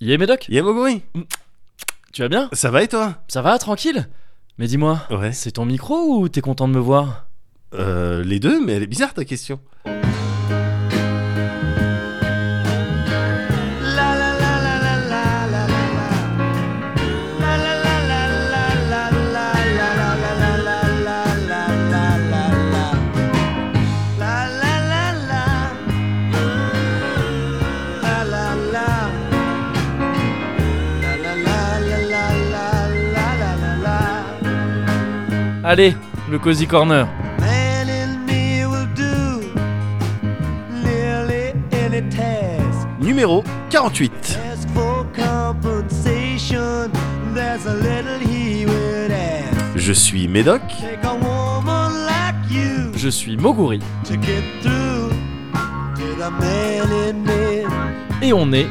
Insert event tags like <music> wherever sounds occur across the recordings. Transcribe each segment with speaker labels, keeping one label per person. Speaker 1: Yé Médoc,
Speaker 2: Yamoguri,
Speaker 1: tu vas bien
Speaker 2: ça va et toi
Speaker 1: Ça va, tranquille Mais dis-moi,
Speaker 2: Ouais.
Speaker 1: c'est ton micro ou t'es content de me voir
Speaker 2: Euh, les deux, mais elle est bizarre ta question.
Speaker 1: Allez, le Cozy Corner
Speaker 3: Man in me will do nearly any task.
Speaker 2: Numéro 48.
Speaker 3: Ask for compensation. There's a little he would ask.
Speaker 2: Je suis Médoc.
Speaker 3: Take a woman like you
Speaker 1: Je suis Moguri,
Speaker 3: to get through to the man in me.
Speaker 1: et on est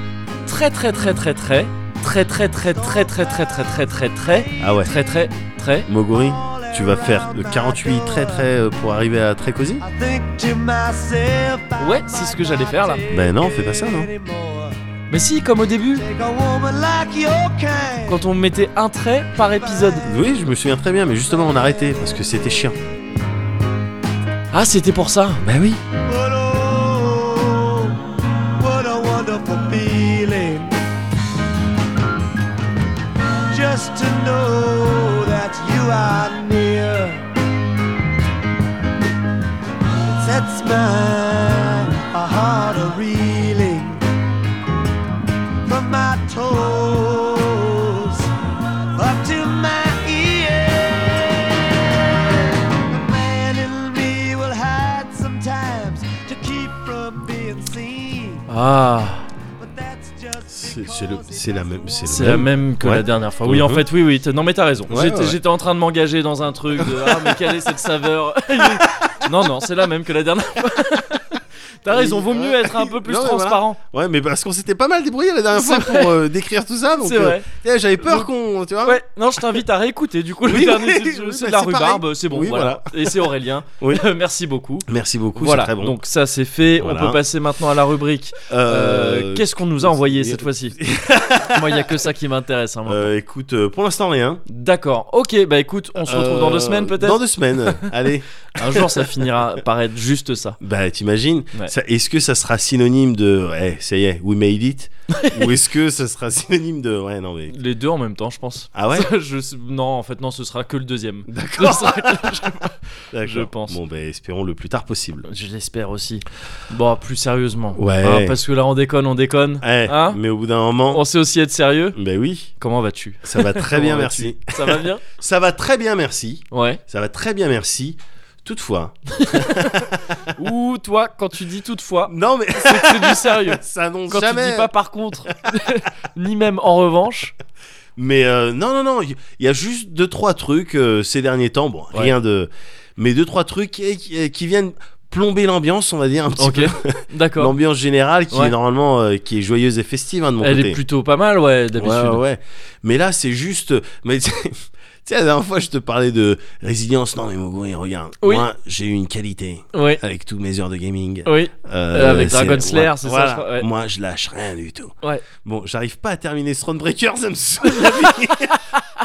Speaker 1: très très très très très très très très très très très très très très très
Speaker 2: Ah ouais.
Speaker 1: très très très
Speaker 2: Moguri, tu vas faire de 48 très très euh, pour arriver à très cosy
Speaker 3: I think to myself, I
Speaker 1: Ouais, c'est ce que j'allais faire, là.
Speaker 3: might
Speaker 2: Ben non,
Speaker 3: not
Speaker 2: fais pas ça, non.
Speaker 3: anymore.
Speaker 1: Mais si, comme au début,
Speaker 3: Take a woman like your kind.
Speaker 1: quand on mettait un trait par épisode.
Speaker 2: Oui, je me souviens très bien, mais justement on a arrêté parce que c'était chiant.
Speaker 1: Ah, c'était pour ça
Speaker 2: Bah oui.
Speaker 3: But oh, what a wonderful feeling just to know that you are near. It sets my heart a reeling from my toes up to my ears. The man in me will hide sometimes to keep from being seen.
Speaker 1: Ah,
Speaker 3: But that's just
Speaker 2: C'est c'est le- c'est la même. C'est le
Speaker 1: c'est la même que
Speaker 2: Ouais.
Speaker 1: la dernière fois. Oui,
Speaker 2: Mhm.
Speaker 1: en fait, oui, oui. t'as- Non, mais t'as raison.
Speaker 2: Ouais,
Speaker 1: J'étais
Speaker 2: ouais.
Speaker 1: j'étais en train de m'engager dans un truc de Ah, mais quelle est cette saveur <laughs> Non, non, c'est la même que la dernière fois. <laughs> T'as raison, vaut mieux être un peu plus
Speaker 2: Non, mais voilà.
Speaker 1: transparent.
Speaker 2: Ouais, mais parce qu'on s'était pas mal débrouillé la dernière
Speaker 1: C'est
Speaker 2: fois pour euh, décrire tout ça, donc.
Speaker 1: C'est
Speaker 2: euh,
Speaker 1: vrai.
Speaker 2: eh, J'avais peur
Speaker 1: Donc-
Speaker 2: qu'on. Tu vois
Speaker 1: Ouais, non, je t'invite à réécouter. Du coup, le
Speaker 2: Oui,
Speaker 1: dernier,
Speaker 2: oui,
Speaker 1: c'est-
Speaker 2: oui,
Speaker 1: c'est
Speaker 2: bah,
Speaker 1: de la
Speaker 2: c'est pareil.
Speaker 1: rhubarbe, c'est bon.
Speaker 2: Oui,
Speaker 1: voilà. Et c'est Aurélien.
Speaker 2: <laughs> Oui.
Speaker 1: <laughs> Merci beaucoup.
Speaker 2: Merci beaucoup,
Speaker 1: voilà,
Speaker 2: c'est très bon.
Speaker 1: donc ça c'est fait.
Speaker 2: Voilà.
Speaker 1: On peut passer maintenant à la rubrique. Euh, Qu'est-ce qu'on nous a envoyé
Speaker 2: <laughs>
Speaker 1: cette fois-ci Moi, il n'y a que ça qui m'intéresse. hein, moi.
Speaker 2: Euh, écoute, euh, pour l'instant rien.
Speaker 1: D'accord. Ok, bah écoute, on se retrouve dans deux
Speaker 2: Euh,
Speaker 1: semaines
Speaker 2: Dans
Speaker 1: peut-être.
Speaker 2: deux semaines,
Speaker 1: <laughs>
Speaker 2: allez.
Speaker 1: Un jour, ça finira par être juste ça.
Speaker 2: Bah t'imagines,
Speaker 1: Ouais.
Speaker 2: Ça- est-ce que ça sera synonyme de ouais, ça y est, we made
Speaker 1: <laughs>
Speaker 2: it Ou est-ce que ça sera synonyme de ouais, non mais.
Speaker 1: Les deux en même temps, je pense. <laughs>
Speaker 2: Ah ouais
Speaker 1: Je- Non, en fait, non, ce sera que le deuxième. <laughs> Ce
Speaker 2: D'accord,
Speaker 1: sera que-
Speaker 2: <laughs> d'accord.
Speaker 1: je pense.
Speaker 2: Bon, bah espérons le plus tard possible.
Speaker 1: Je l'espère aussi. Bon, plus sérieusement.
Speaker 2: Ouais.
Speaker 1: Hein, parce que là, on déconne, on déconne.
Speaker 2: Eh,
Speaker 1: Hein
Speaker 2: mais au bout d'un moment.
Speaker 1: On sait aussi être sérieux.
Speaker 2: Bah oui,
Speaker 1: Comment vas-tu
Speaker 2: ça va très bien,
Speaker 1: Comment
Speaker 2: merci.
Speaker 1: vas-tu Ça va bien
Speaker 2: Ça va très bien, merci.
Speaker 1: Ouais.
Speaker 2: Ça va très bien, merci. Toutefois.
Speaker 1: Ou toi, quand tu dis toutefois,
Speaker 2: Non mais <laughs>
Speaker 1: c'est que c'est du sérieux.
Speaker 2: ça annonce
Speaker 1: Quand
Speaker 2: jamais.
Speaker 1: tu dis pas par contre, <laughs> ni même en revanche,
Speaker 2: Mais euh, non, non, non, il y a juste deux trois trucs euh, ces derniers temps, bon,
Speaker 1: Ouais.
Speaker 2: rien de, mais deux trois trucs eh, qui, eh, qui viennent plomber l'ambiance, on va dire un petit
Speaker 1: Ok,
Speaker 2: peu,
Speaker 1: d'accord.
Speaker 2: l'ambiance générale qui
Speaker 1: Ouais.
Speaker 2: est normalement euh, qui est joyeuse et festive hein, de mon
Speaker 1: Elle
Speaker 2: côté.
Speaker 1: est plutôt pas mal, ouais,
Speaker 2: Ouais,
Speaker 1: d'habitude.
Speaker 2: ouais, ouais. Mais là, c'est juste, mais <laughs> tu sais, tu sais, la dernière fois, je te parlais de résilience. Non, mais Moguri, regarde,
Speaker 1: Oui.
Speaker 2: moi, j'ai eu une qualité
Speaker 1: Oui,
Speaker 2: avec toutes mes heures de gaming.
Speaker 1: oui.
Speaker 2: Euh,
Speaker 1: avec
Speaker 2: c'est-
Speaker 1: Dragon Slayer,
Speaker 2: moi-
Speaker 1: c'est ça,
Speaker 2: voilà.
Speaker 1: je crois, ouais.
Speaker 2: Moi, je lâche rien du tout.
Speaker 1: Ouais.
Speaker 2: Bon, j'arrive pas à terminer ce Breaker, ça me saoule la
Speaker 1: <laughs>
Speaker 2: vie.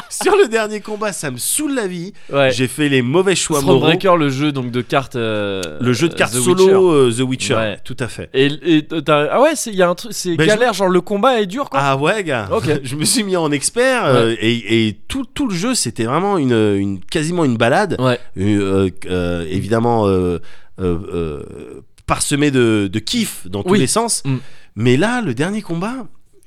Speaker 2: Sur le dernier combat, ça me saoule la vie.
Speaker 1: ouais.
Speaker 2: J'ai fait les mauvais choix moraux.
Speaker 1: Thronebreaker, le jeu donc de cartes. euh,
Speaker 2: le jeu de
Speaker 1: euh,
Speaker 2: cartes
Speaker 1: The Witcher.
Speaker 2: solo euh, The Witcher,
Speaker 1: Ouais.
Speaker 2: tout à fait.
Speaker 1: Et, et t'as- ah ouais, c'est- il y a un truc, c'est
Speaker 2: Ben,
Speaker 1: galère, genre le combat est dur quoi.
Speaker 2: Ah ouais, gars.
Speaker 1: Ok.
Speaker 2: <laughs> je me suis mis en expert euh, et, et tout, tout le jeu, c'était vraiment une, une quasiment une balade.
Speaker 1: Ouais.
Speaker 2: Euh, euh, évidemment euh, euh, euh, parsemé de, de kiff dans tous
Speaker 1: Oui.
Speaker 2: les sens.
Speaker 1: Mm.
Speaker 2: Mais là, le dernier combat,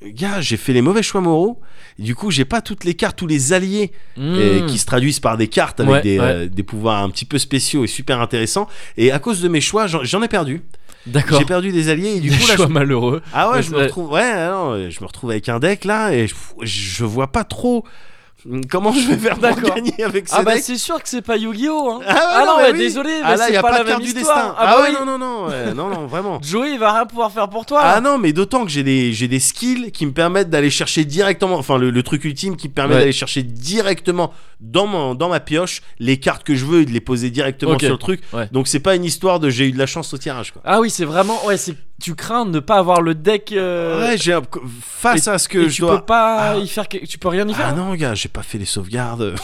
Speaker 2: gars, j'ai fait les mauvais choix moraux. Du coup, j'ai pas toutes les cartes, tous les alliés euh,
Speaker 1: Mm.
Speaker 2: qui se traduisent par des cartes avec
Speaker 1: Ouais,
Speaker 2: des, euh, des pouvoirs un petit peu spéciaux et super intéressants. Et à cause de mes choix, j'en- j'en ai perdu.
Speaker 1: D'accord.
Speaker 2: J'ai perdu des alliés et
Speaker 1: <laughs>
Speaker 2: du
Speaker 1: Des
Speaker 2: coup, là,
Speaker 1: choix
Speaker 2: je-
Speaker 1: malheureux.
Speaker 2: ah ouais,
Speaker 1: Ouais,
Speaker 2: je
Speaker 1: c'est
Speaker 2: me
Speaker 1: vrai.
Speaker 2: retrouve, ouais, ah non, je me retrouve avec un deck là et je, je vois pas trop comment je vais faire pour
Speaker 1: D'accord.
Speaker 2: gagner avec ce
Speaker 1: Ah bah
Speaker 2: deck.
Speaker 1: c'est sûr que c'est pas Yu-Gi-Oh. Hein.
Speaker 2: Ah, ouais,
Speaker 1: Ah non,
Speaker 2: mais
Speaker 1: mais
Speaker 2: oui.
Speaker 1: désolé,
Speaker 2: Ah
Speaker 1: mais
Speaker 2: là,
Speaker 1: c'est
Speaker 2: y a
Speaker 1: pas
Speaker 2: pas,
Speaker 1: la
Speaker 2: de carte
Speaker 1: même
Speaker 2: du
Speaker 1: histoire.
Speaker 2: destin.
Speaker 1: Ah
Speaker 2: Ah,
Speaker 1: bah
Speaker 2: ouais,
Speaker 1: oui.
Speaker 2: non, non, non,
Speaker 1: <laughs>
Speaker 2: ouais, non, non, vraiment.
Speaker 1: Joey il va rien pouvoir faire pour toi.
Speaker 2: Ah non, mais d'autant que j'ai des, j'ai des skills qui me permettent d'aller chercher directement, enfin le, le truc ultime qui me permet
Speaker 1: Ouais.
Speaker 2: d'aller chercher directement dans, mon, dans ma pioche les cartes que je veux et de les poser directement
Speaker 1: Ok.
Speaker 2: sur le truc.
Speaker 1: Ouais.
Speaker 2: Donc c'est pas une histoire de j'ai eu de la chance au tirage quoi.
Speaker 1: Ah oui, c'est vraiment ouais, c'est tu crains de ne pas avoir le deck. euh,
Speaker 2: Ouais, j'ai un- face à ce que
Speaker 1: et
Speaker 2: je
Speaker 1: tu
Speaker 2: dois.
Speaker 1: peux pas
Speaker 2: Ah.
Speaker 1: y faire, que- tu peux rien y
Speaker 2: Ah
Speaker 1: faire.
Speaker 2: non, gars, j'ai pas fait les sauvegardes.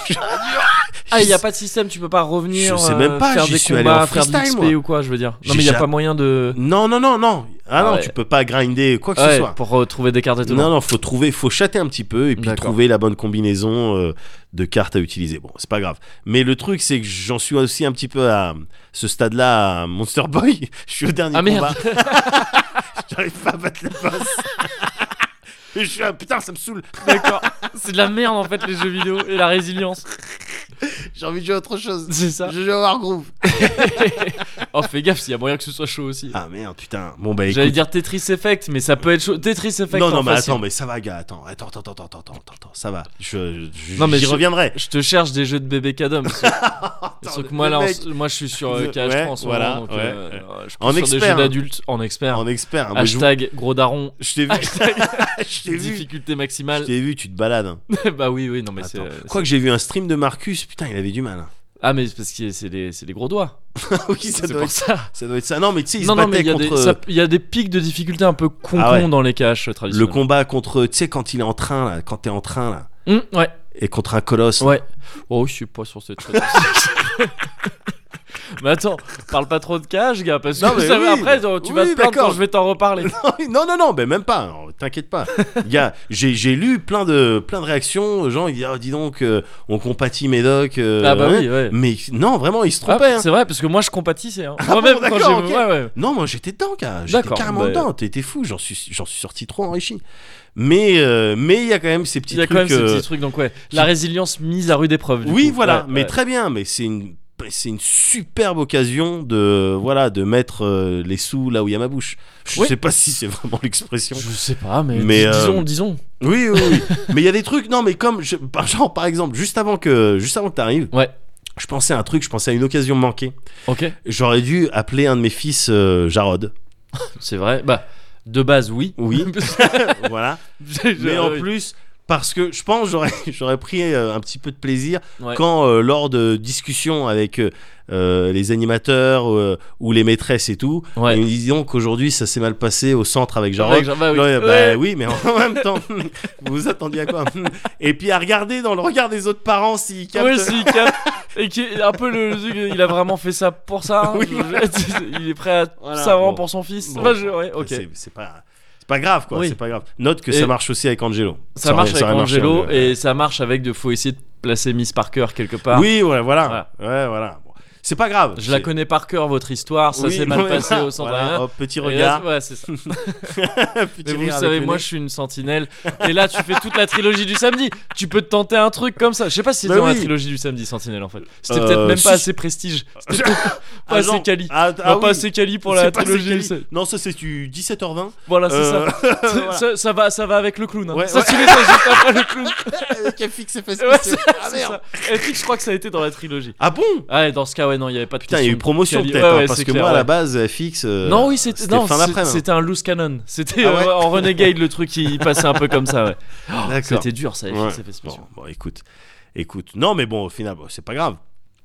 Speaker 1: Ah, il y a pas de système, tu peux pas revenir.
Speaker 2: Je sais
Speaker 1: euh,
Speaker 2: même pas,
Speaker 1: faire
Speaker 2: j'y
Speaker 1: des
Speaker 2: suis allé en
Speaker 1: combats, faire de
Speaker 2: freestyle,
Speaker 1: l'XP
Speaker 2: moi.
Speaker 1: ou quoi, je veux dire. Non
Speaker 2: J'ai
Speaker 1: mais il y a
Speaker 2: ja-
Speaker 1: pas moyen de.
Speaker 2: Non, non, non, non. Ah non,
Speaker 1: Ouais.
Speaker 2: tu peux pas grinder quoi que
Speaker 1: Ouais,
Speaker 2: ce soit.
Speaker 1: pour euh, trouver des cartes et tout.
Speaker 2: Non, non, faut trouver, faut chatter un petit peu et puis
Speaker 1: D'accord.
Speaker 2: trouver la bonne combinaison euh, de cartes à utiliser. Bon, c'est pas grave. Mais le truc, c'est que j'en suis aussi un petit peu à ce stade-là, à Monster Boy. <laughs> Je suis au dernier
Speaker 1: Ah, merde.
Speaker 2: combat. <laughs> J'arrive pas à battre le boss. <laughs> Je suis un putain, ça me saoule.
Speaker 1: D'accord. <laughs> C'est de la merde en fait les jeux vidéo et la résilience.
Speaker 2: J'ai envie de jouer à autre chose.
Speaker 1: C'est ça.
Speaker 2: Je joue à Wargroove.
Speaker 1: Oh fais gaffe s'il y a moyen que ce soit chaud aussi.
Speaker 2: Ah merde, putain. Bon bah
Speaker 1: J'allais
Speaker 2: écoute.
Speaker 1: dire Tetris Effect mais ça peut être chaud. Tetris Effect.
Speaker 2: Non, non,
Speaker 1: en
Speaker 2: mais
Speaker 1: facile.
Speaker 2: attends, mais ça va, gars. Attends, attends, attends, attends, attends, attends, attends, ça va. Je, je-
Speaker 1: Non, mais
Speaker 2: j'y
Speaker 1: je-
Speaker 2: reviendrai.
Speaker 1: Je te cherche des jeux de bébé
Speaker 2: <laughs>
Speaker 1: Cadom. Sauf que moi
Speaker 2: le
Speaker 1: là, en-
Speaker 2: mec.
Speaker 1: moi je suis sur euh,
Speaker 2: The-
Speaker 1: KH
Speaker 2: ouais,
Speaker 1: France.
Speaker 2: voilà,
Speaker 1: donc,
Speaker 2: ouais,
Speaker 1: euh,
Speaker 2: ouais.
Speaker 1: je suis
Speaker 2: En
Speaker 1: sur des
Speaker 2: expert,
Speaker 1: jeux
Speaker 2: hein.
Speaker 1: d'adultes en expert.
Speaker 2: En expert. hein, moi, je-
Speaker 1: Hashtag gros
Speaker 2: <laughs>
Speaker 1: daron.
Speaker 2: Je t'ai
Speaker 1: <laughs>
Speaker 2: vu.
Speaker 1: Hashtag
Speaker 2: je t'ai vu.
Speaker 1: difficulté
Speaker 2: Je
Speaker 1: maximale.
Speaker 2: t'ai vu, tu te balades. hein.
Speaker 1: <laughs> bah oui oui non mais c'est.
Speaker 2: Attends.
Speaker 1: c'est-
Speaker 2: Quoi que j'ai vu un stream de Marcus, putain, il avait du mal. hein.
Speaker 1: Ah mais c'est parce que c'est des c'est des gros doigts.
Speaker 2: <laughs> oui, ça
Speaker 1: C'est
Speaker 2: doit,
Speaker 1: pour
Speaker 2: être,
Speaker 1: ça.
Speaker 2: ça doit être ça. Non, mais tu sais, il
Speaker 1: Non
Speaker 2: se
Speaker 1: non mais
Speaker 2: battait
Speaker 1: il y a des
Speaker 2: contre euh,
Speaker 1: ça- il y a des pics de difficulté un peu con
Speaker 2: Ah ouais.
Speaker 1: dans les KH
Speaker 2: le
Speaker 1: traditionnels.
Speaker 2: combat contre, tu sais, quand il est en train, là, quand t'es en train, là,
Speaker 1: Hum, ouais.
Speaker 2: et contre un colosse.
Speaker 1: Ouais. Oh, je suis pas sur cette
Speaker 2: <laughs>
Speaker 1: chaîne. Mais attends, parle pas trop de cage, gars, parce que
Speaker 2: Non, mais
Speaker 1: ça-
Speaker 2: oui.
Speaker 1: après, tu vas
Speaker 2: Oui,
Speaker 1: te plaindre quand
Speaker 2: d'accord.
Speaker 1: je vais t'en reparler.
Speaker 2: <laughs> non, non, non, ben même pas. non, T'inquiète
Speaker 1: <laughs>
Speaker 2: pas. Gars, j'ai j'ai lu plein de, plein de réactions. Gens, ils disent, oh, dis donc, euh, on compatit Médoc. euh,
Speaker 1: ah bah
Speaker 2: hein.
Speaker 1: oui, ouais.
Speaker 2: Mais non, vraiment, il se
Speaker 1: Ah,
Speaker 2: trompait. hein.
Speaker 1: C'est vrai, parce que moi, je compatissais. Hein. Moi-même,
Speaker 2: Ah bon,
Speaker 1: quand j'ai...
Speaker 2: d'accord, ok.
Speaker 1: Ouais, ouais.
Speaker 2: Non, moi j'étais dedans, gars. J'étais
Speaker 1: D'accord,
Speaker 2: carrément
Speaker 1: bah-
Speaker 2: dedans. T'étais fou. J'en suis, j'en suis sorti trop enrichi. Mais, euh, mais il y a quand même ces petits
Speaker 1: Il y a
Speaker 2: trucs.
Speaker 1: quand même ces
Speaker 2: euh,
Speaker 1: petits trucs, donc ouais. La résilience mise à rude épreuve. du
Speaker 2: Oui,
Speaker 1: coup.
Speaker 2: voilà,
Speaker 1: Ouais,
Speaker 2: mais
Speaker 1: ouais.
Speaker 2: très bien, mais c'est une c'est une superbe occasion de voilà de mettre euh, les sous là où il y a ma bouche. Je
Speaker 1: Oui.
Speaker 2: sais pas si c'est vraiment l'expression.
Speaker 1: Je sais pas, mais,
Speaker 2: Mais,
Speaker 1: dis-
Speaker 2: euh,
Speaker 1: disons, disons.
Speaker 2: Oui, oui, oui. <laughs> mais il y a des trucs non mais comme je- par- genre par exemple juste avant que juste avant que t'arrives,
Speaker 1: Ouais.
Speaker 2: je pensais à un truc, je pensais à une occasion manquée.
Speaker 1: Ok,
Speaker 2: J'aurais dû appeler un de mes fils
Speaker 1: <laughs>
Speaker 2: euh, Jarod.
Speaker 1: c'est vrai. Bah, de base, oui.
Speaker 2: Oui. voilà.
Speaker 1: <laughs> J'ai- j'ai-
Speaker 2: mais en
Speaker 1: ouais.
Speaker 2: plus parce que je pense j'aurais <laughs> j'aurais pris euh, un petit peu de plaisir
Speaker 1: Ouais.
Speaker 2: quand euh, lors de discussions avec euh, euh, les animateurs euh, ou les maîtresses et tout
Speaker 1: Ouais.
Speaker 2: ils me disent donc qu'aujourd'hui ça s'est mal passé au centre avec Jarod
Speaker 1: Ouais, genre, bah oui.
Speaker 2: Ouais, bah
Speaker 1: Ouais.
Speaker 2: oui, mais en <laughs> même temps, vous vous attendiez à quoi <laughs> Et puis à regarder dans le regard des autres parents s'ils captent.
Speaker 1: Oui, si, il capte. Et qui est un peu le, le truc, il a vraiment fait ça pour ça. hein.
Speaker 2: Oui,
Speaker 1: Je- je- il est prêt à tout
Speaker 2: Voilà,
Speaker 1: savoir
Speaker 2: bon.
Speaker 1: pour son fils.
Speaker 2: Bon,
Speaker 1: Enfin, je- ouais, ok.
Speaker 2: C'est- C'est pas, c'est pas grave quoi,
Speaker 1: Oui.
Speaker 2: c'est pas grave. Note que
Speaker 1: Et-
Speaker 2: ça marche aussi avec Angelo.
Speaker 1: Ça marche
Speaker 2: aurait-
Speaker 1: avec
Speaker 2: aurait marché,
Speaker 1: Angelo
Speaker 2: Angelo.
Speaker 1: et ça marche avec de faut essayer de placer Miss Parker quelque part.
Speaker 2: Oui, ouais, voilà. Ouais, voilà. Bon, C'est pas grave.
Speaker 1: Je la
Speaker 2: C'est-
Speaker 1: connais par cœur votre histoire, ça
Speaker 2: Oui,
Speaker 1: s'est mal
Speaker 2: voilà,
Speaker 1: passé au centre.
Speaker 2: <laughs> voilà,
Speaker 1: aérien.
Speaker 2: hop, petit
Speaker 1: Et là,
Speaker 2: regard.
Speaker 1: ouais, c'est ça.
Speaker 2: <laughs> petit
Speaker 1: Mais vous le
Speaker 2: regard
Speaker 1: savez,
Speaker 2: avec le
Speaker 1: moi
Speaker 2: nez.
Speaker 1: je suis une sentinelle. Et là, tu fais toute la trilogie du samedi. Tu peux te tenter un truc comme ça. Je sais pas si c'était
Speaker 2: Bah
Speaker 1: dans la
Speaker 2: oui.
Speaker 1: trilogie du samedi, sentinelle en fait. C'était
Speaker 2: Euh,
Speaker 1: peut-être même
Speaker 2: si.
Speaker 1: pas assez prestige. C'était peut-être pas
Speaker 2: Ah,
Speaker 1: assez
Speaker 2: genre-
Speaker 1: quali.
Speaker 2: Ah, ah
Speaker 1: Non, pas
Speaker 2: oui.
Speaker 1: assez quali pour
Speaker 2: C'est
Speaker 1: la
Speaker 2: pas assez
Speaker 1: trilogie.
Speaker 2: quali.
Speaker 1: du samedi.
Speaker 2: Non, ça c'est du 17h20.
Speaker 1: Voilà, c'est ça.
Speaker 2: Euh, <laughs>
Speaker 1: Ça-
Speaker 2: Voilà.
Speaker 1: ça, ça va, ça va avec le clown. hein.
Speaker 2: Ouais,
Speaker 1: ça,
Speaker 2: ouais.
Speaker 1: tu l'as juste après le
Speaker 2: <laughs>
Speaker 1: clown.
Speaker 2: Avec un fixe et face
Speaker 1: Ouais,
Speaker 2: spéciale. Ah
Speaker 1: C'est
Speaker 2: merde.
Speaker 1: ça. Et puis, je crois que ça a été dans la trilogie.
Speaker 2: Ah bon
Speaker 1: Ah, et dans ce cas, ouais, non, il y avait pas de
Speaker 2: Putain, il y a
Speaker 1: question
Speaker 2: eu
Speaker 1: de
Speaker 2: promotion
Speaker 1: quali.
Speaker 2: peut-être,
Speaker 1: Ouais,
Speaker 2: hein,
Speaker 1: ouais,
Speaker 2: parce
Speaker 1: c'est
Speaker 2: que
Speaker 1: clair,
Speaker 2: moi à
Speaker 1: ouais.
Speaker 2: la base, FX. euh,
Speaker 1: non, oui, c'était
Speaker 2: c'était
Speaker 1: non,
Speaker 2: fin
Speaker 1: c'est-
Speaker 2: d'après-midi.
Speaker 1: C'était un loose canon. C'était
Speaker 2: Ah ouais. Ah,
Speaker 1: euh, en renegade le truc qui passait un peu comme ça.
Speaker 2: <laughs>
Speaker 1: Ouais.
Speaker 2: D'accord.
Speaker 1: C'était dur, ça.
Speaker 2: Ouais.
Speaker 1: ça fait spécial.
Speaker 2: Bon, bon, écoute. Écoute. Non, mais bon, au final, bon, c'est pas grave.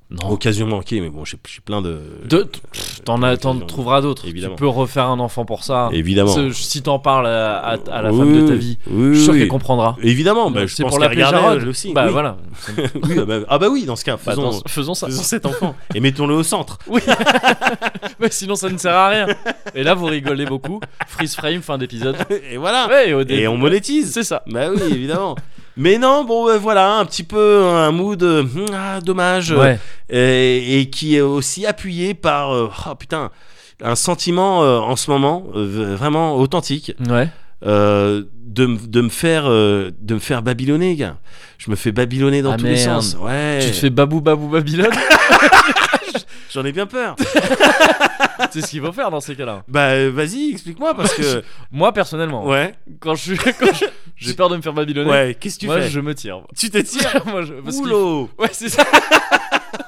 Speaker 1: Non.
Speaker 2: Occasion manquée, mais bon, j'ai j'ai plein de.
Speaker 1: De- pff, T'en as- t'en
Speaker 2: Occasion.
Speaker 1: trouveras d'autres. Tu
Speaker 2: Évidemment.
Speaker 1: peux refaire un enfant pour ça.
Speaker 2: Évidemment.
Speaker 1: Ce- Si t'en parles à, à- à la
Speaker 2: Oui,
Speaker 1: femme de ta
Speaker 2: oui,
Speaker 1: vie,
Speaker 2: oui,
Speaker 1: je suis sûr
Speaker 2: oui.
Speaker 1: qu'elle comprendra.
Speaker 2: Évidemment, bah,
Speaker 1: Donc,
Speaker 2: je
Speaker 1: c'est
Speaker 2: pense
Speaker 1: pour
Speaker 2: qu'elle
Speaker 1: la
Speaker 2: regardait elle aussi.
Speaker 1: Bah
Speaker 2: oui.
Speaker 1: voilà.
Speaker 2: <laughs> Oui, ah bah- ah bah oui, dans ce cas,
Speaker 1: Bah,
Speaker 2: faisons,
Speaker 1: dans- faisons ça.
Speaker 2: faisons cet enfant et mettons-le au centre.
Speaker 1: <laughs> Mais sinon ça ne sert à rien. Et là vous rigolez beaucoup. Freeze frame fin d'épisode.
Speaker 2: Et voilà.
Speaker 1: Ouais, <laughs> et au dé-
Speaker 2: <laughs> Et on monétise.
Speaker 1: C'est ça.
Speaker 2: Bah oui, évidemment. Mais non, bon, bah, voilà, un petit peu un mood euh, hmm, ah, dommage euh,
Speaker 1: Ouais.
Speaker 2: et, et qui est aussi appuyé par euh, ah, putain un sentiment euh, en ce moment euh, v- vraiment authentique
Speaker 1: Ouais.
Speaker 2: euh, de, m- de me faire euh, de me faire babylonner, gars. Je me fais babylonner dans
Speaker 1: Ah,
Speaker 2: tous les
Speaker 1: merde.
Speaker 2: sens. Ouais.
Speaker 1: Tu te fais babou babou babylone. <laughs>
Speaker 2: J'en ai bien peur. <laughs>
Speaker 1: c'est ce qu'il faut faire dans ces cas-là.
Speaker 2: bah euh, vas-y, explique-moi parce
Speaker 1: <laughs>
Speaker 2: que
Speaker 1: Moi personnellement,
Speaker 2: ouais.
Speaker 1: quand je <laughs> suis- quand je- j'ai peur de me faire babylonner,
Speaker 2: Ouais, qu'est-ce que tu
Speaker 1: moi
Speaker 2: fais
Speaker 1: je me
Speaker 2: <laughs>
Speaker 1: tire.
Speaker 2: Tu te tires
Speaker 1: <laughs> moi je parce qu'il-
Speaker 2: Boulot.
Speaker 1: Ouais, c'est ça. <laughs>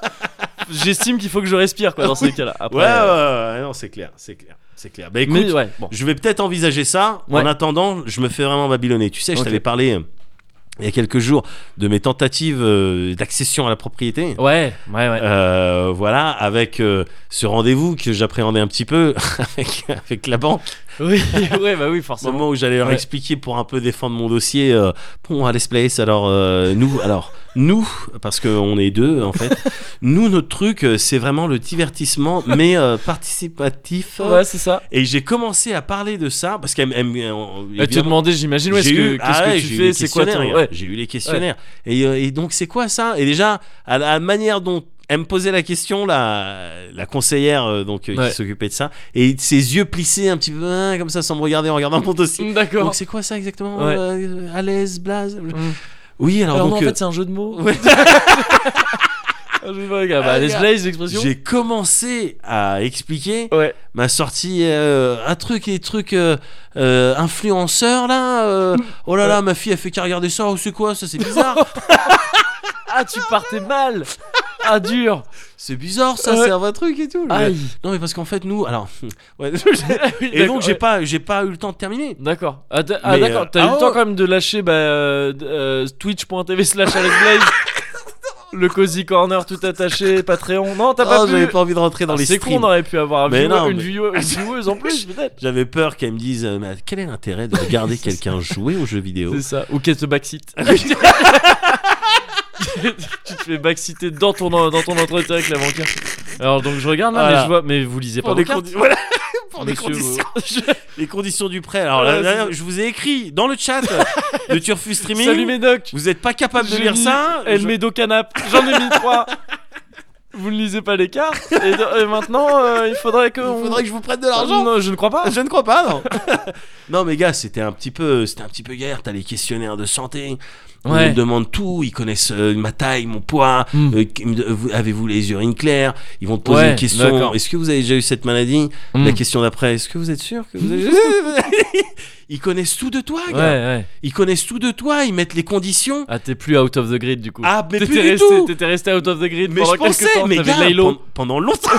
Speaker 1: J'estime qu'il faut que je respire quoi dans ces
Speaker 2: Oui.
Speaker 1: cas-là. Après,
Speaker 2: Ouais, ouais,
Speaker 1: euh,
Speaker 2: ouais, ouais, non, c'est clair, c'est clair, c'est clair. Bah écoute,
Speaker 1: mais ouais, bon.
Speaker 2: je vais peut-être envisager ça.
Speaker 1: Ouais.
Speaker 2: En attendant, je me fais vraiment babylonner. Tu sais, je
Speaker 1: Ok.
Speaker 2: t'avais parlé euh, il y a quelques jours de mes tentatives euh, d'accession à la propriété.
Speaker 1: Ouais, ouais, ouais.
Speaker 2: <laughs> Euh, voilà, avec euh, ce rendez-vous que j'appréhendais un petit peu avec, avec la banque.
Speaker 1: <laughs> Oui, ouais, bah oui,
Speaker 2: Au
Speaker 1: forcément.
Speaker 2: moment où j'allais leur
Speaker 1: Ouais.
Speaker 2: expliquer pour un peu défendre mon dossier, euh, bon, à Let's Place, alors euh, nous, alors nous, parce qu'on est deux
Speaker 1: <laughs>
Speaker 2: en fait, nous, notre truc, euh, c'est vraiment le divertissement, mais euh, participatif.
Speaker 1: Ouais, c'est ça.
Speaker 2: Et j'ai commencé à parler de ça parce qu'elle elle- elle-
Speaker 1: Elle te
Speaker 2: évidemment,
Speaker 1: demandait, j'imagine, ouais,
Speaker 2: j'ai
Speaker 1: est-ce que-
Speaker 2: eu-
Speaker 1: qu'est-ce
Speaker 2: ah ouais,
Speaker 1: que tu
Speaker 2: j'ai eu
Speaker 1: fais,
Speaker 2: les
Speaker 1: c'est quoi ton.
Speaker 2: questionnaires,
Speaker 1: Ouais.
Speaker 2: regarde. J'ai eu les questionnaires. Et, euh, et donc, c'est quoi ça Et déjà, à la manière dont elle me posait la question, la, la conseillère euh, donc, euh,
Speaker 1: Ouais.
Speaker 2: qui s'occupait de ça, et ses yeux plissés un petit peu hein, comme ça sans me regarder en regardant mon <laughs> dossier.
Speaker 1: D'accord.
Speaker 2: Donc, c'est quoi ça exactement
Speaker 1: Ouais.
Speaker 2: Euh, À l'aise, blaze
Speaker 1: Mm.
Speaker 2: Oui, alors,
Speaker 1: Alors, non,
Speaker 2: donc.
Speaker 1: en
Speaker 2: euh,
Speaker 1: fait, c'est un jeu de mots.
Speaker 2: ouais.
Speaker 1: <laughs>
Speaker 2: Ah,
Speaker 1: Un jeu de mots, les gars. Bah, les slides, les expressions.
Speaker 2: j'ai commencé à expliquer
Speaker 1: Ouais.
Speaker 2: m'a sorti euh, un truc et truc euh, euh, influenceur là. euh, <laughs> oh là là, ma fille a fait qu'à regarder ça. Oh, c'est quoi ça C'est bizarre.
Speaker 1: Ah, tu partais mal. Ah, dur.
Speaker 2: c'est bizarre ça.
Speaker 1: Ouais.
Speaker 2: C'est un vrai truc et tout. Mais-
Speaker 1: Aïe.
Speaker 2: Non mais parce qu'en fait nous, alors. <laughs> ouais,
Speaker 1: Ah <laughs> oui,
Speaker 2: et donc
Speaker 1: d'accord,
Speaker 2: j'ai
Speaker 1: ouais.
Speaker 2: pas, j'ai pas eu le temps de terminer.
Speaker 1: D'accord. Ah, t'as- ah,
Speaker 2: Mais,
Speaker 1: d'accord.
Speaker 2: euh,
Speaker 1: T'as eu
Speaker 2: ah
Speaker 1: le temps
Speaker 2: ouais.
Speaker 1: quand même de lâcher bah, euh, d- euh, twitch.tv slash
Speaker 2: <laughs>
Speaker 1: alexblaze, le cozy corner tout attaché, Patreon. Non, t'as pas
Speaker 2: Oh, j'avais
Speaker 1: pu.
Speaker 2: pas envie de rentrer dans
Speaker 1: Ah,
Speaker 2: les
Speaker 1: c'est con,
Speaker 2: streams.
Speaker 1: on aurait pu avoir un
Speaker 2: Mais
Speaker 1: viewer-
Speaker 2: non,
Speaker 1: une,
Speaker 2: mais-
Speaker 1: viewer- une vieweuse en
Speaker 2: <laughs>
Speaker 1: plus, peut-être.
Speaker 2: J'avais peur qu'elle me dise euh, mais quel est l'intérêt de regarder <laughs> quelqu'un jouer aux jeux vidéo.
Speaker 1: C'est ça. Ou qu'elle te
Speaker 2: <laughs>
Speaker 1: backseat. tu te fais backseater dans ton, dans ton entretien avec la banquière. Alors donc je regarde là, mais
Speaker 2: Voilà.
Speaker 1: je vois, mais vous lisez pas
Speaker 2: Pour des
Speaker 1: vos cartes,
Speaker 2: condi- <laughs> voilà, pour des
Speaker 1: monsieur, vous-
Speaker 2: conditions, <laughs> les conditions du prêt. Alors
Speaker 1: Ouais,
Speaker 2: là, là,
Speaker 1: c'est-
Speaker 2: je vous ai écrit dans le chat de Turfu Streaming.
Speaker 1: Salut Médoc.
Speaker 2: Vous êtes pas capable de
Speaker 1: J'ai
Speaker 2: lire
Speaker 1: mis
Speaker 2: ça
Speaker 1: El
Speaker 2: Je-
Speaker 1: Medo Canap. J'en ai mis trois. Vous ne lisez pas les cartes. Et, de- et maintenant, euh, il faudrait que. on-
Speaker 2: Il faudrait que je vous prête de l'argent.
Speaker 1: Non, je ne crois pas.
Speaker 2: Je ne crois pas, non. <laughs> non, mais gars, c'était un petit peu, c'était un petit peu galère. T'as les questionnaires de santé. On
Speaker 1: Ouais.
Speaker 2: me demande tout. Ils connaissent euh, ma taille, mon poids.
Speaker 1: Mm.
Speaker 2: euh, qui- euh, vous- Avez-vous les urines claires Ils vont te poser
Speaker 1: Ouais,
Speaker 2: une
Speaker 1: d'accord.
Speaker 2: question. Est-ce que vous avez déjà eu cette maladie
Speaker 1: Mm.
Speaker 2: La question d'après. Est-ce que vous êtes sûr que
Speaker 1: <laughs>
Speaker 2: vous avez Ils connaissent tout de toi,
Speaker 1: Ouais,
Speaker 2: gars.
Speaker 1: ouais.
Speaker 2: Ils connaissent tout de toi. Ils mettent les conditions.
Speaker 1: Ah, t'es plus out of the grid du coup.
Speaker 2: Ah, mais plus
Speaker 1: T'étais
Speaker 2: du
Speaker 1: resté,
Speaker 2: tout.
Speaker 1: t'étais resté out of the grid
Speaker 2: Mais
Speaker 1: pendant
Speaker 2: je
Speaker 1: quelques
Speaker 2: pensais,
Speaker 1: temps.
Speaker 2: mais
Speaker 1: t'avais de
Speaker 2: gars,
Speaker 1: l'Halo.
Speaker 2: pen-
Speaker 1: <laughs>
Speaker 2: pendant longtemps,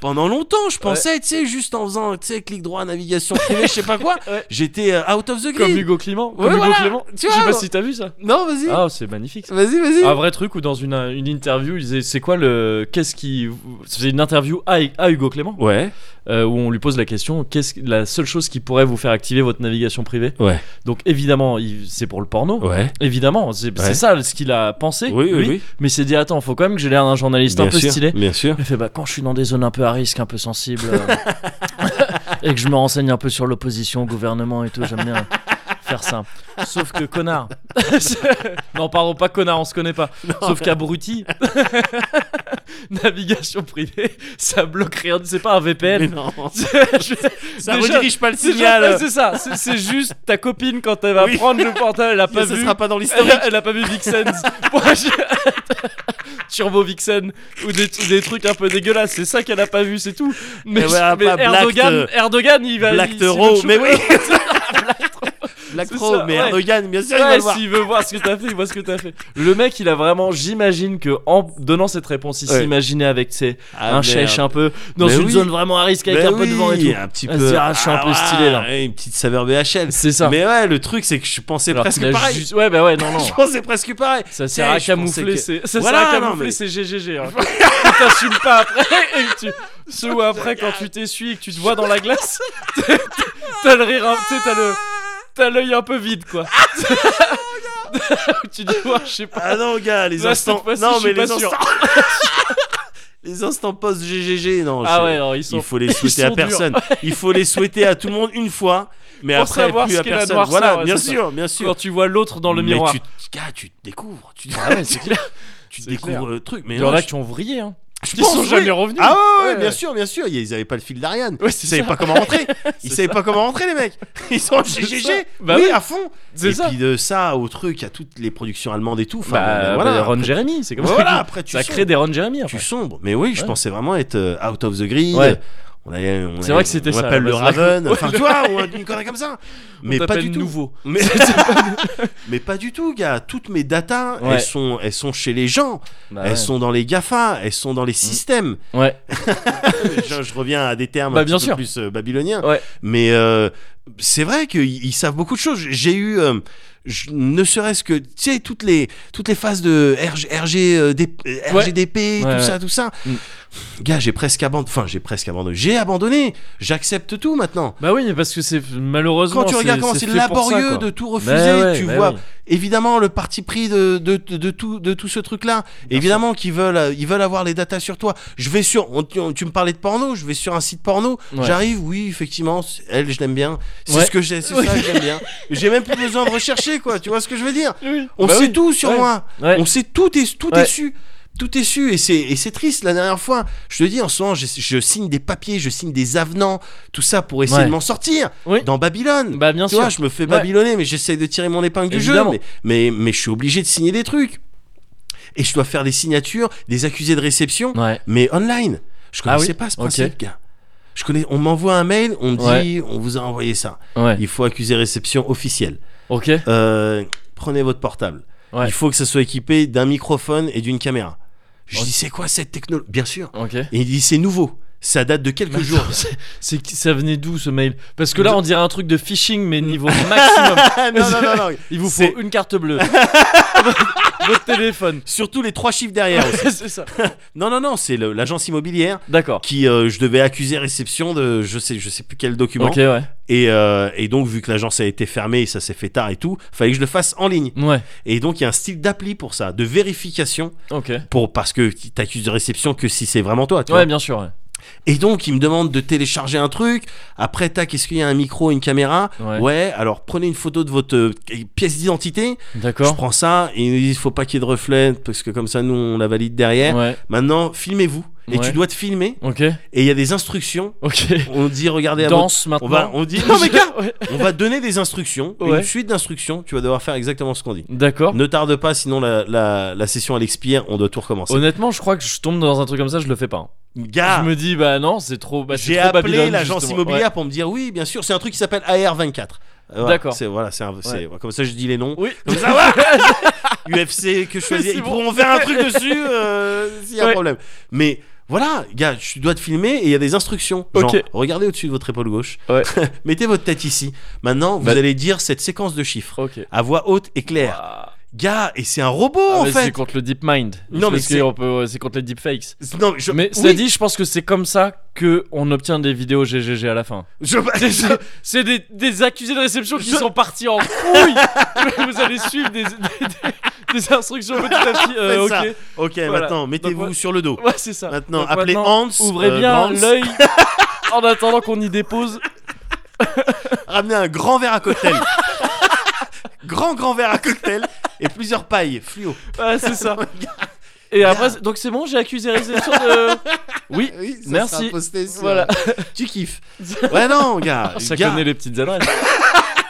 Speaker 2: pendant longtemps, je pensais, tu sais, juste en faisant, tu sais, clic droit, navigation privée, je sais pas quoi,
Speaker 1: <laughs> Ouais.
Speaker 2: j'étais euh, out of the
Speaker 1: <laughs> Comme
Speaker 2: grid.
Speaker 1: Hugo Clément. Comme
Speaker 2: Ouais,
Speaker 1: Hugo
Speaker 2: voilà.
Speaker 1: Clément.
Speaker 2: Tu
Speaker 1: je sais
Speaker 2: vois,
Speaker 1: pas
Speaker 2: moi-
Speaker 1: si t'as vu ça.
Speaker 2: Non, vas-y,
Speaker 1: Ah, c'est magnifique. ça.
Speaker 2: vas-y, vas-y.
Speaker 1: Un vrai truc ou dans une, une interview, il disait c'est quoi le. Qu'est-ce qui. C'est une interview à, à Hugo Clément
Speaker 2: Ouais,
Speaker 1: euh, où on lui pose la question qu'est-ce que- la seule chose qui pourrait vous faire activer votre navigation privée
Speaker 2: Ouais.
Speaker 1: Donc évidemment, il- c'est pour le porno.
Speaker 2: ouais.
Speaker 1: Évidemment, c'est c'est
Speaker 2: Ouais.
Speaker 1: ça ce qu'il a pensé.
Speaker 2: Oui, oui,
Speaker 1: lui.
Speaker 2: oui.
Speaker 1: Eh, Mais il s'est dit attends, faut quand même que j'ai l'air d'un journaliste un peu
Speaker 2: sûr,
Speaker 1: stylé.
Speaker 2: Bien sûr.
Speaker 1: Il fait bah quand je suis dans des zones un peu à risque, un peu sensibles, euh, <laughs> et que je me renseigne un peu sur l'opposition au gouvernement et tout, j'aime bien faire ça. Sauf que connard. <laughs> non, pardon, pas connard, on se connaît pas. Sauf qu'abruti. <laughs> Navigation privée, ça bloque rien, c'est pas un
Speaker 2: Mais
Speaker 1: VPN. <laughs>
Speaker 2: non,
Speaker 1: Je-
Speaker 2: ça
Speaker 1: Déjà-
Speaker 2: redirige pas le
Speaker 1: c'est
Speaker 2: signal.
Speaker 1: juste- c'est ça, c'est- c'est juste ta copine quand elle va
Speaker 2: Oui.
Speaker 1: prendre le portable, elle a pas
Speaker 2: ça
Speaker 1: vu.
Speaker 2: sera pas dans
Speaker 1: Elle, <laughs>
Speaker 2: l'historique.
Speaker 1: a- elle a pas vu Vixens. Moi, je- <laughs> Turbo Vixen ou des, des trucs un peu dégueulasses. C'est ça qu'elle a pas vu, c'est tout. Mais,
Speaker 2: Eh ouais, pas
Speaker 1: mais
Speaker 2: Black,
Speaker 1: Erdogan,
Speaker 2: euh,
Speaker 1: Erdogan, il va.
Speaker 2: Black
Speaker 1: il- s'il veut
Speaker 2: Toro,
Speaker 1: te <laughs>
Speaker 2: mais oui.
Speaker 1: choper-
Speaker 2: <laughs> Black
Speaker 1: C'est
Speaker 2: Toro,
Speaker 1: ça,
Speaker 2: mais
Speaker 1: ouais.
Speaker 2: Erdogan, bien sûr, il va
Speaker 1: Ouais,
Speaker 2: le voir.
Speaker 1: s'il veut voir ce que t'as fait, il voit ce que t'as fait. Le mec, il a vraiment, j'imagine que en donnant cette réponse, il
Speaker 2: Ouais.
Speaker 1: s'imaginait avec ses,
Speaker 2: Ah,
Speaker 1: un
Speaker 2: merde.
Speaker 1: chèche un peu dans
Speaker 2: Mais
Speaker 1: une
Speaker 2: oui.
Speaker 1: zone vraiment à risque avec
Speaker 2: Ben
Speaker 1: un peu de vent et
Speaker 2: oui,
Speaker 1: tout.
Speaker 2: Un petit
Speaker 1: Elle se
Speaker 2: peu.
Speaker 1: dit, ah, je suis un peu
Speaker 2: ouais,
Speaker 1: stylé, là.
Speaker 2: ouais, Une petite saveur BHL.
Speaker 1: C'est ça.
Speaker 2: Mais ouais, le truc, c'est que je pensais
Speaker 1: Alors
Speaker 2: presque
Speaker 1: qu'il a
Speaker 2: pareil.
Speaker 1: juste- Ouais, bah ouais, <laughs> non, non.
Speaker 2: Je pensais presque pareil.
Speaker 1: Ça
Speaker 2: Eh,
Speaker 1: sert à
Speaker 2: je pensais
Speaker 1: camoufler,
Speaker 2: que-
Speaker 1: c'est ça
Speaker 2: Voilà,
Speaker 1: sert à
Speaker 2: non,
Speaker 1: camoufler,
Speaker 2: mais-
Speaker 1: c'est GGG.
Speaker 2: <laughs>
Speaker 1: Hein. tu t'assumes pas après et que tu ce ou après quand tu t'essuies et que tu te vois dans la glace, <laughs> t'as le rire, un- tu sais, t'as le t'as l'œil un peu vide quoi. <laughs> tu dis ouais, je sais pas.
Speaker 2: Ah non, gars, les
Speaker 1: Là, cette
Speaker 2: instants.
Speaker 1: fois-ci, je
Speaker 2: Non,
Speaker 1: suis
Speaker 2: mais les
Speaker 1: pas sûr.
Speaker 2: instants.
Speaker 1: <laughs>
Speaker 2: les instants post-GGG, non. je-
Speaker 1: Ah ouais, alors <laughs> ils sont
Speaker 2: Il faut les souhaiter
Speaker 1: sont
Speaker 2: à
Speaker 1: durs.
Speaker 2: personne. Il faut les souhaiter à tout le monde une fois, mais
Speaker 1: Pour
Speaker 2: après
Speaker 1: savoir
Speaker 2: plus
Speaker 1: ce
Speaker 2: à
Speaker 1: qu'est la
Speaker 2: personne.
Speaker 1: noirceur,
Speaker 2: voilà,
Speaker 1: ouais,
Speaker 2: bien
Speaker 1: c'est ça.
Speaker 2: sûr, bien sûr.
Speaker 1: quand tu vois l'autre dans le
Speaker 2: mais
Speaker 1: miroir.
Speaker 2: tu, gars, tu te découvres, tu,
Speaker 1: Ah ouais, <laughs> c'est clair.
Speaker 2: tu te
Speaker 1: c'est
Speaker 2: découvres le truc. Mais
Speaker 1: Il y en
Speaker 2: non,
Speaker 1: a
Speaker 2: je-
Speaker 1: qui ont vrillé hein.
Speaker 2: je
Speaker 1: Qui
Speaker 2: pense,
Speaker 1: sont
Speaker 2: oui.
Speaker 1: jamais revenus.
Speaker 2: Ah ouais, ouais,
Speaker 1: Ouais, ouais.
Speaker 2: bien sûr, bien sûr. Ils avaient pas le fil d'Ariane.
Speaker 1: Ouais,
Speaker 2: Ils
Speaker 1: c'est
Speaker 2: savaient
Speaker 1: ça.
Speaker 2: pas comment <laughs> rentrer. Ils
Speaker 1: C'est
Speaker 2: savaient
Speaker 1: ça.
Speaker 2: pas comment rentrer, les mecs. <laughs> Ils sont en
Speaker 1: C'est ça.
Speaker 2: GGG.
Speaker 1: Bah oui.
Speaker 2: oui, à fond.
Speaker 1: C'est
Speaker 2: et
Speaker 1: ça.
Speaker 2: puis de ça au truc, à toutes les productions allemandes et tout. Enfin, euh,
Speaker 1: bah,
Speaker 2: voilà.
Speaker 1: bah, Ron Jeremy, <laughs> c'est comme
Speaker 2: voilà,
Speaker 1: ça.
Speaker 2: après tu
Speaker 1: Ça
Speaker 2: sombres.
Speaker 1: crée des Ron Jeremy.
Speaker 2: tu
Speaker 1: après.
Speaker 2: sombres. Mais oui, je
Speaker 1: Ouais.
Speaker 2: pensais vraiment être euh, out of the grid.
Speaker 1: Ouais.
Speaker 2: On avait- on
Speaker 1: C'est
Speaker 2: avait-
Speaker 1: vrai que c'était
Speaker 2: on
Speaker 1: ça,
Speaker 2: appelle
Speaker 1: la
Speaker 2: le
Speaker 1: base. <laughs>
Speaker 2: Raven,
Speaker 1: Ouais.
Speaker 2: enfin tu vois, ou un- une connerie comme ça.
Speaker 1: On
Speaker 2: Mais pas
Speaker 1: t'appelle
Speaker 2: du tout.
Speaker 1: nouveau.
Speaker 2: <laughs> Mais, mais pas du tout, gars. Toutes mes datas,
Speaker 1: Ouais.
Speaker 2: elles sont, elles sont chez les gens.
Speaker 1: Bah,
Speaker 2: elles
Speaker 1: ouais.
Speaker 2: sont dans les Gafa. Elles sont dans les systèmes.
Speaker 1: Ouais.
Speaker 2: <laughs> je, je reviens à des termes
Speaker 1: Bah,
Speaker 2: un
Speaker 1: bien
Speaker 2: petit
Speaker 1: sûr.
Speaker 2: peu plus euh, babyloniens.
Speaker 1: Ouais.
Speaker 2: Mais euh, c'est vrai qu'ils ils savent beaucoup de choses. J'ai eu, euh, je- ne serait-ce que, tu sais, toutes les, toutes les phases de RG, RGDP,
Speaker 1: Ouais.
Speaker 2: tout
Speaker 1: Ouais, ouais.
Speaker 2: ça, tout ça.
Speaker 1: Mm.
Speaker 2: Gars, j'ai presque abandonné. Enfin, j'ai presque abandonné. J'ai abandonné. J'accepte tout maintenant.
Speaker 1: Bah oui, mais parce que c'est malheureusement.
Speaker 2: Quand tu
Speaker 1: c'est-
Speaker 2: regardes comment c'est
Speaker 1: fait pour ça,
Speaker 2: laborieux
Speaker 1: quoi.
Speaker 2: de tout refuser,
Speaker 1: Bah ouais,
Speaker 2: tu
Speaker 1: bah
Speaker 2: vois
Speaker 1: oui.
Speaker 2: évidemment le parti pris de, de, de, de tout, de tout ce truc-là. Évidemment qu'ils veulent, euh, ils veulent avoir les datas sur toi. Je vais sur, on- tu, tu me parlais de porno, je vais sur un site porno,
Speaker 1: Ouais.
Speaker 2: j'arrive, oui, effectivement, c'est- elle, je l'aime bien, c'est
Speaker 1: Ouais.
Speaker 2: ce que j'ai, c'est
Speaker 1: <laughs> Oui.
Speaker 2: ça que j'aime bien. J'ai même plus besoin de rechercher, quoi, tu vois ce que je veux dire On
Speaker 1: Bah
Speaker 2: sait
Speaker 1: oui.
Speaker 2: tout sur
Speaker 1: Ouais.
Speaker 2: moi,
Speaker 1: Ouais.
Speaker 2: on sait tout est tout
Speaker 1: Ouais.
Speaker 2: est su. Tout est su et c'est et c'est triste. La dernière fois, je te dis en ce moment, je, je signe des papiers, je signe des avenants, tout ça pour essayer
Speaker 1: Ouais.
Speaker 2: de m'en sortir
Speaker 1: Oui.
Speaker 2: dans Babylone.
Speaker 1: Bah bien
Speaker 2: Tu
Speaker 1: sûr.
Speaker 2: vois, je me fais babylonner, mais j'essaye de tirer mon épingle du
Speaker 1: Évidemment.
Speaker 2: jeu. Mais, mais, mais je suis obligé de signer des trucs. Et je dois faire des signatures, des accusés de réception,
Speaker 1: Ouais.
Speaker 2: mais online. Je
Speaker 1: Ah oui
Speaker 2: connaissais pas ce
Speaker 1: Ok.
Speaker 2: principe, gars. Je connais, on m'envoie un mail, on me dit, on vous a envoyé ça.
Speaker 1: Ouais.
Speaker 2: Il faut accuser réception officielle.
Speaker 1: Ok.
Speaker 2: Euh, prenez votre portable.
Speaker 1: Ouais.
Speaker 2: Il faut que ça soit équipé d'un microphone et d'une caméra. Je
Speaker 1: Ok.
Speaker 2: dis, c'est quoi cette technologie Bien sûr.
Speaker 1: Ok. <laughs>
Speaker 2: Et il dit, c'est nouveau. Ça date de quelques jours.
Speaker 1: C'est qui- ça venait d'où ce mail Parce que là on dirait un truc de phishing mais
Speaker 2: <laughs>
Speaker 1: niveau maximum.
Speaker 2: <laughs> non, non, non, non.
Speaker 1: Il vous faut
Speaker 2: C'est-
Speaker 1: une carte bleue, votre
Speaker 2: <laughs>
Speaker 1: téléphone.
Speaker 2: <laughs> Surtout les trois chiffres derrière. <laughs> aussi.
Speaker 1: c'est ça.
Speaker 2: Non, non, non, c'est le- l'agence immobilière
Speaker 1: D'accord.
Speaker 2: qui euh, je devais accuser réception de je sais je sais plus quel document
Speaker 1: Ok ouais.
Speaker 2: et, euh, et donc vu que l'agence a été fermée ça s'est fait tard et tout fallait que je le fasse en ligne
Speaker 1: Ouais.
Speaker 2: et donc il y a un style d'appli pour ça de vérification
Speaker 1: Ok.
Speaker 2: pour parce que t'accuses de réception que si c'est vraiment toi tu vois.
Speaker 1: Ouais bien sûr. ouais.
Speaker 2: et donc il me demande de télécharger un truc après tac est-ce qu'il y a un micro une caméra
Speaker 1: Ouais.
Speaker 2: alors prenez une photo de votre euh, pièce d'identité je
Speaker 1: D'accord.
Speaker 2: prends ça et il faut pas qu'il y ait de reflets parce que comme ça nous on la valide derrière
Speaker 1: Ouais.
Speaker 2: maintenant filmez-vous et
Speaker 1: Ouais.
Speaker 2: tu dois te filmer
Speaker 1: Ok.
Speaker 2: et il y a des instructions
Speaker 1: Ok.
Speaker 2: on dit regardez à votre...
Speaker 1: Danse
Speaker 2: on
Speaker 1: maintenant.
Speaker 2: va
Speaker 1: <laughs>
Speaker 2: on <laughs> dit non mais gars
Speaker 1: Ouais.
Speaker 2: on va donner des instructions
Speaker 1: Ouais.
Speaker 2: une suite d'instructions tu vas devoir faire exactement ce qu'on dit
Speaker 1: D'accord.
Speaker 2: ne tarde pas sinon la, la, la session elle expire on doit tout recommencer
Speaker 1: Honnêtement, je crois que je tombe dans un truc comme ça, je le fais pas.
Speaker 2: gars
Speaker 1: Je me dis bah non, c'est trop. Bah, c'est
Speaker 2: Ah. j'ai
Speaker 1: trop
Speaker 2: appelé
Speaker 1: Babylone,
Speaker 2: l'agence
Speaker 1: justement.
Speaker 2: immobilière pour me dire oui bien sûr c'est un truc qui s'appelle AR24 Euh, voilà,
Speaker 1: D'accord.
Speaker 2: c'est voilà c'est un- c'est- comme ça je dis les noms
Speaker 1: Ouais. Oui. <laughs>
Speaker 2: Comme ça, ouais. UFC que je choisis
Speaker 1: c'est
Speaker 2: ils
Speaker 1: bon.
Speaker 2: pourront faire un
Speaker 1: <laughs>
Speaker 2: truc dessus euh, s'il y a
Speaker 1: Ouais.
Speaker 2: un problème mais voilà, gars, je dois te filmer et il y a des instructions. Genre,
Speaker 1: Ok.
Speaker 2: regardez au-dessus de votre épaule gauche.
Speaker 1: Ouais.
Speaker 2: <laughs> Mettez votre tête ici. Maintenant, vous
Speaker 1: Bah-
Speaker 2: allez dire cette séquence de chiffres.
Speaker 1: Ok.
Speaker 2: à voix haute et claire.
Speaker 1: Ah,
Speaker 2: Gars, et c'est un robot en
Speaker 1: mais C'est
Speaker 2: fait.
Speaker 1: contre le deep mind.
Speaker 2: Non, mais
Speaker 1: Parce que
Speaker 2: c'est-
Speaker 1: on peut- c'est contre les deepfakes.
Speaker 2: Non, je...
Speaker 1: Mais
Speaker 2: oui,
Speaker 1: cela dit, je pense que c'est comme ça que on obtient des vidéos GGG à la
Speaker 2: <laughs>
Speaker 1: fin.
Speaker 2: je-
Speaker 1: C'est- c'est- <laughs> C'est des, des accusés de réception qui
Speaker 2: Je-
Speaker 1: sont partis en couille. <laughs> Vous allez suivre des, des- des instructions petit à petit. Euh,
Speaker 2: <laughs> C'est ça.
Speaker 1: ok.
Speaker 2: ok, maintenant, mettez-vous
Speaker 1: moi-
Speaker 2: sur le dos.
Speaker 1: Ouais, c'est ça.
Speaker 2: Maintenant,
Speaker 1: Donc
Speaker 2: appelez
Speaker 1: maintenant,
Speaker 2: Hans.
Speaker 1: Ouvrez
Speaker 2: euh,
Speaker 1: bien
Speaker 2: Hans.
Speaker 1: l'œil en attendant qu'on y dépose.
Speaker 2: Ramenez un grand verre à cocktail. <laughs> grand, grand verre à cocktail et plusieurs pailles fluo.
Speaker 1: Ouais, c'est
Speaker 2: <laughs>
Speaker 1: ça. Et après, c'est- donc c'est bon, j'ai accusé réception de. Oui,
Speaker 2: Oui,
Speaker 1: ça Merci. sera
Speaker 2: posté euh,
Speaker 1: Voilà.
Speaker 2: tu
Speaker 1: <laughs>
Speaker 2: kiffes. Ouais, non, gars.
Speaker 1: <laughs> ça
Speaker 2: gars,
Speaker 1: connaît les petites adresses,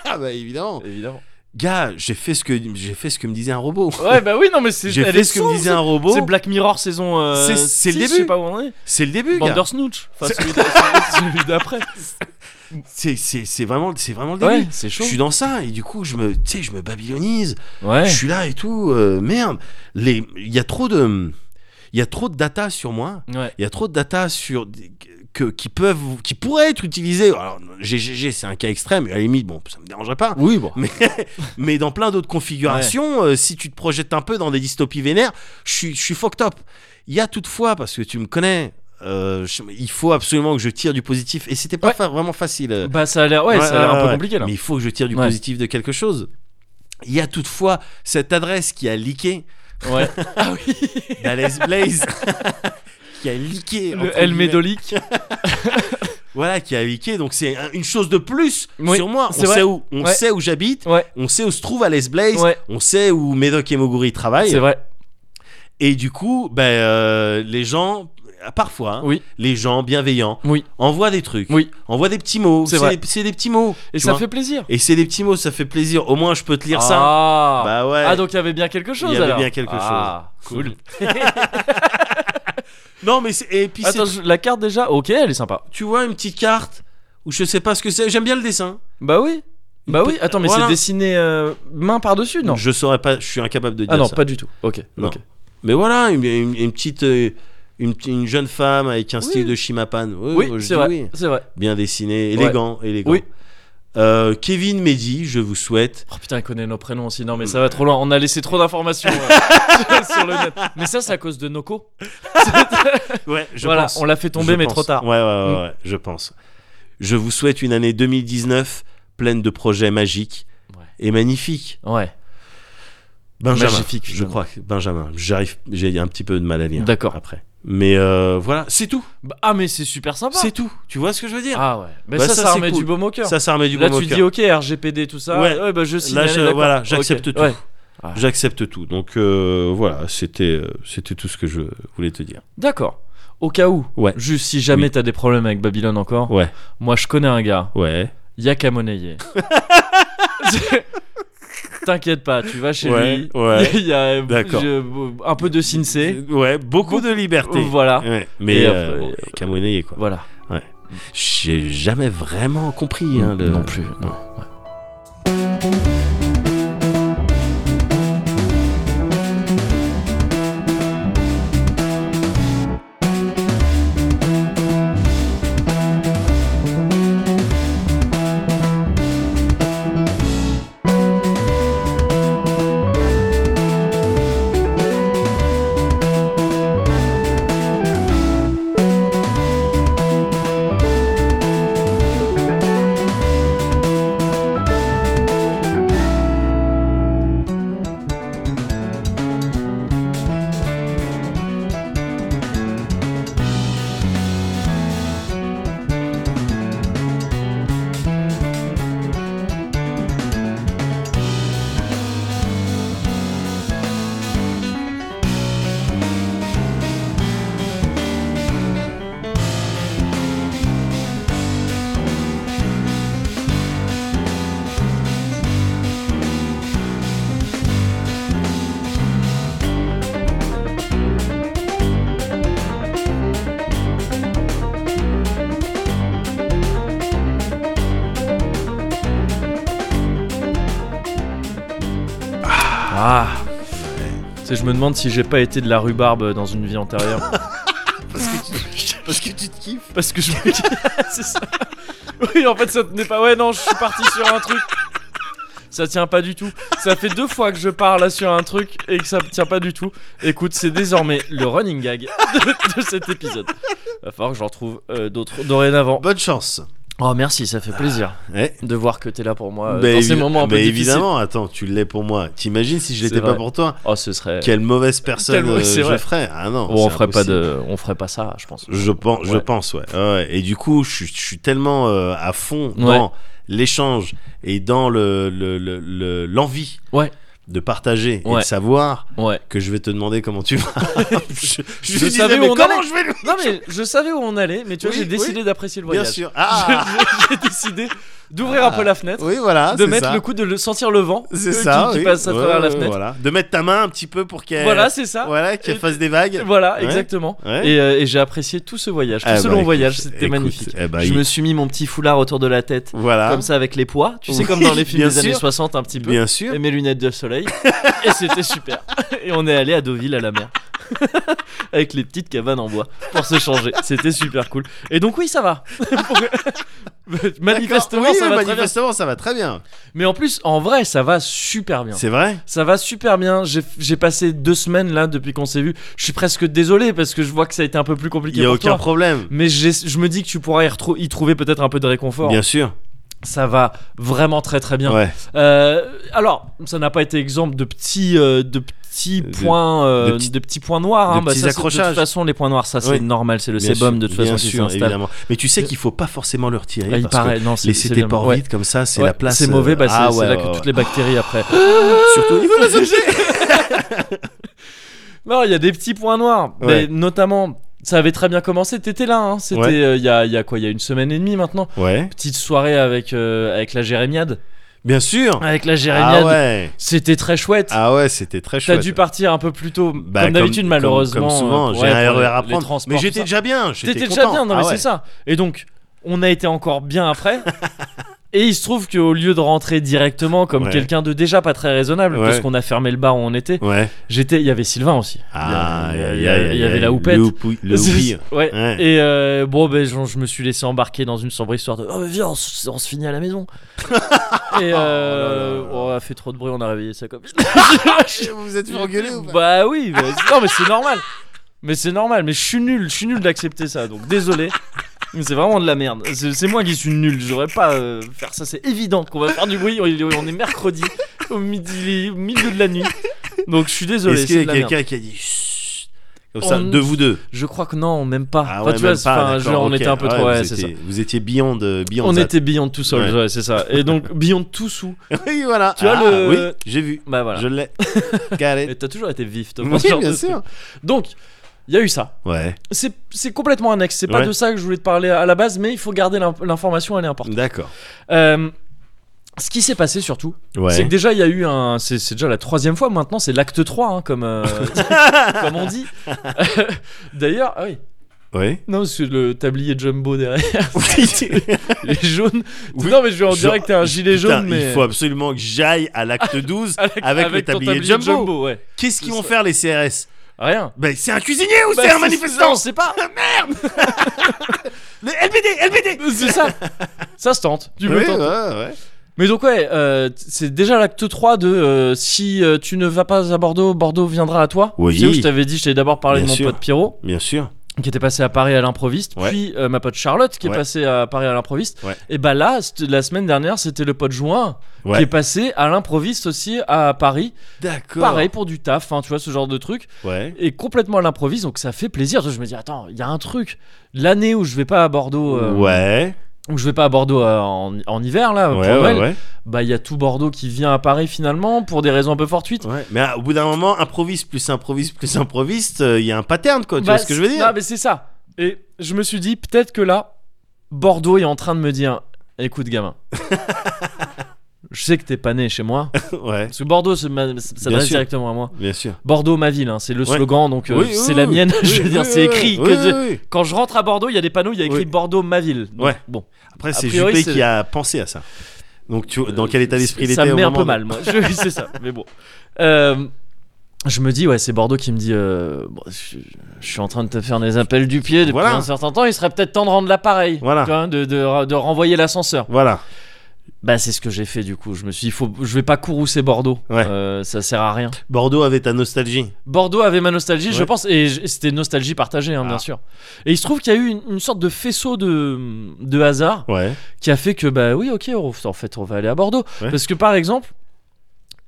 Speaker 2: Ah, bah, évidemment.
Speaker 1: évidemment.
Speaker 2: Gars, j'ai fait ce que j'ai fait ce que me disait un robot.
Speaker 1: Ouais, bah oui, non, mais c'est.
Speaker 2: J'ai
Speaker 1: elle
Speaker 2: fait
Speaker 1: est
Speaker 2: ce que me
Speaker 1: sombre,
Speaker 2: disait un
Speaker 1: c'est-
Speaker 2: robot.
Speaker 1: C'est Black Mirror saison. euh,
Speaker 2: C'est-
Speaker 1: six,
Speaker 2: c'est le
Speaker 1: Je
Speaker 2: début.
Speaker 1: sais pas où on est.
Speaker 2: C'est le début, gars.
Speaker 1: Bandersnooch. Enfin,
Speaker 2: C'est-
Speaker 1: celui
Speaker 2: <laughs>
Speaker 1: d'a- celui celui d'après.
Speaker 2: C'est c'est- c'est vraiment, c'est vraiment le début.
Speaker 1: Ouais, c'est
Speaker 2: je
Speaker 1: chaud.
Speaker 2: suis dans ça et du coup je me tu sais je me babylonise
Speaker 1: Ouais.
Speaker 2: je suis là et tout euh, merde les il y a trop de il y a trop de data sur moi
Speaker 1: Ouais.
Speaker 2: il y a trop de data sur que qui peuvent qui pourraient être utilisées alors GGG c'est un cas extrême à la limite bon ça me
Speaker 1: <laughs>
Speaker 2: dérangerait pas
Speaker 1: Oui, bon.
Speaker 2: mais, mais dans plein d'autres configurations, euh, si tu te projettes un peu dans des dystopies vénères, je suis- je suis fucked up. Il y a toutefois, parce que tu me connais, euh, je- il faut absolument que je tire du positif. Et c'était pas
Speaker 1: Ouais.
Speaker 2: fa- vraiment facile. euh,
Speaker 1: Bah, ça a l'air. Ouais,
Speaker 2: Ouais,
Speaker 1: ça a l'air
Speaker 2: ouais,
Speaker 1: un peu
Speaker 2: ouais.
Speaker 1: compliqué là.
Speaker 2: Mais il faut que je tire du
Speaker 1: Ouais.
Speaker 2: positif de quelque chose. Il y a toutefois cette adresse qui a leaké,
Speaker 1: Ouais. Ah oui.
Speaker 2: <laughs> Dallas
Speaker 1: <laughs>
Speaker 2: Blaze, <laughs> qui a leaké.
Speaker 1: Le
Speaker 2: entre
Speaker 1: El
Speaker 2: guillemets.
Speaker 1: Médolique.
Speaker 2: Voilà, qui a leaké. Donc c'est un- une chose de plus
Speaker 1: Oui,
Speaker 2: sur moi. On,
Speaker 1: c'est vrai.
Speaker 2: sait où, on
Speaker 1: Ouais.
Speaker 2: sait où j'habite,
Speaker 1: Ouais.
Speaker 2: on sait où se trouve Alice Blaze,
Speaker 1: Ouais.
Speaker 2: on sait où Médoc et
Speaker 1: Ah,
Speaker 2: Moguri
Speaker 1: C'est
Speaker 2: travaillent.
Speaker 1: vrai.
Speaker 2: Et du coup, ben, euh, les gens, parfois, hein,
Speaker 1: Oui.
Speaker 2: les gens bienveillants
Speaker 1: Oui.
Speaker 2: envoient des trucs,
Speaker 1: Oui.
Speaker 2: envoient des petits mots.
Speaker 1: C'est vrai.
Speaker 2: des- C'est des petits mots.
Speaker 1: Et
Speaker 2: tu
Speaker 1: ça
Speaker 2: vois.
Speaker 1: fait plaisir.
Speaker 2: Et c'est des petits mots, ça fait plaisir. Au moins, je peux te lire ça.
Speaker 1: Ah.
Speaker 2: Bah ouais.
Speaker 1: Ah, donc il y avait bien quelque chose
Speaker 2: Il y avait
Speaker 1: alors.
Speaker 2: bien quelque
Speaker 1: Ah,
Speaker 2: chose.
Speaker 1: cool.
Speaker 2: Non, mais c'est- et puis c'est-
Speaker 1: Attends, je- la carte déjà, ok, elle est sympa.
Speaker 2: tu vois une petite carte où je sais pas ce que c'est. J'aime bien le dessin.
Speaker 1: Bah oui. Bah oui, attends, mais
Speaker 2: Voilà.
Speaker 1: c'est dessiné euh, main par-dessus, non
Speaker 2: Je saurais pas. Je suis incapable de dire
Speaker 1: Ah non,
Speaker 2: ça.
Speaker 1: pas du tout. Ok,
Speaker 2: Non.
Speaker 1: ok.
Speaker 2: Mais voilà, une, une- une petite. euh, Une, petite- une jeune femme avec un
Speaker 1: Oui.
Speaker 2: style de Shimapan. Oui,
Speaker 1: Oui,
Speaker 2: je dis
Speaker 1: c'est vrai.
Speaker 2: oui.
Speaker 1: C'est vrai.
Speaker 2: Bien dessiné, élégant, élégant.
Speaker 1: Oui.
Speaker 2: Euh, Kevin Mehdi, je vous souhaite.
Speaker 1: Oh putain, il connaît nos prénoms aussi. Non, mais ça va trop loin. On a laissé trop d'informations <laughs> euh, sur le net. Mais ça, c'est à cause de Noco.
Speaker 2: <laughs> Ouais, je
Speaker 1: voilà,
Speaker 2: pense.
Speaker 1: on l'a fait tomber,
Speaker 2: Je
Speaker 1: mais
Speaker 2: pense.
Speaker 1: trop tard. Mm.
Speaker 2: Ouais, ouais, ouais, ouais, je pense. Je vous souhaite une année 2019 pleine de projets magiques
Speaker 1: Ouais.
Speaker 2: et magnifiques.
Speaker 1: Ouais,
Speaker 2: Benjamin,
Speaker 1: Magnifique,
Speaker 2: je
Speaker 1: finalement.
Speaker 2: crois. que Benjamin, j'arrive, j'ai un petit peu de mal à lire.
Speaker 1: d'accord.
Speaker 2: Après. Mais euh, voilà, c'est tout.
Speaker 1: Bah, ah, mais c'est super sympa.
Speaker 2: C'est tout. Tu vois ce que je veux dire
Speaker 1: Ah ouais. Mais
Speaker 2: Bah,
Speaker 1: ça,
Speaker 2: ça,
Speaker 1: ça,
Speaker 2: c'est
Speaker 1: remet
Speaker 2: cool.
Speaker 1: du baume au cœur.
Speaker 2: Ça, ça remet du
Speaker 1: Là,
Speaker 2: bon au
Speaker 1: tu
Speaker 2: cœur.
Speaker 1: dis, ok, RGPD, tout ça.
Speaker 2: Ouais.
Speaker 1: Ouais, bah je signe.
Speaker 2: Là, je- voilà, j'accepte tout.
Speaker 1: Ouais.
Speaker 2: Ah. J'accepte tout. Donc euh, voilà, c'était euh, c'était tout ce que je voulais te dire.
Speaker 1: D'accord. Au cas où,
Speaker 2: Ouais.
Speaker 1: juste si jamais
Speaker 2: Oui.
Speaker 1: t'as des problèmes avec Babylone encore,
Speaker 2: Ouais.
Speaker 1: moi je connais un gars,
Speaker 2: Ouais.
Speaker 1: y'a qu'à
Speaker 2: <laughs>
Speaker 1: monnayer. T'inquiète pas, tu vas chez
Speaker 2: Ouais,
Speaker 1: lui.
Speaker 2: ouais.
Speaker 1: <laughs> Il y a
Speaker 2: D'accord.
Speaker 1: je- un peu de syncé.
Speaker 2: Ouais, beaucoup de liberté.
Speaker 1: Voilà.
Speaker 2: Ouais, Mais
Speaker 1: Et après,
Speaker 2: euh, bon,
Speaker 1: euh,
Speaker 2: Camonet, quoi.
Speaker 1: Voilà.
Speaker 2: J'ai jamais vraiment compris hein, le-
Speaker 1: Euh, Non plus. non. Ah. Tu sais, je me demande si j'ai pas été de la rhubarbe dans une vie antérieure.
Speaker 2: <laughs> Parce que tu te kiffes.
Speaker 1: Parce que je me dis. <laughs> c'est ça. Oui, en fait, ça tenait pas. Ouais, non, je suis parti sur un truc. Ça tient pas du tout. Ça fait deux fois que je pars là sur un truc et que ça tient pas du tout. Écoute, c'est désormais le running gag de, de cet épisode. Va falloir que j'en trouve euh, d'autres dorénavant.
Speaker 2: Bonne chance.
Speaker 1: Oh, merci, ça fait plaisir
Speaker 2: Ouais.
Speaker 1: de voir que t'es là pour moi euh,
Speaker 2: Bah,
Speaker 1: dans
Speaker 2: évi-
Speaker 1: ces moments un peu
Speaker 2: bah,
Speaker 1: difficiles.
Speaker 2: évidemment, attends, tu l'es pour moi. T'imagines si je
Speaker 1: C'est
Speaker 2: l'étais pas
Speaker 1: vrai.
Speaker 2: pour toi
Speaker 1: Oh, ce serait.
Speaker 2: Quelle mauvaise personne
Speaker 1: Quelle-
Speaker 2: euh,
Speaker 1: c'est
Speaker 2: je
Speaker 1: vrai.
Speaker 2: ferais Ah non.
Speaker 1: Bon, on
Speaker 2: c'est
Speaker 1: ferait pas
Speaker 2: impossible.
Speaker 1: de, on ferait pas ça, je pense.
Speaker 2: Je pense, je
Speaker 1: Ouais.
Speaker 2: pense, ouais. Ouais, ouais. Et du coup, je, suis- je suis tellement euh, à fond dans l'échange et dans le le- le- le- l'envie
Speaker 1: Ouais.
Speaker 2: de partager et
Speaker 1: Ouais.
Speaker 2: de savoir
Speaker 1: Ouais.
Speaker 2: que je vais te demander comment
Speaker 1: <laughs>
Speaker 2: tu vas. je je
Speaker 1: Je
Speaker 2: lui disais,
Speaker 1: savais où
Speaker 2: mais
Speaker 1: on
Speaker 2: comment
Speaker 1: allait.
Speaker 2: je vais le-
Speaker 1: Non mais je savais où on allait, mais tu vois,
Speaker 2: Oui,
Speaker 1: j'ai décidé d'apprécier le
Speaker 2: Bien
Speaker 1: voyage.
Speaker 2: sûr. Ah,
Speaker 1: Je- <laughs> j'ai décidé d'ouvrir un peu la fenêtre,
Speaker 2: oui,
Speaker 1: de
Speaker 2: voilà. Ah, c'est
Speaker 1: mettre
Speaker 2: ça.
Speaker 1: le coup, de le sentir le vent
Speaker 2: C'est
Speaker 1: euh,
Speaker 2: ça.
Speaker 1: qui, qui
Speaker 2: oui.
Speaker 1: passe à
Speaker 2: Ouais,
Speaker 1: travers la
Speaker 2: ouais,
Speaker 1: fenêtre. Voilà,
Speaker 2: Voilà. De mettre ta main un petit peu pour qu'elle.
Speaker 1: c'est ça.
Speaker 2: Voilà, qu'elle
Speaker 1: Et-
Speaker 2: fasse des vagues.
Speaker 1: Voilà,
Speaker 2: Ouais.
Speaker 1: exactement.
Speaker 2: Ouais.
Speaker 1: Et, euh, et j'ai apprécié tout ce voyage, tout
Speaker 2: Ah
Speaker 1: ce
Speaker 2: bah,
Speaker 1: long
Speaker 2: écoute,
Speaker 1: voyage, c'était
Speaker 2: écoute,
Speaker 1: magnifique.
Speaker 2: eh bah,
Speaker 1: je
Speaker 2: il-
Speaker 1: me suis mis mon petit foulard autour de la tête,
Speaker 2: Voilà.
Speaker 1: comme ça avec les poids, tu sais,
Speaker 2: Oui,
Speaker 1: comme dans les films
Speaker 2: bien
Speaker 1: des années
Speaker 2: sûr.
Speaker 1: 60 un petit peu,
Speaker 2: Bien sûr.
Speaker 1: et mes lunettes de soleil, et c'était
Speaker 2: <laughs>
Speaker 1: super. Et on est allé à Deauville à la mer, <laughs> avec les petites cabanes en bois, pour se changer, c'était super cool. Et donc oui, ça
Speaker 2: <laughs>
Speaker 1: va. <laughs> manifestement,
Speaker 2: D'accord. Oui,
Speaker 1: ça va très
Speaker 2: oui,
Speaker 1: bien.
Speaker 2: manifestement, ça va très bien.
Speaker 1: Mais en plus, en vrai, ça va super bien.
Speaker 2: C'est vrai
Speaker 1: Ça va super bien. J'ai- J'ai passé deux semaines là depuis qu'on s'est vu. Je suis presque désolé parce que je vois que ça a été un peu plus
Speaker 2: Il
Speaker 1: compliqué
Speaker 2: n'y a
Speaker 1: pour
Speaker 2: aucun
Speaker 1: toi.
Speaker 2: problème.
Speaker 1: Mais j'ai- je me dis que tu pourras y, retrou- y trouver peut-être un peu de réconfort.
Speaker 2: Bien sûr.
Speaker 1: Ça va vraiment très très bien.
Speaker 2: Ouais.
Speaker 1: Euh, alors, ça n'a pas été exemple de petits, euh, de petits
Speaker 2: De-
Speaker 1: points, euh,
Speaker 2: de
Speaker 1: de,
Speaker 2: petits-
Speaker 1: petits points noirs.
Speaker 2: de
Speaker 1: hein. Bah,
Speaker 2: petits
Speaker 1: ça, c'est- De
Speaker 2: accrochages.
Speaker 1: toute façon, les points noirs, ça c'est
Speaker 2: Oui.
Speaker 1: normal, c'est le
Speaker 2: Bien
Speaker 1: sébum
Speaker 2: sûr,
Speaker 1: de toute façon
Speaker 2: bien
Speaker 1: qui
Speaker 2: sûr,
Speaker 1: s'installe.
Speaker 2: évidemment. Mais tu sais qu'il faut pas forcément leur tirer.
Speaker 1: Ah, Il
Speaker 2: parce
Speaker 1: paraît, non,
Speaker 2: que
Speaker 1: c'est
Speaker 2: les
Speaker 1: c'est
Speaker 2: CT
Speaker 1: bien.
Speaker 2: ports
Speaker 1: Ouais.
Speaker 2: vides comme ça, c'est
Speaker 1: Ouais,
Speaker 2: la place.
Speaker 1: C'est mauvais, bah, c'est
Speaker 2: ah,
Speaker 1: c'est
Speaker 2: ouais,
Speaker 1: là
Speaker 2: ouais,
Speaker 1: que
Speaker 2: ouais.
Speaker 1: toutes les bactéries après.
Speaker 2: Surtout au niveau de la <laughs> CT.
Speaker 1: Non, il y a des petits points noirs. Mais
Speaker 2: Ouais.
Speaker 1: notamment, ça avait très bien commencé. T'étais là. hein. C'était
Speaker 2: Ouais.
Speaker 1: euh, il y, a, il y a quoi Il y a une semaine et demie maintenant.
Speaker 2: Ouais.
Speaker 1: Petite soirée avec, euh, avec la Jérémiade.
Speaker 2: Bien sûr.
Speaker 1: Avec la
Speaker 2: Ah
Speaker 1: Jérémiade.
Speaker 2: ouais.
Speaker 1: C'était très chouette.
Speaker 2: Ah ouais, c'était très
Speaker 1: T'as
Speaker 2: chouette.
Speaker 1: dû partir un peu plus tôt.
Speaker 2: Bah,
Speaker 1: comme d'habitude, malheureusement.
Speaker 2: Comme souvent,
Speaker 1: euh,
Speaker 2: j'ai
Speaker 1: ouais,
Speaker 2: un
Speaker 1: pour
Speaker 2: RER
Speaker 1: les-
Speaker 2: à
Speaker 1: les
Speaker 2: prendre.
Speaker 1: transports,
Speaker 2: Mais
Speaker 1: tout
Speaker 2: j'étais Ah
Speaker 1: ça.
Speaker 2: déjà bien.
Speaker 1: T'étais
Speaker 2: J'étais
Speaker 1: déjà
Speaker 2: content.
Speaker 1: bien, non
Speaker 2: Ah
Speaker 1: mais
Speaker 2: ouais. <laughs>
Speaker 1: c'est ça. Et donc, on a été encore bien après. Et il se trouve qu'au lieu de rentrer directement comme
Speaker 2: Ouais.
Speaker 1: quelqu'un de déjà pas très raisonnable,
Speaker 2: Ouais.
Speaker 1: puisqu'on a fermé le bar où on était,
Speaker 2: Ouais.
Speaker 1: j'étais, il y avait Sylvain aussi. Il y
Speaker 2: Ah,
Speaker 1: avait- il y avait- il y avait la houppette.
Speaker 2: Le houpi-
Speaker 1: <laughs>
Speaker 2: le houpi.
Speaker 1: ouais.
Speaker 2: Ouais.
Speaker 1: Et euh, bon, ben, je, je me suis laissé embarquer dans une sombre histoire de Oh, mais viens, on, se- on se finit à la
Speaker 2: <laughs>
Speaker 1: maison. et euh,
Speaker 2: Oh là là.
Speaker 1: on a fait trop de bruit, on a réveillé sa copine.
Speaker 2: Vous vous êtes fait engueuler ou pas
Speaker 1: bah oui, mais- non, mais c'est normal. Mais c'est normal, mais je suis nul, je suis nul d'accepter ça, donc désolé. Mais C'est vraiment de la merde. C'est c'est moi qui suis nul. J'aurais pas euh, faire ça. C'est évident qu'on va faire du bruit. On est- on est mercredi, au midi, au milieu de la nuit. Donc je suis désolé.
Speaker 2: Est-ce qu'il y
Speaker 1: c'est
Speaker 2: a
Speaker 1: de la merde.
Speaker 2: quelqu'un qui a dit Chut comme ça,
Speaker 1: On-
Speaker 2: de vous deux.
Speaker 1: Je crois que non, même pas.
Speaker 2: Ah
Speaker 1: Enfin,
Speaker 2: ouais,
Speaker 1: tu vois,
Speaker 2: même pas,
Speaker 1: enfin,
Speaker 2: d'accord,
Speaker 1: genre, on
Speaker 2: ok. Ah
Speaker 1: était un peu trop.
Speaker 2: vous
Speaker 1: Ouais, c'est ça.
Speaker 2: étiez- Vous étiez beyond, euh, beyond
Speaker 1: On
Speaker 2: that.
Speaker 1: était beyond tout seul,
Speaker 2: Ouais.
Speaker 1: ouais, c'est ça. Et
Speaker 2: <laughs>
Speaker 1: donc beyond tout sous.
Speaker 2: oui, voilà.
Speaker 1: Tu vois,
Speaker 2: Ah,
Speaker 1: le-
Speaker 2: Oui, j'ai vu.
Speaker 1: Bah voilà. <laughs>
Speaker 2: Je l'ai. Got
Speaker 1: Et
Speaker 2: it.
Speaker 1: t'as toujours été vif, toi. pour
Speaker 2: Oui,
Speaker 1: ce genre
Speaker 2: bien
Speaker 1: de
Speaker 2: sûr.
Speaker 1: truc. Donc, il y a eu ça.
Speaker 2: Ouais.
Speaker 1: C'est c'est complètement annexe. C'est pas
Speaker 2: Ouais.
Speaker 1: de ça que je voulais te parler à la base, mais il faut garder l'in- l'information, elle est importante.
Speaker 2: D'accord.
Speaker 1: Euh, ce qui s'est passé surtout, c'est
Speaker 2: Ouais.
Speaker 1: que déjà il y a eu un. C'est c'est déjà la troisième fois maintenant, c'est l'acte 3, hein, comme,
Speaker 2: <laughs>
Speaker 1: euh, <laughs> comme on dit. <laughs> D'ailleurs, ah oui. <laughs>
Speaker 2: Ouais.
Speaker 1: Non, parce que le tablier jumbo derrière, il est jaune.
Speaker 2: Oui,
Speaker 1: non, mais je vais en
Speaker 2: genre-
Speaker 1: direct à un gilet
Speaker 2: Putain,
Speaker 1: jaune, mais.
Speaker 2: Il faut absolument que j'aille
Speaker 1: <laughs>
Speaker 2: à l'acte 12 avec, le
Speaker 1: ton
Speaker 2: tablier, jumbo.
Speaker 1: ouais.
Speaker 2: Qu'est-ce qu'ils
Speaker 1: Ce
Speaker 2: vont
Speaker 1: soir.
Speaker 2: faire les CRS
Speaker 1: Rien.
Speaker 2: Ben c'est un cuisinier ou
Speaker 1: Bah,
Speaker 2: c'est un
Speaker 1: ça,
Speaker 2: manifestant
Speaker 1: On sait pas.
Speaker 2: Le LBD, LBD
Speaker 1: C'est
Speaker 2: <laughs>
Speaker 1: ça. Ça se tente. Tu peux
Speaker 2: Oui,
Speaker 1: tenter.
Speaker 2: ouais, ouais.
Speaker 1: Mais donc ouais, euh, c'est déjà l'acte 3 de euh, si euh, tu ne vas pas à Bordeaux, Bordeaux viendra à toi.
Speaker 2: Oui.
Speaker 1: Tu sais où je t'avais dit, je t'avais d'abord parlé
Speaker 2: Bien
Speaker 1: de mon
Speaker 2: sûr.
Speaker 1: pote Pierrot,
Speaker 2: Bien sûr.
Speaker 1: qui était passé à Paris à l'improviste,
Speaker 2: Ouais.
Speaker 1: puis euh, ma pote Charlotte qui
Speaker 2: Ouais.
Speaker 1: est passée à Paris à l'improviste.
Speaker 2: Ouais.
Speaker 1: Et bah là, c'était- la semaine dernière, c'était le pote Juin qui est
Speaker 2: Ouais.
Speaker 1: passé à l'improviste aussi à Paris.
Speaker 2: D'accord.
Speaker 1: Pareil pour du taf, hein, tu vois ce genre de truc.
Speaker 2: Ouais.
Speaker 1: Et complètement à l'improviste, donc ça fait plaisir. Je me dis attends, il y a un truc. L'année où je vais pas à Bordeaux. euh,
Speaker 2: Ouais.
Speaker 1: où je vais pas à Bordeaux euh, en, en hiver là pour
Speaker 2: Ouais, ouais,
Speaker 1: Noël,
Speaker 2: ouais.
Speaker 1: bah il y a tout Bordeaux qui vient à Paris finalement pour des raisons un peu fortuites.
Speaker 2: Ouais, mais ah, au bout d'un moment, improvise plus improvise plus improviste, euh, il y a un pattern quoi, tu
Speaker 1: Bah,
Speaker 2: vois ce que je veux dire
Speaker 1: Non mais c'est ça. Et je me suis dit peut-être que là Bordeaux est en train de me dire écoute gamin.
Speaker 2: <laughs>
Speaker 1: je sais que t'es pas né chez moi
Speaker 2: Ouais,
Speaker 1: parce que Bordeaux se ma- s'adresse
Speaker 2: sûr.
Speaker 1: directement à moi.
Speaker 2: bien sûr.
Speaker 1: Bordeaux ma ville hein, c'est le
Speaker 2: Ouais.
Speaker 1: slogan donc euh,
Speaker 2: Oui, oui,
Speaker 1: c'est la
Speaker 2: oui.
Speaker 1: mienne, <laughs> je veux
Speaker 2: Oui,
Speaker 1: dire
Speaker 2: oui,
Speaker 1: c'est
Speaker 2: oui,
Speaker 1: écrit
Speaker 2: oui,
Speaker 1: que de-
Speaker 2: oui, oui.
Speaker 1: quand je rentre à Bordeaux, il y a des panneaux, il y a écrit
Speaker 2: Oui.
Speaker 1: Bordeaux ma ville. Donc,
Speaker 2: Ouais.
Speaker 1: Bon.
Speaker 2: Après
Speaker 1: A
Speaker 2: c'est
Speaker 1: priori,
Speaker 2: Juppé
Speaker 1: c'est- Euh,
Speaker 2: qui a pensé à ça. Donc tu dans quel état d'esprit il
Speaker 1: ça
Speaker 2: était
Speaker 1: me
Speaker 2: au
Speaker 1: met un
Speaker 2: moment
Speaker 1: peu
Speaker 2: de-
Speaker 1: mal moi je, c'est ça mais bon Euh, je me dis ouais c'est Bordeaux qui me dit euh, bon, je, je suis en train de te faire des appels du pied depuis
Speaker 2: Voilà.
Speaker 1: un certain temps il serait peut-être temps de rendre l'appareil
Speaker 2: Voilà.
Speaker 1: tu vois, de, de- de renvoyer l'ascenseur
Speaker 2: Voilà.
Speaker 1: bah c'est ce que j'ai fait du coup je me suis dit faut, je vais pas courroucer Bordeaux
Speaker 2: Ouais.
Speaker 1: Euh, ça sert à rien
Speaker 2: Bordeaux avait ta nostalgie.
Speaker 1: Bordeaux avait ma nostalgie je
Speaker 2: Ouais.
Speaker 1: pense et j- c'était une nostalgie partagée hein,
Speaker 2: Ah.
Speaker 1: bien sûr et il se trouve qu'il y a eu une, une sorte de faisceau de, de hasard
Speaker 2: Ouais.
Speaker 1: qui a fait que bah oui ok on- en fait on va aller à Bordeaux
Speaker 2: Ouais.
Speaker 1: parce que par exemple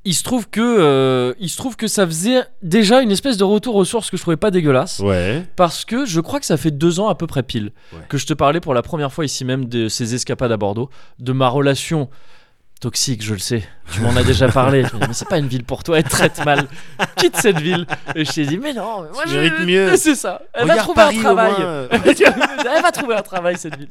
Speaker 1: il se trouve que euh, il se trouve que ça faisait déjà une espèce de retour aux sources que je trouvais pas dégueulasse
Speaker 2: Ouais.
Speaker 1: parce que je crois que ça fait deux ans à peu près pile
Speaker 2: Ouais.
Speaker 1: que je te parlais pour la première fois ici même de ces escapades à Bordeaux de ma relation toxique je le sais tu m'en as déjà
Speaker 2: <laughs>
Speaker 1: parlé Tu m'as dit, mais c'est pas une ville pour toi elle te traite mal quitte cette ville et je t'ai dit mais non mais moi
Speaker 2: Tu
Speaker 1: je
Speaker 2: mérites mieux.
Speaker 1: c'est ça elle va
Speaker 2: Regarde
Speaker 1: trouver
Speaker 2: Paris,
Speaker 1: un
Speaker 2: au
Speaker 1: travail
Speaker 2: moins, euh, <laughs>
Speaker 1: <laughs> elle va trouver un travail cette ville.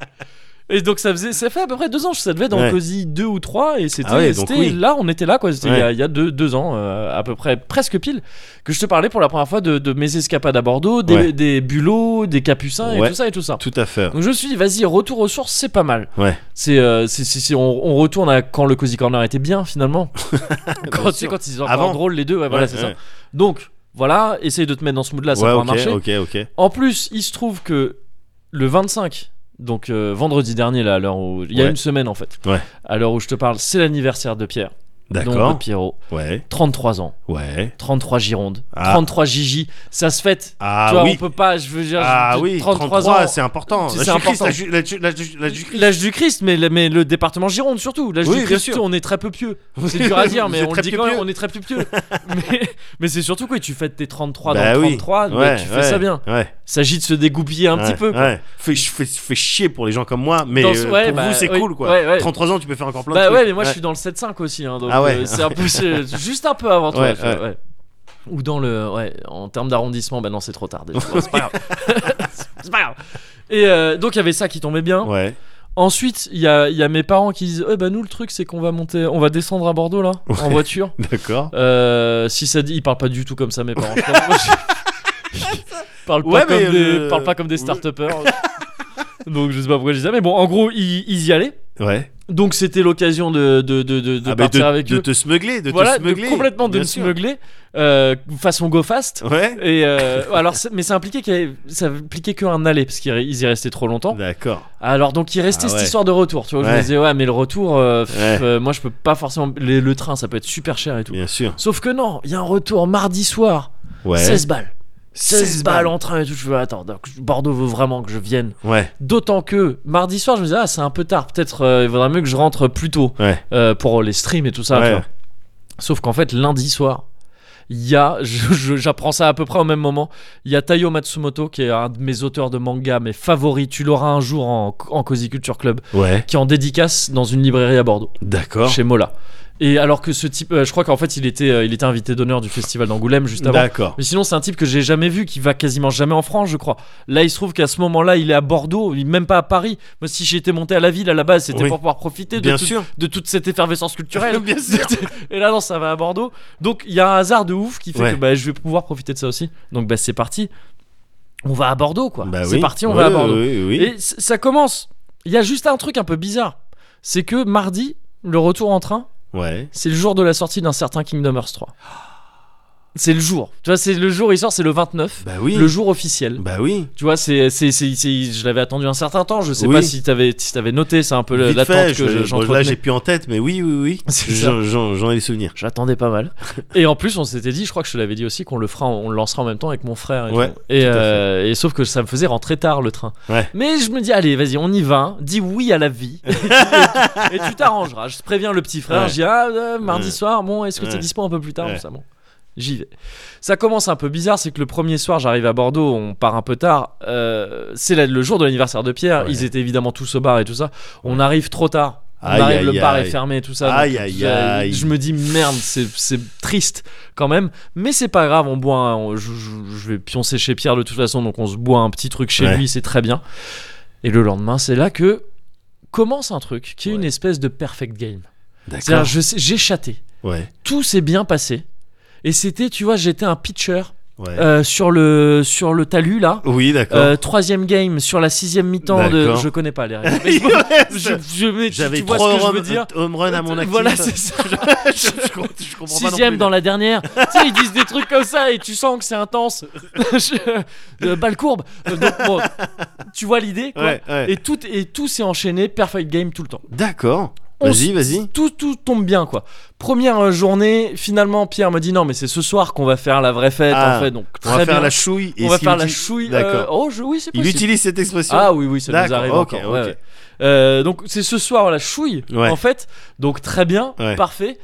Speaker 1: Et donc ça faisait, ça fait à peu près deux ans, ça devait être dans
Speaker 2: Ouais.
Speaker 1: Cozy 2 ou 3 et c'était,
Speaker 2: Ah ouais, donc
Speaker 1: c'était
Speaker 2: oui.
Speaker 1: là, on était là quoi, c'était il y a,
Speaker 2: Ouais.
Speaker 1: il y a deux, deux ans euh, à peu près, presque pile, que je te parlais pour la première fois de, de mes escapades à Bordeaux, des,
Speaker 2: Ouais.
Speaker 1: des bulots, des capucins et
Speaker 2: Ouais.
Speaker 1: tout ça et tout ça.
Speaker 2: Tout à fait.
Speaker 1: Donc je me suis dit, vas-y, retour aux sources, c'est pas mal.
Speaker 2: Ouais.
Speaker 1: C'est, euh, c'est, c'est- c'est- on, on retourne à quand le Cozy Corner était bien
Speaker 2: <laughs>
Speaker 1: finalement. <laughs> quand, tu sais,
Speaker 2: sûr.
Speaker 1: quand ils sont
Speaker 2: Avant.
Speaker 1: encore drôles les deux, ouais, voilà,
Speaker 2: Ouais,
Speaker 1: c'est
Speaker 2: ouais.
Speaker 1: ça. Donc voilà, essaye de te mettre dans ce mood là, ça
Speaker 2: ouais,
Speaker 1: pourra
Speaker 2: ok,
Speaker 1: marcher.
Speaker 2: ok, ok.
Speaker 1: En plus, il se trouve que le 25, donc euh, vendredi dernier, là, à l'heure où. Il y a
Speaker 2: Ouais.
Speaker 1: une semaine en fait.
Speaker 2: Ouais.
Speaker 1: À l'heure où je te parle, c'est l'anniversaire de Pierre. Donc
Speaker 2: D'accord.
Speaker 1: de Pierrot.
Speaker 2: Ouais,
Speaker 1: 33 ans.
Speaker 2: ouais.
Speaker 1: 33 Gironde.
Speaker 2: Ah.
Speaker 1: 33 Gigi. Ça se fête. tu
Speaker 2: Ah
Speaker 1: vois,
Speaker 2: oui.
Speaker 1: on peut pas. Je veux dire.
Speaker 2: Ah
Speaker 1: je-
Speaker 2: oui,
Speaker 1: 33,
Speaker 2: 33,
Speaker 1: ans.
Speaker 2: c'est important.
Speaker 1: C'est
Speaker 2: La Jésus-Christ,
Speaker 1: important.
Speaker 2: la Ju- la Ju- la Ju- la Jésus-Christ.
Speaker 1: L'âge du Christ, mais, le- mais le département Gironde surtout. L'âge
Speaker 2: Oui,
Speaker 1: du
Speaker 2: bien
Speaker 1: Christ,
Speaker 2: sûr.
Speaker 1: on est très peu
Speaker 2: <laughs>
Speaker 1: pieux. C'est dur à dire, mais on
Speaker 2: Vous êtes
Speaker 1: le
Speaker 2: très
Speaker 1: dit quand même,
Speaker 2: pieux.
Speaker 1: on est très peu
Speaker 2: <laughs>
Speaker 1: pieux. mais mais c'est surtout que tu fêtes tes 33
Speaker 2: Bah
Speaker 1: dans
Speaker 2: oui.
Speaker 1: 33, mais
Speaker 2: Ouais,
Speaker 1: tu fais
Speaker 2: ouais,
Speaker 1: ça bien.
Speaker 2: Ouais.
Speaker 1: S'agit de se dégoupiller un petit
Speaker 2: Ouais,
Speaker 1: peu. quoi.
Speaker 2: Ouais. Fait, fait- fait chier pour les gens comme moi, mais
Speaker 1: Dans ce-
Speaker 2: euh,
Speaker 1: ouais,
Speaker 2: pour
Speaker 1: bah,
Speaker 2: vous c'est
Speaker 1: oui,
Speaker 2: cool quoi.
Speaker 1: ouais, ouais.
Speaker 2: 33 ans, tu peux faire encore plein de
Speaker 1: Bah
Speaker 2: trucs.
Speaker 1: ouais, mais moi je suis dans le 7-5 aussi, hein, donc
Speaker 2: Ah ouais.
Speaker 1: euh, c'est un peu c'est
Speaker 2: <laughs>
Speaker 1: juste un peu avant. toi,
Speaker 2: Ouais,
Speaker 1: tu vois,
Speaker 2: ouais.
Speaker 1: ouais. Ou dans le ouais, en termes d'arrondissement, bah non c'est trop tard.
Speaker 2: <laughs>
Speaker 1: déjà. Bon, c'est pas grave. c'est pas grave. Et euh, donc il y avait ça qui tombait bien.
Speaker 2: Ouais.
Speaker 1: Ensuite il y a, il y a mes parents qui disent, eh bah nous le truc c'est qu'on va monter, on va descendre à Bordeaux là en voiture.
Speaker 2: D'accord.
Speaker 1: Euh, si ça dit, ils parlent pas du tout comme ça mes parents. Je crois que moi, je- <laughs> Ils parlent pas
Speaker 2: Ouais,
Speaker 1: comme
Speaker 2: mais
Speaker 1: des,
Speaker 2: le-
Speaker 1: parlent pas comme des start-uppers. donc je sais pas pourquoi je dis ça, mais bon en gros ils, ils y allaient.
Speaker 2: Ouais.
Speaker 1: Donc c'était l'occasion de, de, de, de, de
Speaker 2: Ah, bah,
Speaker 1: partir avec
Speaker 2: de
Speaker 1: eux.
Speaker 2: te smuggler, de
Speaker 1: voilà,
Speaker 2: te
Speaker 1: de
Speaker 2: smuggler.
Speaker 1: complètement de
Speaker 2: bien
Speaker 1: me
Speaker 2: sûr.
Speaker 1: smuggler euh, façon go fast.
Speaker 2: Ouais.
Speaker 1: Et euh, alors, c'est- mais ça impliquait qu'il y avait- ça impliquait qu'un aller parce qu'ils y restaient trop longtemps.
Speaker 2: D'accord.
Speaker 1: Alors donc il restait
Speaker 2: Ah ouais.
Speaker 1: cette histoire de retour, tu vois. Je
Speaker 2: Ouais.
Speaker 1: me disais ouais, mais le retour, euh, pff,
Speaker 2: Ouais.
Speaker 1: euh, moi je peux pas forcément. les- le train, ça peut être super cher et tout.
Speaker 2: Bien sûr.
Speaker 1: Sauf que non, il y a un retour mardi soir,
Speaker 2: Ouais.
Speaker 1: 16 balles, 16,
Speaker 2: 16
Speaker 1: balles en train et tout. Je veux attends, donc, Bordeaux veut vraiment que je vienne.
Speaker 2: Ouais.
Speaker 1: D'autant que mardi soir, je me disais ah c'est un peu tard, peut-être euh, il vaudrait mieux que je rentre plus tôt
Speaker 2: Ouais.
Speaker 1: euh, pour les streams et tout ça. tu
Speaker 2: ouais.
Speaker 1: vois. Sauf qu'en fait, lundi soir, il y a, <laughs> je- je- j'apprends ça à peu près au même moment, il y a Taiyo Matsumoto, qui est un de mes auteurs de manga, mes favoris, tu l'auras un jour en, en Cozy Culture Club,
Speaker 2: Ouais.
Speaker 1: qui est en dédicace dans une librairie à Bordeaux,
Speaker 2: D'accord.
Speaker 1: chez Mola. Et alors que ce type, euh, je crois qu'en fait, il était, euh, il était invité d'honneur du festival d'Angoulême juste avant.
Speaker 2: D'accord.
Speaker 1: Mais sinon, c'est un type que j'ai jamais vu, qui va quasiment jamais en France, je crois. Là, il se trouve qu'à ce moment-là, il est à Bordeaux, il- même pas à Paris. Moi, si j'étais monté à la ville à la base, c'était
Speaker 2: Oui.
Speaker 1: pour pouvoir profiter de
Speaker 2: Bien
Speaker 1: tout-
Speaker 2: sûr.
Speaker 1: de toute cette effervescence
Speaker 2: <laughs>
Speaker 1: culturelle.
Speaker 2: Bien
Speaker 1: <laughs>
Speaker 2: sûr.
Speaker 1: Et là, non, ça va à Bordeaux. Donc, il y a un hasard de ouf qui fait
Speaker 2: Ouais.
Speaker 1: que bah, je vais pouvoir profiter de ça aussi. Donc, bah, c'est parti. On va à Bordeaux, quoi.
Speaker 2: Bah
Speaker 1: c'est
Speaker 2: oui.
Speaker 1: parti, on
Speaker 2: Oui,
Speaker 1: va à Bordeaux.
Speaker 2: Oui, oui.
Speaker 1: Et c- ça commence. Il y a juste un truc un peu bizarre. C'est que mardi, le retour en train,
Speaker 2: Ouais.
Speaker 1: c'est le jour de la sortie d'un certain Kingdom Hearts 3. C'est le jour. Tu vois, c'est le jour, il sort, c'est le 29.
Speaker 2: Bah oui.
Speaker 1: Le jour officiel.
Speaker 2: Bah oui.
Speaker 1: Tu vois, c'est, c'est, c'est, c'est- je l'avais attendu un certain temps. Je sais
Speaker 2: Oui.
Speaker 1: pas si t'avais, si t'avais noté, c'est un peu
Speaker 2: Vite
Speaker 1: l'attente
Speaker 2: fait,
Speaker 1: que
Speaker 2: je- bon,
Speaker 1: j'entretenais.
Speaker 2: là j'ai plus en tête, mais oui, oui, oui.
Speaker 1: <laughs> C'est ça.
Speaker 2: J'en j'en- j'en ai les souvenirs.
Speaker 1: J'attendais pas mal. <laughs> Et en plus, on s'était dit, je crois que je te l'avais dit aussi, qu'on le fera, on le lancera en même temps avec mon frère. Et,
Speaker 2: Ouais,
Speaker 1: tout. et,
Speaker 2: à fait.
Speaker 1: euh, et sauf que ça me faisait rentrer tard le train.
Speaker 2: Ouais.
Speaker 1: Mais je me dis, allez, vas-y, on y va. Dis oui à la vie. et, tu, et tu t'arrangeras. Je préviens le petit frère.
Speaker 2: Ouais.
Speaker 1: Je dis, ah, euh, mardi
Speaker 2: Ouais.
Speaker 1: soir, bon, est-ce que
Speaker 2: Ouais.
Speaker 1: t'es dispo un peu plus tard
Speaker 2: Ouais.
Speaker 1: Bon, ça, bon. J'y vais. Ça commence un peu bizarre, c'est que le premier soir, j'arrive à Bordeaux, on part un peu tard. Euh, c'est la- le jour de l'anniversaire de Pierre.
Speaker 2: Ouais.
Speaker 1: Ils étaient évidemment tous au bar et tout ça. On arrive trop tard. On
Speaker 2: Aïe,
Speaker 1: arrive,
Speaker 2: aïe,
Speaker 1: le bar
Speaker 2: aïe.
Speaker 1: est fermé et tout ça.
Speaker 2: Aïe,
Speaker 1: Donc,
Speaker 2: aïe,
Speaker 1: euh,
Speaker 2: aïe.
Speaker 1: Je me dis merde, c'est c'est triste quand même, mais c'est pas grave, on boit. un- on- je, je- je vais pioncer chez Pierre de toute façon, donc on se boit un petit truc chez
Speaker 2: Ouais.
Speaker 1: lui, c'est très bien. Et le lendemain, c'est là que commence un truc qui est une espèce de perfect game. C'est-à-dire,
Speaker 2: D'accord.
Speaker 1: je sais- j'ai chaté,
Speaker 2: Ouais.
Speaker 1: tout s'est bien passé, et c'était, tu vois, j'étais un pitcher
Speaker 2: Ouais.
Speaker 1: euh, sur le sur le talus là.
Speaker 2: Oui, d'accord.
Speaker 1: Euh, troisième game sur la sixième mi-temps de.
Speaker 2: D'accord.
Speaker 1: Je connais
Speaker 2: <laughs>
Speaker 1: pas les règles. Mais bon, <laughs> je, je, mais tu-
Speaker 2: J'avais
Speaker 1: tu vois
Speaker 2: trois
Speaker 1: ce que je
Speaker 2: home,
Speaker 1: veux dire Euh,
Speaker 2: home run à mon actif.
Speaker 1: Voilà, c'est ça.
Speaker 2: <laughs> je, je comprends- je comprends pas non
Speaker 1: Sixième
Speaker 2: plus.
Speaker 1: dans la dernière. <laughs> tu sais, ils disent des trucs comme ça et tu sens que c'est intense. <laughs> Je- euh, balle courbe. Euh, donc, bon, tu vois l'idée quoi.
Speaker 2: Ouais, ouais.
Speaker 1: Et tout et tout s'est enchaîné, perfect game tout le temps.
Speaker 2: D'accord.
Speaker 1: On
Speaker 2: Vas-y,
Speaker 1: s-
Speaker 2: vas-y.
Speaker 1: Tout tout tombe bien quoi. Première euh, journée, finalement Pierre me dit non mais c'est ce soir qu'on va faire la vraie fête
Speaker 2: Ah,
Speaker 1: en fait donc
Speaker 2: On
Speaker 1: très
Speaker 2: va faire
Speaker 1: bien.
Speaker 2: la chouille. et
Speaker 1: on va
Speaker 2: s'il
Speaker 1: faire la
Speaker 2: utilise-
Speaker 1: chouille. euh,
Speaker 2: D'accord.
Speaker 1: oh je- oui c'est
Speaker 2: Il
Speaker 1: possible.
Speaker 2: utilise cette expression.
Speaker 1: Ah oui, oui, ça nous
Speaker 2: D'accord,
Speaker 1: arrive
Speaker 2: ok,
Speaker 1: encore. ouais,
Speaker 2: ok.
Speaker 1: ouais. Euh, donc c'est ce soir la chouille
Speaker 2: Ouais.
Speaker 1: en fait. Donc très bien,
Speaker 2: Ouais.
Speaker 1: parfait.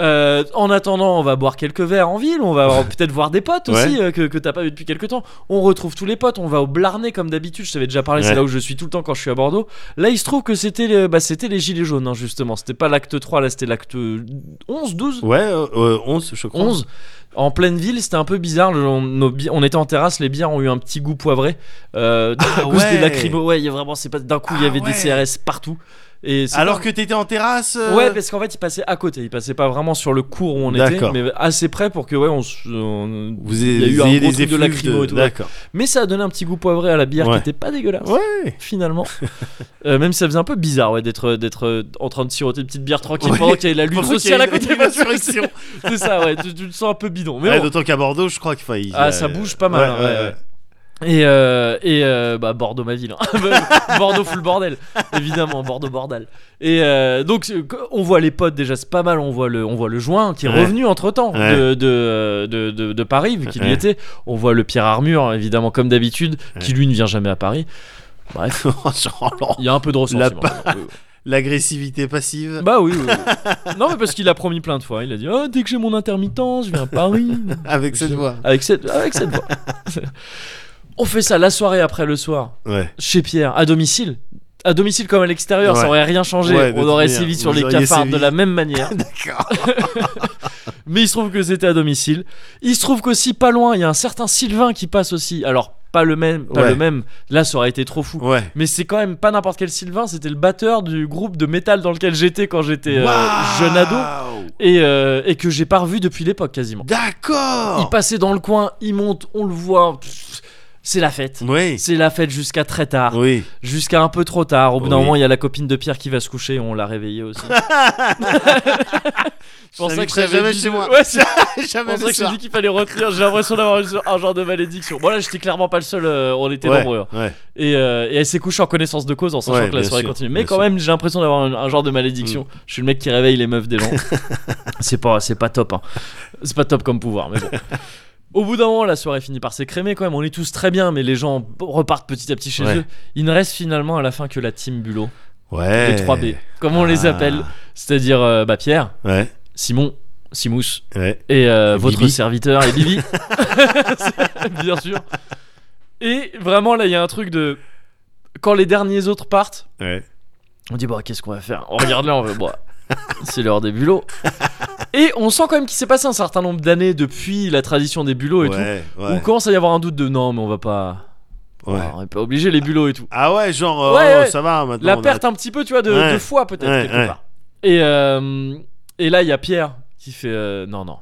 Speaker 1: Euh, en attendant, on va boire quelques verres en ville, on va peut-être voir des potes aussi euh, que, que t'as pas vu depuis quelques temps. On retrouve tous les potes, on va au Blarney comme d'habitude. Je t'avais déjà parlé,
Speaker 2: Ouais.
Speaker 1: c'est là où je suis tout le temps quand je suis à Bordeaux. Là, il se trouve que c'était les, bah, c'était les Gilets jaunes, hein, justement. C'était pas l'acte 3, là c'était l'acte 11, 12
Speaker 2: Ouais, euh, euh, 11, je crois.
Speaker 1: 11 en pleine ville, c'était un peu bizarre. le- On, nos bi- on était en terrasse, les bières ont eu un petit goût poivré. Euh, à cause
Speaker 2: Ah ouais.
Speaker 1: des lacrymos. Ouais, il y a vraiment, c'est pas d'un coup, il y
Speaker 2: Ah
Speaker 1: avait
Speaker 2: ouais.
Speaker 1: des CRS partout. Et c'est
Speaker 2: Alors
Speaker 1: pas-
Speaker 2: que t'étais en terrasse. euh,
Speaker 1: Ouais, parce qu'en fait, ils passaient à côté. Ils passaient pas vraiment sur le cours où on était,
Speaker 2: D'accord.
Speaker 1: mais assez près pour que, ouais, on. se- on-
Speaker 2: Vous
Speaker 1: Il y a eu un gros
Speaker 2: avez des
Speaker 1: truc de
Speaker 2: effluves
Speaker 1: lacrymo et tout, ouais.
Speaker 2: D'accord.
Speaker 1: Mais ça a donné un petit goût poivré à la bière
Speaker 2: Ouais.
Speaker 1: qui était pas dégueulasse.
Speaker 2: Ouais. <laughs>
Speaker 1: Finalement, Euh, même si ça faisait un peu bizarre ouais, d'être d'être euh, en train de siroter une petite bière tranquille
Speaker 2: Ouais.
Speaker 1: pendant qu'il y avait la lutte
Speaker 2: Pendant qu'il y a
Speaker 1: sociale à
Speaker 2: une-
Speaker 1: côté.
Speaker 2: une insurrection.
Speaker 1: C'est ça, ouais, tu, tu le sens un peu bidon. <laughs> Mais
Speaker 2: Ouais,
Speaker 1: bon.
Speaker 2: D'autant qu'à Bordeaux, je crois qu'il faillit.
Speaker 1: Ah, ça bouge pas mal, hein, ouais, ouais. Et, euh, et euh, bah Bordeaux ma ville, hein. <laughs> Bordeaux full bordel, évidemment Bordeaux bordel. Et euh, donc c'est- on voit les potes déjà c'est pas mal, on voit le on voit le joint qui est
Speaker 2: Ouais.
Speaker 1: revenu entre temps
Speaker 2: Ouais.
Speaker 1: de, de, de, de- de Paris vu qu'il y
Speaker 2: Ouais.
Speaker 1: était. On voit le Pierre Armure évidemment comme d'habitude qui lui ne vient jamais à Paris. Bref,
Speaker 2: <laughs> Oh, Genre,
Speaker 1: il y a un peu de ressentiment.
Speaker 2: L'agressivité passive.
Speaker 1: Bah oui, oui, oui. non mais parce qu'il a promis plein de fois, il a dit oh, dès que j'ai mon intermittence je viens à Paris.
Speaker 2: avec cette voix.
Speaker 1: Avec cette, avec cette voix. On fait ça la soirée après le soir,
Speaker 2: Ouais.
Speaker 1: chez Pierre, à domicile. À domicile comme à l'extérieur,
Speaker 2: Ouais.
Speaker 1: ça aurait rien changé.
Speaker 2: Ouais, de
Speaker 1: On
Speaker 2: toute
Speaker 1: aurait
Speaker 2: manière,
Speaker 1: sévi sur
Speaker 2: vous
Speaker 1: les
Speaker 2: auriez
Speaker 1: cafards
Speaker 2: sévi.
Speaker 1: de la même manière.
Speaker 2: <laughs> D'accord.
Speaker 1: <laughs> Mais il se trouve que c'était à domicile. Il se trouve qu'aussi pas loin, il y a un certain Sylvain qui passe aussi. Alors, pas le même, pas
Speaker 2: Ouais.
Speaker 1: le même. Là, ça aurait été trop fou.
Speaker 2: Ouais.
Speaker 1: Mais c'est quand même pas n'importe quel Sylvain, c'était le batteur du groupe de métal dans lequel j'étais quand j'étais euh, jeune ado
Speaker 2: Waouh.
Speaker 1: et, euh, et que j'ai pas revu depuis l'époque quasiment. Il
Speaker 2: Oh. D'accord.
Speaker 1: passait dans le coin, il monte, on le voit. Pff, c'est la fête.
Speaker 2: Oui.
Speaker 1: C'est la fête jusqu'à très tard, <laughs>
Speaker 2: Oui.
Speaker 1: jusqu'à un peu trop tard. Au bout d'un
Speaker 2: Oui.
Speaker 1: moment, il y a la copine de Pierre qui va se coucher, on l'a réveillée aussi. C'est pour
Speaker 4: Je
Speaker 1: ça que
Speaker 4: savais que ça
Speaker 1: j'avais
Speaker 4: jamais
Speaker 1: dit-
Speaker 4: chez moi.
Speaker 1: Ouais, c'est
Speaker 4: Jamais
Speaker 1: pour ça que
Speaker 4: le
Speaker 1: j'ai
Speaker 4: soir.
Speaker 1: dit qu'il fallait retenir. J'ai l'impression d'avoir eu un genre de malédiction. Bon, là, j'étais clairement pas le seul, euh, on était
Speaker 2: Ouais,
Speaker 1: nombreux. hein.
Speaker 2: ouais.
Speaker 1: Et, euh, et elle s'est couchée en connaissance de cause en sachant
Speaker 2: Ouais,
Speaker 1: que la
Speaker 2: bien
Speaker 1: soirée
Speaker 2: sûr,
Speaker 1: continue. Mais
Speaker 2: bien
Speaker 1: quand
Speaker 2: sûr. Mm.
Speaker 1: même, j'ai l'impression d'avoir un, un genre de malédiction. Je suis le mec qui réveille les meufs
Speaker 2: <laughs>
Speaker 1: des gens. c'est pas, c'est pas top. hein. C'est pas top comme pouvoir,
Speaker 2: <laughs>
Speaker 1: mais bon. Au bout d'un moment, la soirée finit par s'écrémer quand même. On est tous très bien, mais les gens repartent petit à petit chez
Speaker 2: Ouais.
Speaker 1: eux. Il ne reste finalement à la fin que la team Bulot,
Speaker 2: Ouais.
Speaker 1: les 3B, comme on les
Speaker 2: Eh. Ah.
Speaker 1: appelle, c'est-à-dire euh, bah, Pierre,
Speaker 2: Ouais.
Speaker 1: Simon, Simousse
Speaker 2: Ouais.
Speaker 1: et euh,
Speaker 2: Et
Speaker 1: votre
Speaker 2: Bibi.
Speaker 1: serviteur et
Speaker 2: <laughs>
Speaker 1: Bibi <laughs> bien sûr et vraiment là il y a un truc de quand les derniers autres partent
Speaker 2: Ouais.
Speaker 1: on dit bon qu'est-ce qu'on va faire on regarde là on va bon c'est l'heure des
Speaker 2: <laughs>
Speaker 1: bulots et on sent quand même qu'il s'est passé un certain nombre d'années depuis la tradition des bulots et
Speaker 2: ouais.
Speaker 1: tout
Speaker 2: ouais.
Speaker 1: on commence à y avoir un doute de non mais on va pas
Speaker 2: Ouais.
Speaker 1: on est pas obligé les bulots et tout
Speaker 2: Ah ouais, genre, euh,
Speaker 1: Ouais,
Speaker 2: oh,
Speaker 1: ouais.
Speaker 2: ça va maintenant.
Speaker 1: la
Speaker 2: on a-
Speaker 1: perte un petit peu tu vois de,
Speaker 2: Ouais.
Speaker 1: de foi peut-être
Speaker 2: Ouais,
Speaker 1: quelque
Speaker 2: ouais.
Speaker 1: part et euh, et là il y a Pierre qui fait euh, non non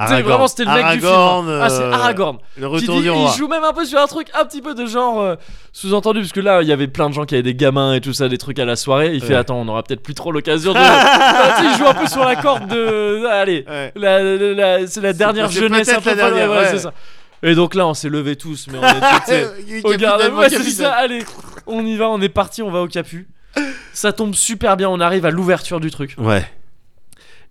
Speaker 1: Tu sais,
Speaker 2: Aragorn.
Speaker 1: vraiment c'était le mec du film
Speaker 2: Aragorn,
Speaker 1: hein. ah c'est
Speaker 2: euh,
Speaker 1: Aragorn
Speaker 2: Le
Speaker 1: Qui
Speaker 2: retour
Speaker 1: dit-
Speaker 2: du
Speaker 1: il
Speaker 2: roi.
Speaker 1: joue même un peu sur un truc un petit peu de genre euh, sous-entendu parce que là il y avait plein de gens qui avaient des gamins et tout ça des trucs à la soirée il fait
Speaker 2: Ouais.
Speaker 1: attends on aura peut-être plus trop
Speaker 2: <laughs>
Speaker 1: l'occasion de Enfin, tu sais, il joue un peu sur la corde de euh, allez
Speaker 2: Ouais.
Speaker 1: la- la- la- c'est la dernière
Speaker 2: c'est
Speaker 1: jeunesse
Speaker 2: peut-être
Speaker 1: un peu
Speaker 2: la dernière,
Speaker 1: folle, ouais,
Speaker 2: ouais.
Speaker 1: c'est ça. et donc là on s'est levé tous mais on était tu sais,
Speaker 2: <laughs> Il est
Speaker 1: au garde
Speaker 2: capitaine, mon
Speaker 1: ouais, c'est
Speaker 2: capitaine.
Speaker 1: ça allez on y va on est parti on va au capu ça tombe super bien on arrive à l'ouverture du truc
Speaker 2: Ouais.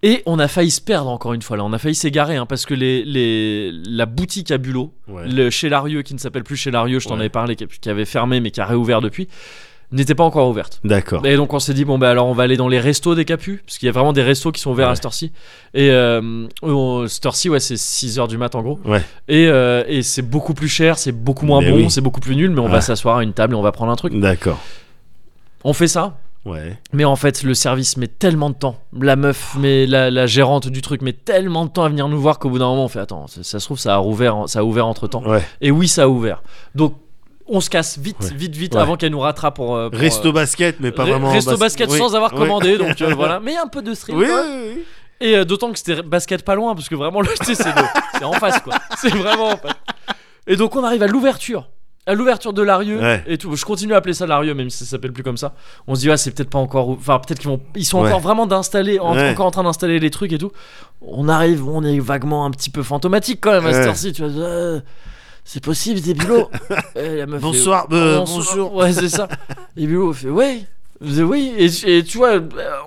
Speaker 1: et on a failli se perdre encore une fois là on a failli s'égarer hein, parce que les, les la boutique à Bulot
Speaker 2: Ouais.
Speaker 1: le chez Larieux qui ne s'appelle plus chez Larieux, je t'en
Speaker 2: Ouais.
Speaker 1: avais parlé, qui, qui avait fermé mais qui a réouvert depuis, n'était pas encore ouverte.
Speaker 2: D'accord.
Speaker 1: Et donc on s'est dit bon bah alors on va aller dans les restos des Capus parce qu'il y a vraiment des restos qui sont ouverts à
Speaker 2: Ouais.
Speaker 1: cette heure-ci et euh, on- cette heure-ci ouais c'est 6h du mat en gros
Speaker 2: Ouais.
Speaker 1: et, euh, et c'est beaucoup plus cher c'est beaucoup moins
Speaker 2: Mais
Speaker 1: bon
Speaker 2: oui. Ah.
Speaker 1: c'est beaucoup plus nul mais on
Speaker 2: Ouais.
Speaker 1: va s'asseoir à une table et on va prendre un truc
Speaker 2: D'accord.
Speaker 1: on fait ça
Speaker 2: Ouais.
Speaker 1: mais en fait, le service met tellement de temps. La meuf, mais la, la gérante du truc met tellement de temps à venir nous voir qu'au bout d'un moment, on fait attends, ça, ça se trouve, ça a rouvert, en- ça a ouvert entre temps.
Speaker 2: Ouais.
Speaker 1: Et oui, ça a ouvert. Donc, on se casse vite,
Speaker 2: Ouais.
Speaker 1: vite, vite
Speaker 2: Ouais.
Speaker 1: avant qu'elle nous rattrape pour. euh, pour,
Speaker 2: Resto
Speaker 1: euh,
Speaker 2: basket, mais pas
Speaker 1: re-
Speaker 2: vraiment.
Speaker 1: resto
Speaker 2: bas-
Speaker 1: basket
Speaker 2: Oui.
Speaker 1: sans avoir
Speaker 2: Oui. <laughs>
Speaker 1: commandé, donc euh, voilà. Mais un peu de stream.
Speaker 2: Oui,
Speaker 1: quand même.
Speaker 2: oui, oui.
Speaker 1: Et euh, d'autant que c'était basket pas loin, parce que vraiment, le, <laughs> tu sais, c'est, de- c'est en face, quoi. <laughs> C'est vraiment en face. Et donc, on arrive à l'ouverture. À l'ouverture de l'Arieux
Speaker 2: Ouais.
Speaker 1: et tout. Je continue à appeler ça l'Arieux, même si ça s'appelle plus comme ça. On se dit, ah, c'est peut-être pas encore. ou- Enfin, peut-être qu'ils vont. Ils sont
Speaker 2: Ouais.
Speaker 1: encore vraiment d'installer, en-
Speaker 2: Ouais.
Speaker 1: encore en train d'installer les trucs et tout. On arrive, on est vaguement un petit peu fantomatique quand même à cette
Speaker 2: Ouais.
Speaker 1: heure-ci. Tu vois, Euh, c'est possible, des
Speaker 2: <laughs>
Speaker 1: bulots. Et la meuf fait,
Speaker 2: Bonsoir, euh,
Speaker 1: Bonsoir.
Speaker 2: bonjour.
Speaker 1: Ouais, c'est ça. Et Bilo fait oui. Je dis, Oui, et, et tu vois, euh,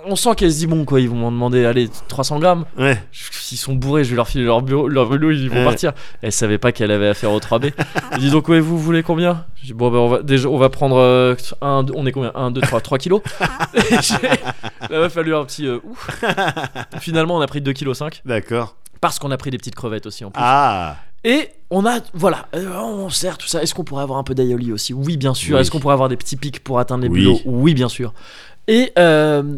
Speaker 1: on sent qu'elle se dit bon quoi, ils vont m'en demander, allez, 300 grammes.
Speaker 2: Ouais.
Speaker 1: Je- S'ils sont bourrés, je vais leur filer leur, bureau, leur vélo, ils vont
Speaker 2: Ouais.
Speaker 1: partir. Elle savait pas qu'elle avait affaire au 3B. Elle dit donc, ouais, vous voulez combien Je dis bon, ben on va, déjà, on va prendre euh, un, deux- on est combien 1, 2, 3, 3 kilos. Et j'ai- La meuf a lu un petit euh, ouf. Finalement, on a pris 2,5 kilos
Speaker 2: D'accord.
Speaker 1: parce qu'on a pris des petites crevettes aussi en plus.
Speaker 2: Ah.
Speaker 1: Et on a, voilà, euh, on sert tout ça. Est-ce qu'on pourrait avoir un peu d'aioli aussi Oui, bien sûr.
Speaker 2: Oui.
Speaker 1: Est-ce qu'on pourrait avoir des petits pics pour atteindre les
Speaker 2: Oui.
Speaker 1: bulots Oui, bien sûr. Et, euh,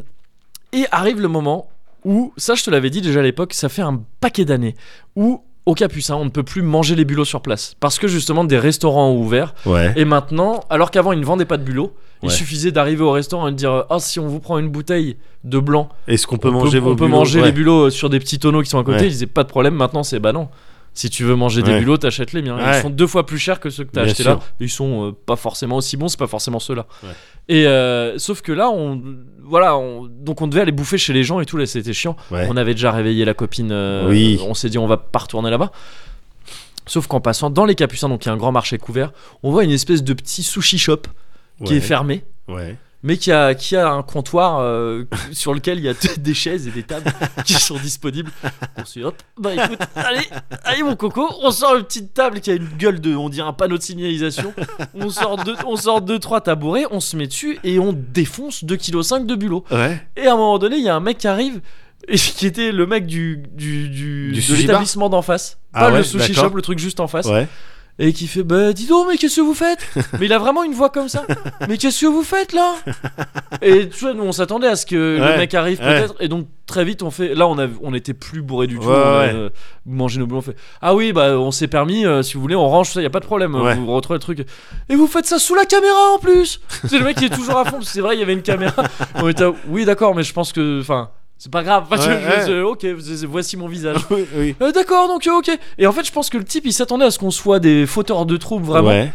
Speaker 1: et arrive le moment où, ça je te l'avais dit déjà à l'époque, ça fait un paquet d'années, où au Capucin, on ne peut plus manger les bulots sur place. Parce que justement, des restaurants ont ouvert.
Speaker 2: Ouais.
Speaker 1: Et maintenant, alors qu'avant, ils ne vendaient pas de bulots, il
Speaker 2: Ouais.
Speaker 1: suffisait d'arriver au restaurant et de dire Ah, si on vous prend une bouteille de blanc
Speaker 2: Est-ce qu'on peut
Speaker 1: on
Speaker 2: manger vos
Speaker 1: on peut
Speaker 2: bulots
Speaker 1: manger
Speaker 2: Ouais.
Speaker 1: les bulots euh, sur des petits tonneaux qui sont à côté.
Speaker 2: Ouais.
Speaker 1: Ils disaient pas de problème. Maintenant, c'est bah non. Si tu veux manger des
Speaker 2: Ouais.
Speaker 1: bulots, t'achètes les miens. Ils
Speaker 2: Ouais.
Speaker 1: sont deux fois plus chers que ceux que t'as
Speaker 2: Bien
Speaker 1: achetés
Speaker 2: sûr.
Speaker 1: là. Ils sont euh, pas forcément aussi bons. C'est pas forcément ceux-là.
Speaker 2: Ouais.
Speaker 1: Et euh, sauf que là, on voilà, on- donc on devait aller bouffer chez les gens et tout. Là, c'était chiant.
Speaker 2: Ouais.
Speaker 1: On avait déjà réveillé la copine. euh,
Speaker 2: Oui.
Speaker 1: On s'est dit on va pas retourner là-bas. Sauf qu'en passant dans les Capucins, donc il y a un grand marché couvert, on voit une espèce de petit sushi shop qui
Speaker 2: Ouais.
Speaker 1: est fermé
Speaker 2: Ouais.
Speaker 1: mais qui a, qui a un comptoir euh, <laughs> sur lequel il y a t- des chaises et des tables qui sont disponibles. On se dit, hop, bah écoute, allez, allez mon coco, on sort une petite table qui a une gueule de, on dirait un panneau de signalisation, on sort deux, on sort deux trois tabourets, on se met dessus et on défonce 2,5 kg de bulot.
Speaker 2: Ouais.
Speaker 1: Et à un moment donné, il y a un mec qui arrive, et <laughs> qui était le mec du, du, du,
Speaker 2: Du
Speaker 1: de
Speaker 2: sushi bar
Speaker 1: l'établissement d'en face.
Speaker 2: Ah
Speaker 1: Pas le
Speaker 2: ouais,
Speaker 1: sushi shop,
Speaker 2: d'accord.
Speaker 1: le truc juste en face
Speaker 2: Ouais.
Speaker 1: et qui fait bah dis donc mais qu'est-ce que vous faites
Speaker 2: <laughs>
Speaker 1: mais il a vraiment une voix comme ça mais qu'est-ce que vous faites là et tu vois nous on s'attendait à ce que le
Speaker 2: Ouais,
Speaker 1: mec arrive
Speaker 2: ouais.
Speaker 1: peut-être et donc très vite on fait là on a on était plus bourré du tout
Speaker 2: Ouais,
Speaker 1: on a,
Speaker 2: ouais.
Speaker 1: euh, mangé nos boulons on fait ah oui bah on s'est permis euh, si vous voulez on range ça y a pas de problème euh,
Speaker 2: Ouais.
Speaker 1: vous retrouvez le truc et vous faites ça sous la caméra en plus c'est le mec qui est toujours à fond parce que c'est vrai il y avait une caméra on était à- oui d'accord mais je pense que enfin C'est pas grave. Enfin, je- <laughs>
Speaker 2: Ouais,
Speaker 1: je- je- ok, v- voici mon visage.
Speaker 2: oui, oui.
Speaker 1: Euh, D'accord, donc euh, ok. Et en fait, je pense que le type, il s'attendait à ce qu'on soit des fauteurs de troubles <laughs> vraiment.
Speaker 2: Ouais.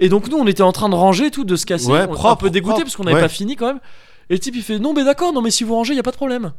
Speaker 1: Et donc nous, on était en train de ranger et tout, de se casser.
Speaker 2: Ouais,
Speaker 1: on était un
Speaker 2: propre,
Speaker 1: peu dégoûté
Speaker 2: propre,
Speaker 1: parce qu'on n'avait
Speaker 2: ouais.
Speaker 1: pas fini quand même. Et le type, il fait non, mais d'accord, non, mais si vous rangez, il y a pas de
Speaker 2: <laughs>
Speaker 1: problème.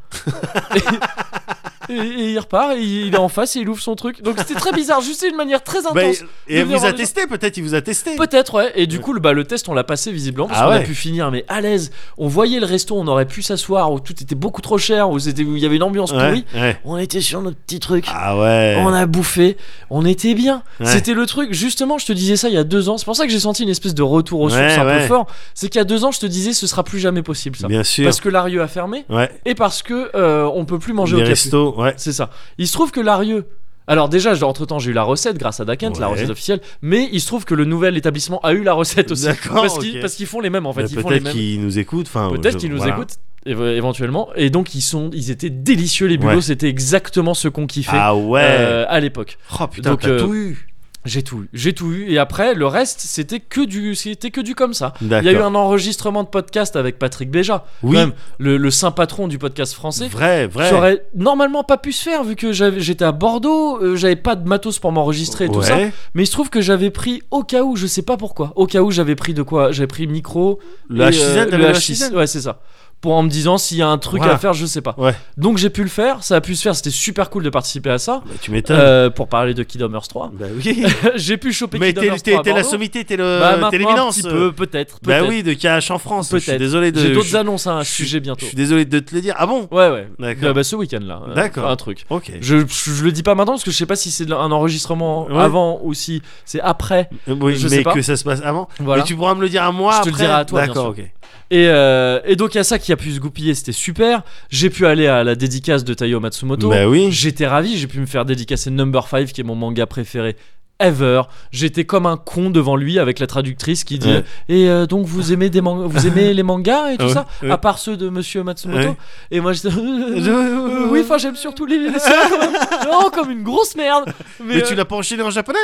Speaker 1: et, et il repart, et il est en face et il ouvre son truc. Donc c'était très bizarre, juste une manière très
Speaker 2: Bah,
Speaker 1: intense.
Speaker 2: et
Speaker 1: de
Speaker 2: il vous
Speaker 1: venir
Speaker 2: a
Speaker 1: en-
Speaker 2: testé, peut-être il vous a testé.
Speaker 1: Peut-être, ouais. Et du coup, le, bah, le test, on l'a passé visiblement parce
Speaker 2: Ah
Speaker 1: qu'on a
Speaker 2: ouais.
Speaker 1: pu finir, mais à l'aise. On voyait le resto, on aurait pu s'asseoir où tout était beaucoup trop cher, où c'était- où il y avait une ambiance pourrie.
Speaker 2: Ouais, ouais.
Speaker 1: On était sur notre petit truc.
Speaker 2: Ah ouais.
Speaker 1: On a bouffé, on était bien.
Speaker 2: Ouais.
Speaker 1: C'était le truc, justement, je te disais ça il y a deux ans. C'est pour ça que j'ai senti une espèce de retour aux
Speaker 2: Ouais,
Speaker 1: sources un peu
Speaker 2: ouais.
Speaker 1: fort. C'est qu'il y a deux ans, je te disais ce sera plus jamais possible ça.
Speaker 2: Bien sûr.
Speaker 1: Parce que l'Arieux a fermé
Speaker 2: Ouais.
Speaker 1: et parce que euh, on peut plus manger
Speaker 2: Les
Speaker 1: au café.
Speaker 2: restos, ouais.
Speaker 1: C'est ça. Il se trouve que l'Arieux. Alors déjà, entre temps, j'ai eu la recette grâce à Dakent, la
Speaker 2: Ouais.
Speaker 1: recette officielle. Mais il se trouve que le nouvel établissement a eu la recette aussi.
Speaker 2: D'accord,
Speaker 1: Parce qu'ils
Speaker 2: ok.
Speaker 1: parce qu'ils font les mêmes en fait.
Speaker 2: Bah,
Speaker 1: Ils font les
Speaker 2: Peut-être
Speaker 1: mêmes.
Speaker 2: qu'ils nous écoutent. enfin,
Speaker 1: Peut-être
Speaker 2: je-
Speaker 1: qu'ils nous
Speaker 2: voilà.
Speaker 1: écoutent éve- éventuellement. Et donc ils sont, ils étaient délicieux les bulots.
Speaker 2: Ouais.
Speaker 1: C'était exactement ce qu'on kiffait
Speaker 2: Ah ouais.
Speaker 1: euh, à l'époque.
Speaker 2: oh putain,
Speaker 1: donc,
Speaker 2: t'as
Speaker 1: euh,
Speaker 2: tout eu.
Speaker 1: J'ai tout eu, j'ai tout eu et après le reste c'était que du c'était que du comme ça. Il y a eu
Speaker 2: D'accord.
Speaker 1: un enregistrement de podcast avec Patrick Béja,
Speaker 2: Oui.
Speaker 1: quand même, le, le saint patron du podcast français.
Speaker 2: Vrai, vrai.
Speaker 1: Qui aurait normalement pas pu se faire vu que j'avais- j'étais à Bordeaux, euh, j'avais pas de matos pour m'enregistrer et tout
Speaker 2: Ouais.
Speaker 1: ça. Mais il se trouve que j'avais pris au cas où, je sais pas pourquoi, au cas où j'avais pris de quoi, j'avais pris micro,
Speaker 2: Le
Speaker 1: et,
Speaker 2: H6N,
Speaker 1: euh,
Speaker 2: t'avais
Speaker 1: le
Speaker 2: le
Speaker 1: H6N,
Speaker 2: H6N.
Speaker 1: ouais c'est ça. Pour en me disant s'il y a un truc
Speaker 2: Voilà.
Speaker 1: à faire, je sais pas.
Speaker 2: Ouais.
Speaker 1: Donc j'ai pu le faire, ça a pu se faire, c'était super cool de participer à ça.
Speaker 2: Bah, tu m'étonnes.
Speaker 1: Euh, pour parler de Kid Hammers 3
Speaker 2: Bah
Speaker 1: <laughs>
Speaker 2: oui.
Speaker 1: j'ai pu choper
Speaker 2: Mais
Speaker 1: Kid
Speaker 2: t'es
Speaker 1: Hammers
Speaker 2: t'es-
Speaker 1: 3 à
Speaker 2: t'es la
Speaker 1: Bordeaux.
Speaker 2: sommité, t'es le-
Speaker 1: Bah,
Speaker 2: t'es
Speaker 1: maintenant, un
Speaker 2: l'éminence.
Speaker 1: petit peu, peut-être.
Speaker 2: Bah
Speaker 1: peut-être.
Speaker 2: oui, de KH en France. Je suis
Speaker 1: Peut-être.
Speaker 2: désolé de.
Speaker 1: J'ai
Speaker 2: je
Speaker 1: d'autres
Speaker 2: suis-
Speaker 1: annonces à un
Speaker 2: je suis-
Speaker 1: sujet bientôt.
Speaker 2: Je suis désolé de te le dire. Ah bon
Speaker 1: Ouais, ouais. Bah,
Speaker 2: D'accord.
Speaker 1: bah, ce week-end-là. euh,
Speaker 2: D'accord.
Speaker 1: Un truc.
Speaker 2: Ok.
Speaker 1: Je, je- je le dis pas maintenant parce que je sais pas si c'est de- un enregistrement
Speaker 2: Ouais.
Speaker 1: avant ou si c'est après.
Speaker 2: Euh, Oui,
Speaker 1: je sais
Speaker 2: mais
Speaker 1: pas.
Speaker 2: que ça se passe avant.
Speaker 1: Voilà.
Speaker 2: Mais tu pourras me le dire à moi
Speaker 1: Je te le
Speaker 2: après.
Speaker 1: dirai à toi, bien
Speaker 2: D'accord,
Speaker 1: sûr.
Speaker 2: ok.
Speaker 1: Et, euh, et donc, il y a ça qui a pu se goupiller, c'était super. J'ai pu aller à la dédicace de Taiyo Matsumoto.
Speaker 2: Bah oui. <laughs>
Speaker 1: J'étais ravi, j'ai pu me faire dédicacer Number 5 qui est mon manga préféré ever. J'étais comme un con devant lui avec la traductrice qui dit
Speaker 2: Ouais.
Speaker 1: "Et euh, donc vous aimez des man- vous aimez les mangas et tout
Speaker 2: Ouais,
Speaker 1: ça
Speaker 2: ouais.
Speaker 1: à part ceux de monsieur Matsumoto
Speaker 2: Ouais.
Speaker 1: Et moi j'étais <laughs> Euh,
Speaker 2: <laughs> Je-
Speaker 1: oui, enfin j'aime surtout les les dessins quand
Speaker 2: <laughs>
Speaker 1: même. Non, comme une grosse merde. Mais,
Speaker 2: Mais, tu
Speaker 1: euh,
Speaker 2: l'as pas enchaîné en japonais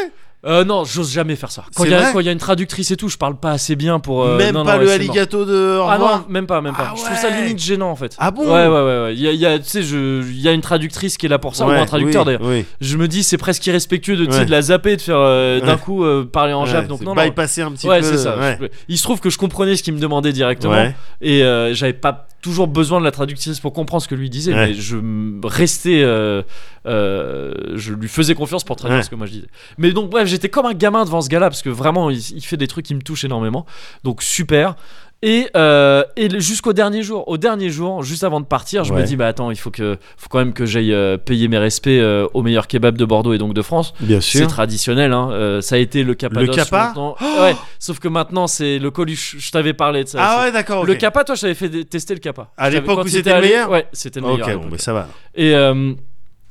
Speaker 1: euh, non, j'ose jamais faire ça. Quand
Speaker 2: C'est
Speaker 1: il y a
Speaker 2: vrai
Speaker 1: quand il y a une traductrice et tout, je parle pas assez bien pour euh,
Speaker 2: Même
Speaker 1: non,
Speaker 2: pas
Speaker 1: non,
Speaker 2: le
Speaker 1: ouais, c'est mort.
Speaker 2: alligato de. au
Speaker 1: Ah
Speaker 2: revoir
Speaker 1: non, même pas, même pas.
Speaker 2: Ah
Speaker 1: Je trouve ça
Speaker 2: ouais.
Speaker 1: limite gênant en fait.
Speaker 2: Ah bon
Speaker 1: Ouais, ouais, ouais, ouais. Il y a, il y a- tu sais, je- il y a une traductrice qui est là pour ça, ou
Speaker 2: Ouais,
Speaker 1: un traducteur
Speaker 2: oui,
Speaker 1: d'ailleurs
Speaker 2: oui.
Speaker 1: je me dis c'est presque irrespectueux de, tu sais,
Speaker 2: Ouais.
Speaker 1: de la zapper et de faire euh, d'un
Speaker 2: Ouais.
Speaker 1: coup euh, parler en
Speaker 2: Ouais,
Speaker 1: jap donc
Speaker 2: c'est
Speaker 1: non non
Speaker 2: bypasser un petit
Speaker 1: ouais
Speaker 2: peu.
Speaker 1: c'est ça
Speaker 2: ouais.
Speaker 1: Je- il se trouve que je comprenais ce qu'il me demandait directement
Speaker 2: Ouais.
Speaker 1: et euh, j'avais pas toujours besoin de la traductrice pour comprendre ce que lui disait
Speaker 2: Ouais.
Speaker 1: mais je m- restais euh, euh, je lui faisais confiance pour traduire
Speaker 2: Ouais.
Speaker 1: ce que moi je disais mais donc bref j'étais comme un gamin devant ce gars là parce que vraiment il, il fait des trucs qui me touchent énormément donc super et, euh, et le- jusqu'au dernier jour, au dernier jour, juste avant de partir, je me
Speaker 2: Ouais.
Speaker 1: dis bah attends, il faut que, faut quand même que j'aille euh, payer mes respects euh, au meilleur kebab de Bordeaux et donc de France.
Speaker 2: Bien
Speaker 1: C'est
Speaker 2: sûr.
Speaker 1: traditionnel, hein. euh, ça a été le capados.
Speaker 2: Le capa Oh
Speaker 1: maintenant. Ouais, sauf que maintenant c'est le coluche. Je t'avais parlé de ça.
Speaker 2: Ah
Speaker 1: c'est-
Speaker 2: ouais, d'accord.
Speaker 1: Le
Speaker 2: ok.
Speaker 1: capa, toi, je t'avais fait dé- tester le capa.
Speaker 2: À
Speaker 1: Je t'avais-
Speaker 2: l'époque
Speaker 1: quand
Speaker 2: où
Speaker 1: il
Speaker 2: c'était
Speaker 1: était
Speaker 2: le
Speaker 1: allé-
Speaker 2: meilleur
Speaker 1: Ouais, c'était le meilleur. à
Speaker 2: Ok, bon, bah,
Speaker 1: l'époque.
Speaker 2: mais ça va.
Speaker 1: Et euh,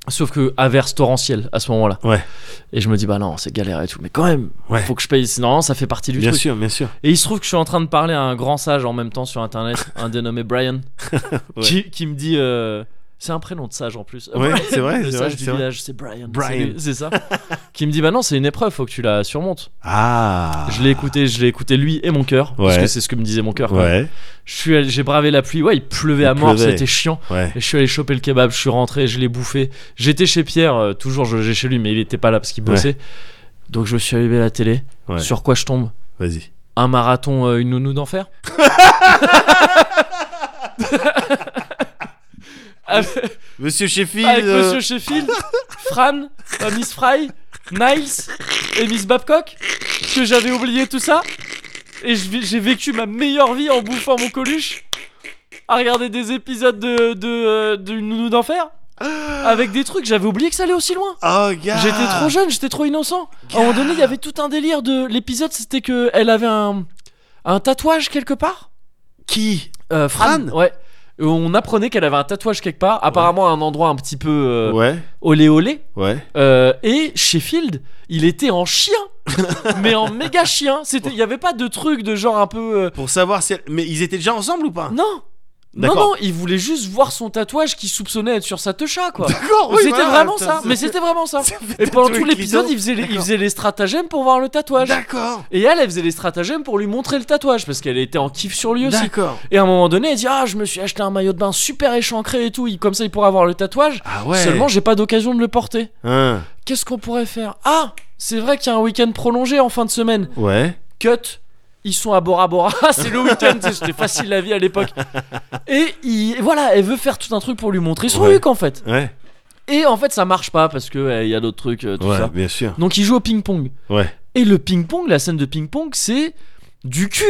Speaker 1: sauf que averse torrentielle à ce moment-là.
Speaker 2: Ouais.
Speaker 1: Et je me dis bah non, c'est galère et tout, mais quand même,
Speaker 2: Ouais.
Speaker 1: faut que je paye. Sinon, ça fait partie du
Speaker 2: Bien
Speaker 1: truc.
Speaker 2: sûr, bien sûr.
Speaker 1: Et il se trouve que je suis en train de parler à un grand sage en même temps sur
Speaker 2: <laughs>
Speaker 1: internet, un dénommé Brian,
Speaker 2: Ouais.
Speaker 1: qui, qui me dit. euh, c'est un prénom de sage en plus.
Speaker 2: Ouais, c'est
Speaker 1: <laughs>
Speaker 2: vrai,
Speaker 1: Le
Speaker 2: c'est
Speaker 1: sage
Speaker 2: vrai,
Speaker 1: du
Speaker 2: c'est vrai.
Speaker 1: village, c'est Brian.
Speaker 2: Brian.
Speaker 1: C'est lui, C'est ça. <laughs> qui me dit Bah non, c'est une épreuve, faut que tu la surmontes.
Speaker 2: Ah.
Speaker 1: Je l'ai écouté, je l'ai écouté lui et mon cœur. Parce
Speaker 2: Ouais.
Speaker 1: que c'est ce que me disait mon cœur. quoi.
Speaker 2: Ouais,
Speaker 1: Je suis allé- J'ai bravé la pluie, ouais, il pleuvait à
Speaker 2: Il
Speaker 1: mort,
Speaker 2: pleuvait.
Speaker 1: c'était chiant.
Speaker 2: ouais.
Speaker 1: Et je suis allé choper le kebab, je suis rentré, je l'ai bouffé. J'étais chez Pierre, euh, toujours je- j'ai chez lui, mais il était pas là parce qu'il
Speaker 2: Ouais.
Speaker 1: bossait. Donc je me suis allumé la télé.
Speaker 2: Ouais.
Speaker 1: Sur quoi je tombe
Speaker 2: Vas-y.
Speaker 1: un marathon, euh, une nounou
Speaker 2: <laughs>
Speaker 1: d'enfer Avec,
Speaker 2: Monsieur Sheffield.
Speaker 1: avec
Speaker 2: euh,
Speaker 1: Monsieur Sheffield, Fran, euh, Miss Fry, Niles et Miss Babcock Que j'avais oublié tout ça Et je vis- j'ai vécu ma meilleure vie en bouffant mon coluche À regarder des épisodes de, de, euh, de Une nounou d'enfer
Speaker 2: Ah.
Speaker 1: Avec des trucs, j'avais oublié que ça allait aussi loin
Speaker 2: Oh, gars.
Speaker 1: J'étais trop jeune, j'étais trop innocent. À un moment donné, il y avait tout un délire de l'épisode, c'était que elle avait un un tatouage quelque part.
Speaker 2: Qui
Speaker 1: Euh, Fran,
Speaker 2: Fran
Speaker 1: ouais. Et On apprenait qu'elle avait un tatouage quelque part, apparemment à un endroit un petit peu euh,
Speaker 2: Ouais,
Speaker 1: olé olé.
Speaker 2: ouais.
Speaker 1: Euh, et Sheffield, il était en
Speaker 2: <laughs>
Speaker 1: chien, mais en méga chien. C'était, il y avait pas de truc de genre un peu. euh,
Speaker 2: Pour savoir si. elle- Mais ils étaient déjà ensemble ou pas
Speaker 1: Non, Non,
Speaker 2: Ah. D'accord.
Speaker 1: non, il voulait juste voir son tatouage qui soupçonnait être sur sa techa, quoi.
Speaker 2: D'accord, <laughs> oui,
Speaker 1: c'était
Speaker 2: voilà,
Speaker 1: vraiment
Speaker 2: putain,
Speaker 1: ça,
Speaker 2: c'est-
Speaker 1: mais c'était vraiment ça.
Speaker 2: ça fait
Speaker 1: Et pendant
Speaker 2: tatouer
Speaker 1: tout l'épisode,
Speaker 2: Clito.
Speaker 1: il faisait, les, il
Speaker 2: D'accord.
Speaker 1: faisait les stratagèmes pour voir le tatouage.
Speaker 2: D'accord.
Speaker 1: Et elle, elle faisait les stratagèmes pour lui montrer le tatouage, parce qu'elle était en kiff sur lui aussi.
Speaker 2: D'accord.
Speaker 1: Et à un moment donné, elle dit Ah, je me suis acheté un maillot de bain super échancré et tout, il- comme ça il pourra avoir le tatouage.
Speaker 2: Ah ouais.
Speaker 1: Seulement, j'ai pas d'occasion de le porter.
Speaker 2: Hein,
Speaker 1: Qu'est-ce qu'on pourrait faire Ah, c'est vrai qu'il y a un week-end prolongé en fin de semaine.
Speaker 2: Ouais.
Speaker 1: Cut ils sont à Bora Bora, <laughs> Ah, c'est le week-end, tu sais, c'était facile la vie à
Speaker 2: <laughs>
Speaker 1: l'époque. Et il- voilà, elle veut faire tout un truc pour lui montrer son
Speaker 2: Ouais.
Speaker 1: look en fait.
Speaker 2: Ouais.
Speaker 1: Et en fait, ça marche pas parce que euh, il y a d'autres trucs, euh, tout
Speaker 2: Ouais,
Speaker 1: ça.
Speaker 2: bien sûr.
Speaker 1: Donc il joue au ping-pong.
Speaker 2: Ouais.
Speaker 1: Et le ping-pong, la scène de ping-pong, c'est du cul.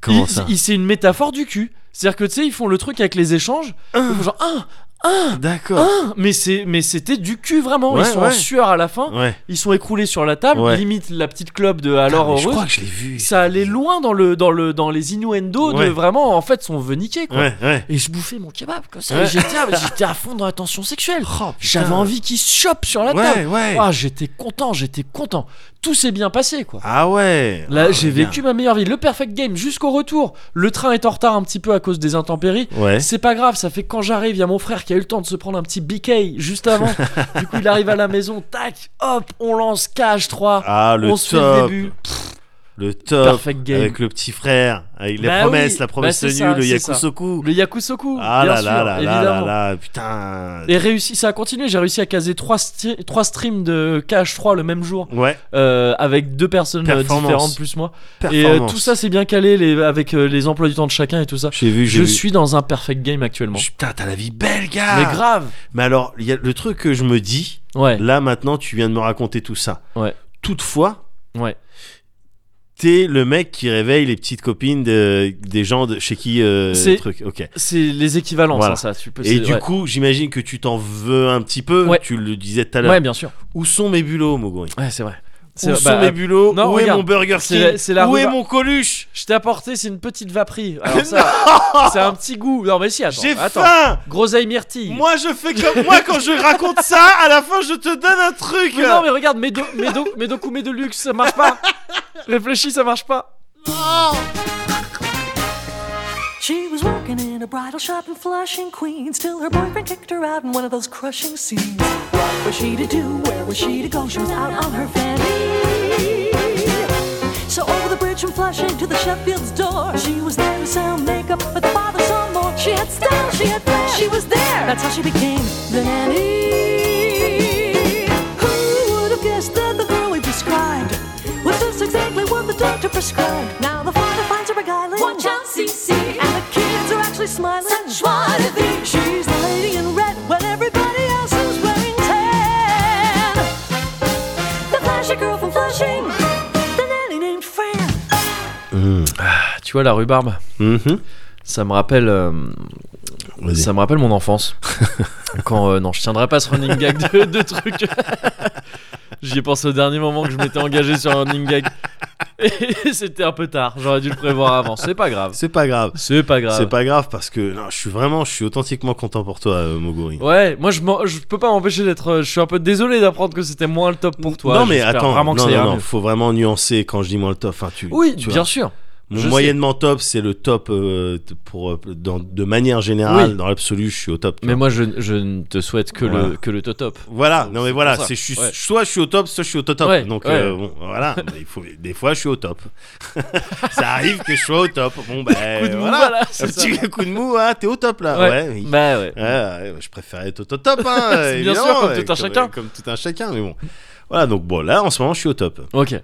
Speaker 2: Comment
Speaker 1: Il-
Speaker 2: ça
Speaker 1: il- C'est une métaphore du cul. C'est-à-dire que tu sais, ils font le truc avec les échanges.
Speaker 2: Hein,
Speaker 1: Genre, ah,
Speaker 2: D'accord.
Speaker 1: mais c'est, mais c'était du cul vraiment.
Speaker 2: Ouais,
Speaker 1: ils sont en
Speaker 2: ouais.
Speaker 1: sueur à la fin.
Speaker 2: Ouais.
Speaker 1: Ils sont écroulés sur la table.
Speaker 2: Ouais.
Speaker 1: Limite la petite club de alors
Speaker 2: Putain, mais Je
Speaker 1: heureuse.
Speaker 2: crois que je l'ai vu.
Speaker 1: Ça allait loin dans le, dans le, dans les innuendos de
Speaker 2: Ouais.
Speaker 1: vraiment. En fait, on veut niquer quoi.
Speaker 2: Ouais, ouais.
Speaker 1: Et je bouffais mon kebab comme ça.
Speaker 2: Ouais.
Speaker 1: et J'étais, à- j'étais à fond dans la tension sexuelle.
Speaker 2: Oh, putain.
Speaker 1: J'avais envie qu'ils se chopent sur la table.
Speaker 2: Ouais, ouais.
Speaker 1: Ah, j'étais content, j'étais content. Tout s'est bien passé, quoi.
Speaker 2: Ah ouais.
Speaker 1: Là,
Speaker 2: Ah,
Speaker 1: j'ai
Speaker 2: bien.
Speaker 1: vécu ma meilleure vie. Le perfect game jusqu'au retour. Le train est en retard un petit peu à cause des intempéries.
Speaker 2: Ouais.
Speaker 1: C'est pas grave, ça fait quand j'arrive, il y a mon frère qui a eu le temps de se prendre un petit BK juste
Speaker 2: <laughs>
Speaker 1: avant. du coup, il arrive à la maison, tac, hop, on lance cage 3.
Speaker 2: Ah le
Speaker 1: on se fait le
Speaker 2: top.
Speaker 1: début.
Speaker 2: Le top.
Speaker 1: Perfect game.
Speaker 2: Avec le petit frère, avec les
Speaker 1: Bah
Speaker 2: promesses,
Speaker 1: oui,
Speaker 2: la promesse
Speaker 1: bah c'est
Speaker 2: tenue,
Speaker 1: ça,
Speaker 2: le
Speaker 1: c'est ça.
Speaker 2: yakusoku.
Speaker 1: Le Yakusoku.
Speaker 2: Ah
Speaker 1: bien
Speaker 2: là
Speaker 1: sûr,
Speaker 2: là là là
Speaker 1: évidemment.
Speaker 2: là là, putain.
Speaker 1: Et réussi, ça a continué. J'ai réussi à caser 3, streams de cage 3 le même jour
Speaker 2: Ouais,
Speaker 1: euh, avec deux personnes euh,
Speaker 2: Performance.
Speaker 1: différentes plus moi. Et euh,
Speaker 2: performance.
Speaker 1: tout ça, c'est bien calé les, avec euh, les emplois du temps de chacun et tout ça.
Speaker 2: J'ai vu, j'ai
Speaker 1: Je
Speaker 2: vu.
Speaker 1: suis dans un perfect game actuellement.
Speaker 2: Putain, t'as la vie belle, gars.
Speaker 1: Mais grave
Speaker 2: Mais alors, il y a le truc que je me dis,
Speaker 1: Ouais,
Speaker 2: là maintenant, tu viens de me raconter tout ça.
Speaker 1: Ouais.
Speaker 2: Toutefois,
Speaker 1: ouais.
Speaker 2: t'es le mec qui réveille les petites copines de- des gens de, chez qui euh,
Speaker 1: C'est-
Speaker 2: truc. Ok.
Speaker 1: C'est les équivalences,
Speaker 2: Voilà.
Speaker 1: hein, ça. Tu peux,
Speaker 2: Et
Speaker 1: c'est-
Speaker 2: du
Speaker 1: ouais.
Speaker 2: coup, j'imagine que tu t'en veux un petit peu.
Speaker 1: Ouais.
Speaker 2: Tu le disais tout à l'heure.
Speaker 1: Ouais, bien sûr.
Speaker 2: Où sont mes bulots, Moguri
Speaker 1: Ouais, c'est vrai.
Speaker 2: Où
Speaker 1: C'est-
Speaker 2: sont
Speaker 1: bah,
Speaker 2: mes bulots
Speaker 1: non,
Speaker 2: Où est
Speaker 1: regarde.
Speaker 2: mon Burger
Speaker 1: C'est
Speaker 2: King
Speaker 1: la- c'est la
Speaker 2: Où
Speaker 1: rue-
Speaker 2: est mon Coluche
Speaker 1: euh, Je t'ai apporté, c'est une petite
Speaker 2: <laughs>
Speaker 1: vaperie. Alors ça, c'est un petit goût. Non, mais si, attends.
Speaker 2: J'ai
Speaker 1: attends.
Speaker 2: faim
Speaker 1: Groseille myrtille.
Speaker 2: Moi, je fais comme moi
Speaker 1: <laughs>
Speaker 2: quand je raconte ça. À la fin, je te donne un truc.
Speaker 1: Mais non, mais regarde, mes, do... mes, do... mes documents de luxe, ça marche
Speaker 2: <laughs>
Speaker 1: pas. Réfléchis, ça marche pas.
Speaker 4: She was working in a bridal shop in Flushing, Queens, till her boyfriend kicked her out in one of those crushing scenes. What was she to do? Where was she to go? She was out on her fanny. So over the bridge from Flushing to the Sheffield's door, she was there to sell makeup, but the father saw more. She had style, she had flair, she was there. That's how she became the nanny. Who would have guessed that the girl we described was just exactly what the doctor prescribed? Now the father finds her beguiling. Watch out, CC. And the kids are actually smiling. Such wonderful. She's the lady in red when everybody else is wearing tan. The flashy girl from Flushing. The nanny named Fran.
Speaker 1: Ah, Tu vois, la rhubarbe,
Speaker 2: Mhm.
Speaker 1: ça me rappelle. euh, Ça me rappelle mon enfance.
Speaker 2: <laughs>
Speaker 1: Quand euh, non, je tiendrai pas ce running gag de, de truc. <laughs> J'y ai pensé au dernier moment que je m'étais engagé sur un running gag. Et <laughs> c'était un peu tard. J'aurais dû le prévoir avant. C'est pas grave.
Speaker 2: C'est pas grave.
Speaker 1: C'est pas grave.
Speaker 2: C'est pas grave parce que non, je suis vraiment, je suis authentiquement content pour toi, euh, Moguri.
Speaker 1: Ouais, moi je, m'en- je peux pas m'empêcher d'être. euh, Je suis un peu désolé d'apprendre que c'était moins le top pour toi.
Speaker 2: non mais
Speaker 1: J'espère
Speaker 2: attends,
Speaker 1: Vraiment que
Speaker 2: non,
Speaker 1: ça
Speaker 2: non,
Speaker 1: ira
Speaker 2: non,
Speaker 1: mieux.
Speaker 2: faut vraiment nuancer quand je dis moi le top. Enfin, tu,
Speaker 1: Oui,
Speaker 2: tu
Speaker 1: bien
Speaker 2: vois,
Speaker 1: sûr.
Speaker 2: mon
Speaker 1: je
Speaker 2: moyennement top, c'est le top euh, t- pour euh, dans, de manière générale,
Speaker 1: Oui.
Speaker 2: dans l'absolu, je suis au top. tu
Speaker 1: Mais
Speaker 2: vois.
Speaker 1: moi je, je ne te souhaite que le
Speaker 2: Voilà.
Speaker 1: que le top top. hein.
Speaker 2: Voilà, non
Speaker 1: c'est
Speaker 2: mais voilà,
Speaker 1: pour ça.
Speaker 2: c'est je suis-
Speaker 1: Ouais.
Speaker 2: soit je suis au top, soit je suis au top.
Speaker 1: Ouais,
Speaker 2: Donc
Speaker 1: ouais.
Speaker 2: euh, bon,
Speaker 1: <laughs>
Speaker 2: voilà, il faut, des fois je suis au top. <laughs> ça arrive que je sois au top. Bon ben
Speaker 1: Coup de mou,
Speaker 2: voilà, <laughs>
Speaker 1: voilà,
Speaker 2: un
Speaker 1: c'est ça.
Speaker 2: petit coup de mou, hein, t'es au top là.
Speaker 1: Ouais.
Speaker 2: Ouais, oui.
Speaker 1: Bah ouais.
Speaker 2: Ouais, ouais, je préfère être au top, top hein,
Speaker 1: <laughs> C'est bien sûr,
Speaker 2: évidemment,
Speaker 1: comme
Speaker 2: ouais,
Speaker 1: tout un chacun.
Speaker 2: Comme tout un chacun, mais bon. Voilà, donc bon, là, en ce moment, je suis au top.
Speaker 1: Ok.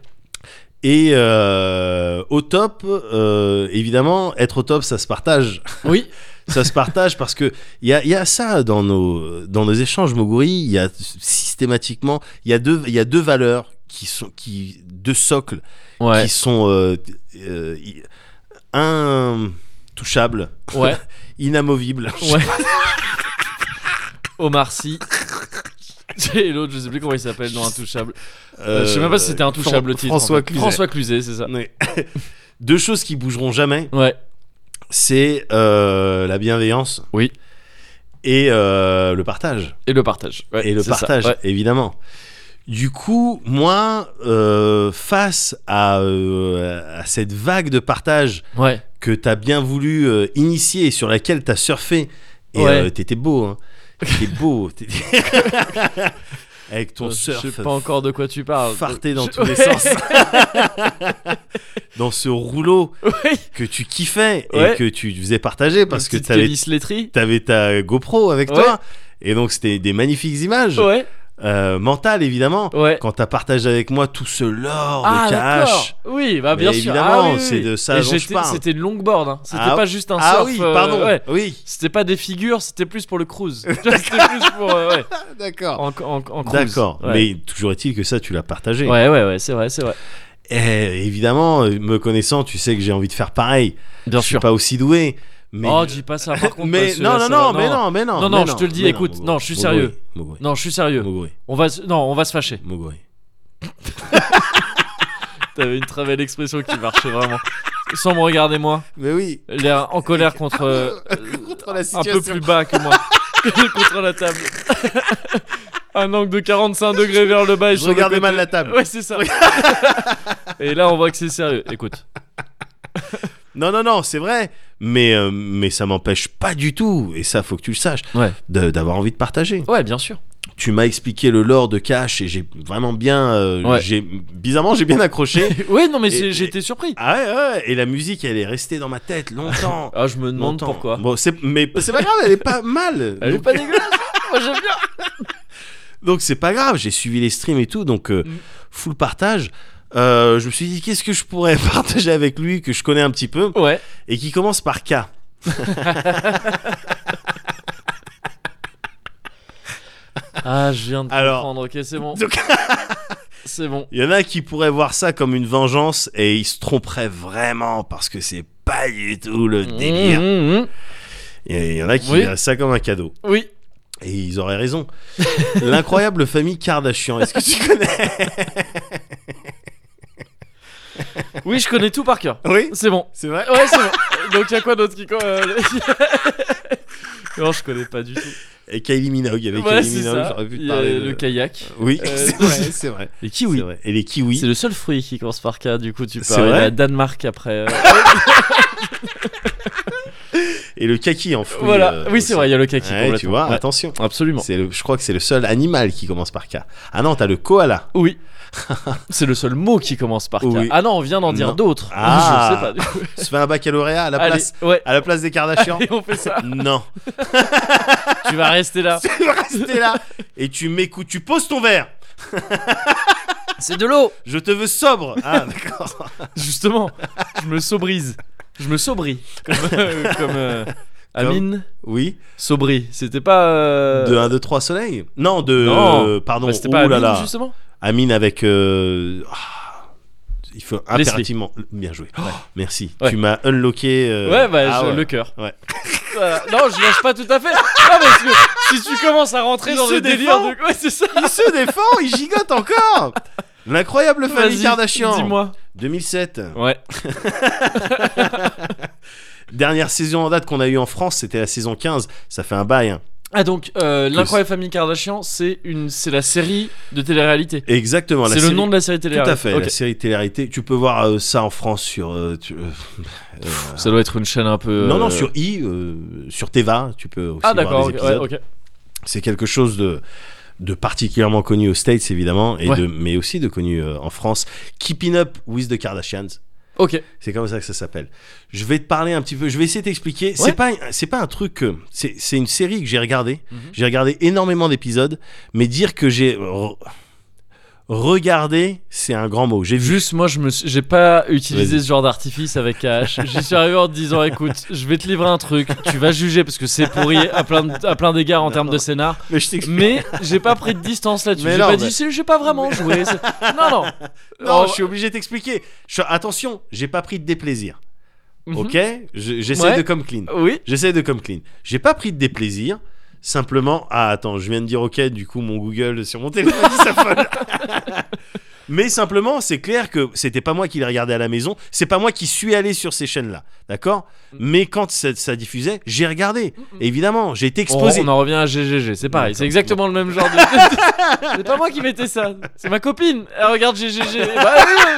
Speaker 2: Et euh, au top, euh, évidemment, être au top, ça se partage.
Speaker 1: Oui.
Speaker 2: Ça se partage parce que il y a, il y a ça dans nos, dans nos échanges, Moguri. Il y a systématiquement, il y, a deux- il y a deux valeurs qui sont, qui, deux socles
Speaker 1: Ouais.
Speaker 2: qui sont euh, euh, i- intouchables,
Speaker 1: Ouais.
Speaker 2: inamovibles.
Speaker 1: Ouais. Omar Sy. <laughs> Et l'autre, je sais plus comment il s'appelle, non, intouchable. Euh, je sais même pas si c'était intouchable le
Speaker 2: Fran-
Speaker 1: titre.
Speaker 2: François
Speaker 1: en fait.
Speaker 2: Cluzet.
Speaker 1: François Cluzet, c'est ça.
Speaker 2: Ouais. <laughs> Deux choses qui bougeront jamais,
Speaker 1: Ouais.
Speaker 2: c'est euh, la bienveillance.
Speaker 1: Oui.
Speaker 2: Et euh, le partage.
Speaker 1: Et le partage. Ouais,
Speaker 2: et le
Speaker 1: c'est ça.
Speaker 2: partage,
Speaker 1: Ouais.
Speaker 2: évidemment. Du coup, moi, euh, face à, euh, à cette vague de partage
Speaker 1: Ouais.
Speaker 2: que t'as bien voulu euh, initier et sur laquelle t'as surfé, et
Speaker 1: Ouais.
Speaker 2: euh, t'étais beau, hein. T'étais
Speaker 1: <laughs>
Speaker 2: beau. t'étais- <laughs> Avec ton
Speaker 1: Euh,
Speaker 2: surf
Speaker 1: Je sais pas encore de quoi tu parles.
Speaker 2: farté dans
Speaker 1: Je-
Speaker 2: tous les
Speaker 1: Ouais.
Speaker 2: sens. dans ce rouleau
Speaker 1: <laughs> oui.
Speaker 2: que tu kiffais
Speaker 1: Ouais.
Speaker 2: et que tu faisais partager parce que t'avais
Speaker 1: Kélis Lettry.
Speaker 2: t'avais ta GoPro avec
Speaker 1: Ouais.
Speaker 2: toi. Et donc, c'était des magnifiques images,
Speaker 1: Ouais.
Speaker 2: euh, mentales évidemment.
Speaker 1: Ouais.
Speaker 2: Quand t'as partagé avec moi tout ce lore
Speaker 1: Ah
Speaker 2: de
Speaker 1: d'accord.
Speaker 2: KH.
Speaker 1: Oui, bah
Speaker 2: Mais
Speaker 1: bien sûr. Ah,
Speaker 2: évidemment,
Speaker 1: oui, oui,
Speaker 2: c'est
Speaker 1: oui.
Speaker 2: de ça
Speaker 1: Et
Speaker 2: dont je
Speaker 1: j'étais-
Speaker 2: parle.
Speaker 1: C'était une longboard. Hein. C'était
Speaker 2: Ah,
Speaker 1: pas juste un
Speaker 2: Ah
Speaker 1: surf.
Speaker 2: oui,
Speaker 1: euh,
Speaker 2: pardon.
Speaker 1: ouais.
Speaker 2: Oui,
Speaker 1: C'était pas des figures, c'était plus pour le
Speaker 2: <laughs>
Speaker 1: cruise. <laughs> Tu vois, c'était plus pour euh, ouais,
Speaker 2: Ah, d'accord.
Speaker 1: en, en, en cruise.
Speaker 2: D'accord,
Speaker 1: Ouais.
Speaker 2: mais toujours est-il que ça, tu l'as partagé.
Speaker 1: Ouais, ouais, ouais, c'est vrai, c'est vrai.
Speaker 2: Et évidemment, euh, me connaissant, tu sais que j'ai envie de faire pareil.
Speaker 1: Bien
Speaker 2: Je suis
Speaker 1: sûr.
Speaker 2: pas aussi doué. Mais...
Speaker 1: Oh, dis pas <laughs> ça. Par contre,
Speaker 2: mais
Speaker 1: parce que
Speaker 2: non,
Speaker 1: là,
Speaker 2: non,
Speaker 1: ça
Speaker 2: non,
Speaker 1: va-
Speaker 2: mais non, mais non.
Speaker 1: Non,
Speaker 2: mais
Speaker 1: non, je te le dis,
Speaker 2: mais
Speaker 1: écoute,
Speaker 2: Moguri,
Speaker 1: non, je suis
Speaker 2: Moguri,
Speaker 1: sérieux.
Speaker 2: Moguri,
Speaker 1: Non, je suis sérieux.
Speaker 2: Moguri,
Speaker 1: On va, se- non, on va se fâcher.
Speaker 2: Moguri.
Speaker 1: <laughs> T'avais une très belle expression qui marchait vraiment. Sans me regarder moi,
Speaker 2: Mais oui,
Speaker 1: l'air en colère contre <laughs> euh,
Speaker 2: contre la
Speaker 1: un peu
Speaker 2: situation.
Speaker 1: plus bas que moi, <laughs> contre la table. <laughs> un angle de 45 degrés vers le bas. Et
Speaker 2: Je
Speaker 1: sur le
Speaker 2: regardais
Speaker 1: côté.
Speaker 2: mal la table.
Speaker 1: Ouais, <laughs> c'est ça. et là, on voit que c'est sérieux. Écoute.
Speaker 2: Non, non, non, c'est vrai. Mais, euh, mais ça m'empêche pas du tout, et ça, faut que tu le saches,
Speaker 1: Ouais.
Speaker 2: de- d'avoir envie de partager.
Speaker 1: Ouais, bien sûr.
Speaker 2: Tu m'as expliqué le lore de Cash, et j'ai vraiment bien. euh,
Speaker 1: Ouais.
Speaker 2: j'ai- bizarrement, j'ai bien accroché. <laughs>
Speaker 1: <laughs> Ouais, non, mais c'est-
Speaker 2: Et-
Speaker 1: j'étais surpris.
Speaker 2: ah ouais, ouais, et la musique, elle est restée dans ma
Speaker 1: <laughs>
Speaker 2: tête longtemps.
Speaker 1: Ah, je me demande
Speaker 2: longtemps.
Speaker 1: pourquoi.
Speaker 2: Bon, c'est, mais c'est pas grave, elle
Speaker 1: <laughs>
Speaker 2: est pas mal.
Speaker 1: Elle est
Speaker 2: Donc-
Speaker 1: pas dégueulasse. hein. Moi, j'aime bien.
Speaker 2: Donc c'est pas grave, j'ai suivi les streams et tout, donc euh,
Speaker 1: Mm.
Speaker 2: full partage. Euh, je me suis dit qu'est-ce que je pourrais <laughs> partager avec lui que je connais un petit peu
Speaker 1: Ouais.
Speaker 2: et qui commence par K.
Speaker 1: Ah, je viens de
Speaker 2: Alors-
Speaker 1: comprendre. Ok, c'est bon.
Speaker 2: Donc-
Speaker 1: C'est bon.
Speaker 2: Il y en a qui pourraient voir ça comme une vengeance et ils se tromperaient vraiment parce que c'est pas du tout le délire.
Speaker 1: Mmh, mmh, mmh.
Speaker 2: Et il y en a qui
Speaker 1: Oui.
Speaker 2: verraient ça comme un cadeau
Speaker 1: Oui.
Speaker 2: et ils
Speaker 1: <laughs>
Speaker 2: auraient raison. L'incroyable famille Kardashian, est-ce que tu connais
Speaker 1: <laughs> Oui, je connais tout par cœur.
Speaker 2: Oui,
Speaker 1: C'est bon.
Speaker 2: c'est vrai.
Speaker 1: Ouais, c'est bon. Donc, il y a quoi d'autre qui. co- euh, <laughs> non, je connais pas du tout.
Speaker 2: Et Kylie Minogue avec
Speaker 1: Voilà,
Speaker 2: Kylie
Speaker 1: c'est
Speaker 2: Minogue,
Speaker 1: ça.
Speaker 2: j'aurais pu
Speaker 1: Il
Speaker 2: te
Speaker 1: y a
Speaker 2: parler de-
Speaker 1: le kayak.
Speaker 2: Oui,
Speaker 1: Euh,
Speaker 2: <laughs> c'est vrai, c'est vrai.
Speaker 1: Les
Speaker 2: C'est
Speaker 1: kiwis.
Speaker 2: vrai. Et les kiwis.
Speaker 1: C'est le seul fruit qui commence par K, du coup, tu
Speaker 2: C'est
Speaker 1: parles.
Speaker 2: vrai
Speaker 1: la Danemark
Speaker 2: <laughs>
Speaker 1: après. euh,
Speaker 2: et le kaki en fruit.
Speaker 1: voilà.
Speaker 2: euh,
Speaker 1: oui, c'est
Speaker 2: aussi.
Speaker 1: vrai, il y a le kaki.
Speaker 2: Ouais,
Speaker 1: complètement.
Speaker 2: tu vois,
Speaker 1: Ouais,
Speaker 2: attention.
Speaker 1: Absolument.
Speaker 2: C'est le, je crois que c'est le seul animal qui commence par K. Ah non, t'as
Speaker 1: <laughs>
Speaker 2: le koala. <laughs>
Speaker 1: Oui. c'est le seul mot qui commence par K.
Speaker 2: Oui.
Speaker 1: Ah non, on vient d'en dire
Speaker 2: Non.
Speaker 1: d'autres.
Speaker 2: Ah.
Speaker 1: Je sais pas. du coup.
Speaker 2: Se fait un baccalauréat à la
Speaker 1: Allez,
Speaker 2: place,
Speaker 1: ouais. <laughs>
Speaker 2: à la place des Kardashians.
Speaker 1: Et on fait ça.
Speaker 2: non,
Speaker 1: tu vas rester là.
Speaker 2: tu vas <laughs> rester là et tu m'écoutes, tu poses ton verre.
Speaker 1: C'est de l'eau.
Speaker 2: Je te veux sobre. Ah
Speaker 1: <laughs>
Speaker 2: d'accord.
Speaker 1: Justement, je me sobrise. Je me sobris. Comme, euh, comme, euh, Amine.
Speaker 2: Oui.
Speaker 1: Sobri. C'était pas. euh,
Speaker 2: De 1, 2, 3 soleil. Non, de.
Speaker 1: Non.
Speaker 2: euh, pardon.
Speaker 1: bah, C'était pas
Speaker 2: Ouh là
Speaker 1: Amine,
Speaker 2: là.
Speaker 1: justement
Speaker 2: Amine avec. euh, ah, il faut
Speaker 1: Leslie.
Speaker 2: impérativement. Bien joué. Oh, <gasps> merci.
Speaker 1: Ouais.
Speaker 2: Tu m'as unlocké. euh,
Speaker 1: Ouais, bah,
Speaker 2: ah
Speaker 1: je-
Speaker 2: ouais.
Speaker 1: le cœur.
Speaker 2: Ouais.
Speaker 1: Voilà. non, je lâche pas tout à fait. Ah, parce que si tu commences à rentrer
Speaker 2: Il
Speaker 1: dans
Speaker 2: se
Speaker 1: le délire
Speaker 2: défend.
Speaker 1: de. Ouais, c'est ça.
Speaker 2: Il se défend, il
Speaker 1: <laughs>
Speaker 2: gigote encore. L'incroyable famille
Speaker 1: Vas-y,
Speaker 2: Kardashian.
Speaker 1: Dis-moi.
Speaker 2: 2007.
Speaker 1: Ouais.
Speaker 2: Dernière saison en date qu'on a eu en France, c'était la saison 15. Ça fait un bail. hein.
Speaker 1: Ah, donc, euh, l'incroyable famille Kardashian, c'est une... c'est la série de télé-réalité.
Speaker 2: Exactement.
Speaker 1: c'est le nom de la série télé
Speaker 2: Tout à fait, la série télé-réalité. Tu peux voir euh, ça en France sur. euh, tu- euh,
Speaker 1: Ça doit être une chaîne un peu.
Speaker 2: Non, non,
Speaker 1: euh,
Speaker 2: sur i, euh, sur Teva. Tu peux aussi
Speaker 1: Ah,
Speaker 2: voir
Speaker 1: d'accord,
Speaker 2: des
Speaker 1: ok, ouais,
Speaker 2: épisodes.
Speaker 1: ok.
Speaker 2: C'est quelque chose de de particulièrement connu aux States évidemment et
Speaker 1: Ouais.
Speaker 2: de mais aussi de connu euh, en France Keeping Up with the Kardashians
Speaker 1: Ok.
Speaker 2: C'est comme ça que ça s'appelle. Je vais te parler un petit peu, je vais essayer de t'expliquer.
Speaker 1: Ouais.
Speaker 2: C'est pas c'est pas un truc que- c'est c'est une série que j'ai regardée.
Speaker 1: Mhm.
Speaker 2: J'ai regardé énormément d'épisodes, mais dire que j'ai re- regardé, c'est un grand mot. J'ai vu
Speaker 1: Juste, moi, je me suis- j'ai pas utilisé
Speaker 2: Vas-y.
Speaker 1: ce genre d'artifice avec KH. J'y suis arrivé en te disant, écoute, je vais te livrer un truc, tu vas juger parce que c'est pourri à plein, de- à plein d'égards en termes de scénar.
Speaker 2: mais je t'explique.
Speaker 1: Mais j'ai pas pris de distance là-dessus.
Speaker 2: Mais
Speaker 1: J'ai
Speaker 2: non,
Speaker 1: pas
Speaker 2: mais-
Speaker 1: dit, c'est- j'ai pas vraiment joué. c'est- Non, non.
Speaker 2: Non,
Speaker 1: Oh,
Speaker 2: je suis obligé de t'expliquer. Je- Attention, j'ai pas pris de déplaisir.
Speaker 1: mhm.
Speaker 2: OK Je- J'essaie
Speaker 1: Ouais.
Speaker 2: de comme clean.
Speaker 1: Oui.
Speaker 2: J'essaie de comme clean. J'ai pas pris de déplaisir. Simplement, ah attends, je viens de dire ok, du coup mon Google sur mon téléphone il s'affole. <laughs> Mais simplement, c'est clair que c'était pas moi qui les regardais à la maison, c'est pas moi qui suis allé sur ces chaînes-là, d'accord
Speaker 1: Mhm.
Speaker 2: Mais quand ça, ça diffusait, j'ai regardé. Évidemment, j'ai été
Speaker 1: On,
Speaker 2: exposé.
Speaker 1: Mhm. Oh, on en revient à GGG, c'est pareil, c'est exactement le même genre de. c'est pas moi qui mettais ça, c'est ma copine. Elle regarde GGG. Bah, ouais.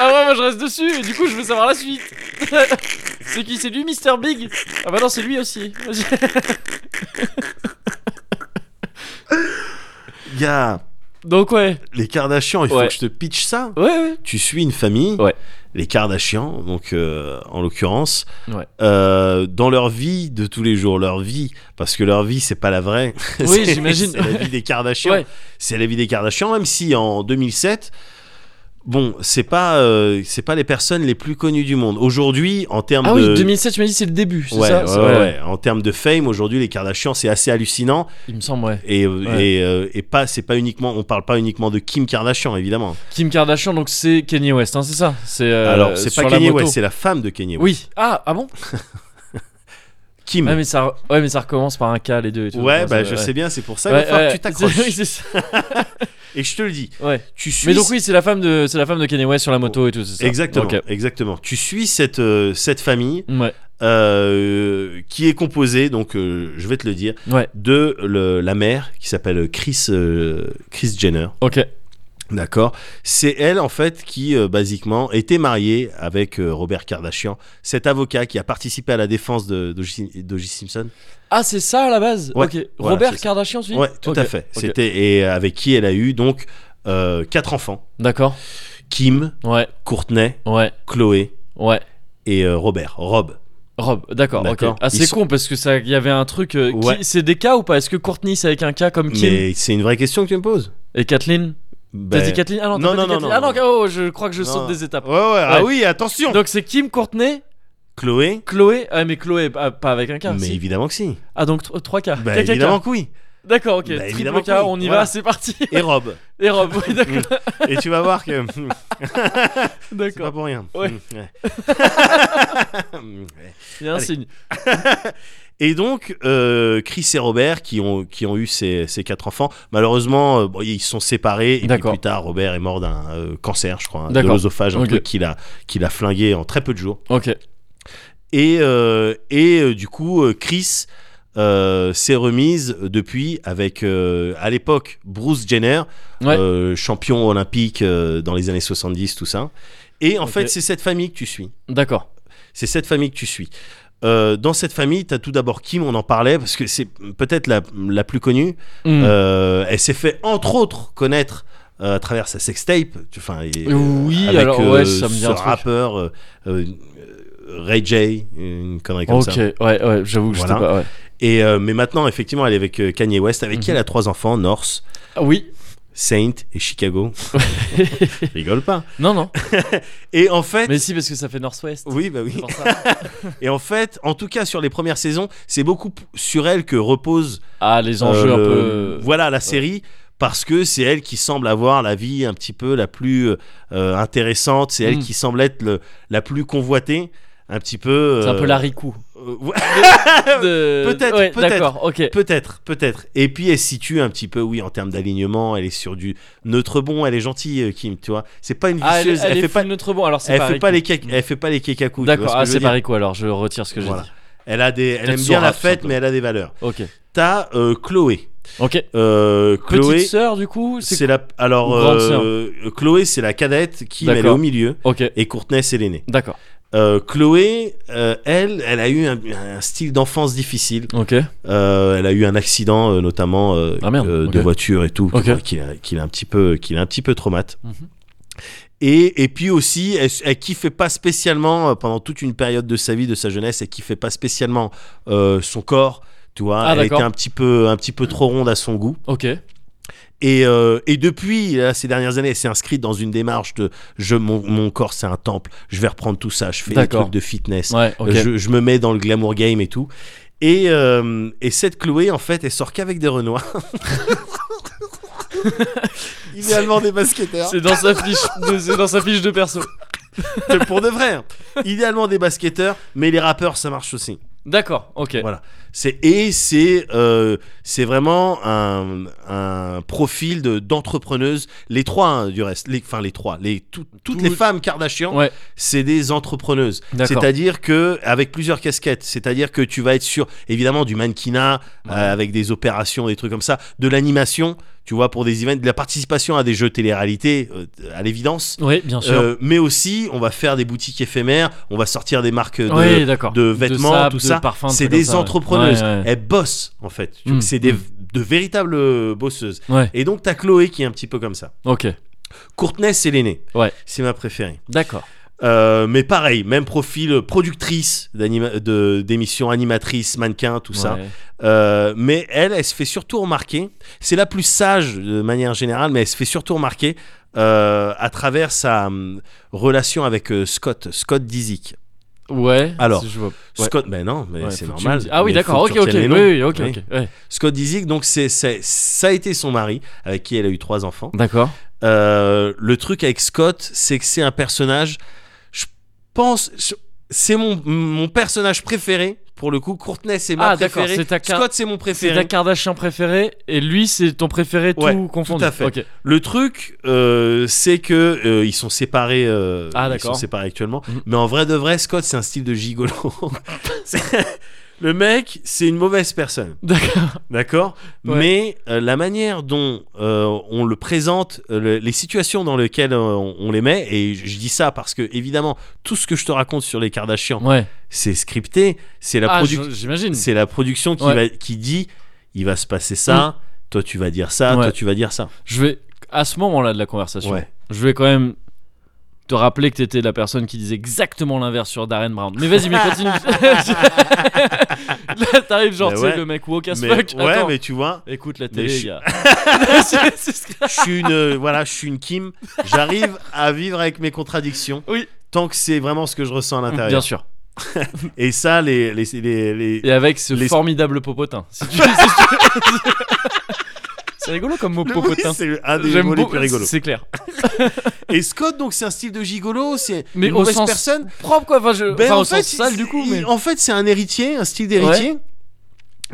Speaker 1: Ah ouais, moi je reste dessus et du coup je veux savoir la suite. <laughs> c'est qui C'est lui, Mr. Big Ah bah non, c'est lui aussi. <laughs>
Speaker 2: Gars,
Speaker 1: Donc ouais,
Speaker 2: les Kardashians, il faut
Speaker 1: Ouais.
Speaker 2: que je te pitch ça.
Speaker 1: ouais, ouais.
Speaker 2: Tu suis une famille,
Speaker 1: Ouais.
Speaker 2: les Kardashians, donc euh, en l'occurrence,
Speaker 1: Ouais.
Speaker 2: euh, dans leur vie de tous les jours, leur vie, parce que leur vie, c'est pas la vraie. <laughs>
Speaker 1: Oui,
Speaker 2: C'est-
Speaker 1: j'imagine.
Speaker 2: C'est la vie des Kardashians.
Speaker 1: Ouais.
Speaker 2: C'est la vie des Kardashians, même si en 2007, bon, c'est pas, euh, c'est pas les personnes les plus connues du monde. Aujourd'hui, en termes
Speaker 1: Ah
Speaker 2: de.
Speaker 1: oui, 2007, tu m'as dit c'est le début, c'est
Speaker 2: Ouais,
Speaker 1: ça
Speaker 2: ouais,
Speaker 1: C'est-
Speaker 2: ouais, ouais. En termes de fame, aujourd'hui, les Kardashians, c'est assez hallucinant.
Speaker 1: Il me semble, ouais.
Speaker 2: Et, euh,
Speaker 1: Ouais.
Speaker 2: et, euh, et pas, c'est pas uniquement, on parle pas uniquement de Kim Kardashian, évidemment.
Speaker 1: Kim Kardashian, donc c'est Kanye West, hein, c'est ça C'est euh,
Speaker 2: Alors, c'est
Speaker 1: sur
Speaker 2: pas
Speaker 1: la
Speaker 2: Kanye
Speaker 1: moto.
Speaker 2: West, c'est la femme de Kanye West.
Speaker 1: Oui. Ah, ah bon
Speaker 2: Kim.
Speaker 1: ouais mais, ça, ouais, mais ça recommence par un cas les deux et tout.
Speaker 2: Ouais, bah
Speaker 1: c'est-
Speaker 2: je sais bien, c'est pour ça
Speaker 1: Ouais,
Speaker 2: qu'il va falloir
Speaker 1: ouais,
Speaker 2: que tu t'accroches.
Speaker 1: c'est- <laughs> oui, c'est ça.
Speaker 2: Et je te le dis,
Speaker 1: Ouais.
Speaker 2: tu suis.
Speaker 1: Mais donc oui, c'est la femme de, c'est la femme de Kanye West sur la moto et tout, c'est ça.
Speaker 2: Exactement,
Speaker 1: Ok.
Speaker 2: exactement. Tu suis cette, euh, cette famille
Speaker 1: Ouais.
Speaker 2: euh, qui est composée, donc euh, je vais te le dire,
Speaker 1: Ouais.
Speaker 2: de le- la mère qui s'appelle Chris, euh, Chris Jenner.
Speaker 1: Ok.
Speaker 2: D'accord. C'est elle en fait qui euh, basiquement était mariée avec euh, Robert Kardashian, cet avocat qui a participé à la défense de d'O.J. d'O.J. Simpson.
Speaker 1: Ah, c'est ça à la base.
Speaker 2: Ouais,
Speaker 1: ok.
Speaker 2: voilà,
Speaker 1: Robert
Speaker 2: c'est ça.
Speaker 1: Kardashian, celui
Speaker 2: Ouais, tout à fait. C'était et avec qui elle a eu donc euh, quatre enfants
Speaker 1: D'accord.
Speaker 2: Kim,
Speaker 1: Ouais.
Speaker 2: Courtney,
Speaker 1: Ouais.
Speaker 2: Chloé
Speaker 1: Ouais.
Speaker 2: et euh, Robert. Rob.
Speaker 1: Rob, d'accord, ok.
Speaker 2: D'accord.
Speaker 1: Ah,
Speaker 2: Ils
Speaker 1: c'est
Speaker 2: sont-
Speaker 1: con parce que ça, il y avait un truc. euh, qui-
Speaker 2: Ouais.
Speaker 1: C'est des cas ou pas Est-ce que Courtney c'est avec un cas comme Kim
Speaker 2: Mais c'est une vraie question que tu me poses.
Speaker 1: et Kathleen T'as
Speaker 2: Ben-
Speaker 1: dit Kathleen Ah non, t'as
Speaker 2: non,
Speaker 1: pas
Speaker 2: non,
Speaker 1: dit
Speaker 2: non,
Speaker 1: Kathleen.
Speaker 2: non,
Speaker 1: Ah non,
Speaker 2: non.
Speaker 1: oh, je crois que je saute
Speaker 2: Non.
Speaker 1: des étapes.
Speaker 2: Ouais, ouais, Ah
Speaker 1: Ouais.
Speaker 2: oui, attention.
Speaker 1: Donc c'est Kim, Courtney,
Speaker 2: Chloé.
Speaker 1: Chloé. Ah mais Chloé, ah, pas avec un cas.
Speaker 2: Mais
Speaker 1: si.
Speaker 2: évidemment que si.
Speaker 1: Ah donc 3 cas.
Speaker 2: Bah,
Speaker 1: K, K, K.
Speaker 2: évidemment que oui.
Speaker 1: D'accord, ok.
Speaker 2: Bah,
Speaker 1: Triple
Speaker 2: évidemment
Speaker 1: cas,
Speaker 2: que oui.
Speaker 1: on y
Speaker 2: Voilà.
Speaker 1: va, c'est parti.
Speaker 2: Et Mm. Rob.
Speaker 1: <laughs> Et Rob,
Speaker 2: <laughs>
Speaker 1: oui, d'accord.
Speaker 2: Et tu vas voir
Speaker 1: <laughs>
Speaker 2: que hmm, c'est pas
Speaker 1: D'accord.
Speaker 2: pour rien.
Speaker 1: Ouais.
Speaker 2: Hmm, <laughs> ouais. Hmm, ouais.
Speaker 1: Il y a un
Speaker 2: Allez.
Speaker 1: signe.
Speaker 2: Et donc, euh, Chris et Robert, qui ont, qui ont eu ces, ces quatre enfants, malheureusement, euh, bon, ils se sont séparés. Et puis
Speaker 1: D'accord.
Speaker 2: plus tard, Robert est mort d'un euh, cancer, je crois, hein, de
Speaker 1: D'accord.
Speaker 2: l'œsophage, un
Speaker 1: Ok.
Speaker 2: truc qu'il a, qu'il a flingué en très peu de jours.
Speaker 1: Ok.
Speaker 2: Et, euh, et euh, du coup, euh, Chris euh, s'est remise depuis avec, euh, à l'époque, Bruce Jenner,
Speaker 1: Ouais.
Speaker 2: euh, champion olympique euh, dans les années 70, tout ça. Et en
Speaker 1: Ok.
Speaker 2: fait, c'est cette famille que tu suis.
Speaker 1: D'accord.
Speaker 2: C'est cette famille que tu suis. Euh, dans cette famille, tu as tout d'abord Kim, on en parlait, parce que c'est peut-être la, la plus connue.
Speaker 1: Hmm.
Speaker 2: Euh, elle s'est fait, entre autres, connaître euh, à travers sa sextape. Tu- Enfin, et-
Speaker 1: Oui,
Speaker 2: avec,
Speaker 1: alors,
Speaker 2: euh,
Speaker 1: ouais, ça me dit
Speaker 2: ce
Speaker 1: un truc.
Speaker 2: rappeur, euh, euh, Ray J, une connerie comme
Speaker 1: Ok,
Speaker 2: ça.
Speaker 1: ouais, ouais, j'avoue que je sais
Speaker 2: Voilà.
Speaker 1: pas. ouais.
Speaker 2: Et, euh, mais maintenant, effectivement, elle est avec euh, Kanye West, avec qui
Speaker 1: Mhm.
Speaker 2: elle a trois enfants, North,
Speaker 1: Ah Oui.
Speaker 2: Saint et Chicago. <laughs> Rigole pas.
Speaker 1: non, non.
Speaker 2: Et en
Speaker 1: <laughs>
Speaker 2: fait...
Speaker 1: Mais si, parce que ça fait Northwest.
Speaker 2: Oui, bah oui.
Speaker 1: C'est pour ça.
Speaker 2: Et en fait, en tout cas, sur les premières saisons, c'est beaucoup p- sur elle que repose
Speaker 1: <laughs> Ah, les enjeux
Speaker 2: euh,
Speaker 1: un
Speaker 2: le-
Speaker 1: peu.
Speaker 2: Voilà, la série. Parce que c'est elle qui semble avoir la vie un petit peu la plus euh, intéressante, c'est elle
Speaker 1: Mm.
Speaker 2: qui semble être le- la plus convoitée, un petit peu.
Speaker 1: C'est un peu
Speaker 2: euh, <laughs>
Speaker 1: l'haricot.
Speaker 2: euh, ouais,
Speaker 1: De...
Speaker 2: Peut-être,
Speaker 1: ouais,
Speaker 2: peut-être.
Speaker 1: D'accord, ok.
Speaker 2: Peut-être, peut-être. Et puis elle se situe un petit peu, oui, en termes d'alignement. Elle est sur du neutre bon. Elle est gentille, euh, Kim. Tu vois, c'est pas une
Speaker 1: Ah, elle,
Speaker 2: vicieuse.
Speaker 1: elle
Speaker 2: elle,
Speaker 1: est
Speaker 2: fait pas,
Speaker 1: notre bon, alors c'est
Speaker 2: elle
Speaker 1: pas
Speaker 2: fait pas les
Speaker 1: haricot.
Speaker 2: cake- elle fait pas les kekaku, tu vois
Speaker 1: D'accord,
Speaker 2: ce que
Speaker 1: ah,
Speaker 2: je veux
Speaker 1: c'est
Speaker 2: dire.
Speaker 1: haricot alors, je retire ce que j'ai
Speaker 2: Voilà.
Speaker 1: dit.
Speaker 2: Elle a des, elle
Speaker 1: Peut-être
Speaker 2: aime bien la
Speaker 1: sourate,
Speaker 2: fête,
Speaker 1: surtout.
Speaker 2: mais elle a des valeurs.
Speaker 1: Ok.
Speaker 2: T'as euh, Chloé.
Speaker 1: Ok.
Speaker 2: Euh, Chloé,
Speaker 1: Petite sœur, du coup c'est-
Speaker 2: c'est la. Alors,
Speaker 1: Ou grande
Speaker 2: euh, Chloé, c'est la cadette. Kim, elle est
Speaker 1: D'accord.
Speaker 2: au milieu.
Speaker 1: Ok,
Speaker 2: Et Courtenay, c'est l'aînée.
Speaker 1: d'accord.
Speaker 2: Euh, Chloé, euh, elle, elle a eu un- un style d'enfance difficile.
Speaker 1: Ok.
Speaker 2: Euh, elle a eu un accident euh, notamment euh,
Speaker 1: Ah merde,
Speaker 2: euh,
Speaker 1: ok.
Speaker 2: de voiture et tout,
Speaker 1: Ok.
Speaker 2: qui- qui l'a- qui l'a un petit peu, qui l'a un petit peu traumatisé.
Speaker 1: Mhm.
Speaker 2: Et, et puis aussi, elle, elle kiffait pas spécialement euh, pendant toute une période de sa vie, de sa jeunesse, elle kiffait pas spécialement euh, son corps. Tu vois,
Speaker 1: Ah,
Speaker 2: elle était
Speaker 1: d'accord.
Speaker 2: un petit peu, un petit peu trop ronde à son goût.
Speaker 1: Ok.
Speaker 2: Et, euh, et depuis là, ces dernières années, elle s'est inscrite dans une démarche de je mon, mon corps c'est un temple, je vais reprendre tout ça, je fais des
Speaker 1: D'accord.
Speaker 2: trucs de fitness,
Speaker 1: Ouais, ok.
Speaker 2: je, je me mets dans le glamour game et tout. Et, euh, et cette Chloé, en fait, elle sort qu'avec
Speaker 1: <laughs>
Speaker 2: des Renois. Idéalement des basketteurs.
Speaker 1: C'est dans sa fiche de, c'est dans sa fiche de perso. hein.
Speaker 2: pour de vrai. Idéalement des basketteurs, mais les rappeurs, ça marche aussi.
Speaker 1: D'accord, ok.
Speaker 2: Voilà. C'est et c'est euh, c'est vraiment un, un profil de d'entrepreneuse. Les trois hein, du reste, les enfin les trois, les tout- toutes
Speaker 1: Tout-
Speaker 2: les femmes Kardashian,
Speaker 1: Ouais.
Speaker 2: c'est des entrepreneuses.
Speaker 1: D'accord.
Speaker 2: C'est-à-dire que avec plusieurs casquettes, c'est-à-dire que tu vas être sur évidemment du mannequinat euh,
Speaker 1: Ouais.
Speaker 2: avec des opérations, des trucs comme ça, de l'animation, tu vois pour des events, de la participation à des jeux télé-réalité euh, à l'évidence.
Speaker 1: Oui, bien sûr.
Speaker 2: Euh, mais aussi, on va faire des boutiques éphémères, on va sortir des marques de,
Speaker 1: oui, d'accord.
Speaker 2: de vêtements,
Speaker 1: sapes,
Speaker 2: tout
Speaker 1: de
Speaker 2: ça.
Speaker 1: parfums,
Speaker 2: C'est
Speaker 1: trucs comme
Speaker 2: des
Speaker 1: ça, ouais.
Speaker 2: entrepreneuses.
Speaker 1: Ouais, ouais.
Speaker 2: Elles bossent, en fait. Tu-
Speaker 1: Mm.
Speaker 2: C'est des,
Speaker 1: Mm.
Speaker 2: de véritables euh, bosseuses.
Speaker 1: Ouais.
Speaker 2: Et donc, t'as Chloé qui est un petit peu comme ça.
Speaker 1: Ok,
Speaker 2: Courtenay, c'est l'aînée.
Speaker 1: Ouais.
Speaker 2: C'est ma préférée.
Speaker 1: d'accord.
Speaker 2: Euh, mais pareil, même profil euh, productrice d'anima- de- d'émissions, animatrice, mannequin, tout ça.
Speaker 1: Ouais.
Speaker 2: Euh, mais elle, elle se fait surtout remarquer. C'est la plus sage de manière générale, mais elle se fait surtout remarquer euh, à travers sa hum, relation avec euh, Scott, Scott Disick.
Speaker 1: Ouais.
Speaker 2: Alors,
Speaker 1: je vois. Ouais.
Speaker 2: Scott, ben non, mais
Speaker 1: Ouais,
Speaker 2: c'est
Speaker 1: faut que tu
Speaker 2: normal.
Speaker 1: me dises. Ah oui,
Speaker 2: mais
Speaker 1: d'accord.
Speaker 2: faut que
Speaker 1: Ok,
Speaker 2: tu
Speaker 1: ok. Oui,
Speaker 2: retiennes les
Speaker 1: oui,
Speaker 2: noms.
Speaker 1: ok,
Speaker 2: Oui.
Speaker 1: ok. ouais.
Speaker 2: Scott Disick, donc c'est, c'est- ça a été son mari, avec qui elle a eu trois enfants.
Speaker 1: D'accord.
Speaker 2: Euh, le truc avec Scott, c'est que c'est un personnage. Je pense, je- c'est mon, mon personnage préféré pour le coup. Courtenay, c'est ma
Speaker 1: Ah, d'accord,
Speaker 2: préférée.
Speaker 1: c'est ta car-
Speaker 2: Scott, c'est mon
Speaker 1: C'est ta
Speaker 2: préféré.
Speaker 1: Kardashian préférée et lui c'est ton préféré tout
Speaker 2: Ouais,
Speaker 1: confondu.
Speaker 2: tout à fait.
Speaker 1: Ok.
Speaker 2: Le truc, euh, c'est que euh, ils sont séparés. euh,
Speaker 1: Ah,
Speaker 2: ils sont
Speaker 1: d'accord.
Speaker 2: séparés actuellement.
Speaker 1: Mhm.
Speaker 2: Mais en vrai de vrai, Scott, c'est un style de gigolo. <laughs> C'est- le mec, c'est une mauvaise personne.
Speaker 1: D'accord.
Speaker 2: D'accord
Speaker 1: Ouais.
Speaker 2: Mais euh, la manière dont euh, on le présente, euh, le- les situations dans lesquelles euh, on, on les met, et je, je dis ça parce que, évidemment, tout ce que je te raconte sur les Kardashians,
Speaker 1: Ouais.
Speaker 2: c'est scripté, c'est la,
Speaker 1: ah,
Speaker 2: produ-
Speaker 1: je- j'imagine.
Speaker 2: c'est la production qui,
Speaker 1: Ouais. Mm.
Speaker 2: va, qui dit il va se passer ça, toi tu vas dire ça,
Speaker 1: Ouais.
Speaker 2: toi tu vas dire ça.
Speaker 1: Je vais à ce moment-là de la conversation.
Speaker 2: Ouais.
Speaker 1: Je vais quand même te rappeler que t'étais la personne qui disait exactement l'inverse sur Darren Brown. Mais vas-y, mais
Speaker 2: <laughs>
Speaker 1: continue. <laughs> Là, t'arrives genre,
Speaker 2: Mais
Speaker 1: tu sais,
Speaker 2: ouais.
Speaker 1: le mec woke as
Speaker 2: Mais,
Speaker 1: fuck.
Speaker 2: ouais,
Speaker 1: Attends,
Speaker 2: mais tu vois,
Speaker 1: écoute la
Speaker 2: Mais
Speaker 1: télé,
Speaker 2: je- <laughs>
Speaker 1: gars. C'est- c'est ce que-
Speaker 2: je suis une, euh, voilà, je suis une Kim, j'arrive à vivre avec mes contradictions.
Speaker 1: Oui.
Speaker 2: Tant que c'est vraiment ce que je ressens à l'intérieur.
Speaker 1: Bien sûr.
Speaker 2: Et ça, les, les, les, les-
Speaker 1: Et avec ce
Speaker 2: Les-
Speaker 1: formidable popotin. Si <laughs> tu- si tu- C'est rigolo comme mot
Speaker 2: Le- oui,
Speaker 1: popotin.
Speaker 2: c'est un des
Speaker 1: J'aime
Speaker 2: mots les
Speaker 1: beaucoup-
Speaker 2: plus rigolos.
Speaker 1: C'est clair.
Speaker 2: Et Scott, donc, c'est un style de gigolo, c'est
Speaker 1: Mais
Speaker 2: une
Speaker 1: au
Speaker 2: mauvaise
Speaker 1: sens-
Speaker 2: personne.
Speaker 1: Propre quoi, enfin, je...
Speaker 2: Ben,
Speaker 1: enfin,
Speaker 2: en
Speaker 1: au
Speaker 2: fait,
Speaker 1: sens sale
Speaker 2: il-
Speaker 1: du coup,
Speaker 2: il-
Speaker 1: mais.
Speaker 2: en fait, c'est un héritier, un style d'héritier.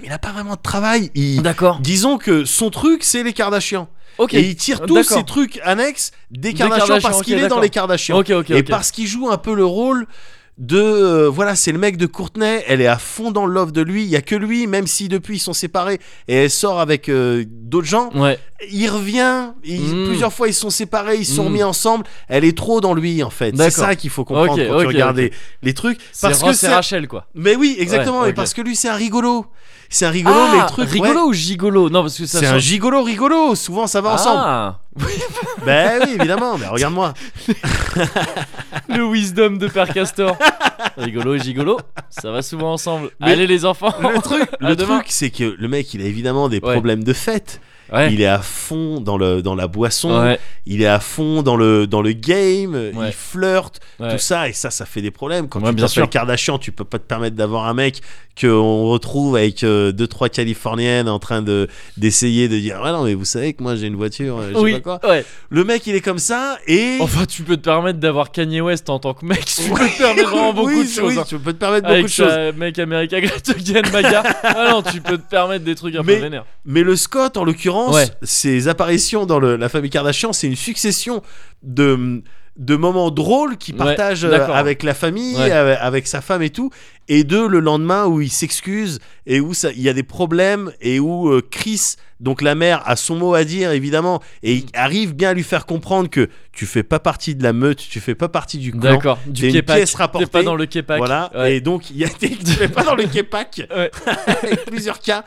Speaker 2: Mais il n'a pas vraiment de travail. Il-
Speaker 1: D'accord.
Speaker 2: Disons que son truc, c'est les Kardashians.
Speaker 1: Ok.
Speaker 2: Et il tire
Speaker 1: Euh,
Speaker 2: tous
Speaker 1: d'accord.
Speaker 2: ses trucs annexes des
Speaker 1: Des
Speaker 2: Kardashians,
Speaker 1: Kardashians,
Speaker 2: parce
Speaker 1: ok,
Speaker 2: qu'il est dans
Speaker 1: d'accord.
Speaker 2: les Kardashians.
Speaker 1: Ok, ok,
Speaker 2: Et
Speaker 1: ok.
Speaker 2: parce qu'il joue un peu le rôle de euh, voilà c'est le mec de Courtenay elle est à fond dans le love de lui il y a que lui même si depuis ils sont séparés et elle sort avec euh, d'autres gens
Speaker 1: Ouais.
Speaker 2: il revient, il-
Speaker 1: Mm.
Speaker 2: plusieurs fois ils sont séparés, ils sont
Speaker 1: Mm.
Speaker 2: remis ensemble, elle est trop dans lui en fait. C'est
Speaker 1: D'accord.
Speaker 2: ça qu'il faut comprendre
Speaker 1: Ok,
Speaker 2: quand
Speaker 1: ok,
Speaker 2: tu regardes
Speaker 1: ok.
Speaker 2: les- les trucs.
Speaker 1: C'est
Speaker 2: Parce que
Speaker 1: Ross et
Speaker 2: c'est-
Speaker 1: Rachel quoi.
Speaker 2: Mais oui, exactement,
Speaker 1: Ouais,
Speaker 2: mais
Speaker 1: ok.
Speaker 2: parce que lui c'est un rigolo. C'est un rigolo,
Speaker 1: ah,
Speaker 2: mais le truc.
Speaker 1: rigolo
Speaker 2: ouais,
Speaker 1: ou gigolo Non parce que ça
Speaker 2: c'est un
Speaker 1: change-
Speaker 2: gigolo rigolo, souvent ça va ensemble.
Speaker 1: Ah,
Speaker 2: Ben oui, évidemment, mais regarde-moi.
Speaker 1: le wisdom de Père Castor. <laughs> rigolo et gigolo, ça va souvent ensemble.
Speaker 2: Mais-
Speaker 1: Allez les enfants.
Speaker 2: Le truc,
Speaker 1: À
Speaker 2: le
Speaker 1: demain.
Speaker 2: truc c'est que le mec il a évidemment des
Speaker 1: Ouais.
Speaker 2: problèmes de fête.
Speaker 1: Ouais.
Speaker 2: Il est à fond dans, le, dans la boisson,
Speaker 1: Ouais.
Speaker 2: il est à fond dans le, dans le game,
Speaker 1: Ouais.
Speaker 2: il flirte,
Speaker 1: Ouais.
Speaker 2: tout ça et ça ça fait des problèmes quand
Speaker 1: Ouais,
Speaker 2: tu
Speaker 1: bien
Speaker 2: t'appelles
Speaker 1: sûr.
Speaker 2: Kardashian tu peux pas te permettre d'avoir un mec que on retrouve avec euh, deux trois californiennes en train de d'essayer de dire ouais non mais vous savez que moi j'ai une voiture euh, je sais
Speaker 1: Oui.
Speaker 2: pas quoi
Speaker 1: Ouais.
Speaker 2: le mec il est comme ça et
Speaker 1: Enfin, tu peux te permettre d'avoir Kanye West en tant que mec. Tu peux te
Speaker 2: <laughs>
Speaker 1: permettre vraiment beaucoup
Speaker 2: Oui,
Speaker 1: de choses.
Speaker 2: oui,
Speaker 1: hein.
Speaker 2: tu peux te permettre
Speaker 1: Avec
Speaker 2: beaucoup de choses
Speaker 1: ta mec America Great Again, Maga. ah non, tu peux te permettre des trucs un
Speaker 2: Mais-
Speaker 1: peu vénères.
Speaker 2: mais le Scott en l'occurrence
Speaker 1: Ouais.
Speaker 2: ses apparitions dans le- la famille Kardashian c'est une succession de de moments drôles qu'il
Speaker 1: Ouais,
Speaker 2: partage euh,
Speaker 1: d'accord.
Speaker 2: avec la famille
Speaker 1: Ouais.
Speaker 2: avec, avec sa femme et tout et deux le lendemain où il s'excuse et où ça il y a des problèmes et où euh, Chris donc la mère a son mot à dire évidemment et
Speaker 1: Mm.
Speaker 2: il arrive bien à lui faire comprendre que tu fais pas partie de la meute tu fais pas partie du clan
Speaker 1: D'accord. Du
Speaker 2: une
Speaker 1: Képak.
Speaker 2: pièce rapportée.
Speaker 1: T'es pas dans le Képak.
Speaker 2: voilà
Speaker 1: Ouais.
Speaker 2: et donc il y a des, tu fais pas dans le Képak
Speaker 1: <laughs> Ouais.
Speaker 2: <laughs> avec
Speaker 1: <laughs>
Speaker 2: plusieurs cas.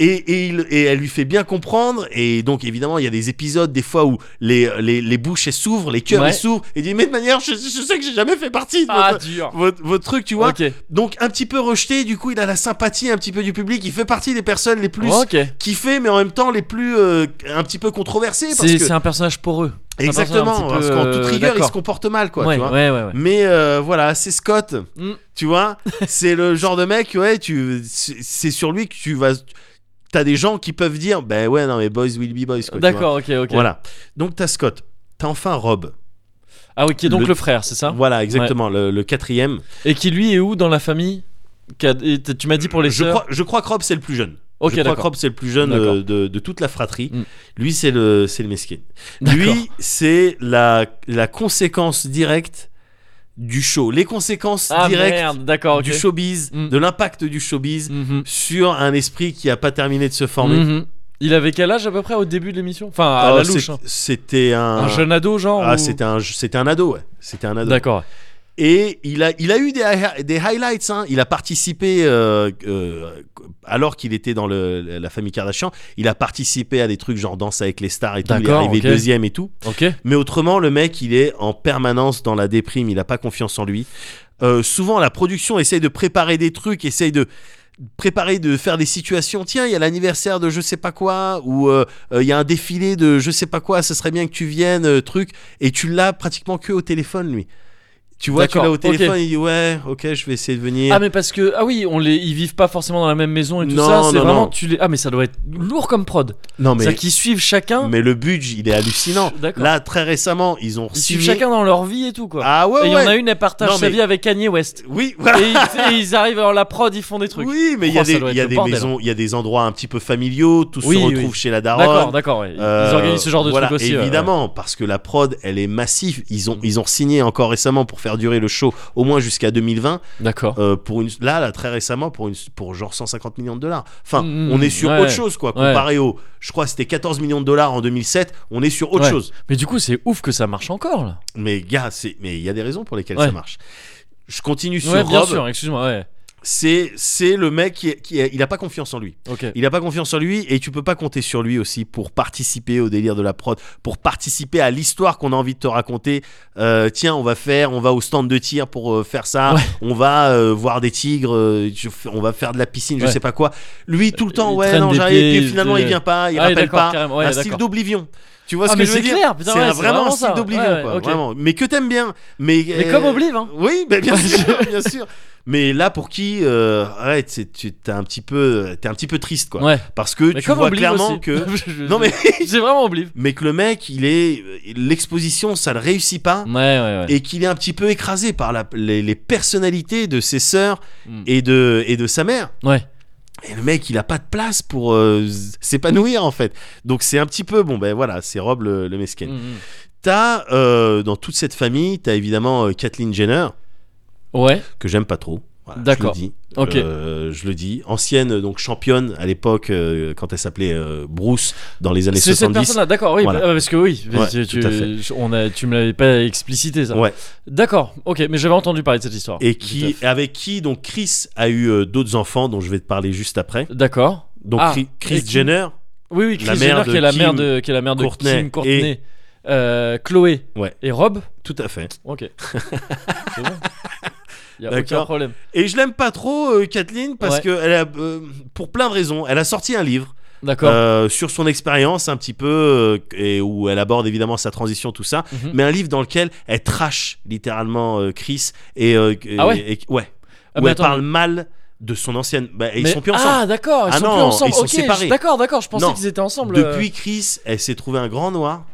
Speaker 2: Et, et il- et elle lui fait bien comprendre. Et donc, évidemment, il y a des épisodes, des fois, où les, les, les bouches elles s'ouvrent, les cœurs
Speaker 1: Ouais.
Speaker 2: elles s'ouvrent. Et il dit Mais de manière, je, je sais que j'ai jamais fait partie de
Speaker 1: Ah,
Speaker 2: votre,
Speaker 1: dur.
Speaker 2: votre- votre truc, tu vois.
Speaker 1: Ok.
Speaker 2: Donc, un petit peu rejeté. Du coup, il a la sympathie un petit peu du public. Il fait partie des personnes les plus
Speaker 1: Ok.
Speaker 2: kiffées, mais en même temps les plus euh, un petit peu controversées. Parce
Speaker 1: C'est
Speaker 2: que,
Speaker 1: c'est un personnage poreux. c'est un personnage un
Speaker 2: exactement.
Speaker 1: petit peu,
Speaker 2: parce qu'en
Speaker 1: euh,
Speaker 2: toute rigueur, il
Speaker 1: d'accord.
Speaker 2: se comporte mal, quoi.
Speaker 1: ouais,
Speaker 2: tu vois.
Speaker 1: ouais, ouais, ouais.
Speaker 2: Mais euh, voilà, c'est Scott.
Speaker 1: Mm.
Speaker 2: Tu
Speaker 1: <laughs>
Speaker 2: vois, c'est le genre de mec, ouais, tu, c'est c'est sur lui que tu vas. T'as des gens qui peuvent dire, ben ouais, non, mais boys will be boys. quoi, tu vois.
Speaker 1: D'accord, ok, ok.
Speaker 2: Voilà. Donc t'as Scott. T'as enfin Rob.
Speaker 1: Ah oui, qui est donc
Speaker 2: Le-
Speaker 1: le, frère, c'est ça
Speaker 2: Voilà, exactement, le, le quatrième.
Speaker 1: Et qui lui est où dans la famille Qu'a- et t- Tu m'as dit pour les
Speaker 2: je
Speaker 1: sœurs.
Speaker 2: crois, je crois que Rob c'est le plus jeune.
Speaker 1: Ok,
Speaker 2: je crois que
Speaker 1: d'accord.
Speaker 2: Rob c'est le plus jeune
Speaker 1: D'accord.
Speaker 2: euh, de, de toute la fratrie.
Speaker 1: Mm.
Speaker 2: Lui c'est le c'est le mesquin.
Speaker 1: D'accord.
Speaker 2: Lui c'est la la conséquence directe du show, les conséquences
Speaker 1: Ah
Speaker 2: directes
Speaker 1: merde, d'accord.
Speaker 2: du
Speaker 1: ok.
Speaker 2: showbiz,
Speaker 1: Mm.
Speaker 2: de l'impact du showbiz
Speaker 1: Mhm.
Speaker 2: sur un esprit qui a pas terminé de se former.
Speaker 1: Mhm. Il avait quel âge à peu près au début de l'émission Enfin, à
Speaker 2: Ah,
Speaker 1: la
Speaker 2: c'est-
Speaker 1: louche. hein.
Speaker 2: C'était un,
Speaker 1: Un jeune ado, genre
Speaker 2: ah
Speaker 1: ou-
Speaker 2: c'était un c'était un ado ouais, c'était un ado.
Speaker 1: D'accord.
Speaker 2: Et il a, il a eu des, hi- des highlights. hein. Il a participé, euh, euh, alors qu'il était dans le- la famille Kardashian, il a participé à des trucs genre Danse avec les stars et tout. Il est
Speaker 1: D'accord,
Speaker 2: arrivé
Speaker 1: ok.
Speaker 2: deuxième et tout.
Speaker 1: Ok.
Speaker 2: Mais autrement, le mec, il est en permanence dans la déprime. Il n'a pas confiance en lui. Euh, souvent, la production essaye de préparer des trucs, essaye de préparer de faire des situations tiens il y a l'anniversaire de je sais pas quoi ou euh, euh, il y a un défilé de je sais pas quoi ça serait bien que tu viennes euh, truc et tu l'as pratiquement que au téléphone lui tu vois tu
Speaker 1: D'accord,
Speaker 2: l'as au
Speaker 1: ok.
Speaker 2: téléphone il dit ouais ok je vais essayer de venir
Speaker 1: Ah mais parce que ah oui on les ils vivent pas forcément dans la même maison et tout
Speaker 2: Non,
Speaker 1: ça c'est
Speaker 2: non,
Speaker 1: vraiment
Speaker 2: non.
Speaker 1: tu les ah mais ça doit être lourd comme prod
Speaker 2: non
Speaker 1: ça
Speaker 2: mais
Speaker 1: qu'ils suivent chacun
Speaker 2: mais le budget il est hallucinant
Speaker 1: D'accord.
Speaker 2: là très récemment ils ont
Speaker 1: ils
Speaker 2: signé
Speaker 1: suivent chacun dans leur vie et tout quoi
Speaker 2: ah ouais
Speaker 1: et il
Speaker 2: ouais
Speaker 1: y en a une elle partage
Speaker 2: Non,
Speaker 1: sa
Speaker 2: mais-
Speaker 1: vie avec Kanye
Speaker 2: <laughs>
Speaker 1: West
Speaker 2: oui voilà.
Speaker 1: et ils, et ils arrivent dans la prod ils font des trucs
Speaker 2: oui mais il y
Speaker 1: Oh,
Speaker 2: a
Speaker 1: ça
Speaker 2: des,
Speaker 1: doit être
Speaker 2: il y a
Speaker 1: le
Speaker 2: des
Speaker 1: bordel.
Speaker 2: maisons il y a des endroits un petit peu familiaux tous
Speaker 1: Oui,
Speaker 2: se
Speaker 1: oui.
Speaker 2: retrouvent chez la daronne
Speaker 1: d'accord d'accord ouais. ils
Speaker 2: Euh,
Speaker 1: organisent ce genre de
Speaker 2: voilà,
Speaker 1: trucs aussi euh. ouais, ouais.
Speaker 2: Évidemment, parce que la prod, elle est massive. Ils ont, ils ont signé encore récemment pour faire durer le show au moins jusqu'à 2020.
Speaker 1: d'accord
Speaker 2: euh, pour une, là, là, très récemment, pour, une, pour genre 150 millions de dollars. Enfin,
Speaker 1: Mm,
Speaker 2: on est sur
Speaker 1: ouais.
Speaker 2: autre chose, quoi. Comparé au, je crois, que c'était 14 millions de dollars en 2007. On est sur autre
Speaker 1: Ouais.
Speaker 2: chose.
Speaker 1: mais du coup c'est ouf que ça marche encore là
Speaker 2: Mais gars, c'est, mais il y a des raisons pour lesquelles
Speaker 1: Ouais.
Speaker 2: ça marche. Je continue sur
Speaker 1: ouais bien
Speaker 2: Rob.
Speaker 1: sûr excuse-moi ouais
Speaker 2: C'est, c'est le mec qui, est- qui est- il a pas confiance en lui.
Speaker 1: ok
Speaker 2: Il n'a pas confiance en lui et tu peux pas compter sur lui aussi pour participer au délire de la prod, pour participer à l'histoire qu'on a envie de te raconter. Euh, tiens, on va faire, on va au stand de tir pour euh, faire ça,
Speaker 1: Ouais.
Speaker 2: on va euh, voir des tigres, euh, je fais- on va faire de la piscine,
Speaker 1: Ouais.
Speaker 2: je sais pas quoi. Lui, tout le temps,
Speaker 1: il
Speaker 2: ouais,
Speaker 1: traîne
Speaker 2: non,
Speaker 1: des
Speaker 2: j'arrive, et
Speaker 1: pieds,
Speaker 2: puis finalement,
Speaker 1: il-
Speaker 2: il vient pas, il
Speaker 1: Ah oui,
Speaker 2: rappelle
Speaker 1: d'accord,
Speaker 2: pas.
Speaker 1: carrément, ouais,
Speaker 2: un style
Speaker 1: d'accord.
Speaker 2: d'oblivion. Tu vois
Speaker 1: Ah,
Speaker 2: ce que
Speaker 1: mais
Speaker 2: je veux
Speaker 1: c'est
Speaker 2: dire
Speaker 1: clair, putain,
Speaker 2: C'est
Speaker 1: ouais,
Speaker 2: un-
Speaker 1: c'est
Speaker 2: vraiment
Speaker 1: vraiment
Speaker 2: un style
Speaker 1: ça.
Speaker 2: d'oblivion,
Speaker 1: Ouais, ouais,
Speaker 2: quoi,
Speaker 1: ok.
Speaker 2: vraiment. Mais que t'aimes bien. Mais,
Speaker 1: mais
Speaker 2: euh,
Speaker 1: comme Obliv hein
Speaker 2: oui,
Speaker 1: <laughs>
Speaker 2: ben, bien sûr, bien sûr. Mais là, pour qui, euh, ouais, c'est- tu t'es un petit peu, t'es un petit peu triste, quoi.
Speaker 1: ouais
Speaker 2: Parce que
Speaker 1: mais
Speaker 2: tu
Speaker 1: comme
Speaker 2: vois
Speaker 1: Obliv
Speaker 2: clairement
Speaker 1: aussi. <laughs>
Speaker 2: que,
Speaker 1: Je- je-
Speaker 2: non mais,
Speaker 1: c'est vraiment Obliv
Speaker 2: mais que le mec, il est, l'exposition, ça ne réussit pas.
Speaker 1: ouais ouais ouais
Speaker 2: Et qu'il est un petit peu écrasé par la- les, les personnalités de ses sœurs
Speaker 1: Mm.
Speaker 2: et de, et de sa mère.
Speaker 1: ouais
Speaker 2: Et le mec, il a pas de place pour euh, s'épanouir en fait. Donc c'est un petit peu, bon ben voilà, c'est Rob le, le mesquin.
Speaker 1: Mm, mm.
Speaker 2: T'as, euh, dans toute cette famille, t'as évidemment euh, Kathleen Jenner,
Speaker 1: mm. ouais
Speaker 2: que j'aime pas trop. Voilà, je le
Speaker 1: D'accord.
Speaker 2: dis.
Speaker 1: ok
Speaker 2: Euh, je le dis. Ancienne donc championne à l'époque euh, quand elle s'appelait euh, Bruce dans les années
Speaker 1: C'est cette
Speaker 2: 70.
Speaker 1: personne-là, d'accord, oui,
Speaker 2: Voilà.
Speaker 1: bah, parce que oui,
Speaker 2: Ouais,
Speaker 1: tu, tu-
Speaker 2: tout à fait.
Speaker 1: je- on a, tu me l'avais pas explicité ça.
Speaker 2: Ouais.
Speaker 1: D'accord, ok, mais j'avais entendu parler de cette histoire.
Speaker 2: Et
Speaker 1: Tout à
Speaker 2: qui,
Speaker 1: fait.
Speaker 2: avec qui donc Chris a eu euh, d'autres enfants dont je vais te parler juste après.
Speaker 1: D'accord.
Speaker 2: Donc
Speaker 1: Ah,
Speaker 2: Chri- Chris
Speaker 1: et qui-
Speaker 2: Jenner,
Speaker 1: Oui, oui, Chris
Speaker 2: La mère
Speaker 1: Jenner,
Speaker 2: de
Speaker 1: qui est la mère
Speaker 2: Kim
Speaker 1: de, qui est la mère de
Speaker 2: Courtenay
Speaker 1: Kim Courtenay, euh, Chloé
Speaker 2: Ouais.
Speaker 1: et Rob.
Speaker 2: tout à fait. <laughs>
Speaker 1: Ok. C'est bon. Y a aucun
Speaker 2: D'accord.
Speaker 1: problème.
Speaker 2: Et je l'aime pas trop euh, Kathleen parce
Speaker 1: Ouais.
Speaker 2: que elle a, euh, pour plein de raisons, elle a sorti un livre
Speaker 1: D'accord.
Speaker 2: euh, sur son expérience un petit peu euh, et où elle aborde évidemment sa transition tout ça,
Speaker 1: Mhm.
Speaker 2: mais un livre dans lequel elle trash littéralement euh, Chris et, euh,
Speaker 1: Ah ouais
Speaker 2: et- et- ouais.
Speaker 1: Ah,
Speaker 2: où
Speaker 1: mais
Speaker 2: elle
Speaker 1: attends,
Speaker 2: parle mal de son ancienne. Bah, et ils
Speaker 1: mais-
Speaker 2: sont plus
Speaker 1: Ah,
Speaker 2: ensemble.
Speaker 1: d'accord, ils
Speaker 2: Ah
Speaker 1: sont
Speaker 2: non,
Speaker 1: plus ensemble.
Speaker 2: ils sont
Speaker 1: ok,
Speaker 2: séparés.
Speaker 1: je- D'accord, d'accord, je pensais
Speaker 2: Non.
Speaker 1: qu'ils étaient ensemble. euh.
Speaker 2: Depuis Chris, elle s'est trouvée un grand noir.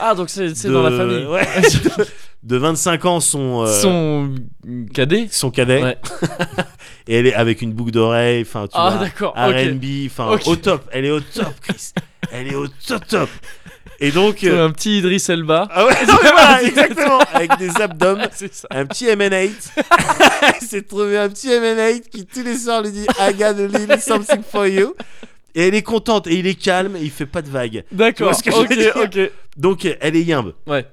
Speaker 1: Ah, donc c'est c'est
Speaker 2: de-
Speaker 1: dans la famille.
Speaker 2: ouais,
Speaker 1: <laughs>
Speaker 2: de 25 ans, son, euh,
Speaker 1: Son cadet.
Speaker 2: son cadet.
Speaker 1: Ouais.
Speaker 2: <laughs> Et elle est avec une boucle d'oreille. Enfin, tu
Speaker 1: Ah,
Speaker 2: vois,
Speaker 1: d'accord. Ok.
Speaker 2: RB. Enfin,
Speaker 1: Ok.
Speaker 2: au top. Elle est au top, Chris. elle est au top, top. Et
Speaker 1: <laughs>
Speaker 2: donc. euh,
Speaker 1: Un petit Idriss Elba.
Speaker 2: <laughs>
Speaker 1: <laughs>
Speaker 2: Ah ouais, non, mais voilà, exactement. Avec des abdoms.
Speaker 1: C'est ça.
Speaker 2: Un petit <laughs> MN8. Elle s'est trouvée un petit MN8 qui tous les soirs lui dit I got a little something for you. Et elle est contente. Et il est calme. Et il fait pas de vagues.
Speaker 1: D'accord.
Speaker 2: Tu vois ce que je veux
Speaker 1: ok, ok.
Speaker 2: Donc, elle est yimbe.
Speaker 1: Ouais.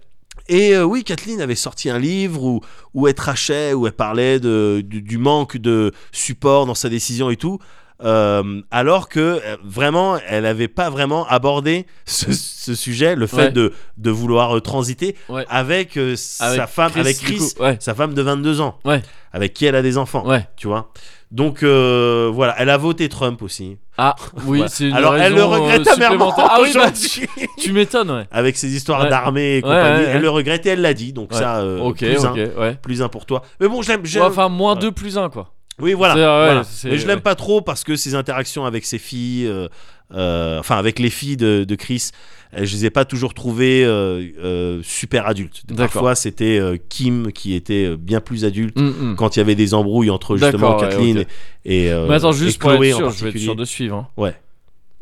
Speaker 2: Et euh, oui, Kathleen avait sorti un livre où, où elle trachait, où elle parlait de, du, du manque de support dans sa décision et tout. euh, alors que euh, vraiment, elle n'avait pas vraiment abordé ce, ce sujet, le fait
Speaker 1: Ouais.
Speaker 2: de, de vouloir euh, transiter
Speaker 1: Ouais.
Speaker 2: avec, euh, sa femme, avec
Speaker 1: du
Speaker 2: Chris,
Speaker 1: coup, Ouais.
Speaker 2: sa femme de 22 ans,
Speaker 1: Ouais.
Speaker 2: avec qui elle a des enfants,
Speaker 1: Ouais.
Speaker 2: tu vois. Donc euh, voilà, elle a voté Trump aussi.
Speaker 1: Ah, oui,
Speaker 2: Voilà.
Speaker 1: c'est une
Speaker 2: Alors
Speaker 1: raison
Speaker 2: elle le regrette
Speaker 1: euh,
Speaker 2: amèrement.
Speaker 1: supplémentaire. Ah oui, bah, tu,
Speaker 2: aujourd'hui.
Speaker 1: tu m'étonnes, ouais.
Speaker 2: <laughs> avec ses histoires
Speaker 1: Ouais.
Speaker 2: d'armée et
Speaker 1: Ouais,
Speaker 2: compagnie.
Speaker 1: ouais, ouais.
Speaker 2: Elle le regrette et elle l'a dit, donc
Speaker 1: Ouais.
Speaker 2: ça, euh,
Speaker 1: ok,
Speaker 2: plus,
Speaker 1: ok,
Speaker 2: un,
Speaker 1: ouais.
Speaker 2: plus un pour toi. Mais bon, je l'aime. je-
Speaker 1: Ouais, enfin, moins
Speaker 2: Ouais.
Speaker 1: 2 plus 1, quoi.
Speaker 2: oui, voilà.
Speaker 1: C'est- ouais,
Speaker 2: voilà.
Speaker 1: c'est-
Speaker 2: Mais je l'aime
Speaker 1: ouais.
Speaker 2: pas trop parce que ses interactions avec ses filles, euh, euh, enfin avec les filles de, de Chris, euh, je les ai pas toujours trouvées euh, euh, super adultes.
Speaker 1: D'accord.
Speaker 2: Parfois c'était euh, Kim qui était euh, bien plus adulte
Speaker 1: Mm, mm.
Speaker 2: Mmh. quand il y avait des embrouilles entre justement
Speaker 1: D'accord, ouais,
Speaker 2: Kathleen
Speaker 1: ok.
Speaker 2: et, et, euh,
Speaker 1: Mais attends,
Speaker 2: et
Speaker 1: juste pour
Speaker 2: Chloé
Speaker 1: être
Speaker 2: en
Speaker 1: sûr, je vais être
Speaker 2: particulier.
Speaker 1: sûr de suivre. hein.
Speaker 2: Ouais,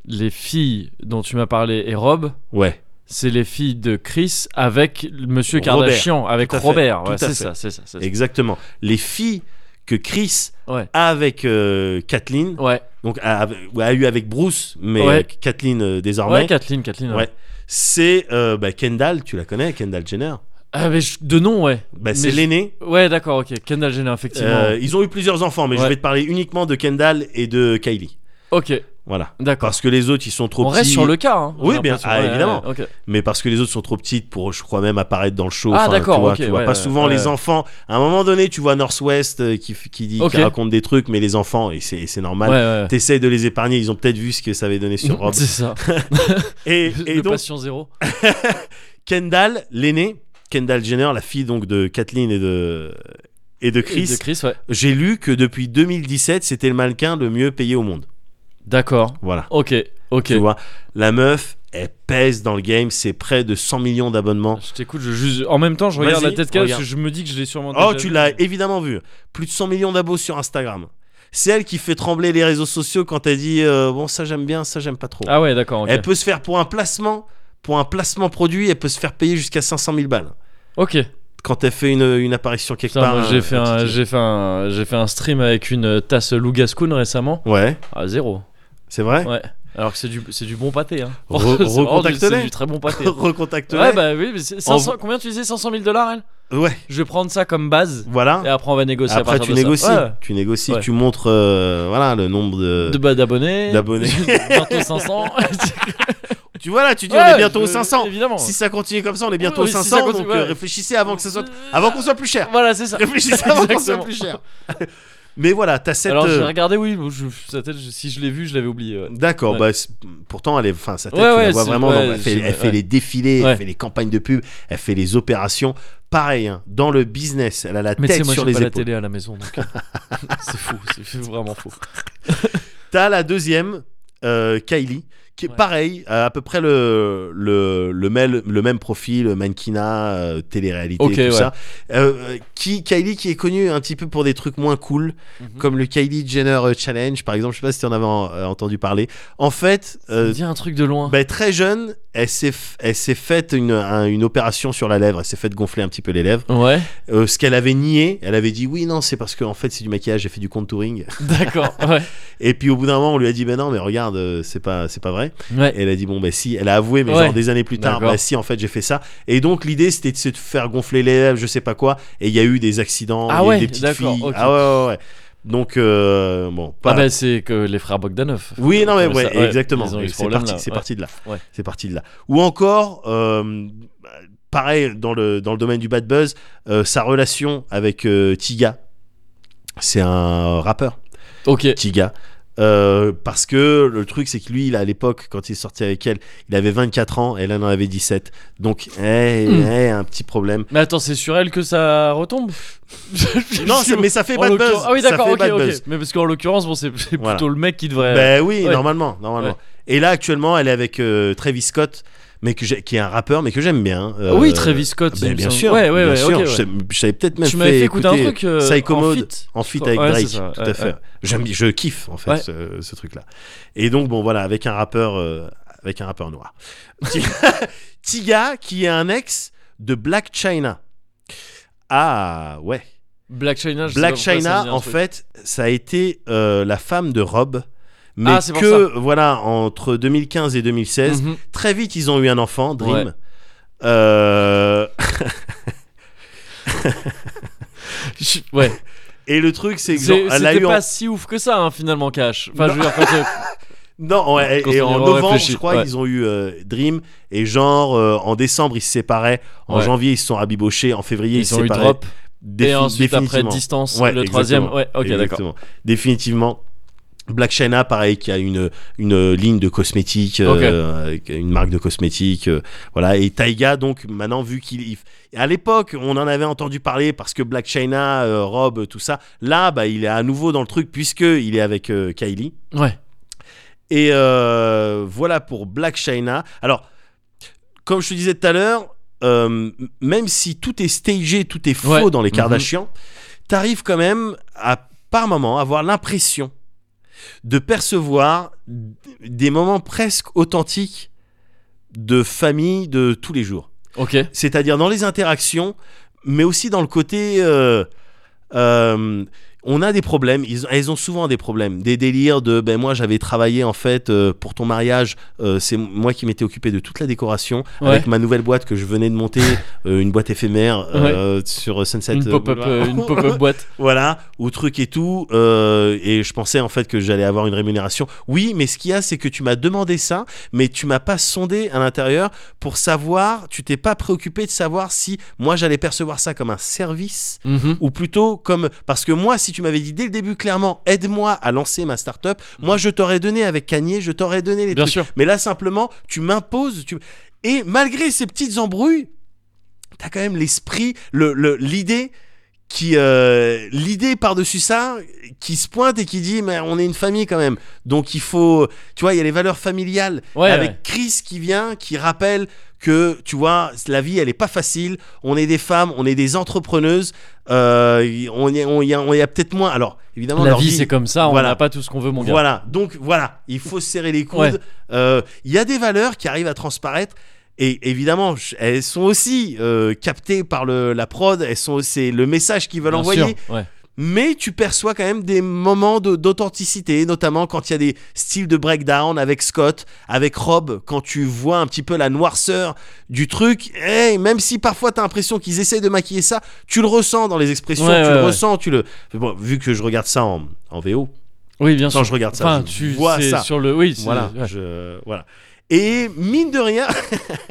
Speaker 1: Les filles dont tu m'as parlé et Rob,
Speaker 2: ouais,
Speaker 1: c'est les filles de Chris avec Monsieur
Speaker 2: Robert.
Speaker 1: Kardashian, avec
Speaker 2: Tout à fait.
Speaker 1: Robert.
Speaker 2: Tout
Speaker 1: Ouais,
Speaker 2: à
Speaker 1: c'est
Speaker 2: fait.
Speaker 1: ça, c'est ça. c'est ça.
Speaker 2: exactement. Les filles que Chris
Speaker 1: Ouais.
Speaker 2: a avec euh, Kathleen,
Speaker 1: Ouais.
Speaker 2: donc a, a- a eu avec Bruce, mais
Speaker 1: Ouais.
Speaker 2: avec Kathleen euh, désormais.
Speaker 1: ouais, Kathleen, Kathleen. ouais.
Speaker 2: Ouais. C'est euh, bah, Kendall, tu la connais, Kendall Jenner.
Speaker 1: Ah, mais je- de nom, ouais.
Speaker 2: Bah,
Speaker 1: Mais
Speaker 2: c'est
Speaker 1: je-
Speaker 2: l'aînée.
Speaker 1: Ouais, d'accord, ok. Kendall Jenner, effectivement.
Speaker 2: Euh, ils ont eu plusieurs enfants, mais je
Speaker 1: Ouais.
Speaker 2: vais te parler uniquement de Kendall et de Kylie.
Speaker 1: ok,
Speaker 2: Voilà.
Speaker 1: d'accord.
Speaker 2: Parce que les autres, ils sont trop
Speaker 1: On
Speaker 2: petits.
Speaker 1: reste sur le cas. Hein,
Speaker 2: Oui,
Speaker 1: j'ai
Speaker 2: bien-
Speaker 1: l'impression.
Speaker 2: ah,
Speaker 1: Ouais,
Speaker 2: évidemment.
Speaker 1: ouais, ok.
Speaker 2: Mais parce que les autres sont trop petites pour, je crois même, apparaître dans le show.
Speaker 1: Ah,
Speaker 2: Enfin,
Speaker 1: d'accord,
Speaker 2: Tu vois,
Speaker 1: ok,
Speaker 2: tu vois
Speaker 1: ouais,
Speaker 2: pas souvent
Speaker 1: ouais.
Speaker 2: les enfants. À un moment donné, tu vois Northwest euh, qui, f- qui dit,
Speaker 1: Ok.
Speaker 2: qui raconte des trucs, mais les enfants, et c'est c'est normal.
Speaker 1: Ouais, ouais.
Speaker 2: T'essayes de les épargner. Ils ont peut-être vu ce que ça avait
Speaker 1: <laughs>
Speaker 2: donné sur Rob.
Speaker 1: C'est ça.
Speaker 2: et, et
Speaker 1: Le
Speaker 2: donc,
Speaker 1: patient zéro.
Speaker 2: Kendall, l'aînée, Kendall Jenner, la fille donc de Kathleen et de et de Chris.
Speaker 1: Et de Chris, ouais.
Speaker 2: J'ai lu que depuis 2017, c'était le mannequin le mieux payé au monde.
Speaker 1: D'accord.
Speaker 2: Voilà.
Speaker 1: Ok, ok.
Speaker 2: Tu vois, la meuf, elle pèse dans le game, c'est près de 100 millions d'abonnements.
Speaker 1: Je t'écoute, je juge. En même temps, je regarde la
Speaker 2: Vas-y,
Speaker 1: tête qu'elle parce
Speaker 2: regarde.
Speaker 1: que je me dis que je l'ai sûrement.
Speaker 2: Oh,
Speaker 1: déjà
Speaker 2: tu
Speaker 1: vue.
Speaker 2: l'as évidemment vu. Plus de 100 millions d'abos sur Instagram. C'est elle qui fait trembler les réseaux sociaux quand elle dit euh, bon ça j'aime bien, ça j'aime pas trop.
Speaker 1: Ah ouais, d'accord. ok.
Speaker 2: Elle peut se faire pour un placement, pour un placement produit, elle peut se faire payer jusqu'à 500 000 balles
Speaker 1: Ok.
Speaker 2: quand elle fait une, une apparition quelque
Speaker 1: Putain,
Speaker 2: part.
Speaker 1: moi, j'ai
Speaker 2: euh,
Speaker 1: fait un,
Speaker 2: eh petite-
Speaker 1: j'ai fait un, j'ai fait un stream avec une euh, tasse Lougascoon récemment.
Speaker 2: Ouais,
Speaker 1: Ah zéro.
Speaker 2: c'est vrai.
Speaker 1: Ouais. Alors que c'est du, c'est du bon pâté. Hein.
Speaker 2: Eh.
Speaker 1: <laughs>
Speaker 2: Re-
Speaker 1: C'est vraiment du-
Speaker 2: recontacte-les.
Speaker 1: C'est du très bon
Speaker 2: <laughs>
Speaker 1: pâté.
Speaker 2: Recontacte-la.
Speaker 1: ouais bah oui. Mais c'est 500
Speaker 2: En-
Speaker 1: Combien tu disais 500 000 dollars elle
Speaker 2: Ouais,
Speaker 1: Je vais prendre ça comme base
Speaker 2: voilà.
Speaker 1: et après on va négocier. à
Speaker 2: Après,
Speaker 1: partir
Speaker 2: tu
Speaker 1: de ah, ça.
Speaker 2: négocies,
Speaker 1: Ouais.
Speaker 2: tu négocies,
Speaker 1: Ouais.
Speaker 2: tu montres euh, voilà le nombre de.
Speaker 1: De bah, d'abonnés.
Speaker 2: D'abonnés.
Speaker 1: <laughs> bientôt 500.
Speaker 2: <laughs>
Speaker 1: <laughs>
Speaker 2: Tu vois là, tu dis on
Speaker 1: Ouais,
Speaker 2: est bientôt aux
Speaker 1: je-
Speaker 2: 500.
Speaker 1: Évidemment.
Speaker 2: Si ça continue comme ça, on est bientôt
Speaker 1: Oui,
Speaker 2: aux
Speaker 1: si
Speaker 2: 500.
Speaker 1: ça continue,
Speaker 2: donc euh,
Speaker 1: ouais.
Speaker 2: réfléchissez avant que ça soit, avant qu'on soit plus cher.
Speaker 1: Voilà, c'est
Speaker 2: <laughs>
Speaker 1: ça.
Speaker 2: Réfléchissez avant qu'on soit
Speaker 1: Exactement.
Speaker 2: plus cher. <laughs> Mais voilà, t'as cette.
Speaker 1: Alors j'ai
Speaker 2: euh,
Speaker 1: regardé, oui, je- sa tête, je- si je l'ai vu, je l'avais oublié. ouais.
Speaker 2: D'accord,
Speaker 1: Ouais.
Speaker 2: bah, c'est- pourtant elle est, enfin sa tête,
Speaker 1: Ouais,
Speaker 2: tu
Speaker 1: ouais,
Speaker 2: la vois
Speaker 1: c'est-
Speaker 2: vraiment.
Speaker 1: ouais,
Speaker 2: dans- elle fait,
Speaker 1: c'est-
Speaker 2: elle fait
Speaker 1: ouais.
Speaker 2: les défilés,
Speaker 1: Ouais.
Speaker 2: elle fait les campagnes de pub, elle fait les opérations. Pareil, hein, dans le business, elle a la
Speaker 1: Mais tu sais,
Speaker 2: tête
Speaker 1: moi,
Speaker 2: sur
Speaker 1: j'ai
Speaker 2: les
Speaker 1: pas la
Speaker 2: épaules.
Speaker 1: télé à la maison, donc euh, <laughs> c'est fou, c'est vraiment fou.
Speaker 2: T'as la deuxième, euh, Kylie, qui est
Speaker 1: Ouais.
Speaker 2: pareil, euh, à, à peu près le, le, le, mêle- le même profil, mannequinat, euh, télé-réalité,
Speaker 1: Ok,
Speaker 2: tout
Speaker 1: ouais.
Speaker 2: ça. Euh, qui, Kylie qui est connue un petit peu pour des trucs moins cool,
Speaker 1: Mhm.
Speaker 2: comme le Kylie Jenner euh, Challenge, par exemple, je sais pas si tu en avais en- euh, entendu parler. En fait, euh,
Speaker 1: Dis un truc de loin.
Speaker 2: ben, très jeune, elle s'est f- elle s'est faite une, un- une opération sur la lèvre, elle s'est faite gonfler un petit peu les lèvres.
Speaker 1: Ouais, <laughs>
Speaker 2: Euh, ce qu'elle avait nié, elle avait dit oui, non, c'est parce que en fait c'est du maquillage, j'ai fait du contouring.
Speaker 1: d'accord, ouais.
Speaker 2: Et puis au bout d'un moment, on lui a dit ben non, mais regarde, euh, c'est pas c'est pas vrai.
Speaker 1: ouais.
Speaker 2: Et elle a dit bon bah si, elle a avoué mais
Speaker 1: Ouais.
Speaker 2: genre des années plus tard
Speaker 1: D'accord.
Speaker 2: bah si en fait j'ai fait ça. Et donc l'idée c'était de se faire gonfler les lèvres, je sais pas quoi. Et il y a eu des accidents,
Speaker 1: Ah
Speaker 2: il y a eu
Speaker 1: ouais,
Speaker 2: des petites
Speaker 1: d'accord,
Speaker 2: filles.
Speaker 1: ok.
Speaker 2: Ah ouais ouais. ouais. Donc euh, bon.
Speaker 1: Ah
Speaker 2: pas-
Speaker 1: bah c'est que les frères Bogdanov.
Speaker 2: oui non mais
Speaker 1: Comme
Speaker 2: ouais,
Speaker 1: ça, ouais,
Speaker 2: exactement.
Speaker 1: ils ont eu
Speaker 2: Et
Speaker 1: ce
Speaker 2: C'est
Speaker 1: problème-là,
Speaker 2: parti, c'est
Speaker 1: ouais.
Speaker 2: parti de là.
Speaker 1: Ouais.
Speaker 2: C'est parti de là. Ou encore. euh, bah, Pareil dans le, dans le domaine du bad buzz, euh, sa relation avec euh, Tiga, c'est un rappeur,
Speaker 1: Ok,
Speaker 2: petit gars. Euh, parce que le truc, c'est que lui, il, à l'époque, quand il est sorti avec elle, il avait 24 ans, elle elle en avait 17. Donc, eh,
Speaker 1: Hmm.
Speaker 2: eh, un
Speaker 1: <laughs>
Speaker 2: petit problème.
Speaker 1: mais attends, c'est sur elle que ça retombe <laughs>
Speaker 2: Non, c'est- mais ça fait
Speaker 1: En
Speaker 2: pas de
Speaker 1: l'occurrence-
Speaker 2: buzz.
Speaker 1: Ah oui,
Speaker 2: Ça
Speaker 1: d'accord,
Speaker 2: fait
Speaker 1: ok,
Speaker 2: bad
Speaker 1: ok.
Speaker 2: buzz.
Speaker 1: Mais parce qu'en l'occurrence, bon, c'est c'est
Speaker 2: Voilà.
Speaker 1: plutôt le mec qui devrait.
Speaker 2: Ben oui,
Speaker 1: ouais.
Speaker 2: normalement, normalement.
Speaker 1: Ouais.
Speaker 2: Et là, actuellement, elle est avec euh, Travis Scott, mais que j'ai- qui est un rappeur, mais que j'aime bien. Euh,
Speaker 1: oui, Travis Scott.
Speaker 2: ben,
Speaker 1: il me
Speaker 2: bien
Speaker 1: semble.
Speaker 2: sûr,
Speaker 1: Ouais, ouais,
Speaker 2: bien
Speaker 1: ouais,
Speaker 2: sûr.
Speaker 1: ok, ouais.
Speaker 2: Je sais- Je savais peut-être même
Speaker 1: Tu
Speaker 2: fait
Speaker 1: m'avais fait écouter un truc. euh,
Speaker 2: Psycho
Speaker 1: en
Speaker 2: Mode,
Speaker 1: feat.
Speaker 2: en feat avec
Speaker 1: Ouais,
Speaker 2: Drake,
Speaker 1: c'est ça,
Speaker 2: tout
Speaker 1: ouais,
Speaker 2: à fait.
Speaker 1: ouais.
Speaker 2: J'aime, je kiffe en fait
Speaker 1: Ouais.
Speaker 2: ce, ce truc-là. Et donc bon voilà, avec un rappeur, euh, avec un rappeur noir, Ti- <laughs> Tiga qui est un ex de Black China. Ah ouais.
Speaker 1: Black China. je sais
Speaker 2: Black
Speaker 1: pas pourquoi ça me dit
Speaker 2: China,
Speaker 1: un
Speaker 2: en
Speaker 1: truc.
Speaker 2: fait, ça a été euh, la femme de Rob, mais
Speaker 1: Ah, c'est pour
Speaker 2: que voilà entre 2015 et 2016,
Speaker 1: Mhm.
Speaker 2: très vite ils ont eu un enfant, Dream.
Speaker 1: Ouais.
Speaker 2: Euh,
Speaker 1: Je- Ouais.
Speaker 2: et le truc c'est que genre,
Speaker 1: C'est-
Speaker 2: elle a
Speaker 1: C'était
Speaker 2: eu en-
Speaker 1: pas si ouf que ça hein, finalement Cash. Enfin, je veux dire, quand, euh,
Speaker 2: Non, ouais,
Speaker 1: Quand
Speaker 2: et, et
Speaker 1: on y aura
Speaker 2: en novembre,
Speaker 1: réfléchi,
Speaker 2: je crois,
Speaker 1: ouais.
Speaker 2: ils ont eu euh, Dream. Et genre, euh, en décembre, ils se séparaient. En
Speaker 1: Ouais.
Speaker 2: janvier, ils se sont rabibochés. En février, ils,
Speaker 1: ils
Speaker 2: se
Speaker 1: ont eu
Speaker 2: séparaient.
Speaker 1: drop
Speaker 2: Défi-
Speaker 1: et ensuite après
Speaker 2: définitivement.
Speaker 1: distance
Speaker 2: Ouais,
Speaker 1: le troisième.
Speaker 2: exactement.
Speaker 1: Ouais, ok d'accord.
Speaker 2: Exactement. Définitivement. Black China, pareil, qui a une, une ligne de cosmétiques, euh, avec une marque de cosmétiques, euh, voilà. Et Taiga, donc maintenant vu qu'il, il- à l'époque, on en avait entendu parler parce que Black China, euh, Rob, tout ça. Là, bah, il est à nouveau dans le truc puisque il est avec euh, Kylie.
Speaker 1: Ouais.
Speaker 2: Et euh, voilà pour Black China. Alors, comme je te disais tout à l'heure, euh, m- même si tout est stagé, tout est faux
Speaker 1: Ouais.
Speaker 2: dans les
Speaker 1: Mhm.
Speaker 2: Kardashians, t'arrives quand même à par moment à avoir l'impression de percevoir d- des moments presque authentiques de famille de tous les jours.
Speaker 1: Ok.
Speaker 2: C'est-à-dire dans les interactions, mais aussi dans le côté. euh, euh, on a des problèmes, ils, elles ont souvent des problèmes, des délires de ben moi j'avais travaillé en fait euh, pour ton mariage, euh, c'est moi qui m'étais occupé de toute la décoration
Speaker 1: Ouais.
Speaker 2: avec ma nouvelle boîte que je venais de monter, euh, une boîte éphémère euh, sur Sunset.
Speaker 1: Une pop-up,
Speaker 2: Boulevard.
Speaker 1: euh, une pop-up boîte.
Speaker 2: voilà, ou truc et tout, euh, et je pensais en fait que j'allais avoir une rémunération. Oui, mais ce qu'il y a, c'est que tu m'as demandé ça, mais tu m'as pas sondé à l'intérieur pour savoir, tu t'es pas préoccupé de savoir si moi j'allais percevoir ça comme un service
Speaker 1: Mhm.
Speaker 2: ou plutôt comme parce que moi si tu m'avais dit dès le début clairement aide-moi à lancer ma start-up moi je t'aurais donné avec Kanye je t'aurais donné les
Speaker 1: Bien
Speaker 2: trucs
Speaker 1: sûr.
Speaker 2: mais là simplement tu m'imposes tu et malgré ces petites embrouilles t'as quand même l'esprit le le- l'idée qui euh, l'idée par-dessus ça qui se pointe et qui dit mais on est une famille quand même donc il faut tu vois il y a les valeurs familiales
Speaker 1: Ouais,
Speaker 2: avec
Speaker 1: ouais.
Speaker 2: Chris qui vient qui rappelle que tu vois la vie elle est pas facile on est des femmes on est des entrepreneuses euh, y- on y on y a, on y a peut-être moins alors évidemment
Speaker 1: La
Speaker 2: leur
Speaker 1: vie, c'est comme ça. On
Speaker 2: Voilà.
Speaker 1: n'a pas tout ce qu'on veut, mon gars.
Speaker 2: voilà, donc voilà, il faut se serrer les coudes. Euh,
Speaker 1: Ouais.
Speaker 2: Il y a des valeurs qui arrivent à transparaître. Et évidemment, ch- elles sont aussi euh, captées par le, la prod, elles sont, c'est le message qu'ils veulent
Speaker 1: Bien
Speaker 2: envoyer.
Speaker 1: sûr, ouais.
Speaker 2: Mais tu perçois quand même des moments de- d'authenticité, notamment quand il y a des styles de breakdown avec Scott, avec Rob, quand tu vois un petit peu la noirceur du truc. Et même si parfois tu as l'impression qu'ils essayent de maquiller ça, tu le ressens dans les expressions,
Speaker 1: Ouais,
Speaker 2: tu
Speaker 1: ouais,
Speaker 2: le
Speaker 1: ouais.
Speaker 2: ressens, tu le. Bon, vu que je regarde ça en, en VO,
Speaker 1: Oui, bien
Speaker 2: quand
Speaker 1: sûr.
Speaker 2: je regarde ça,
Speaker 1: Enfin,
Speaker 2: je
Speaker 1: tu
Speaker 2: vois
Speaker 1: c'est
Speaker 2: ça.
Speaker 1: sur le. Oui, c'est-
Speaker 2: Voilà,
Speaker 1: ouais.
Speaker 2: je- voilà. Et mine de rien, <laughs>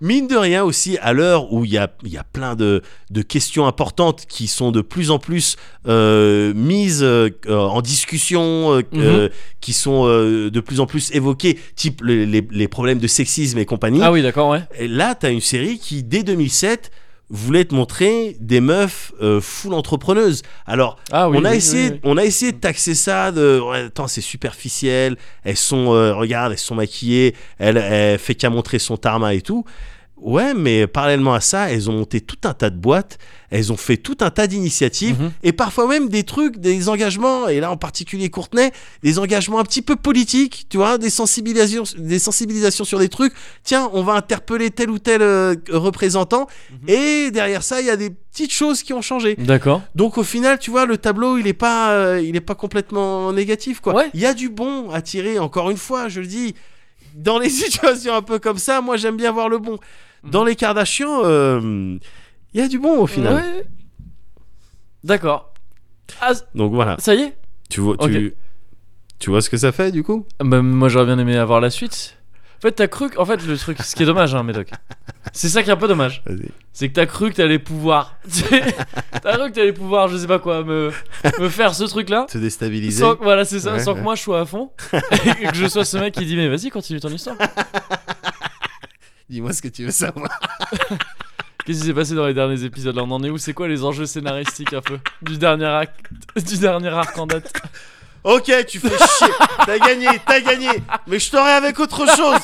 Speaker 2: mine de rien aussi, à l'heure où il y a, il y a plein de, de questions importantes qui sont de plus en plus euh, mises euh, euh, en discussion, euh,
Speaker 1: Mhm.
Speaker 2: euh, qui sont euh, de plus en plus évoquées, type les, les- les problèmes de sexisme et compagnie.
Speaker 1: Ah oui, d'accord, ouais.
Speaker 2: Et là, tu as une série qui, dès 2007, voulait te montrer des meufs euh, full entrepreneuses. Alors,
Speaker 1: Ah oui.
Speaker 2: on, a
Speaker 1: oui,
Speaker 2: essayé,
Speaker 1: oui, oui.
Speaker 2: on a essayé de taxer ça de ouais, attends c'est superficiel elles sont euh, regarde elles sont maquillées elle, elle fait qu'à montrer son tarma et tout ouais mais parallèlement à ça elles ont monté tout un tas de boîtes elles ont fait tout un tas d'initiatives
Speaker 1: Mhm.
Speaker 2: et parfois même des trucs des engagements et là en particulier Courtenay des engagements un petit peu politiques tu vois des sensibilisations des sensibilisations sur des trucs tiens on va interpeller tel ou tel euh, représentant
Speaker 1: Mm-hmm.
Speaker 2: et derrière ça il y a des petites choses qui ont changé
Speaker 1: D'accord.
Speaker 2: donc au final, tu vois, le tableau, il est pas, euh, il est pas complètement négatif, quoi.
Speaker 1: Ouais.
Speaker 2: Il y a du bon à tirer. Encore une fois, je le dis, dans les <laughs> situations un peu comme ça, moi j'aime bien voir le bon.
Speaker 1: Mm.
Speaker 2: Dans les Kardashians, euh, il y a du bon au final.
Speaker 1: Ouais. D'accord. Ah,
Speaker 2: Donc voilà.
Speaker 1: ça y est
Speaker 2: Tu vois, tu, tu vois ce que ça fait du coup
Speaker 1: Bah, moi j'aurais bien aimé avoir la suite. En fait, t'as cru. que- En fait, le truc, ce qui est dommage, hein, Médoc. C'est ça qui est un peu dommage.
Speaker 2: Vas-y.
Speaker 1: C'est que t'as cru que t'allais pouvoir. <laughs> t'as cru que t'allais pouvoir, je sais pas quoi, me, me faire ce truc-là.
Speaker 2: Te déstabiliser.
Speaker 1: Sans, que- voilà, c'est ça,
Speaker 2: Ouais,
Speaker 1: sans
Speaker 2: ouais.
Speaker 1: que moi je sois à
Speaker 2: <laughs>
Speaker 1: fond. et que je sois ce mec qui dit Mais vas-y, continue ton histoire.
Speaker 2: Dis-moi ce que tu veux savoir.
Speaker 1: Qu'est-ce qui s'est passé dans les derniers épisodes Là, on en est où C'est quoi les enjeux scénaristiques un peu Du dernier acte. <laughs> Du dernier arc en date
Speaker 2: Ok, tu fais chier. T'as gagné, t'as gagné. Mais je t'aurai avec autre chose.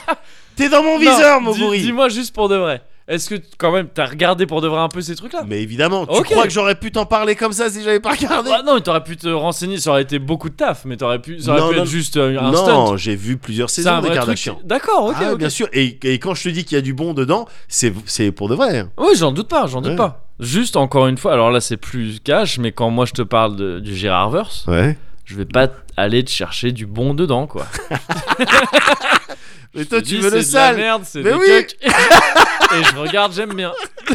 Speaker 2: T'es dans mon
Speaker 1: Non,
Speaker 2: viseur,
Speaker 1: dis-
Speaker 2: mon bourri.
Speaker 1: Dis-moi juste pour de vrai. Est-ce que quand même t'as regardé pour de vrai un peu ces trucs-là
Speaker 2: Mais évidemment, tu
Speaker 1: Ok.
Speaker 2: crois que j'aurais pu t'en parler comme ça si j'avais pas regardé
Speaker 1: Ah non, mais t'aurais pu te renseigner, ça aurait été beaucoup de taf, mais t'aurais pu, ça aurait
Speaker 2: Non,
Speaker 1: pu
Speaker 2: non.
Speaker 1: être juste euh, un stunt.
Speaker 2: Non, j'ai vu plusieurs
Speaker 1: C'est un
Speaker 2: saisons des
Speaker 1: vrai truc.
Speaker 2: Kardashians.
Speaker 1: D'accord, ok,
Speaker 2: Ah,
Speaker 1: ok.
Speaker 2: bien sûr. Et, et quand je te dis qu'il y a du bon dedans, c'est c'est pour de vrai. hein.
Speaker 1: Oui, j'en doute pas, j'en doute
Speaker 2: Ouais.
Speaker 1: pas. Juste encore une fois, alors là c'est plus cash, mais quand moi je te parle de- du Gérardverse,
Speaker 2: Ouais.
Speaker 1: je vais pas t- aller te chercher du bon dedans,
Speaker 2: <laughs>
Speaker 1: quoi.
Speaker 2: Mais
Speaker 1: Je
Speaker 2: toi,
Speaker 1: te
Speaker 2: tu
Speaker 1: dis,
Speaker 2: veux le
Speaker 1: c'est de la
Speaker 2: sale.
Speaker 1: merde, c'est
Speaker 2: Mais
Speaker 1: des
Speaker 2: oui.
Speaker 1: cucs. <laughs> Et je regarde, j'aime bien. <laughs> tu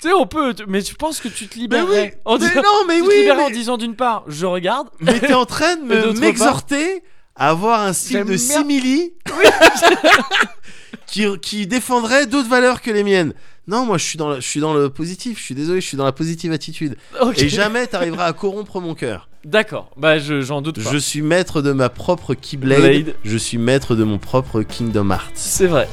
Speaker 1: sais, on peut, tu- mais tu penses que tu te
Speaker 2: Mais
Speaker 1: libérerais
Speaker 2: oui.
Speaker 1: en
Speaker 2: Mais
Speaker 1: disant-
Speaker 2: non, mais
Speaker 1: tu te
Speaker 2: oui.
Speaker 1: libérerais en
Speaker 2: mais-
Speaker 1: disant d'une part, je regarde,
Speaker 2: Mais t'es en train de
Speaker 1: <laughs> Et
Speaker 2: me-
Speaker 1: d'autre
Speaker 2: m'exhorter à avoir un style
Speaker 1: J'aime
Speaker 2: de
Speaker 1: bien.
Speaker 2: simili <laughs> qui, qui défendrait d'autres valeurs que les miennes. Non, moi, je suis dans la- je suis dans le positif. Je suis désolé, je suis dans la positive attitude.
Speaker 1: Ok.
Speaker 2: Et jamais t'arriveras à corrompre mon cœur.
Speaker 1: D'accord, bah je- j'en doute pas.
Speaker 2: Je suis maître de ma propre Keyblade.
Speaker 1: Blade.
Speaker 2: Je suis maître de mon propre Kingdom Hearts.
Speaker 1: C'est vrai.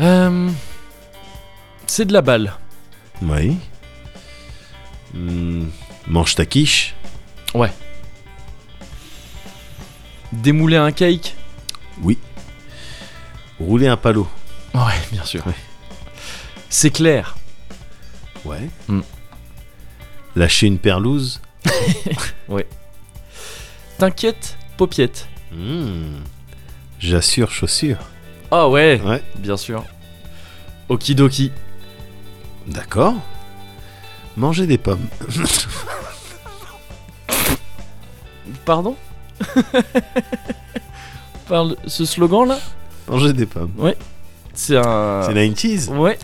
Speaker 1: Euh, C'est de la balle.
Speaker 2: Oui. Hmm, mange ta quiche.
Speaker 1: Démouler un cake.
Speaker 2: Oui. Rouler un palo.
Speaker 1: Ouais, bien sûr.
Speaker 2: Ouais.
Speaker 1: C'est clair.
Speaker 2: Ouais.
Speaker 1: Hmm.
Speaker 2: Lâcher une perlouse.
Speaker 1: T'inquiète, paupiette.
Speaker 2: Hmm. J'assure chaussure.
Speaker 1: Ah ouais,
Speaker 2: Ouais.
Speaker 1: bien sûr. Okidoki.
Speaker 2: D'accord. Manger des pommes.
Speaker 1: Pardon <laughs> Parle ce slogan là
Speaker 2: Manger des pommes.
Speaker 1: C'est un.
Speaker 2: C'est 90s.
Speaker 1: Ouais.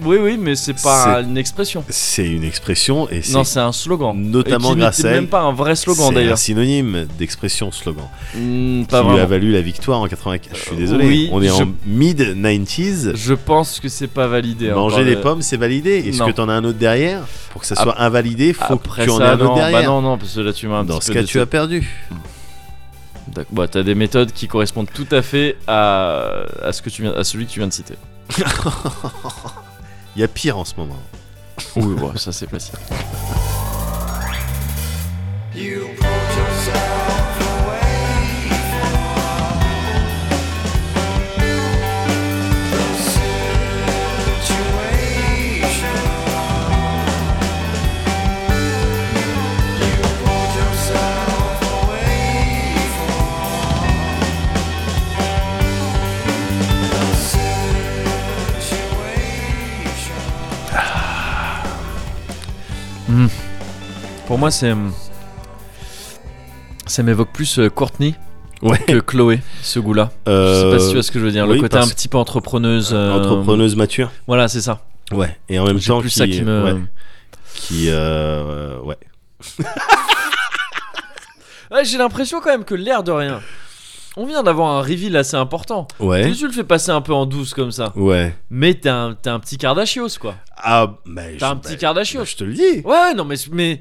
Speaker 1: Oui, oui, mais c'est pas une expression.
Speaker 2: C'est une expression et c'est
Speaker 1: Non, c'est un slogan.
Speaker 2: notamment
Speaker 1: Et qui
Speaker 2: grâce
Speaker 1: n'était
Speaker 2: à elle.
Speaker 1: même pas un vrai slogan
Speaker 2: C'est un
Speaker 1: d'ailleurs.
Speaker 2: synonyme d'expression slogan.
Speaker 1: Hmm, pas
Speaker 2: qui lui a
Speaker 1: vraiment. Euh,
Speaker 2: valu la victoire en 95. Je suis désolé,
Speaker 1: oui,
Speaker 2: on est
Speaker 1: je-
Speaker 2: en mid 90s.
Speaker 1: Je pense que c'est pas validé. hein,
Speaker 2: Manger
Speaker 1: par
Speaker 2: des
Speaker 1: le-
Speaker 2: pommes, c'est validé. Est-ce
Speaker 1: Non.
Speaker 2: que t'en as un autre derrière Pour que ça
Speaker 1: Ap-
Speaker 2: soit invalidé, faut
Speaker 1: Après
Speaker 2: que tu en aies
Speaker 1: ça,
Speaker 2: un
Speaker 1: non,
Speaker 2: autre derrière.
Speaker 1: bah non, non, parce que là tu m'as un
Speaker 2: Dans
Speaker 1: petit
Speaker 2: ce
Speaker 1: peu
Speaker 2: cas, tu as perdu.
Speaker 1: D'accord. Bah, t'as des méthodes qui correspondent tout à fait à, à ce que tu viens, à celui que tu viens de citer.
Speaker 2: Il y a pire en ce moment.
Speaker 1: Oui, bon,
Speaker 2: <laughs>
Speaker 1: ça c'est facile. Pour moi, c'est. Ça m'évoque plus euh, Courtney
Speaker 2: Ouais.
Speaker 1: que Chloé, ce goût-là. Je sais pas si tu vois ce que je veux dire.
Speaker 2: Eh. Euh, oui,
Speaker 1: le côté un
Speaker 2: parce-
Speaker 1: petit peu entrepreneuse. euh,
Speaker 2: Entrepreneuse mature.
Speaker 1: Voilà, c'est ça.
Speaker 2: Ouais. Et en même
Speaker 1: J'ai
Speaker 2: temps,
Speaker 1: plus ça qui me.
Speaker 2: ouais, qui, euh, ouais.
Speaker 1: Ouais, j'ai l'impression quand même que l'air de rien. On vient d'avoir un reveal assez important.
Speaker 2: Ouais.
Speaker 1: tu le fais passer un peu en douce comme ça.
Speaker 2: Ouais.
Speaker 1: Mais t'es un, t'es un petit Kardashios quoi.
Speaker 2: Ah, mais
Speaker 1: T'as
Speaker 2: je-
Speaker 1: un petit
Speaker 2: bah,
Speaker 1: Kardashian.
Speaker 2: bah, je te le dis.
Speaker 1: Ouais, non, mais, mais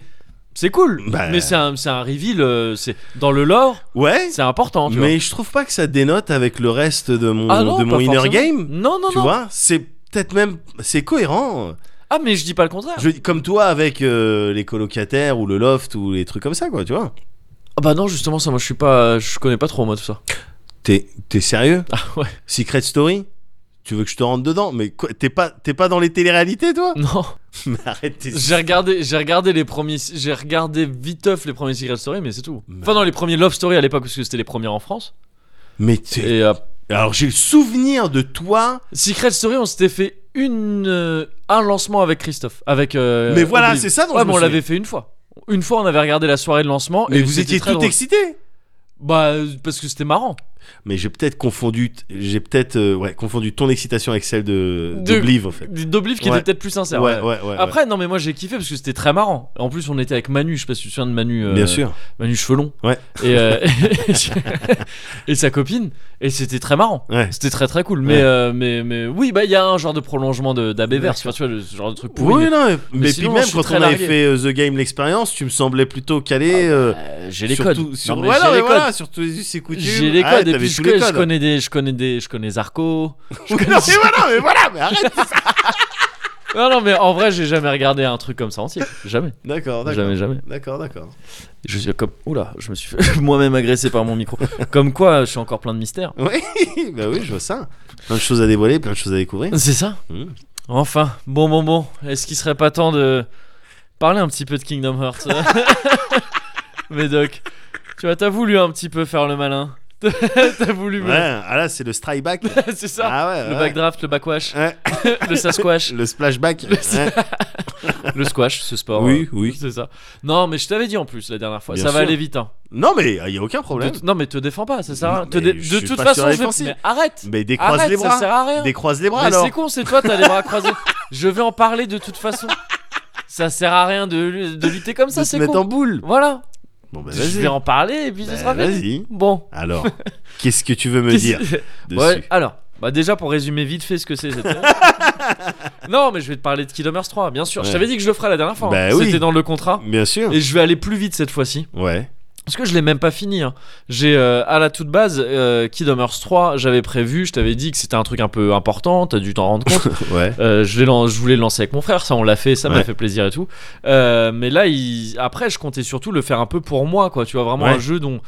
Speaker 1: c'est cool.
Speaker 2: Bah.
Speaker 1: Mais c'est un, c'est un reveal. euh, c'est, dans le lore,
Speaker 2: Ouais.
Speaker 1: c'est important. Tu
Speaker 2: Mais je trouve pas que ça dénote avec le reste de mon,
Speaker 1: vois. Ah non,
Speaker 2: de
Speaker 1: pas
Speaker 2: mon inner
Speaker 1: forcément.
Speaker 2: game.
Speaker 1: Non, non,
Speaker 2: tu
Speaker 1: non.
Speaker 2: vois, c'est peut-être même c'est cohérent.
Speaker 1: ah, mais je dis pas le contraire.
Speaker 2: Je- comme toi avec euh, les colocataires ou le loft ou les trucs comme ça quoi, tu vois.
Speaker 1: Ah bah non, justement, ça, moi, je suis pas. Je connais pas trop, moi, tout
Speaker 2: <laughs>
Speaker 1: ça.
Speaker 2: T'es t'es sérieux
Speaker 1: Ah ouais.
Speaker 2: Secret Story Tu veux que je te rentre dedans Mais quoi, t'es pas t'es pas dans les
Speaker 1: <laughs>
Speaker 2: téléréalités toi
Speaker 1: Non.
Speaker 2: Mais arrête. t'es-
Speaker 1: J'ai regardé, j'ai regardé les premiers. J'ai regardé viteuf les premiers Secret Story, mais c'est tout.
Speaker 2: Mais-
Speaker 1: Enfin, non, les premiers Love Story à l'époque, parce que c'était les premiers en France.
Speaker 2: Mais t'es-
Speaker 1: Et euh,
Speaker 2: alors j'ai le souvenir de toi.
Speaker 1: Secret Story, on s'était fait une, euh, un lancement avec Christophe. Avec, euh,
Speaker 2: mais voilà,
Speaker 1: Oblivion.
Speaker 2: c'est ça dont
Speaker 1: Ouais,
Speaker 2: je me
Speaker 1: mais on
Speaker 2: souviens.
Speaker 1: l'avait fait une fois. Une fois, on avait regardé la soirée de lancement.
Speaker 2: Mais
Speaker 1: et
Speaker 2: vous
Speaker 1: c'était
Speaker 2: étiez
Speaker 1: très
Speaker 2: tout
Speaker 1: drôle.
Speaker 2: excité.
Speaker 1: Bah, euh, parce que c'était marrant.
Speaker 2: Mais j'ai peut-être confondu t- j'ai peut-être euh, ouais, confondu ton excitation avec celle de
Speaker 1: De-
Speaker 2: d'Obliv en fait.
Speaker 1: D'Obliv qui
Speaker 2: Ouais.
Speaker 1: était peut-être plus sincère.
Speaker 2: ouais,
Speaker 1: ouais.
Speaker 2: ouais, ouais,
Speaker 1: Après, non, mais moi j'ai kiffé parce que c'était très marrant. En plus, on était avec Manu, je sais pas si tu te souviens de Manu.
Speaker 2: ouais.
Speaker 1: euh,
Speaker 2: bien sûr.
Speaker 1: Manu Chevelon.
Speaker 2: Ouais.
Speaker 1: Et,
Speaker 2: <laughs>
Speaker 1: euh, <laughs> et sa copine. Et c'était très marrant.
Speaker 2: Ouais.
Speaker 1: C'était très très cool. Mais,
Speaker 2: Ouais.
Speaker 1: euh, mais, mais oui, bah il y a un genre de prolongement d'AB vert. Tu vois, le ce genre de truc pourri.
Speaker 2: oui, non, mais, mais
Speaker 1: sinon,
Speaker 2: puis
Speaker 1: je
Speaker 2: même
Speaker 1: suis
Speaker 2: quand
Speaker 1: très
Speaker 2: on avait
Speaker 1: largué.
Speaker 2: fait euh, The Game l'expérience, tu me semblais plutôt calé. euh,
Speaker 1: Euh, j'ai les
Speaker 2: sur
Speaker 1: codes.
Speaker 2: tout- sur-
Speaker 1: Non, mais
Speaker 2: Ouais,
Speaker 1: j'ai
Speaker 2: non,
Speaker 1: les
Speaker 2: mais
Speaker 1: codes.
Speaker 2: voilà, sur tous ces coutumes.
Speaker 1: J'ai les
Speaker 2: Ah,
Speaker 1: codes et
Speaker 2: t'avais
Speaker 1: puis
Speaker 2: tous
Speaker 1: je,
Speaker 2: les
Speaker 1: connais- je
Speaker 2: codes.
Speaker 1: connais des, je connais des, je connais Zarco. Je
Speaker 2: Oui,
Speaker 1: connais-
Speaker 2: <laughs> non, mais voilà, mais voilà,
Speaker 1: <laughs>
Speaker 2: mais arrête.
Speaker 1: non non mais en vrai j'ai jamais regardé un truc comme ça entier, jamais,
Speaker 2: D'accord, d'accord.
Speaker 1: jamais jamais.
Speaker 2: D'accord, d'accord. <laughs>
Speaker 1: Je suis comme oula, je me suis fait <laughs> moi-même agressé par mon
Speaker 2: <laughs>
Speaker 1: micro. comme quoi, je suis encore plein de mystères.
Speaker 2: Oui, bah oui, je vois ça. Plein de choses à dévoiler, plein de choses
Speaker 1: <laughs>
Speaker 2: à découvrir.
Speaker 1: C'est ça.
Speaker 2: Mm.
Speaker 1: Enfin, bon bon bon. Est-ce qu'il serait pas temps de parler un petit peu de Kingdom Hearts <laughs> Médoc, tu vois, t'as voulu un petit peu faire le malin. <laughs> t'as voulu.
Speaker 2: Ouais, ah là, c'est le strike back.
Speaker 1: <laughs> C'est ça.
Speaker 2: Ah ouais,
Speaker 1: le
Speaker 2: ouais.
Speaker 1: backdraft, le backwash,
Speaker 2: Ouais.
Speaker 1: <laughs> le sasquash.
Speaker 2: Le splashback. Ouais.
Speaker 1: <laughs> Le squash, ce sport.
Speaker 2: Oui,
Speaker 1: euh,
Speaker 2: oui.
Speaker 1: C'est ça. Non, mais je t'avais dit en plus la dernière fois.
Speaker 2: Bien
Speaker 1: ça va
Speaker 2: sûr.
Speaker 1: aller vite. Hein.
Speaker 2: Non, mais il n'y a aucun
Speaker 1: De
Speaker 2: problème.
Speaker 1: t- non, mais te défends pas, ça sert à rien.
Speaker 2: Mais
Speaker 1: Te dé-
Speaker 2: je
Speaker 1: De
Speaker 2: suis
Speaker 1: toute
Speaker 2: pas
Speaker 1: façon,
Speaker 2: sur la
Speaker 1: je vais.
Speaker 2: défensive.
Speaker 1: Mais arrête
Speaker 2: Mais décroise
Speaker 1: Arrête,
Speaker 2: les
Speaker 1: ça
Speaker 2: bras.
Speaker 1: sert à rien.
Speaker 2: Décroise les bras
Speaker 1: mais
Speaker 2: alors.
Speaker 1: c'est con, c'est toi, t'as les bras croisés. je vais en parler de toute façon. Ça sert à rien de, de lutter comme ça,
Speaker 2: De se
Speaker 1: c'est
Speaker 2: mettre
Speaker 1: con.
Speaker 2: en boule.
Speaker 1: Voilà,
Speaker 2: Bon, bah
Speaker 1: je
Speaker 2: vas-y.
Speaker 1: vais en parler et puis
Speaker 2: Bah,
Speaker 1: ce sera fait.
Speaker 2: Vas-y.
Speaker 1: Bon.
Speaker 2: Alors, <laughs> qu'est-ce que tu veux me dire dessus
Speaker 1: Ouais, alors, bah déjà pour résumer vite fait ce que c'est cette série.
Speaker 2: <laughs>
Speaker 1: Non, mais je vais te parler de Kingdom Hearts 3, bien sûr. Je
Speaker 2: Ouais.
Speaker 1: t'avais dit que je le ferais la dernière fois. hein.
Speaker 2: Bah oui.
Speaker 1: C'était dans le contrat.
Speaker 2: Bien sûr.
Speaker 1: Et je vais aller plus vite cette fois-ci.
Speaker 2: Ouais.
Speaker 1: Parce que je l'ai même pas fini. hein. J'ai euh, à la toute base euh, Kingdom Hearts 3, j'avais prévu, je t'avais dit que c'était un truc un peu important, t'as dû t'en rendre
Speaker 2: <laughs>
Speaker 1: compte.
Speaker 2: Ouais.
Speaker 1: Euh, je, l'ai lan- je voulais le lancer avec mon frère, ça on l'a fait, ça m'a
Speaker 2: Ouais.
Speaker 1: fait plaisir et tout. Euh, mais là, il- après, je comptais surtout le faire un peu pour moi, quoi. Tu vois, vraiment
Speaker 2: Ouais.
Speaker 1: un jeu dont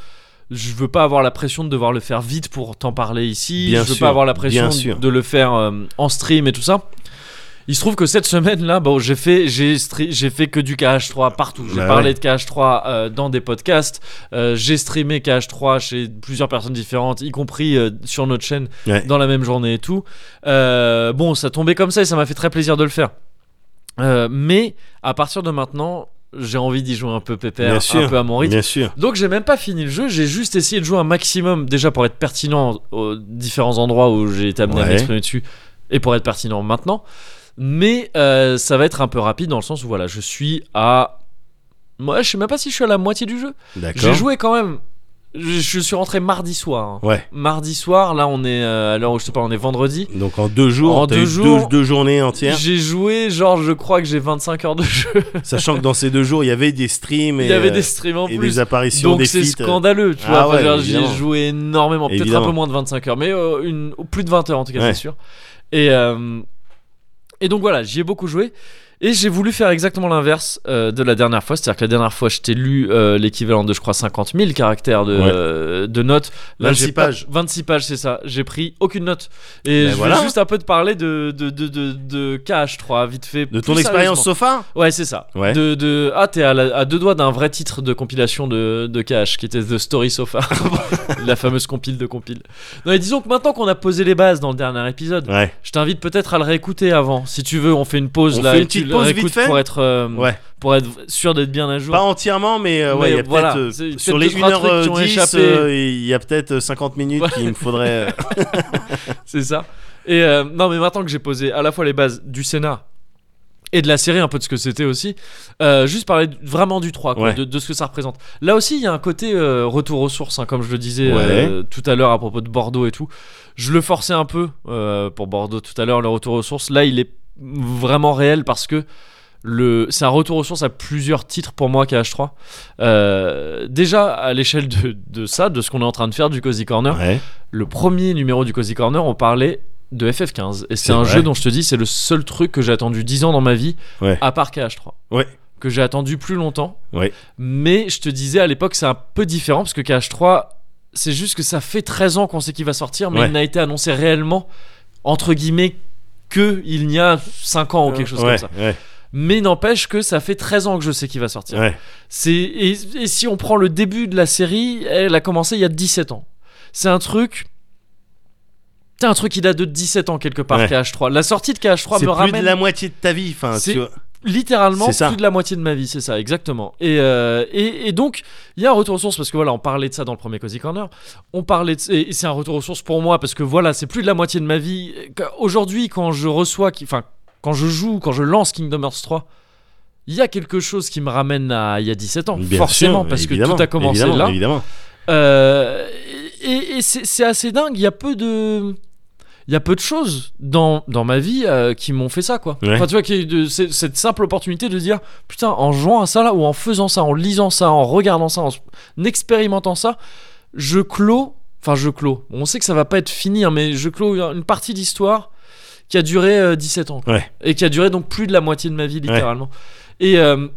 Speaker 1: je veux pas avoir la pression de devoir le faire vite pour t'en parler ici.
Speaker 2: Bien
Speaker 1: je veux
Speaker 2: sûr,
Speaker 1: pas avoir la
Speaker 2: bien
Speaker 1: pression
Speaker 2: sûr.
Speaker 1: de le faire euh, en stream et tout ça. Il se trouve que cette semaine là, bon, j'ai fait, j'ai, stre- j'ai fait que du KH3 partout. J'ai
Speaker 2: Bah
Speaker 1: parlé de KH3 euh, dans des podcasts. Euh, j'ai streamé KH3 chez plusieurs personnes différentes, y compris euh, sur notre chaîne
Speaker 2: Ouais.
Speaker 1: dans la même journée et tout. Euh, bon, ça tombait comme ça et ça m'a fait très plaisir de le faire. Euh, mais à partir de maintenant, j'ai envie d'y jouer un peu pépère,
Speaker 2: Bien
Speaker 1: un
Speaker 2: sûr,
Speaker 1: peu à mon rythme.
Speaker 2: Bien sûr.
Speaker 1: Donc j'ai même pas fini le jeu, j'ai juste essayé de jouer un maximum déjà pour être pertinent aux différents endroits où j'ai été amené à
Speaker 2: Ouais.
Speaker 1: m'exprimer dessus et pour être pertinent maintenant. Mais euh, ça va être un peu rapide dans le sens où voilà, je suis à moi, je sais même pas si je suis à la moitié du jeu.
Speaker 2: D'accord.
Speaker 1: J'ai joué quand même. Je, je suis rentré mardi soir. hein.
Speaker 2: Ouais.
Speaker 1: Mardi soir, là on est euh, à l'heure où je te parle, on est vendredi.
Speaker 2: Donc en deux jours,
Speaker 1: En
Speaker 2: t'as
Speaker 1: deux
Speaker 2: eu
Speaker 1: jours,
Speaker 2: deux journées entières.
Speaker 1: J'ai joué, genre je crois que j'ai 25 heures de jeu. <laughs>
Speaker 2: Sachant que dans ces deux jours, il y avait des streams et,
Speaker 1: Il y avait
Speaker 2: euh,
Speaker 1: des streams en
Speaker 2: et
Speaker 1: plus.
Speaker 2: des apparitions,
Speaker 1: Donc
Speaker 2: des
Speaker 1: c'est
Speaker 2: feats.
Speaker 1: scandaleux, tu
Speaker 2: Ah
Speaker 1: vois. Enfin,
Speaker 2: ouais,
Speaker 1: genre, j'y ai
Speaker 2: évidemment.
Speaker 1: joué énormément, peut-être un
Speaker 2: Évidemment.
Speaker 1: peu moins de 25 heures, mais euh, une, plus de 20 heures en tout cas,
Speaker 2: Ouais.
Speaker 1: c'est sûr. Et, euh, et donc voilà, j'y ai beaucoup joué. Et j'ai voulu faire exactement l'inverse euh, de la dernière fois. C'est-à-dire que la dernière fois, je t'ai lu euh, l'équivalent de, je crois, 50 000 caractères de,
Speaker 2: Ouais.
Speaker 1: euh, de notes. Là,
Speaker 2: 26
Speaker 1: j'ai pas-
Speaker 2: pages.
Speaker 1: 26 pages, c'est ça. J'ai pris aucune note. Et
Speaker 2: Ben
Speaker 1: je
Speaker 2: voilà.
Speaker 1: voulais juste un peu te parler de, de, de, de, de KH3, vite fait.
Speaker 2: De ton
Speaker 1: plus
Speaker 2: expérience
Speaker 1: sérieusement.
Speaker 2: so far
Speaker 1: Ouais, c'est ça.
Speaker 2: Ouais.
Speaker 1: De, de... Ah, t'es à, la- à deux doigts d'un vrai titre de compilation de, de KH qui était The Story So
Speaker 2: <laughs>
Speaker 1: Far. la fameuse compile de compile. Non, mais disons que maintenant qu'on a posé les bases dans le dernier épisode,
Speaker 2: Ouais.
Speaker 1: je t'invite peut-être à le réécouter avant. Si tu veux, on fait une pause
Speaker 2: On
Speaker 1: là.
Speaker 2: fait
Speaker 1: et tu
Speaker 2: une petite
Speaker 1: le
Speaker 2: pause
Speaker 1: réécoutes
Speaker 2: vite fait
Speaker 1: pour être, euh,
Speaker 2: Ouais.
Speaker 1: pour être sûr d'être bien à jour.
Speaker 2: Pas entièrement, mais euh, ouais,
Speaker 1: Mais
Speaker 2: il y a
Speaker 1: voilà,
Speaker 2: peut-être. euh,
Speaker 1: c'est-
Speaker 2: sur
Speaker 1: peut-être deux,
Speaker 2: les
Speaker 1: trois trucs qui ont
Speaker 2: 1h10,
Speaker 1: échappé.
Speaker 2: euh, il y a peut-être euh, 50 minutes
Speaker 1: Ouais.
Speaker 2: qu'il me
Speaker 1: <laughs>
Speaker 2: faudrait. euh,
Speaker 1: C'est ça. Et euh, non, mais maintenant que j'ai posé à la fois les bases du Sénat et de la série, un peu de ce que c'était aussi, euh, juste parler d- vraiment du 3, quoi,
Speaker 2: Ouais.
Speaker 1: de, de ce que ça représente. Là aussi, il y a un côté euh, retour aux sources, hein, comme je le disais euh, tout à l'heure à propos de Bordeaux et tout. Je le forçais un peu euh, pour Bordeaux tout à l'heure, le retour aux sources. Là, il est vraiment réel parce que le c'est un retour aux sources à plusieurs titres pour moi KH3 Euh, déjà à l'échelle de, de ça de ce qu'on est en train de faire du Cozy Corner
Speaker 2: Ouais.
Speaker 1: le premier numéro du Cozy Corner, on parlait de FF15. Et c'est
Speaker 2: C'est
Speaker 1: un
Speaker 2: vrai.
Speaker 1: jeu dont je te dis, c'est le seul truc que j'ai attendu 10 ans dans ma vie,
Speaker 2: Ouais.
Speaker 1: à part KH3.
Speaker 2: Ouais.
Speaker 1: Que j'ai attendu plus longtemps.
Speaker 2: Ouais.
Speaker 1: Mais je te disais à l'époque, c'est un peu différent parce que KH3, c'est juste que ça fait 13 ans qu'on sait qu'il va sortir, mais
Speaker 2: Ouais.
Speaker 1: il n'a été annoncé réellement, entre guillemets, que il y a 5 ans ou quelque chose
Speaker 2: Euh, ouais,
Speaker 1: comme ça.
Speaker 2: ouais,
Speaker 1: Mais n'empêche que ça fait 13 ans que je sais qu'il va sortir.
Speaker 2: ouais.
Speaker 1: C'est et, et si on prend le début de la série, elle a commencé il y a 17 ans. C'est un truc c'est un truc qui date de 17 ans quelque part
Speaker 2: Ouais.
Speaker 1: KH3. La sortie de KH3
Speaker 2: C'est
Speaker 1: me
Speaker 2: plus
Speaker 1: ramène
Speaker 2: de la moitié de ta vie. Enfin,
Speaker 1: C'est-
Speaker 2: tu vois.
Speaker 1: littéralement
Speaker 2: C'est ça.
Speaker 1: plus de la moitié de ma vie, c'est ça exactement. Et, euh, et, et donc il y a un retour aux sources parce que voilà, on parlait de ça dans le premier Cozy Corner. On parlait de, et, et c'est un retour aux sources pour moi parce que voilà, c'est plus de la moitié de ma vie Qu- aujourd'hui quand je reçois qui enfin quand je joue, quand je lance Kingdom Hearts 3 il y a quelque chose qui me ramène à il y a 17 ans,
Speaker 2: Bien
Speaker 1: forcément,
Speaker 2: sûr,
Speaker 1: parce que
Speaker 2: évidemment,
Speaker 1: tout a commencé
Speaker 2: évidemment,
Speaker 1: là.
Speaker 2: Évidemment.
Speaker 1: Euh, et et c'est c'est assez dingue. Il y a peu de, il y a peu de choses dans, dans ma vie euh, qui m'ont fait ça, quoi.
Speaker 2: Ouais.
Speaker 1: Enfin, tu vois, qui, de, c'est- cette simple opportunité de dire, putain, en jouant à ça là, ou en faisant ça, en lisant ça, en regardant ça, en, s- en expérimentant ça, je clos. Enfin, je clos. On sait que ça va pas être fini, hein, mais je clos une une partie d'histoire qui a duré euh, 17 ans. quoi.
Speaker 2: Ouais.
Speaker 1: Et qui a duré donc plus de la moitié de ma vie, littéralement. Et, euh,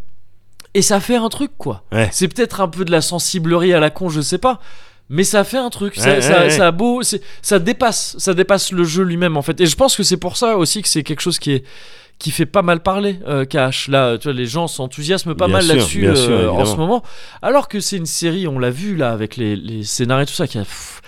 Speaker 1: et ça fait un truc, quoi.
Speaker 2: Ouais.
Speaker 1: C'est peut-être un peu de la sensiblerie à la con, je sais pas. Mais ça fait un truc, ça,
Speaker 2: Ouais,
Speaker 1: ça,
Speaker 2: ouais, ouais.
Speaker 1: ça a beau, c'est- ça dépasse, ça dépasse le jeu lui-même en fait. Et je pense que c'est pour ça aussi que c'est quelque chose qui est qui fait pas mal parler. euh, Cash, là, euh, tu vois, les gens s'enthousiasment pas
Speaker 2: Bien
Speaker 1: mal
Speaker 2: sûr,
Speaker 1: là-dessus
Speaker 2: bien
Speaker 1: euh,
Speaker 2: sûr,
Speaker 1: en
Speaker 2: évidemment.
Speaker 1: ce moment, alors que c'est une série, on l'a vu là avec les, les scénarios et tout ça, qui a pff,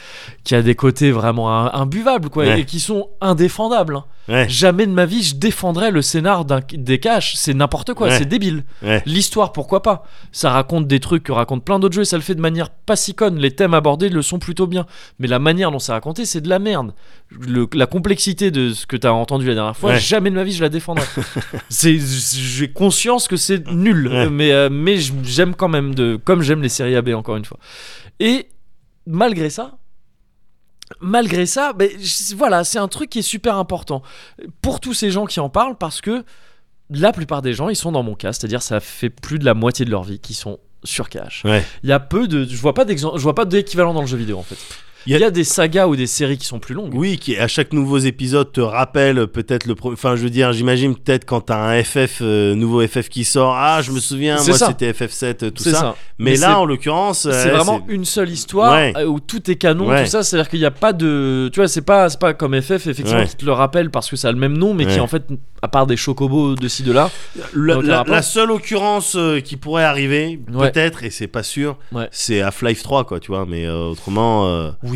Speaker 1: qui a des côtés vraiment im- imbuvables quoi,
Speaker 2: Ouais.
Speaker 1: et qui sont indéfendables. hein.
Speaker 2: Ouais,
Speaker 1: Jamais de ma vie je défendrais le scénar d'un- des Cash, c'est n'importe quoi,
Speaker 2: Ouais.
Speaker 1: c'est débile.
Speaker 2: ouais.
Speaker 1: L'histoire, pourquoi pas Ça raconte des trucs que racontent plein d'autres jeux et ça le fait de manière pas si conne. Les thèmes abordés le sont plutôt bien. Mais la manière dont c'est raconté, c'est de la merde. Le- la complexité de ce que t'as entendu la dernière fois,
Speaker 2: Ouais.
Speaker 1: jamais de ma vie je la
Speaker 2: <laughs>
Speaker 1: défendrai. C'est- J'ai conscience que c'est nul,
Speaker 2: Ouais.
Speaker 1: mais, euh, mais j- j'aime quand même, de, comme j'aime les séries AB encore une fois. Et malgré ça, malgré ça, ben, j- voilà, c'est un truc qui est super important pour tous ces gens qui en parlent parce que la plupart des gens, ils sont dans mon cas, c'est-à-dire ça fait plus de la moitié de leur vie qui sont sur cash.
Speaker 2: Ouais.
Speaker 1: Il y a peu de, je vois pas d'exemple, je vois pas d'équivalent dans le jeu vidéo en fait.
Speaker 2: Il
Speaker 1: Il
Speaker 2: y
Speaker 1: y,
Speaker 2: a-
Speaker 1: a des sagas ou des séries qui sont plus longues.
Speaker 2: Oui, qui à chaque nouveau épisode te rappelle peut-être le. pro- Enfin, je veux dire, j'imagine peut-être quand t'as un FF, euh, nouveau FF qui sort, ah, je me souviens,
Speaker 1: C'est
Speaker 2: moi
Speaker 1: ça.
Speaker 2: c'était FF7, euh, tout
Speaker 1: c'est
Speaker 2: ça.
Speaker 1: ça.
Speaker 2: Mais,
Speaker 1: Mais
Speaker 2: là,
Speaker 1: c'est-
Speaker 2: en l'occurrence.
Speaker 1: C'est
Speaker 2: euh,
Speaker 1: vraiment une seule histoire
Speaker 2: Ouais.
Speaker 1: euh, où tout est canon,
Speaker 2: Ouais.
Speaker 1: tout ça. C'est-à-dire qu'il n'y a pas de. Tu vois, c'est pas, c'est pas comme FF, effectivement,
Speaker 2: Ouais.
Speaker 1: qui te le rappelle parce que ça a le même nom, mais
Speaker 2: Ouais.
Speaker 1: qui en fait, à part des chocobos de ci, de là.
Speaker 2: La,
Speaker 1: Donc,
Speaker 2: la-
Speaker 1: un rapport.
Speaker 2: la seule occurrence euh, qui pourrait arriver,
Speaker 1: Ouais.
Speaker 2: peut-être, et c'est pas sûr,
Speaker 1: Ouais.
Speaker 2: c'est Half-Life 3, quoi, tu vois. Mais euh, autrement, euh,
Speaker 1: Oui.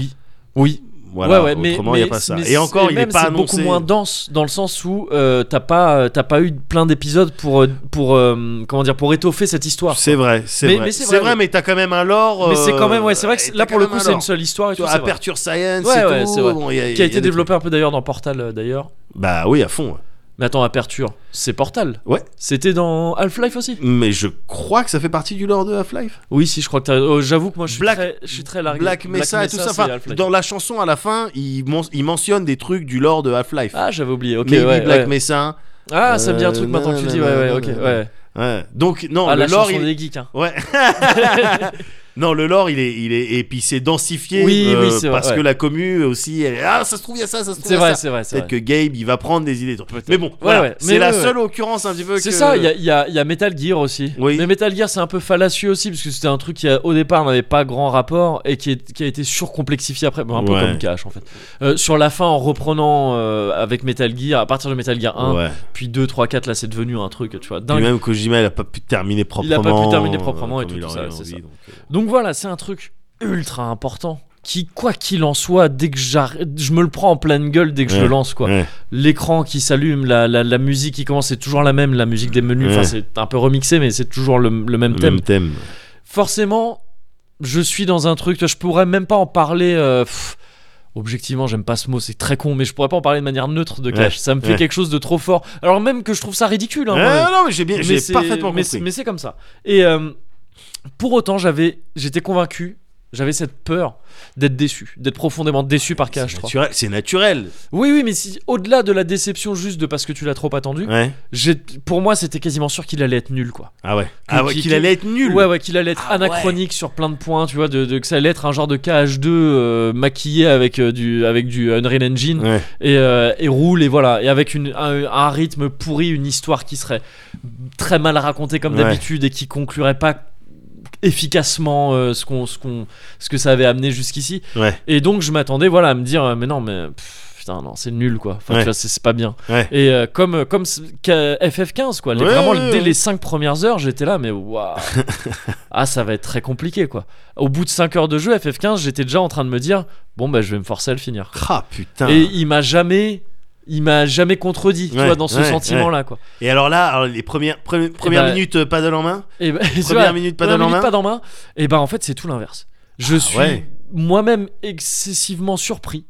Speaker 1: Oui,
Speaker 2: voilà,
Speaker 1: ouais, ouais, mais,
Speaker 2: autrement, il n'y a
Speaker 1: mais-
Speaker 2: pas ça.
Speaker 1: mais
Speaker 2: Et encore,
Speaker 1: c'est-
Speaker 2: il n'est
Speaker 1: même,
Speaker 2: pas
Speaker 1: c'est
Speaker 2: annoncé.
Speaker 1: beaucoup moins dense dans le sens où euh, t'as pas, euh, t'as pas eu plein d'épisodes pour, euh, pour, euh, comment dire, pour étoffer cette histoire.
Speaker 2: C'est vrai, c'est
Speaker 1: Mais-
Speaker 2: vrai.
Speaker 1: mais c'est
Speaker 2: C'est
Speaker 1: vrai,
Speaker 2: vrai,
Speaker 1: oui.
Speaker 2: mais t'as quand même un lore.
Speaker 1: Mais c'est quand même, ouais, c'est vrai
Speaker 2: euh,
Speaker 1: que
Speaker 2: et
Speaker 1: là
Speaker 2: t'as
Speaker 1: pour le
Speaker 2: quand même
Speaker 1: coup,
Speaker 2: un
Speaker 1: c'est une
Speaker 2: lore.
Speaker 1: seule histoire et
Speaker 2: Tu
Speaker 1: tout.
Speaker 2: vois,
Speaker 1: c'est vrai.
Speaker 2: Aperture Science,
Speaker 1: Ouais,
Speaker 2: et
Speaker 1: ouais,
Speaker 2: tout,
Speaker 1: c'est vrai.
Speaker 2: bon, il y il
Speaker 1: Qui
Speaker 2: y
Speaker 1: a été
Speaker 2: des
Speaker 1: développé un peu d'ailleurs dans Portal euh, d'ailleurs.
Speaker 2: trucs. Bah oui, à fond.
Speaker 1: Mais attends, Aperture, c'est Portal.
Speaker 2: Ouais.
Speaker 1: C'était dans Half-Life aussi.
Speaker 2: Mais je crois que ça fait partie du lore de Half-Life.
Speaker 1: Oui, si, je crois que t'as. oh, J'avoue que moi, je suis
Speaker 2: Black-
Speaker 1: très, je suis très largué.
Speaker 2: Black Mesa et tout ça.
Speaker 1: Ah, c'est
Speaker 2: Enfin,
Speaker 1: Half-Life.
Speaker 2: dans la chanson à la fin, il, mon- il mentionne des trucs du lore de Half-Life.
Speaker 1: Ah, j'avais oublié. Ok,
Speaker 2: Maybe
Speaker 1: ouais,
Speaker 2: Black
Speaker 1: ouais.
Speaker 2: Mesa.
Speaker 1: Ah, ça me dit un truc
Speaker 2: Euh,
Speaker 1: maintenant que tu le dis. Ouais, ouais, ok,
Speaker 2: nanana.
Speaker 1: ouais.
Speaker 2: Ouais. Donc non,
Speaker 1: Ah,
Speaker 2: le
Speaker 1: la
Speaker 2: lore,
Speaker 1: chanson
Speaker 2: il...
Speaker 1: des geeks. Hein.
Speaker 2: <laughs> ouais. non, le lore, il est, il est, et puis c'est densifié.
Speaker 1: Oui,
Speaker 2: euh,
Speaker 1: oui, c'est vrai,
Speaker 2: Parce
Speaker 1: ouais.
Speaker 2: que la commu aussi, elle est, ah, ça se trouve il y a ça, ça se trouve il
Speaker 1: C'est
Speaker 2: y a
Speaker 1: vrai,
Speaker 2: ça.
Speaker 1: c'est vrai. c'est
Speaker 2: Peut-être
Speaker 1: vrai.
Speaker 2: que Gabe, il va prendre des idées. donc- Mais bon, voilà.
Speaker 1: ouais.
Speaker 2: c'est
Speaker 1: Mais
Speaker 2: la
Speaker 1: ouais, ouais.
Speaker 2: seule occurrence un petit peu.
Speaker 1: C'est
Speaker 2: que-
Speaker 1: ça, il y a, il y a- il y a Metal Gear aussi.
Speaker 2: Oui.
Speaker 1: Mais Metal Gear, c'est un peu fallacieux aussi, parce que c'était un truc qui, a- au départ, n'avait pas grand rapport et qui, est- qui a été surcomplexifié après. Bon, un peu
Speaker 2: Ouais.
Speaker 1: comme Cash, en fait. Euh, sur la fin, en reprenant euh, avec Metal Gear, à partir de Metal Gear 1,
Speaker 2: Ouais.
Speaker 1: puis 2, 3, 4, là, c'est devenu un truc, tu vois,
Speaker 2: Et
Speaker 1: dingue.
Speaker 2: même Kojima, il a pas pu terminer
Speaker 1: Il
Speaker 2: proprement.
Speaker 1: a pas pu terminer
Speaker 2: euh,
Speaker 1: proprement et
Speaker 2: comme
Speaker 1: tout,
Speaker 2: il
Speaker 1: tout
Speaker 2: aurait
Speaker 1: ça, c'est
Speaker 2: envie,
Speaker 1: ça.
Speaker 2: donc, euh,
Speaker 1: Donc voilà, c'est un truc ultra important qui, quoi qu'il en soit, dès que j'arrête, je me le prends en pleine gueule dès que je
Speaker 2: Ouais.
Speaker 1: le lance, quoi.
Speaker 2: ouais.
Speaker 1: L'écran qui s'allume, la, la, la musique qui commence, c'est toujours la même, la musique des menus, enfin,
Speaker 2: Ouais.
Speaker 1: c'est un peu remixé, mais c'est toujours le, le même thème.
Speaker 2: Même thème.
Speaker 1: forcément, je suis dans un truc, tu vois, je pourrais même pas en parler. euh, pff, objectivement, j'aime pas ce mot, c'est très con, mais je pourrais pas en parler de manière neutre de Clash.
Speaker 2: Ouais,
Speaker 1: ça me fait
Speaker 2: ouais.
Speaker 1: quelque chose de trop fort. Alors même que je trouve ça ridicule. hein,
Speaker 2: Ouais,
Speaker 1: moi-même.
Speaker 2: non, non, mais j'ai bien,
Speaker 1: Mais
Speaker 2: j'ai
Speaker 1: c'est-
Speaker 2: parfaitement
Speaker 1: mais c'est-
Speaker 2: compris.
Speaker 1: Mais c'est comme ça. Et euh, pour autant, j'avais, j'étais convaincu. J'avais cette peur d'être déçu, d'être profondément déçu par
Speaker 2: C'est
Speaker 1: Clash 3.
Speaker 2: naturel- C'est naturel.
Speaker 1: Oui, oui, mais si, au-delà de la déception juste de parce que tu l'as trop attendu,
Speaker 2: Ouais.
Speaker 1: j'ai- pour moi, c'était quasiment sûr qu'il allait être nul, quoi.
Speaker 2: Ah ouais. Ah ouais.
Speaker 1: qui-
Speaker 2: Qu'il allait être nul.
Speaker 1: Ouais, ouais, qu'il allait être
Speaker 2: Ah
Speaker 1: anachronique sur plein de points, tu vois, de, de- que ça allait être un genre de KH2 euh, maquillé avec, euh, du, avec du Unreal Engine
Speaker 2: Ouais.
Speaker 1: et, euh, et roule, et voilà, et avec une, un, un rythme pourri, une histoire qui serait très mal racontée comme
Speaker 2: Ouais.
Speaker 1: d'habitude et qui conclurait pas efficacement euh, ce, qu'on, ce, qu'on, ce que ça avait amené jusqu'ici.
Speaker 2: Ouais.
Speaker 1: Et donc, je m'attendais, voilà, à me dire, euh, mais non, mais. pff, Putain, non, c'est nul quoi. Enfin,
Speaker 2: Ouais.
Speaker 1: tu vois, c'est, c'est pas bien.
Speaker 2: Ouais.
Speaker 1: Et euh, comme, comme ce- qu'à FF15, quoi. Les-
Speaker 2: Ouais,
Speaker 1: vraiment,
Speaker 2: ouais,
Speaker 1: dès
Speaker 2: ouais.
Speaker 1: les 5 premières heures, j'étais là, mais
Speaker 2: <laughs>
Speaker 1: waouh, ah, ça va être très compliqué quoi. Au bout de 5 heures de jeu, FF15, j'étais déjà en train de me dire, bon, bah, je vais me forcer à le finir.
Speaker 2: Ah putain.
Speaker 1: Et
Speaker 2: Et,
Speaker 1: il m'a jamais. Il m'a jamais contredit, tu
Speaker 2: Ouais,
Speaker 1: vois, dans ce
Speaker 2: ouais,
Speaker 1: sentiment-là, quoi.
Speaker 2: alors là, alors les premières, premi- premières
Speaker 1: bah,
Speaker 2: minutes euh, paddle en main.
Speaker 1: Et ben, <laughs> tu
Speaker 2: Première
Speaker 1: vois,
Speaker 2: minute
Speaker 1: première
Speaker 2: paddle en
Speaker 1: minute,
Speaker 2: main. Ah
Speaker 1: pas dans main. Et ben, en fait, c'est tout l'inverse. Je suis
Speaker 2: ouais.
Speaker 1: moi-même excessivement surpris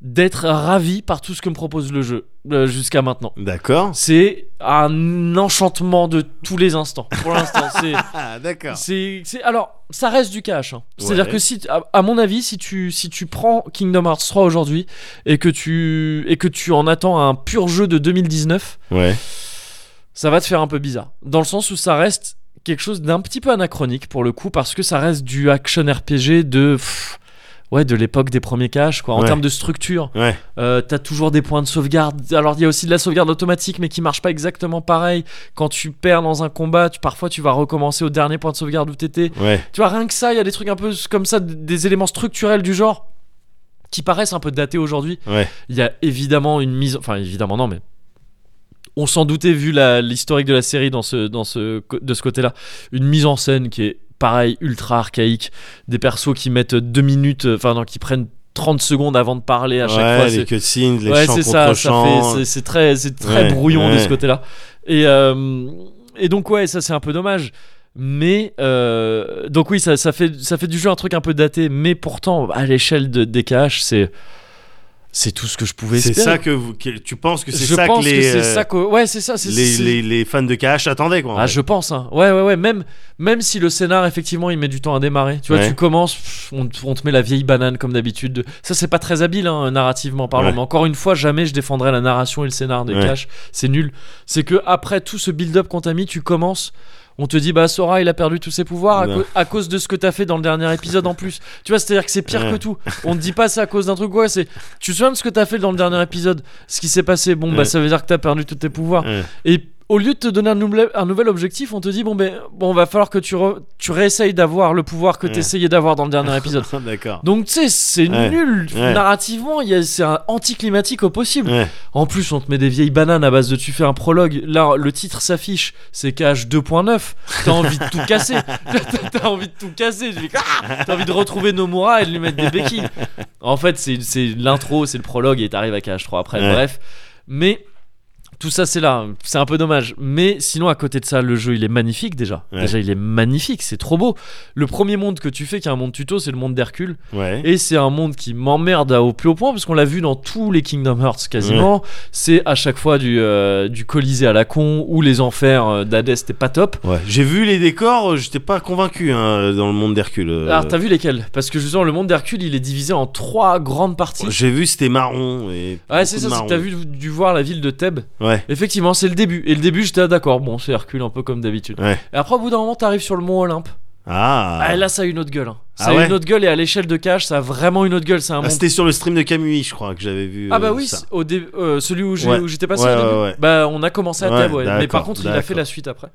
Speaker 1: d'être ravi par tout ce que me propose le jeu euh, jusqu'à maintenant.
Speaker 2: D'accord.
Speaker 1: C'est un enchantement de tous les instants. Pour
Speaker 2: <laughs>
Speaker 1: l'instant, c'est.
Speaker 2: Ah d'accord.
Speaker 1: C'est, c'est- alors, ça reste du cash. hein. C'est-à-dire
Speaker 2: Ouais.
Speaker 1: que si, à, à mon avis, si tu, si tu prends Kingdom Hearts 3 aujourd'hui et que tu, et que tu en attends un pur jeu de 2019,
Speaker 2: Ouais.
Speaker 1: ça va te faire un peu bizarre. Dans le sens où ça reste quelque chose d'un petit peu anachronique pour le coup, parce que ça reste du action RPG de, pff, ouais, de l'époque des premiers cash, quoi. En
Speaker 2: Ouais.
Speaker 1: termes de structure,
Speaker 2: Ouais.
Speaker 1: euh, t'as toujours des points de sauvegarde. Alors il y a aussi de la sauvegarde automatique, mais qui marche pas exactement pareil. Quand tu perds dans un combat, tu- parfois tu vas recommencer au dernier point de sauvegarde où t'étais.
Speaker 2: Ouais.
Speaker 1: Tu vois, rien que ça, il y a des trucs un peu comme ça, d- des éléments structurels du genre qui paraissent un peu datés aujourd'hui.
Speaker 2: Ouais.
Speaker 1: Il y a évidemment une mise. Enfin, évidemment, non, mais. On s'en doutait, vu la- l'historique de la série dans ce, dans ce, co- de ce côté-là, une mise en scène qui est, pareil, ultra archaïque. Des persos qui mettent deux minutes, euh, enfin, non, qui prennent 30 secondes avant de parler à chaque
Speaker 2: ouais,
Speaker 1: fois.
Speaker 2: les
Speaker 1: c'est-
Speaker 2: cutscenes, les
Speaker 1: ouais,
Speaker 2: chants
Speaker 1: c'est
Speaker 2: contre
Speaker 1: ça, ça fait,
Speaker 2: chants.
Speaker 1: c'est- c'est très, c'est très
Speaker 2: Ouais,
Speaker 1: brouillon de
Speaker 2: ouais.
Speaker 1: ce côté-là. Et, euh, et donc, ouais, ça c'est un peu dommage. Mais euh, donc, oui, ça, ça, fait, ça fait du jeu un truc un peu daté, mais pourtant, à l'échelle de, des KH, c'est. C'est tout ce que je pouvais
Speaker 2: C'est
Speaker 1: espérer.
Speaker 2: ça que, vous, que- tu penses que c'est
Speaker 1: je
Speaker 2: ça
Speaker 1: pense
Speaker 2: que les,
Speaker 1: c'est
Speaker 2: euh,
Speaker 1: ça que ouais c'est ça c'est
Speaker 2: les,
Speaker 1: c'est-
Speaker 2: les, les fans de KH attendaient quoi. en
Speaker 1: ah
Speaker 2: fait.
Speaker 1: je pense hein. ouais ouais ouais même même si le scénar effectivement il met du temps à démarrer tu vois
Speaker 2: Ouais.
Speaker 1: tu commences pff, on, te- on te met la vieille banane comme d'habitude de- ça c'est pas très habile hein, narrativement parlant
Speaker 2: Ouais.
Speaker 1: mais encore une fois jamais je défendrai la narration et le scénar de
Speaker 2: Ouais.
Speaker 1: Cash c'est nul c'est que après tout ce build-up qu'on t'a mis tu commences on te dit bah Sora il a perdu tous ses pouvoirs à,
Speaker 2: Ouais.
Speaker 1: cau- à cause de ce que t'as fait dans le dernier épisode en plus tu vois c'est à dire que c'est pire
Speaker 2: Ouais.
Speaker 1: que tout on te dit pas c'est à cause d'un truc ouais c'est tu te souviens de ce que t'as fait dans le dernier épisode ce qui s'est passé bon bah
Speaker 2: Ouais.
Speaker 1: ça veut dire que t'as perdu tous tes pouvoirs
Speaker 2: Ouais.
Speaker 1: et au lieu de te donner un, nouvel- un nouvel objectif, on te dit bon ben bon, va falloir que tu, re- tu réessayes d'avoir le pouvoir que
Speaker 2: Ouais.
Speaker 1: t'essayais d'avoir dans le dernier
Speaker 2: <laughs>
Speaker 1: épisode. <laughs>
Speaker 2: D'accord.
Speaker 1: Donc tu sais, c'est
Speaker 2: Ouais.
Speaker 1: nul
Speaker 2: Ouais.
Speaker 1: narrativement, il y a- c'est un anticlimatique au possible.
Speaker 2: Ouais.
Speaker 1: En plus, on te met des vieilles bananes à base de tu fais un prologue. Là, le titre s'affiche, c'est KH 2.9. T'as envie de tout casser. <laughs> T'as envie de tout casser. Tu fais, Ah T'as envie de retrouver Nomura et de lui mettre des béquilles. En fait, c'est c'est l'intro, c'est le prologue et t'arrives à KH 3 après.
Speaker 2: Ouais.
Speaker 1: Bref, mais tout ça, c'est là. C'est un peu dommage. Mais sinon, à côté de ça, le jeu, il est magnifique déjà.
Speaker 2: Ouais.
Speaker 1: Déjà, il est magnifique. C'est trop beau. Le premier monde que tu fais, qui est un monde tuto, c'est le monde d'Hercule.
Speaker 2: Ouais.
Speaker 1: Et c'est un monde qui m'emmerde à- au plus haut point parce qu'on l'a vu dans tous les Kingdom Hearts quasiment. C'est à chaque fois du, euh, du Colisée à la con ou les enfers euh, d'Hadès, c'était pas top.
Speaker 2: Ouais. J'ai vu les décors, euh, j'étais pas convaincu hein, dans le monde d'Hercule. euh.
Speaker 1: Alors t'as vu lesquels Parce que justement le monde d'Hercule il est divisé en trois grandes parties.
Speaker 2: J'ai vu c'était marron et.
Speaker 1: Ouais c'est ça,
Speaker 2: beaucoup de
Speaker 1: c'est que
Speaker 2: marron.
Speaker 1: t'as vu dû voir la ville de Thèbes.
Speaker 2: Ouais.
Speaker 1: Effectivement c'est le début. Et le début j'étais ah, d'accord, bon c'est Hercule un peu comme d'habitude.
Speaker 2: Ouais.
Speaker 1: Et après au bout d'un moment t'arrives sur le mont Olympe.
Speaker 2: Ah.
Speaker 1: Ah, là ça a une autre gueule. hein. Ça
Speaker 2: Ah
Speaker 1: a
Speaker 2: ouais
Speaker 1: une autre gueule et à l'échelle de Cache ça a vraiment une autre gueule. C'est un
Speaker 2: Ah,
Speaker 1: monde
Speaker 2: c'était sur le stream de Camui, je crois que j'avais vu.
Speaker 1: Ah bah
Speaker 2: euh,
Speaker 1: oui,
Speaker 2: ça.
Speaker 1: c'est au dé- euh, celui où j'ai-
Speaker 2: Ouais.
Speaker 1: où j'étais passé
Speaker 2: Ouais,
Speaker 1: au
Speaker 2: ouais,
Speaker 1: début.
Speaker 2: ouais.
Speaker 1: Bah on a commencé à
Speaker 2: Ouais,
Speaker 1: Thèbes, ouais. mais par
Speaker 2: d'accord,
Speaker 1: contre il a fait
Speaker 2: d'accord.
Speaker 1: la suite après.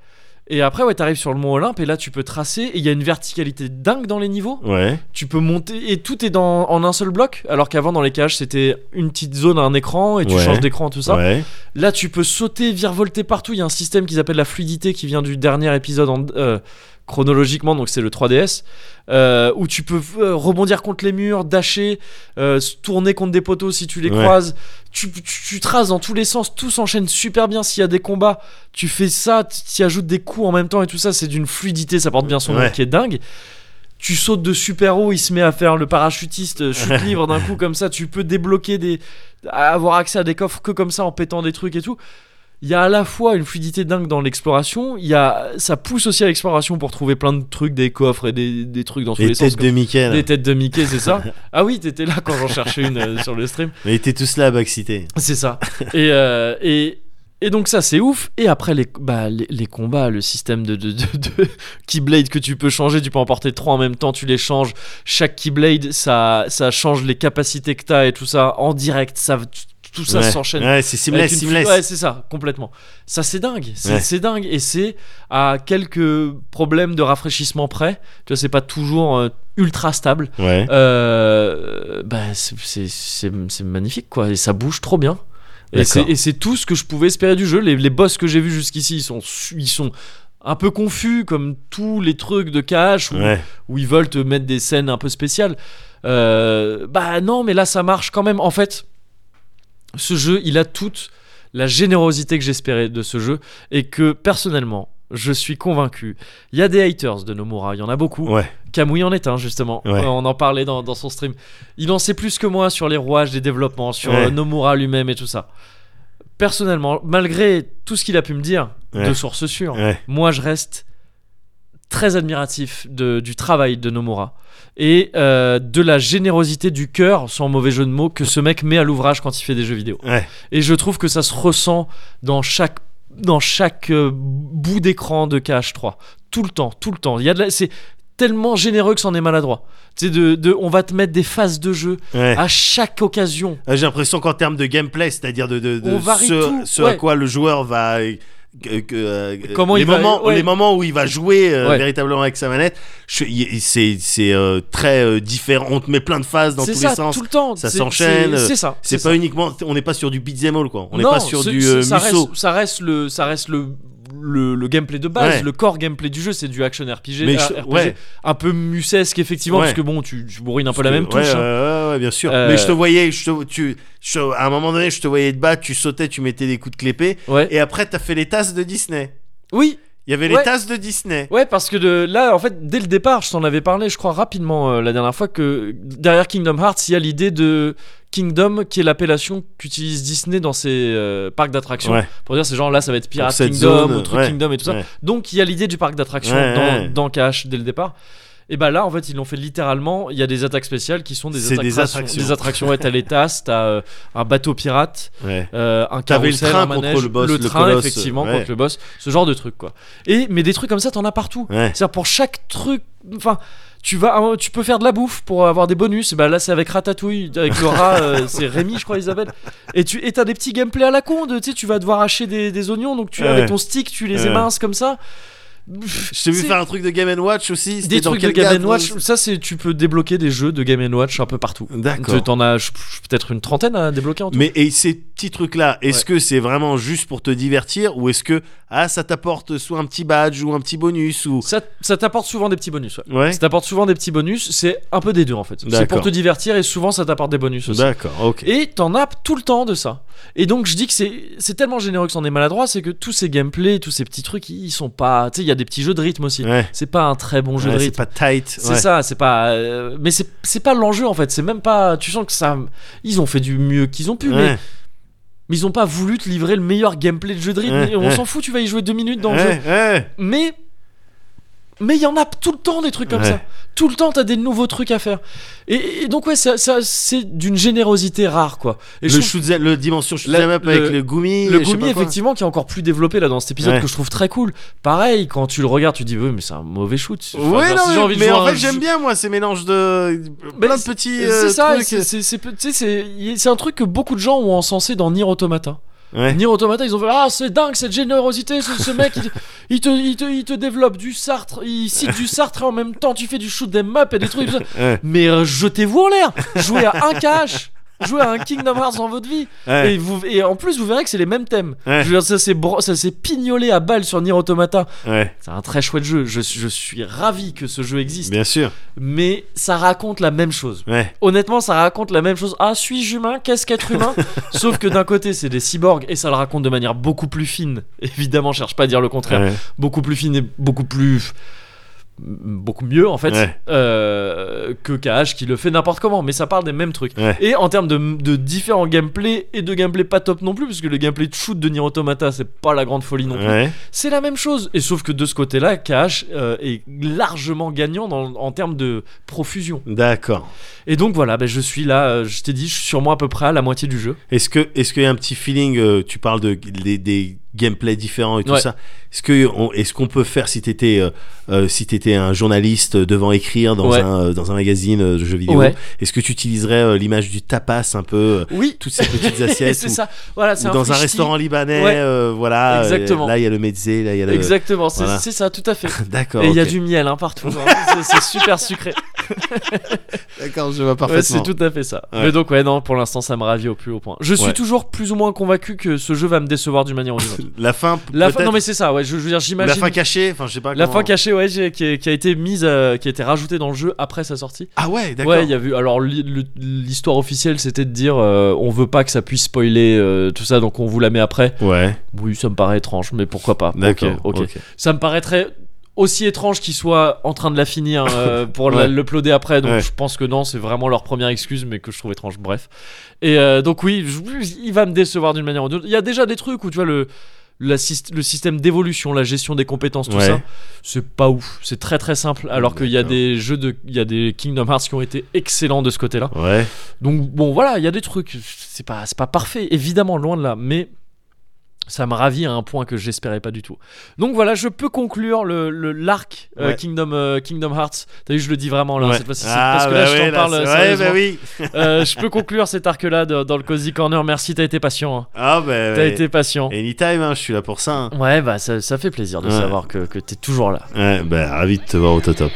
Speaker 1: Et après ouais, t'arrives sur le mont Olympe et là tu peux tracer et il y a une verticalité dingue dans les niveaux.
Speaker 2: Ouais.
Speaker 1: Tu peux monter et tout est dans en un seul bloc, alors qu'avant dans les cages c'était une petite zone à un écran et tu
Speaker 2: Ouais.
Speaker 1: changes d'écran tout ça.
Speaker 2: Ouais.
Speaker 1: Là tu peux sauter, virevolter partout. Il y a un système qu'ils appellent la fluidité qui vient du dernier épisode en- euh, chronologiquement, donc c'est le 3DS, euh, où tu peux euh, rebondir contre les murs, dasher, euh, se tourner contre des poteaux si tu les
Speaker 2: Ouais.
Speaker 1: croises. Tu, tu- tu traces dans tous les sens, tout s'enchaîne super bien. S'il y a des combats, tu fais ça, tu y ajoutes des coups en même temps et tout ça, c'est d'une fluidité, ça porte bien son nom
Speaker 2: Ouais.
Speaker 1: qui est dingue. Tu sautes de super haut, il se met à faire le parachutiste, euh, chute libre d'un coup comme ça. Tu peux débloquer des, à avoir accès à des coffres que comme ça en pétant des trucs et tout. Il y a à la fois une fluidité dingue dans l'exploration, il y a ça pousse aussi à l'exploration pour trouver plein de trucs, des coffres et des, des trucs dans tous les,
Speaker 2: Les
Speaker 1: sens.
Speaker 2: têtes
Speaker 1: comme-
Speaker 2: de Mickey.
Speaker 1: Des
Speaker 2: là.
Speaker 1: têtes de Mickey, c'est
Speaker 2: <laughs>
Speaker 1: ça Ah oui, t'étais là quand j'en cherchais une euh, sur le stream.
Speaker 2: Mais ils étaient tous là à Baxité.
Speaker 1: C'est ça. Et, euh, et, et donc ça, c'est ouf. Et après, les, bah, les, les combats, le système de, de, de, <laughs> de Keyblade que tu peux changer, tu peux emporter trois en même temps, tu les changes. Chaque Keyblade, ça, ça change les capacités que t'as et tout ça en direct. Ça, tout ça
Speaker 2: Ouais.
Speaker 1: s'enchaîne.
Speaker 2: Ouais, c'est seamless,
Speaker 1: Avec une
Speaker 2: seamless.
Speaker 1: fl- Ouais, c'est ça, complètement. Ça, c'est dingue. C'est
Speaker 2: Ouais.
Speaker 1: c'est dingue. Et c'est à quelques problèmes de rafraîchissement près. Tu vois, c'est pas toujours euh, ultra stable.
Speaker 2: Ouais.
Speaker 1: Euh, bah, c'est- c'est c'est- c'est magnifique, quoi. Et ça bouge trop bien. Et
Speaker 2: D'accord.
Speaker 1: c'est et c'est tout ce que je pouvais espérer du jeu. Les, les boss que j'ai vus jusqu'ici, ils sont, su- ils sont un peu confus, comme tous les trucs de cash ou
Speaker 2: Ouais.
Speaker 1: où ils veulent te mettre des scènes un peu spéciales. Euh, bah non, mais là ça marche quand même. En fait, ce jeu, il a toute la générosité que j'espérais de ce jeu et que personnellement, je suis convaincu. Il y a des haters de Nomura, il y en a beaucoup.
Speaker 2: Ouais.
Speaker 1: Kamui en est un justement.
Speaker 2: Ouais.
Speaker 1: Euh, On en parlait dans, dans son stream. Il en sait plus que moi sur les rouages des développements, sur
Speaker 2: Ouais.
Speaker 1: euh, Nomura lui-même et tout ça. Personnellement, malgré tout ce qu'il a pu me dire
Speaker 2: Ouais.
Speaker 1: de sources sûres,
Speaker 2: Ouais.
Speaker 1: moi je reste très admiratif de- du travail de Nomura et euh, de la générosité du cœur, sans mauvais jeu de mots, que ce mec met à l'ouvrage quand il fait des jeux vidéo.
Speaker 2: Ouais.
Speaker 1: Et je trouve que ça se ressent dans chaque, dans chaque euh, bout d'écran de KH3. Tout le temps, tout le temps. Il y a de la- c'est tellement généreux que c'en est maladroit. Tu sais, de, de- on va te mettre des phases de jeu
Speaker 2: Ouais.
Speaker 1: à chaque occasion.
Speaker 2: Ah, J'ai l'impression qu'en termes de gameplay, c'est-à-dire de, de, de
Speaker 1: On varie
Speaker 2: ce,
Speaker 1: tout,
Speaker 2: ce à
Speaker 1: ouais.
Speaker 2: quoi le joueur va. euh, que- que, euh,
Speaker 1: Comment
Speaker 2: les
Speaker 1: il va-
Speaker 2: moments,
Speaker 1: ouais.
Speaker 2: les moments où il va jouer euh,
Speaker 1: Ouais.
Speaker 2: véritablement avec sa manette, je- il- c'est c'est, euh, très euh, différent. On te met plein de phases dans
Speaker 1: C'est
Speaker 2: tous
Speaker 1: ça,
Speaker 2: les sens.
Speaker 1: tout le temps.
Speaker 2: Ça
Speaker 1: C'est-
Speaker 2: s'enchaîne.
Speaker 1: c'est- C'est ça.
Speaker 2: C'est
Speaker 1: ça.
Speaker 2: pas uniquement, on n'est pas sur du beat'em all quoi. On n'est
Speaker 1: Non,
Speaker 2: pas sur
Speaker 1: ce-
Speaker 2: du
Speaker 1: ce-
Speaker 2: euh,
Speaker 1: ça
Speaker 2: Musso.
Speaker 1: reste, ça reste le ça reste le le, le gameplay de base,
Speaker 2: Ouais.
Speaker 1: le core gameplay du jeu, c'est du action RPG,
Speaker 2: Mais
Speaker 1: euh,
Speaker 2: je-
Speaker 1: RPG,
Speaker 2: ouais.
Speaker 1: un peu musesque effectivement,
Speaker 2: Ouais.
Speaker 1: parce que bon, tu, tu bourrines un peu
Speaker 2: Parce
Speaker 1: la
Speaker 2: que-
Speaker 1: même
Speaker 2: ouais,
Speaker 1: touche. hein.
Speaker 2: ouais, ouais, ouais, bien sûr.
Speaker 1: Euh,
Speaker 2: Mais je te voyais, je te- tu, je- à un moment donné, je te voyais te battre, tu sautais, tu mettais des coups de clépé,
Speaker 1: Ouais.
Speaker 2: et après t'as fait les tasses de Disney.
Speaker 1: Oui,
Speaker 2: Il y avait
Speaker 1: Ouais.
Speaker 2: les tasses de Disney.
Speaker 1: ouais, parce que de, là, en fait, dès le départ, je t'en avais parlé, je crois rapidement euh, la dernière fois que derrière Kingdom Hearts, il y a l'idée de Kingdom, qui est l'appellation qu'utilise Disney dans ses euh, parcs d'attractions,
Speaker 2: Ouais.
Speaker 1: pour dire ces gens là, ça va être Pirate
Speaker 2: cette
Speaker 1: Kingdom,
Speaker 2: zone,
Speaker 1: ou truc
Speaker 2: ouais.
Speaker 1: Kingdom et tout ça.
Speaker 2: Ouais.
Speaker 1: Donc il y a l'idée du parc d'attractions
Speaker 2: Ouais,
Speaker 1: dans,
Speaker 2: ouais.
Speaker 1: dans KH dès le départ. Et bah là, en fait, ils l'ont fait littéralement. Il y a des attaques spéciales qui sont des
Speaker 2: C'est des
Speaker 1: attractions.
Speaker 2: attractions.
Speaker 1: Des attractions. Ouais, t'as les tasses, t'as euh, un bateau pirate,
Speaker 2: Ouais.
Speaker 1: euh, un
Speaker 2: T'avais le
Speaker 1: carrousel,
Speaker 2: train
Speaker 1: un manège,
Speaker 2: contre le boss, le
Speaker 1: train,
Speaker 2: colosse,
Speaker 1: effectivement,
Speaker 2: ouais.
Speaker 1: contre le boss. Ce genre de truc, quoi. Et mais des trucs comme ça, t'en as partout.
Speaker 2: Ouais.
Speaker 1: C'est-à-dire pour chaque truc, enfin. Tu, vas, ah, tu peux faire de la bouffe pour avoir des bonus. Et bah là, c'est avec Ratatouille, avec le rat, euh,
Speaker 2: <laughs>
Speaker 1: c'est Rémi, je crois, Isabelle. Et tu et t'as des petits gameplays à la con. De, tu sais, tu vas devoir hacher des, des oignons, donc tu,
Speaker 2: Ouais.
Speaker 1: avec ton stick, tu les
Speaker 2: Ouais.
Speaker 1: éminces comme ça.
Speaker 2: Je t'ai vu
Speaker 1: C'est-
Speaker 2: faire un truc de Game Watch aussi. c'était
Speaker 1: des
Speaker 2: dans
Speaker 1: trucs de
Speaker 2: quel
Speaker 1: Game
Speaker 2: cadre
Speaker 1: Watch. Ça, c'est tu peux débloquer des jeux de Game Watch un peu partout. Tu
Speaker 2: D'accord.
Speaker 1: t'en as je- je- peut-être une trentaine à débloquer en tout.
Speaker 2: Mais et ces petits trucs-là, est-ce
Speaker 1: Ouais.
Speaker 2: que c'est vraiment juste pour te divertir ou est-ce que ah ça t'apporte soit un petit badge ou un petit bonus ou
Speaker 1: Ça, ça t'apporte souvent des petits bonus. ouais.
Speaker 2: ouais
Speaker 1: Ça t'apporte souvent des petits bonus. C'est un peu des deux en fait. C'est
Speaker 2: D'accord. Bah,
Speaker 1: pour te divertir et souvent ça t'apporte des bonus aussi.
Speaker 2: D'accord, ok.
Speaker 1: Et t'en as tout le temps de ça. Et donc je dis que c'est c'est tellement généreux que c'en est maladroit, c'est que tous ces gameplays, tous ces petits trucs, ils sont pas. Tu sais, il y a des petits jeux de rythme aussi.
Speaker 2: Ouais.
Speaker 1: C'est pas un très bon jeu
Speaker 2: Ouais,
Speaker 1: de
Speaker 2: c'est
Speaker 1: rythme.
Speaker 2: pas tight.
Speaker 1: C'est
Speaker 2: ouais.
Speaker 1: ça, c'est pas. euh, mais c'est c'est pas l'enjeu en fait. C'est même pas. Tu sens que ça. Ils ont fait du mieux qu'ils ont pu, mais
Speaker 2: Ouais,
Speaker 1: Mais ils ont pas voulu te livrer le meilleur gameplay de jeu de rythme.
Speaker 2: Ouais,
Speaker 1: Et on
Speaker 2: ouais.
Speaker 1: s'en fout, tu vas y jouer deux minutes dans le jeu.
Speaker 2: ouais, ouais.
Speaker 1: Mais. Mais il y en a tout le temps des trucs comme
Speaker 2: Ouais.
Speaker 1: ça. Tout le temps, t'as des nouveaux trucs à faire. Et, et donc, ouais, ça, ça- c'est d'une générosité rare, quoi. Et je
Speaker 2: le
Speaker 1: trouve
Speaker 2: shoot'em- le dimension shoot'em
Speaker 1: La-
Speaker 2: up avec
Speaker 1: le-
Speaker 2: le Gumi.
Speaker 1: le
Speaker 2: je sais
Speaker 1: Gumi,
Speaker 2: pas quoi.
Speaker 1: effectivement, qui est encore plus développé là dans cet épisode
Speaker 2: Ouais.
Speaker 1: que je trouve très cool. Pareil, quand tu le regardes, tu dis, ouais, mais c'est un mauvais shoot. Enfin,
Speaker 2: ouais,
Speaker 1: genre,
Speaker 2: non,
Speaker 1: si j'ai
Speaker 2: mais,
Speaker 1: envie de
Speaker 2: mais
Speaker 1: jouer
Speaker 2: en
Speaker 1: à un
Speaker 2: fait, j'aime
Speaker 1: jeu-
Speaker 2: bien moi ces mélanges de
Speaker 1: Mais
Speaker 2: plein de
Speaker 1: c'est-
Speaker 2: petits
Speaker 1: C'est
Speaker 2: euh,
Speaker 1: ça,
Speaker 2: trucs.
Speaker 1: c'est- c'est- c'est- tu sais, c'est y- c'est un truc que beaucoup de gens ont encensé dans Nier Automata.
Speaker 2: Ouais.
Speaker 1: Nier Automata, ils ont fait Ah, c'est dingue cette générosité, ce, ce mec, il, <laughs> il te, il, te, il te développe du Sartre, il cite du Sartre et en même temps tu fais du shoot them up et des
Speaker 2: <laughs>
Speaker 1: trucs. tout ça.
Speaker 2: Ouais.
Speaker 1: Mais euh, jetez-vous en l'air Jouez à un cash Jouez à un Kingdom Hearts dans votre vie
Speaker 2: Ouais.
Speaker 1: et, vous, et en plus, vous verrez que c'est les mêmes thèmes.
Speaker 2: Ouais.
Speaker 1: Je veux dire, ça s'est bro- ça s'est pignolé à balles sur Nier Automata.
Speaker 2: Ouais.
Speaker 1: C'est un très chouette jeu. Je, suis- je suis ravi que ce jeu existe.
Speaker 2: Bien sûr.
Speaker 1: Mais ça raconte la même chose.
Speaker 2: Ouais.
Speaker 1: Honnêtement, ça raconte la même chose. Ah, suis-je humain Qu'est-ce qu'être humain Sauf que d'un côté, c'est des cyborgs et ça le raconte de manière beaucoup plus fine. Évidemment, je cherche pas à dire le contraire.
Speaker 2: Ouais.
Speaker 1: Beaucoup plus fine et beaucoup plus. beaucoup mieux en fait
Speaker 2: Ouais.
Speaker 1: euh, que KH qui le fait n'importe comment. Mais ça parle des mêmes trucs.
Speaker 2: Ouais.
Speaker 1: Et en termes de, de différents gameplay et de gameplay pas top non plus, parce que le gameplay de shoot de Nier Automata, c'est pas la grande folie non plus.
Speaker 2: Ouais.
Speaker 1: C'est la même chose. Et sauf que de ce côté-là, KH euh, est largement gagnant dans- en termes de profusion.
Speaker 2: D'accord.
Speaker 1: Et donc voilà, ben, je suis là, euh, je t'ai dit, je suis sûrement à peu près à la moitié du jeu.
Speaker 2: Est-ce que est-ce qu'il y a un petit feeling euh, Tu parles de des, des gameplays différents et tout
Speaker 1: Ouais.
Speaker 2: ça. Est-ce que on- est-ce qu'on peut faire si t'étais euh, euh, si t'étais un journaliste euh, devant écrire dans
Speaker 1: Ouais.
Speaker 2: un euh, dans un magazine euh, de jeux vidéo
Speaker 1: Ouais.
Speaker 2: Est-ce que tu utiliserais euh, l'image du tapas un peu euh,
Speaker 1: Oui, <laughs>
Speaker 2: toutes ces petites
Speaker 1: c'est
Speaker 2: assiettes ou,
Speaker 1: ça. Voilà, c'est
Speaker 2: ou dans un
Speaker 1: frichti.
Speaker 2: restaurant libanais
Speaker 1: Ouais.
Speaker 2: euh, Voilà. euh,
Speaker 1: Exactement.
Speaker 2: là il y a le mezzé, là il y a le.
Speaker 1: Exactement, c'est
Speaker 2: Voilà.
Speaker 1: c'est ça, tout à fait.
Speaker 2: <laughs> D'accord.
Speaker 1: Et il y a
Speaker 2: Ah, ok.
Speaker 1: du miel hein, partout. hein. <laughs> C'est- c'est super sucré.
Speaker 2: <laughs> D'accord, je vois
Speaker 1: Ouais, c'est
Speaker 2: parfaitement.
Speaker 1: tout à fait ça.
Speaker 2: Ouais.
Speaker 1: Mais donc ouais, non, pour l'instant, ça me ravit au plus haut point. Je suis
Speaker 2: Ouais.
Speaker 1: toujours plus ou moins convaincu que ce jeu va me décevoir d'une manière ou d'une autre.
Speaker 2: La fin. p-
Speaker 1: La fin,
Speaker 2: peut-être-
Speaker 1: non mais c'est ça. Ouais, je, je veux dire,
Speaker 2: la
Speaker 1: j'imagine.
Speaker 2: fin cachée. Enfin, je sais pas.
Speaker 1: La
Speaker 2: comment-
Speaker 1: fin cachée, ouais, j'ai- qui, est- qui a été mise, euh, qui a été rajoutée dans le jeu après sa sortie.
Speaker 2: Ah ouais, d'accord.
Speaker 1: Ouais, il y a vu. Alors li- le- l'histoire officielle, c'était de dire, euh, on veut pas que ça puisse spoiler euh, tout ça, donc on vous la met après.
Speaker 2: Ouais,
Speaker 1: Oui, ça me paraît étrange, mais pourquoi pas.
Speaker 2: d'accord.
Speaker 1: Ok, ok.
Speaker 2: ok.
Speaker 1: Ça me paraîtrait aussi étrange qu'ils soient en train de la finir euh,
Speaker 2: <laughs>
Speaker 1: pour la-
Speaker 2: Ouais.
Speaker 1: le plauder après. Donc
Speaker 2: Ouais.
Speaker 1: je pense que non, c'est vraiment leur première excuse, mais que je trouve étrange. Bref. Et euh, donc oui, je- il va me décevoir d'une manière ou d'une autre. Il y a déjà des trucs où tu vois le. la syst- le système d'évolution, la gestion des compétences, tout
Speaker 2: Ouais.
Speaker 1: ça, c'est pas ouf. C'est très très simple. Alors qu'il y a
Speaker 2: D'accord.
Speaker 1: des jeux de, il y a des Kingdom Hearts qui ont été excellents de ce côté-là.
Speaker 2: Ouais.
Speaker 1: Donc bon voilà, il y a des trucs, c'est pas, c'est pas parfait, évidemment, loin de là, mais ça me ravit à un point que j'espérais pas du tout. Donc voilà, je peux conclure le, le- l'arc euh,
Speaker 2: Ouais.
Speaker 1: Kingdom, euh, Kingdom Hearts. T'as vu, je le dis vraiment Oh là,
Speaker 2: Ouais.
Speaker 1: cette fois-ci, c'est
Speaker 2: Ah,
Speaker 1: parce que
Speaker 2: bah
Speaker 1: là je t'en
Speaker 2: oui,
Speaker 1: parle
Speaker 2: c'est- Ouais,
Speaker 1: sérieusement.
Speaker 2: bah oui.
Speaker 1: Euh, je peux conclure cet arc-là de- dans le Cozy Corner, merci, t'as été patient. hein.
Speaker 2: Ah, bah.
Speaker 1: T'as
Speaker 2: ouais.
Speaker 1: été patient.
Speaker 2: Anytime, hein, je suis là pour
Speaker 1: <laughs>
Speaker 2: ça. hein.
Speaker 1: Ouais, bah ça, ça fait plaisir de
Speaker 2: Ouais.
Speaker 1: savoir que, que t'es toujours là.
Speaker 2: Ouais, bah, ravi de te voir au
Speaker 1: <laughs>
Speaker 2: top top.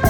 Speaker 5: Thank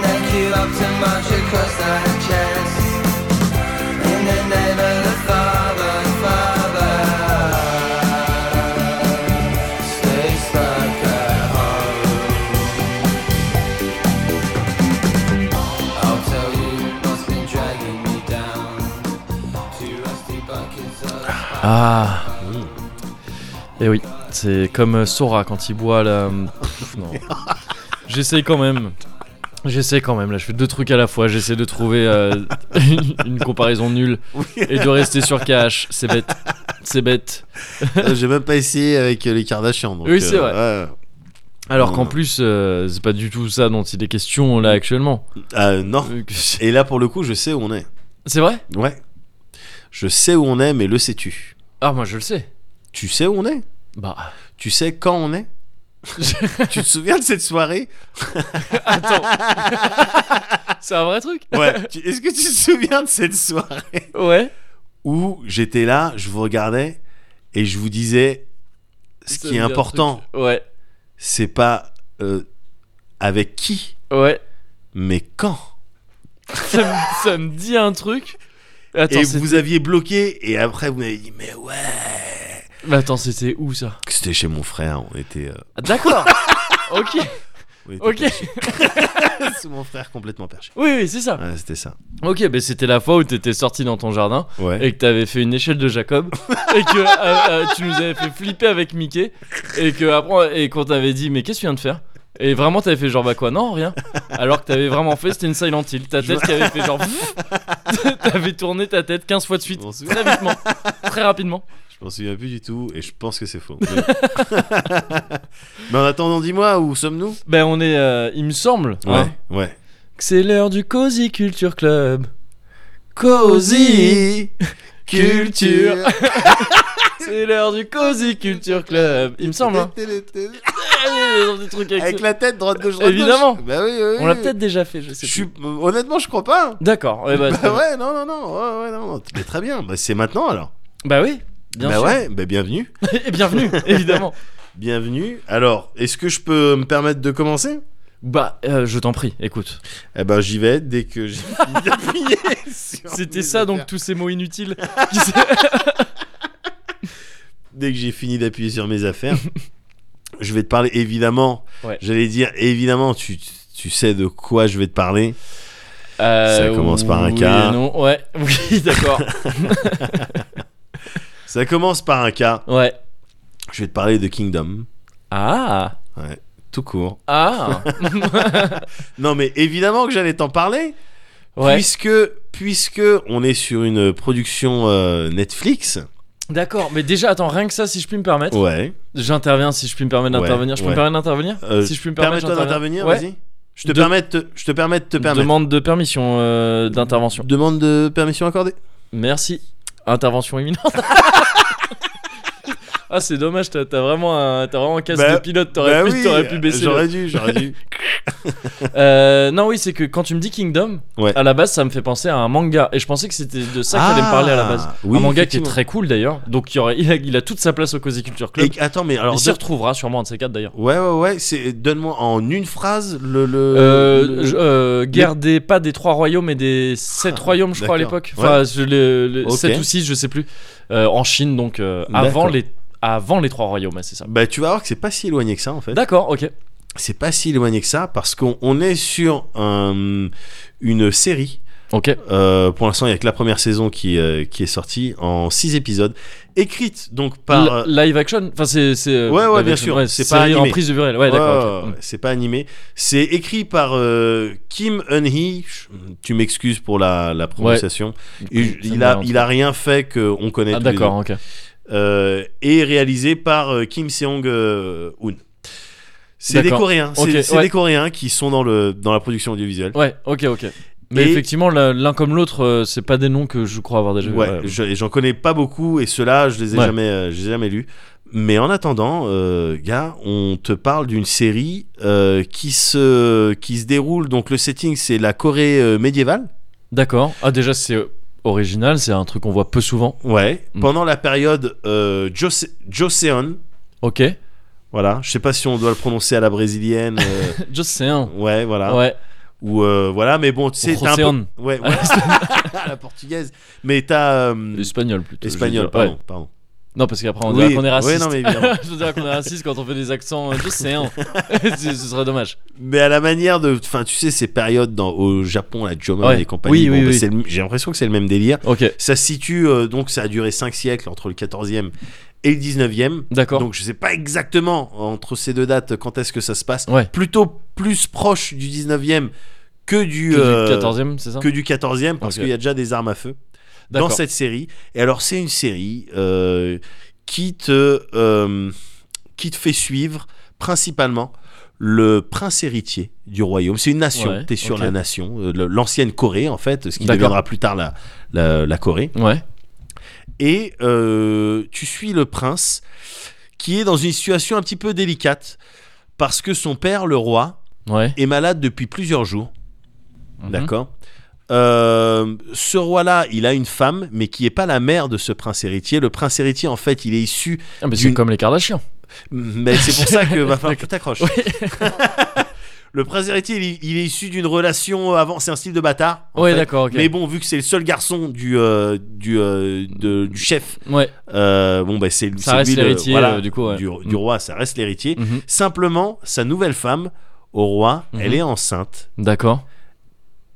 Speaker 5: march across that chest. In the name of the Father, Father. Stay stuck at home. I'll tell you what's been dragging me down. Two rusty buckets of.
Speaker 1: Ah. Et Eh oui, c'est comme euh, Sora quand il boit la. Pff,
Speaker 2: <laughs>
Speaker 1: non. J'essaie quand même. J'essaie quand même. Là, je fais deux trucs à la fois. J'essaie de trouver euh, <laughs> une comparaison nulle et de rester sur KH. C'est bête. C'est bête.
Speaker 2: Euh, J'ai même pas essayé avec euh, les Kardashians. donc,
Speaker 1: Oui, c'est
Speaker 2: euh, ouais.
Speaker 1: Alors qu'en
Speaker 2: Non.
Speaker 1: plus, euh, c'est pas du tout ça dont il est question là actuellement.
Speaker 2: Euh, non.
Speaker 1: Euh, que C'est
Speaker 2: Et là, pour le coup, je sais où on est.
Speaker 1: c'est vrai
Speaker 2: Ouais. Je sais où on est, mais le sais-tu
Speaker 1: Ah, moi je le sais.
Speaker 2: Tu sais où on est <laughs>
Speaker 1: Bah.
Speaker 2: Tu sais quand on
Speaker 1: <laughs>
Speaker 2: est Tu te souviens de cette soirée
Speaker 1: Attends. c'est un vrai truc
Speaker 2: Ouais. Tu- Est-ce que tu te souviens de cette soirée
Speaker 1: Ouais.
Speaker 2: où j'étais là, je vous regardais et je vous disais ce
Speaker 1: Ça
Speaker 2: qui est
Speaker 1: me dit un
Speaker 2: important,
Speaker 1: Ouais.
Speaker 2: c'est pas euh, avec qui,
Speaker 1: Ouais.
Speaker 2: mais quand.
Speaker 1: ça, me, ça me dit un truc. Attends,
Speaker 2: et
Speaker 1: c'est-
Speaker 2: vous aviez bloqué et après vous m'avez dit mais ouais.
Speaker 1: Mais attends, c'était où ça
Speaker 2: C'était chez mon frère, on était. euh,
Speaker 1: D'accord. <laughs> ok.
Speaker 2: on était <laughs>
Speaker 1: Ok.
Speaker 2: perchés. C'est mon frère complètement perché.
Speaker 1: Oui, oui, c'est ça.
Speaker 2: Ouais, c'était ça.
Speaker 1: Ok, bah, c'était la fois où t'étais sorti dans ton jardin
Speaker 2: Ouais.
Speaker 1: et que t'avais fait une échelle de Jacob <laughs> et que euh, euh, tu nous avais fait flipper avec Mickey et que après et qu'on t'avait dit mais qu'est-ce que tu viens de faire et vraiment t'avais fait genre bah quoi non rien alors que t'avais vraiment fait c'était une Silent Hill ta tête qui avait fait genre <laughs> pfff. t'avais tourné ta tête 15 fois de
Speaker 2: Je
Speaker 1: suite
Speaker 2: m'en souviens,
Speaker 1: très vitement très rapidement
Speaker 2: je m'en souviens plus du tout et je pense que c'est faux. Mais- <laughs> Mais en attendant, dis-moi où sommes-nous
Speaker 1: ben on est euh, il me semble hein,
Speaker 2: Ouais. Ouais.
Speaker 1: que c'est l'heure du Cozy Culture Club
Speaker 2: Cozy culture.
Speaker 1: c'est l'heure du Cozy Culture Club il me semble hein. <laughs> Ils ont des trucs avec
Speaker 2: Avec
Speaker 1: ça.
Speaker 2: la tête droite gauche droite gauche.
Speaker 1: Évidemment.
Speaker 2: Bah oui, oui, oui.
Speaker 1: On l'a peut-être déjà fait, je sais
Speaker 2: Je suis...
Speaker 1: plus.
Speaker 2: Honnêtement, je crois pas. hein.
Speaker 1: D'accord. eh ben, c'est-
Speaker 2: Bah ouais, non, non, non, ouais, ouais, non, non. Mais très bien, bah, c'est maintenant alors.
Speaker 1: Bah oui, bien
Speaker 2: bah
Speaker 1: sûr.
Speaker 2: ouais, bah bienvenue.
Speaker 1: <laughs> Et bienvenue, évidemment.
Speaker 2: Bienvenue. Alors, est-ce que je peux me permettre de commencer
Speaker 1: Bah, euh, je t'en prie, écoute. <laughs>
Speaker 2: Eh ben, j'y vais dès que j'ai fini d'appuyer sur
Speaker 1: C'était
Speaker 2: mes
Speaker 1: ça donc
Speaker 2: affaires.
Speaker 1: tous ces mots <laughs> inutiles.
Speaker 2: Dès que j'ai fini d'appuyer sur
Speaker 1: <laughs>
Speaker 2: mes affaires, je vais te parler évidemment.
Speaker 1: Ouais.
Speaker 2: J'allais dire évidemment, tu, tu sais de quoi je vais te parler.
Speaker 1: Euh,
Speaker 2: Ça commence par un
Speaker 1: oui
Speaker 2: cas.
Speaker 1: et Non, ouais, <laughs> oui, d'accord.
Speaker 2: Ça commence par un cas.
Speaker 1: Ouais.
Speaker 2: Je vais te parler de Kingdom,
Speaker 1: Ah,
Speaker 2: tout court.
Speaker 1: <laughs> ah,
Speaker 2: Non, mais évidemment que j'allais t'en parler.
Speaker 1: ouais.
Speaker 2: Puisque, puisque on est sur une production euh, Netflix.
Speaker 1: D'accord, mais déjà, attends, rien que ça, si je puis me permettre,
Speaker 2: Ouais.
Speaker 1: j'interviens, si je puis me permettre
Speaker 2: Oh. Ouais,
Speaker 1: d'intervenir. Je peux
Speaker 2: ouais.
Speaker 1: me permettre d'intervenir
Speaker 2: Euh,
Speaker 1: Si je puis me permettre
Speaker 2: Permets-toi
Speaker 1: j'interviens.
Speaker 2: d'intervenir,
Speaker 1: Ouais.
Speaker 2: vas-y. Je te,
Speaker 1: De-
Speaker 2: permets de te, je te permets de te permettre.
Speaker 1: Demande de permission euh, d'intervention.
Speaker 2: Demande de permission accordée.
Speaker 1: Merci. Intervention
Speaker 2: <laughs>
Speaker 1: imminente. ah, c'est dommage, t'as t'as vraiment un, t'as vraiment un casque
Speaker 2: Bah,
Speaker 1: de pilote, t'aurais
Speaker 2: Bah
Speaker 1: pu,
Speaker 2: oui,
Speaker 1: t'aurais pu baisser. le-
Speaker 2: J'aurais dû,
Speaker 1: <laughs>
Speaker 2: j'aurais dû.
Speaker 1: Euh, non, oui, c'est que quand tu me dis Kingdom,
Speaker 2: Ouais.
Speaker 1: à la base, ça me fait penser à un manga. Et je pensais que c'était de ça qu'il allait me parler à la base.
Speaker 2: Ah, Oui,
Speaker 1: un manga qui est
Speaker 2: effectivement.
Speaker 1: très cool d'ailleurs. Donc il, y aurait- <laughs> il a, il a toute sa place au Cozy Culture Club.
Speaker 2: Et- attends, mais alors.
Speaker 1: il s'y
Speaker 2: de-
Speaker 1: retrouvera sûrement un de ces quatre d'ailleurs.
Speaker 2: Ouais, ouais, ouais. c'est- Donne-moi en une phrase le. le-
Speaker 1: Euh,
Speaker 2: le- Ah,
Speaker 1: je- euh, guerre des pas des trois royaumes mais des sept royaumes je crois à
Speaker 2: d'accord.
Speaker 1: l'époque enfin je l'ai- le-
Speaker 2: Ok.
Speaker 1: sept ou six je sais plus Euh, en Chine donc euh, avant
Speaker 2: D'accord.
Speaker 1: les avant les trois royaumes ouais, c'est ça
Speaker 2: Bah, tu vas voir que c'est pas si éloigné que ça en fait.
Speaker 1: d'accord ok
Speaker 2: C'est pas si éloigné que ça parce qu'on on est sur un- une série.
Speaker 1: ok
Speaker 2: Euh, pour l'instant, il y a que la première saison qui, euh, qui est sortie en six épisodes, écrite donc par. euh,
Speaker 1: L- live action enfin c'est c'est euh,
Speaker 2: Ouais, ouais,
Speaker 1: live
Speaker 2: bien
Speaker 1: action,
Speaker 2: sûr,
Speaker 1: ouais,
Speaker 2: c'est
Speaker 1: série
Speaker 2: pas animé.
Speaker 1: en prise de vue réelle ouais d'accord
Speaker 2: Ouais,
Speaker 1: ok.
Speaker 2: ouais, ouais, C'est pas animé. C'est écrit par euh, Kim Eun-hee. Je- Tu m'excuses pour la, la prononciation.
Speaker 1: Du coup,
Speaker 2: Il-
Speaker 1: ça me
Speaker 2: Il,
Speaker 1: dit
Speaker 2: a,
Speaker 1: rien,
Speaker 2: il a rien fait qu'on connaît.
Speaker 1: ah,
Speaker 2: tous les
Speaker 1: d'accord ok
Speaker 2: deux. Euh, et réalisé par euh, Kim Seong euh, Hoon. C'est des
Speaker 1: D'accord.
Speaker 2: Coréens. C'est
Speaker 1: Ok,
Speaker 2: c'est
Speaker 1: ouais.
Speaker 2: des Coréens qui sont dans, le, dans la production audiovisuelle.
Speaker 1: ouais ok ok mais
Speaker 2: Et-
Speaker 1: effectivement la- l'un comme l'autre euh, c'est pas des noms que je crois avoir déjà vu
Speaker 2: Ouais, je- et j'en connais pas beaucoup et ceux-là, je les ai
Speaker 1: Ouais.
Speaker 2: jamais, euh, je les ai jamais lus. Mais en attendant, euh, gars, on te parle d'une série euh, qui se qui se déroule. Donc le setting, c'est la Corée euh, médiévale.
Speaker 1: d'accord ah déjà c'est euh, original c'est un truc qu'on voit peu souvent
Speaker 2: Ouais.
Speaker 1: Mm.
Speaker 2: Pendant la période euh, Jose- Joseon.
Speaker 1: ok <laughs> <laughs>
Speaker 2: Voilà. Je sais pas si on doit le prononcer à la brésilienne. euh,
Speaker 1: just c'est un
Speaker 2: ouais, voilà.
Speaker 1: ouais
Speaker 2: Ou euh, voilà, mais bon, tu sais, t'as un peu-
Speaker 1: Océane.
Speaker 2: Ouais, <laughs> ouais, à la portugaise. Mais t'as. euh,
Speaker 1: Espagnol plutôt.
Speaker 2: espagnol,
Speaker 1: je veux dire.
Speaker 2: pardon,
Speaker 1: Ouais.
Speaker 2: pardon.
Speaker 1: Non, parce qu'après on
Speaker 2: Oui,
Speaker 1: dirait qu'on est raciste.
Speaker 2: ouais, non, mais évidemment.
Speaker 1: <laughs> je veux dire qu'on est raciste quand on fait des accents euh,
Speaker 2: <laughs>
Speaker 1: d'océan. <laughs> ce ce serait dommage.
Speaker 2: Mais à la manière de. Enfin, tu sais, ces périodes dans, au Japon, la Jomon
Speaker 1: Ouais.
Speaker 2: et
Speaker 1: Oui,
Speaker 2: compagnie, bon,
Speaker 1: oui,
Speaker 2: ben,
Speaker 1: oui.
Speaker 2: c'est le- j'ai l'impression que c'est le même délire.
Speaker 1: Ok,
Speaker 2: Ça se situe, euh, donc ça a duré 5 siècles entre le 14e et le 19e.
Speaker 1: d'accord.
Speaker 2: Donc je sais pas exactement entre ces deux dates quand est-ce que ça se passe.
Speaker 1: Ouais.
Speaker 2: Plutôt plus proche du 19e que du,
Speaker 1: Que
Speaker 2: euh,
Speaker 1: du 14e, c'est ça
Speaker 2: que du 14e parce
Speaker 1: Ok.
Speaker 2: qu'il y a déjà des armes à feu dans
Speaker 1: D'accord.
Speaker 2: cette série. Et alors c'est une série euh, qui te euh, qui te fait suivre principalement le prince héritier du royaume. C'est une nation.
Speaker 1: Ouais,
Speaker 2: T'es sur
Speaker 1: ok.
Speaker 2: la nation, euh, le- l'ancienne Corée en fait, ce qui
Speaker 1: D'accord.
Speaker 2: deviendra plus tard la- la, la Corée
Speaker 1: Ouais,
Speaker 2: et euh, tu suis le prince qui est dans une situation un petit peu délicate parce que son père, le roi,
Speaker 1: ouais.
Speaker 2: est malade depuis plusieurs jours.
Speaker 1: Mhm.
Speaker 2: D'accord Euh, ce roi-là, il a une femme, mais qui n'est pas la mère de ce prince héritier. Le prince héritier, en fait, il est issu.
Speaker 1: Ah, mais c'est
Speaker 2: d'une-
Speaker 1: comme les Kardashians.
Speaker 2: Mais c'est pour ça
Speaker 1: <laughs>
Speaker 2: que va falloir que t'accroches. <laughs> le prince héritier, il, est- il est issu d'une relation avant. C'est un style de bâtard. en
Speaker 1: Ouais,
Speaker 2: fait.
Speaker 1: d'accord, ok.
Speaker 2: Mais bon, vu que c'est le seul garçon du euh, du, euh, de- du chef
Speaker 1: Ouais,
Speaker 2: euh, bon, bah, c'est
Speaker 1: Ça
Speaker 2: c'est
Speaker 1: reste
Speaker 2: lui le-
Speaker 1: l'héritier,
Speaker 2: voilà,
Speaker 1: euh, du coup, ouais.
Speaker 2: du,
Speaker 1: Mm.
Speaker 2: du roi, ça reste l'héritier.
Speaker 1: Mhm.
Speaker 2: Simplement, sa nouvelle femme au roi,
Speaker 1: Mhm.
Speaker 2: elle est enceinte,
Speaker 1: d'accord.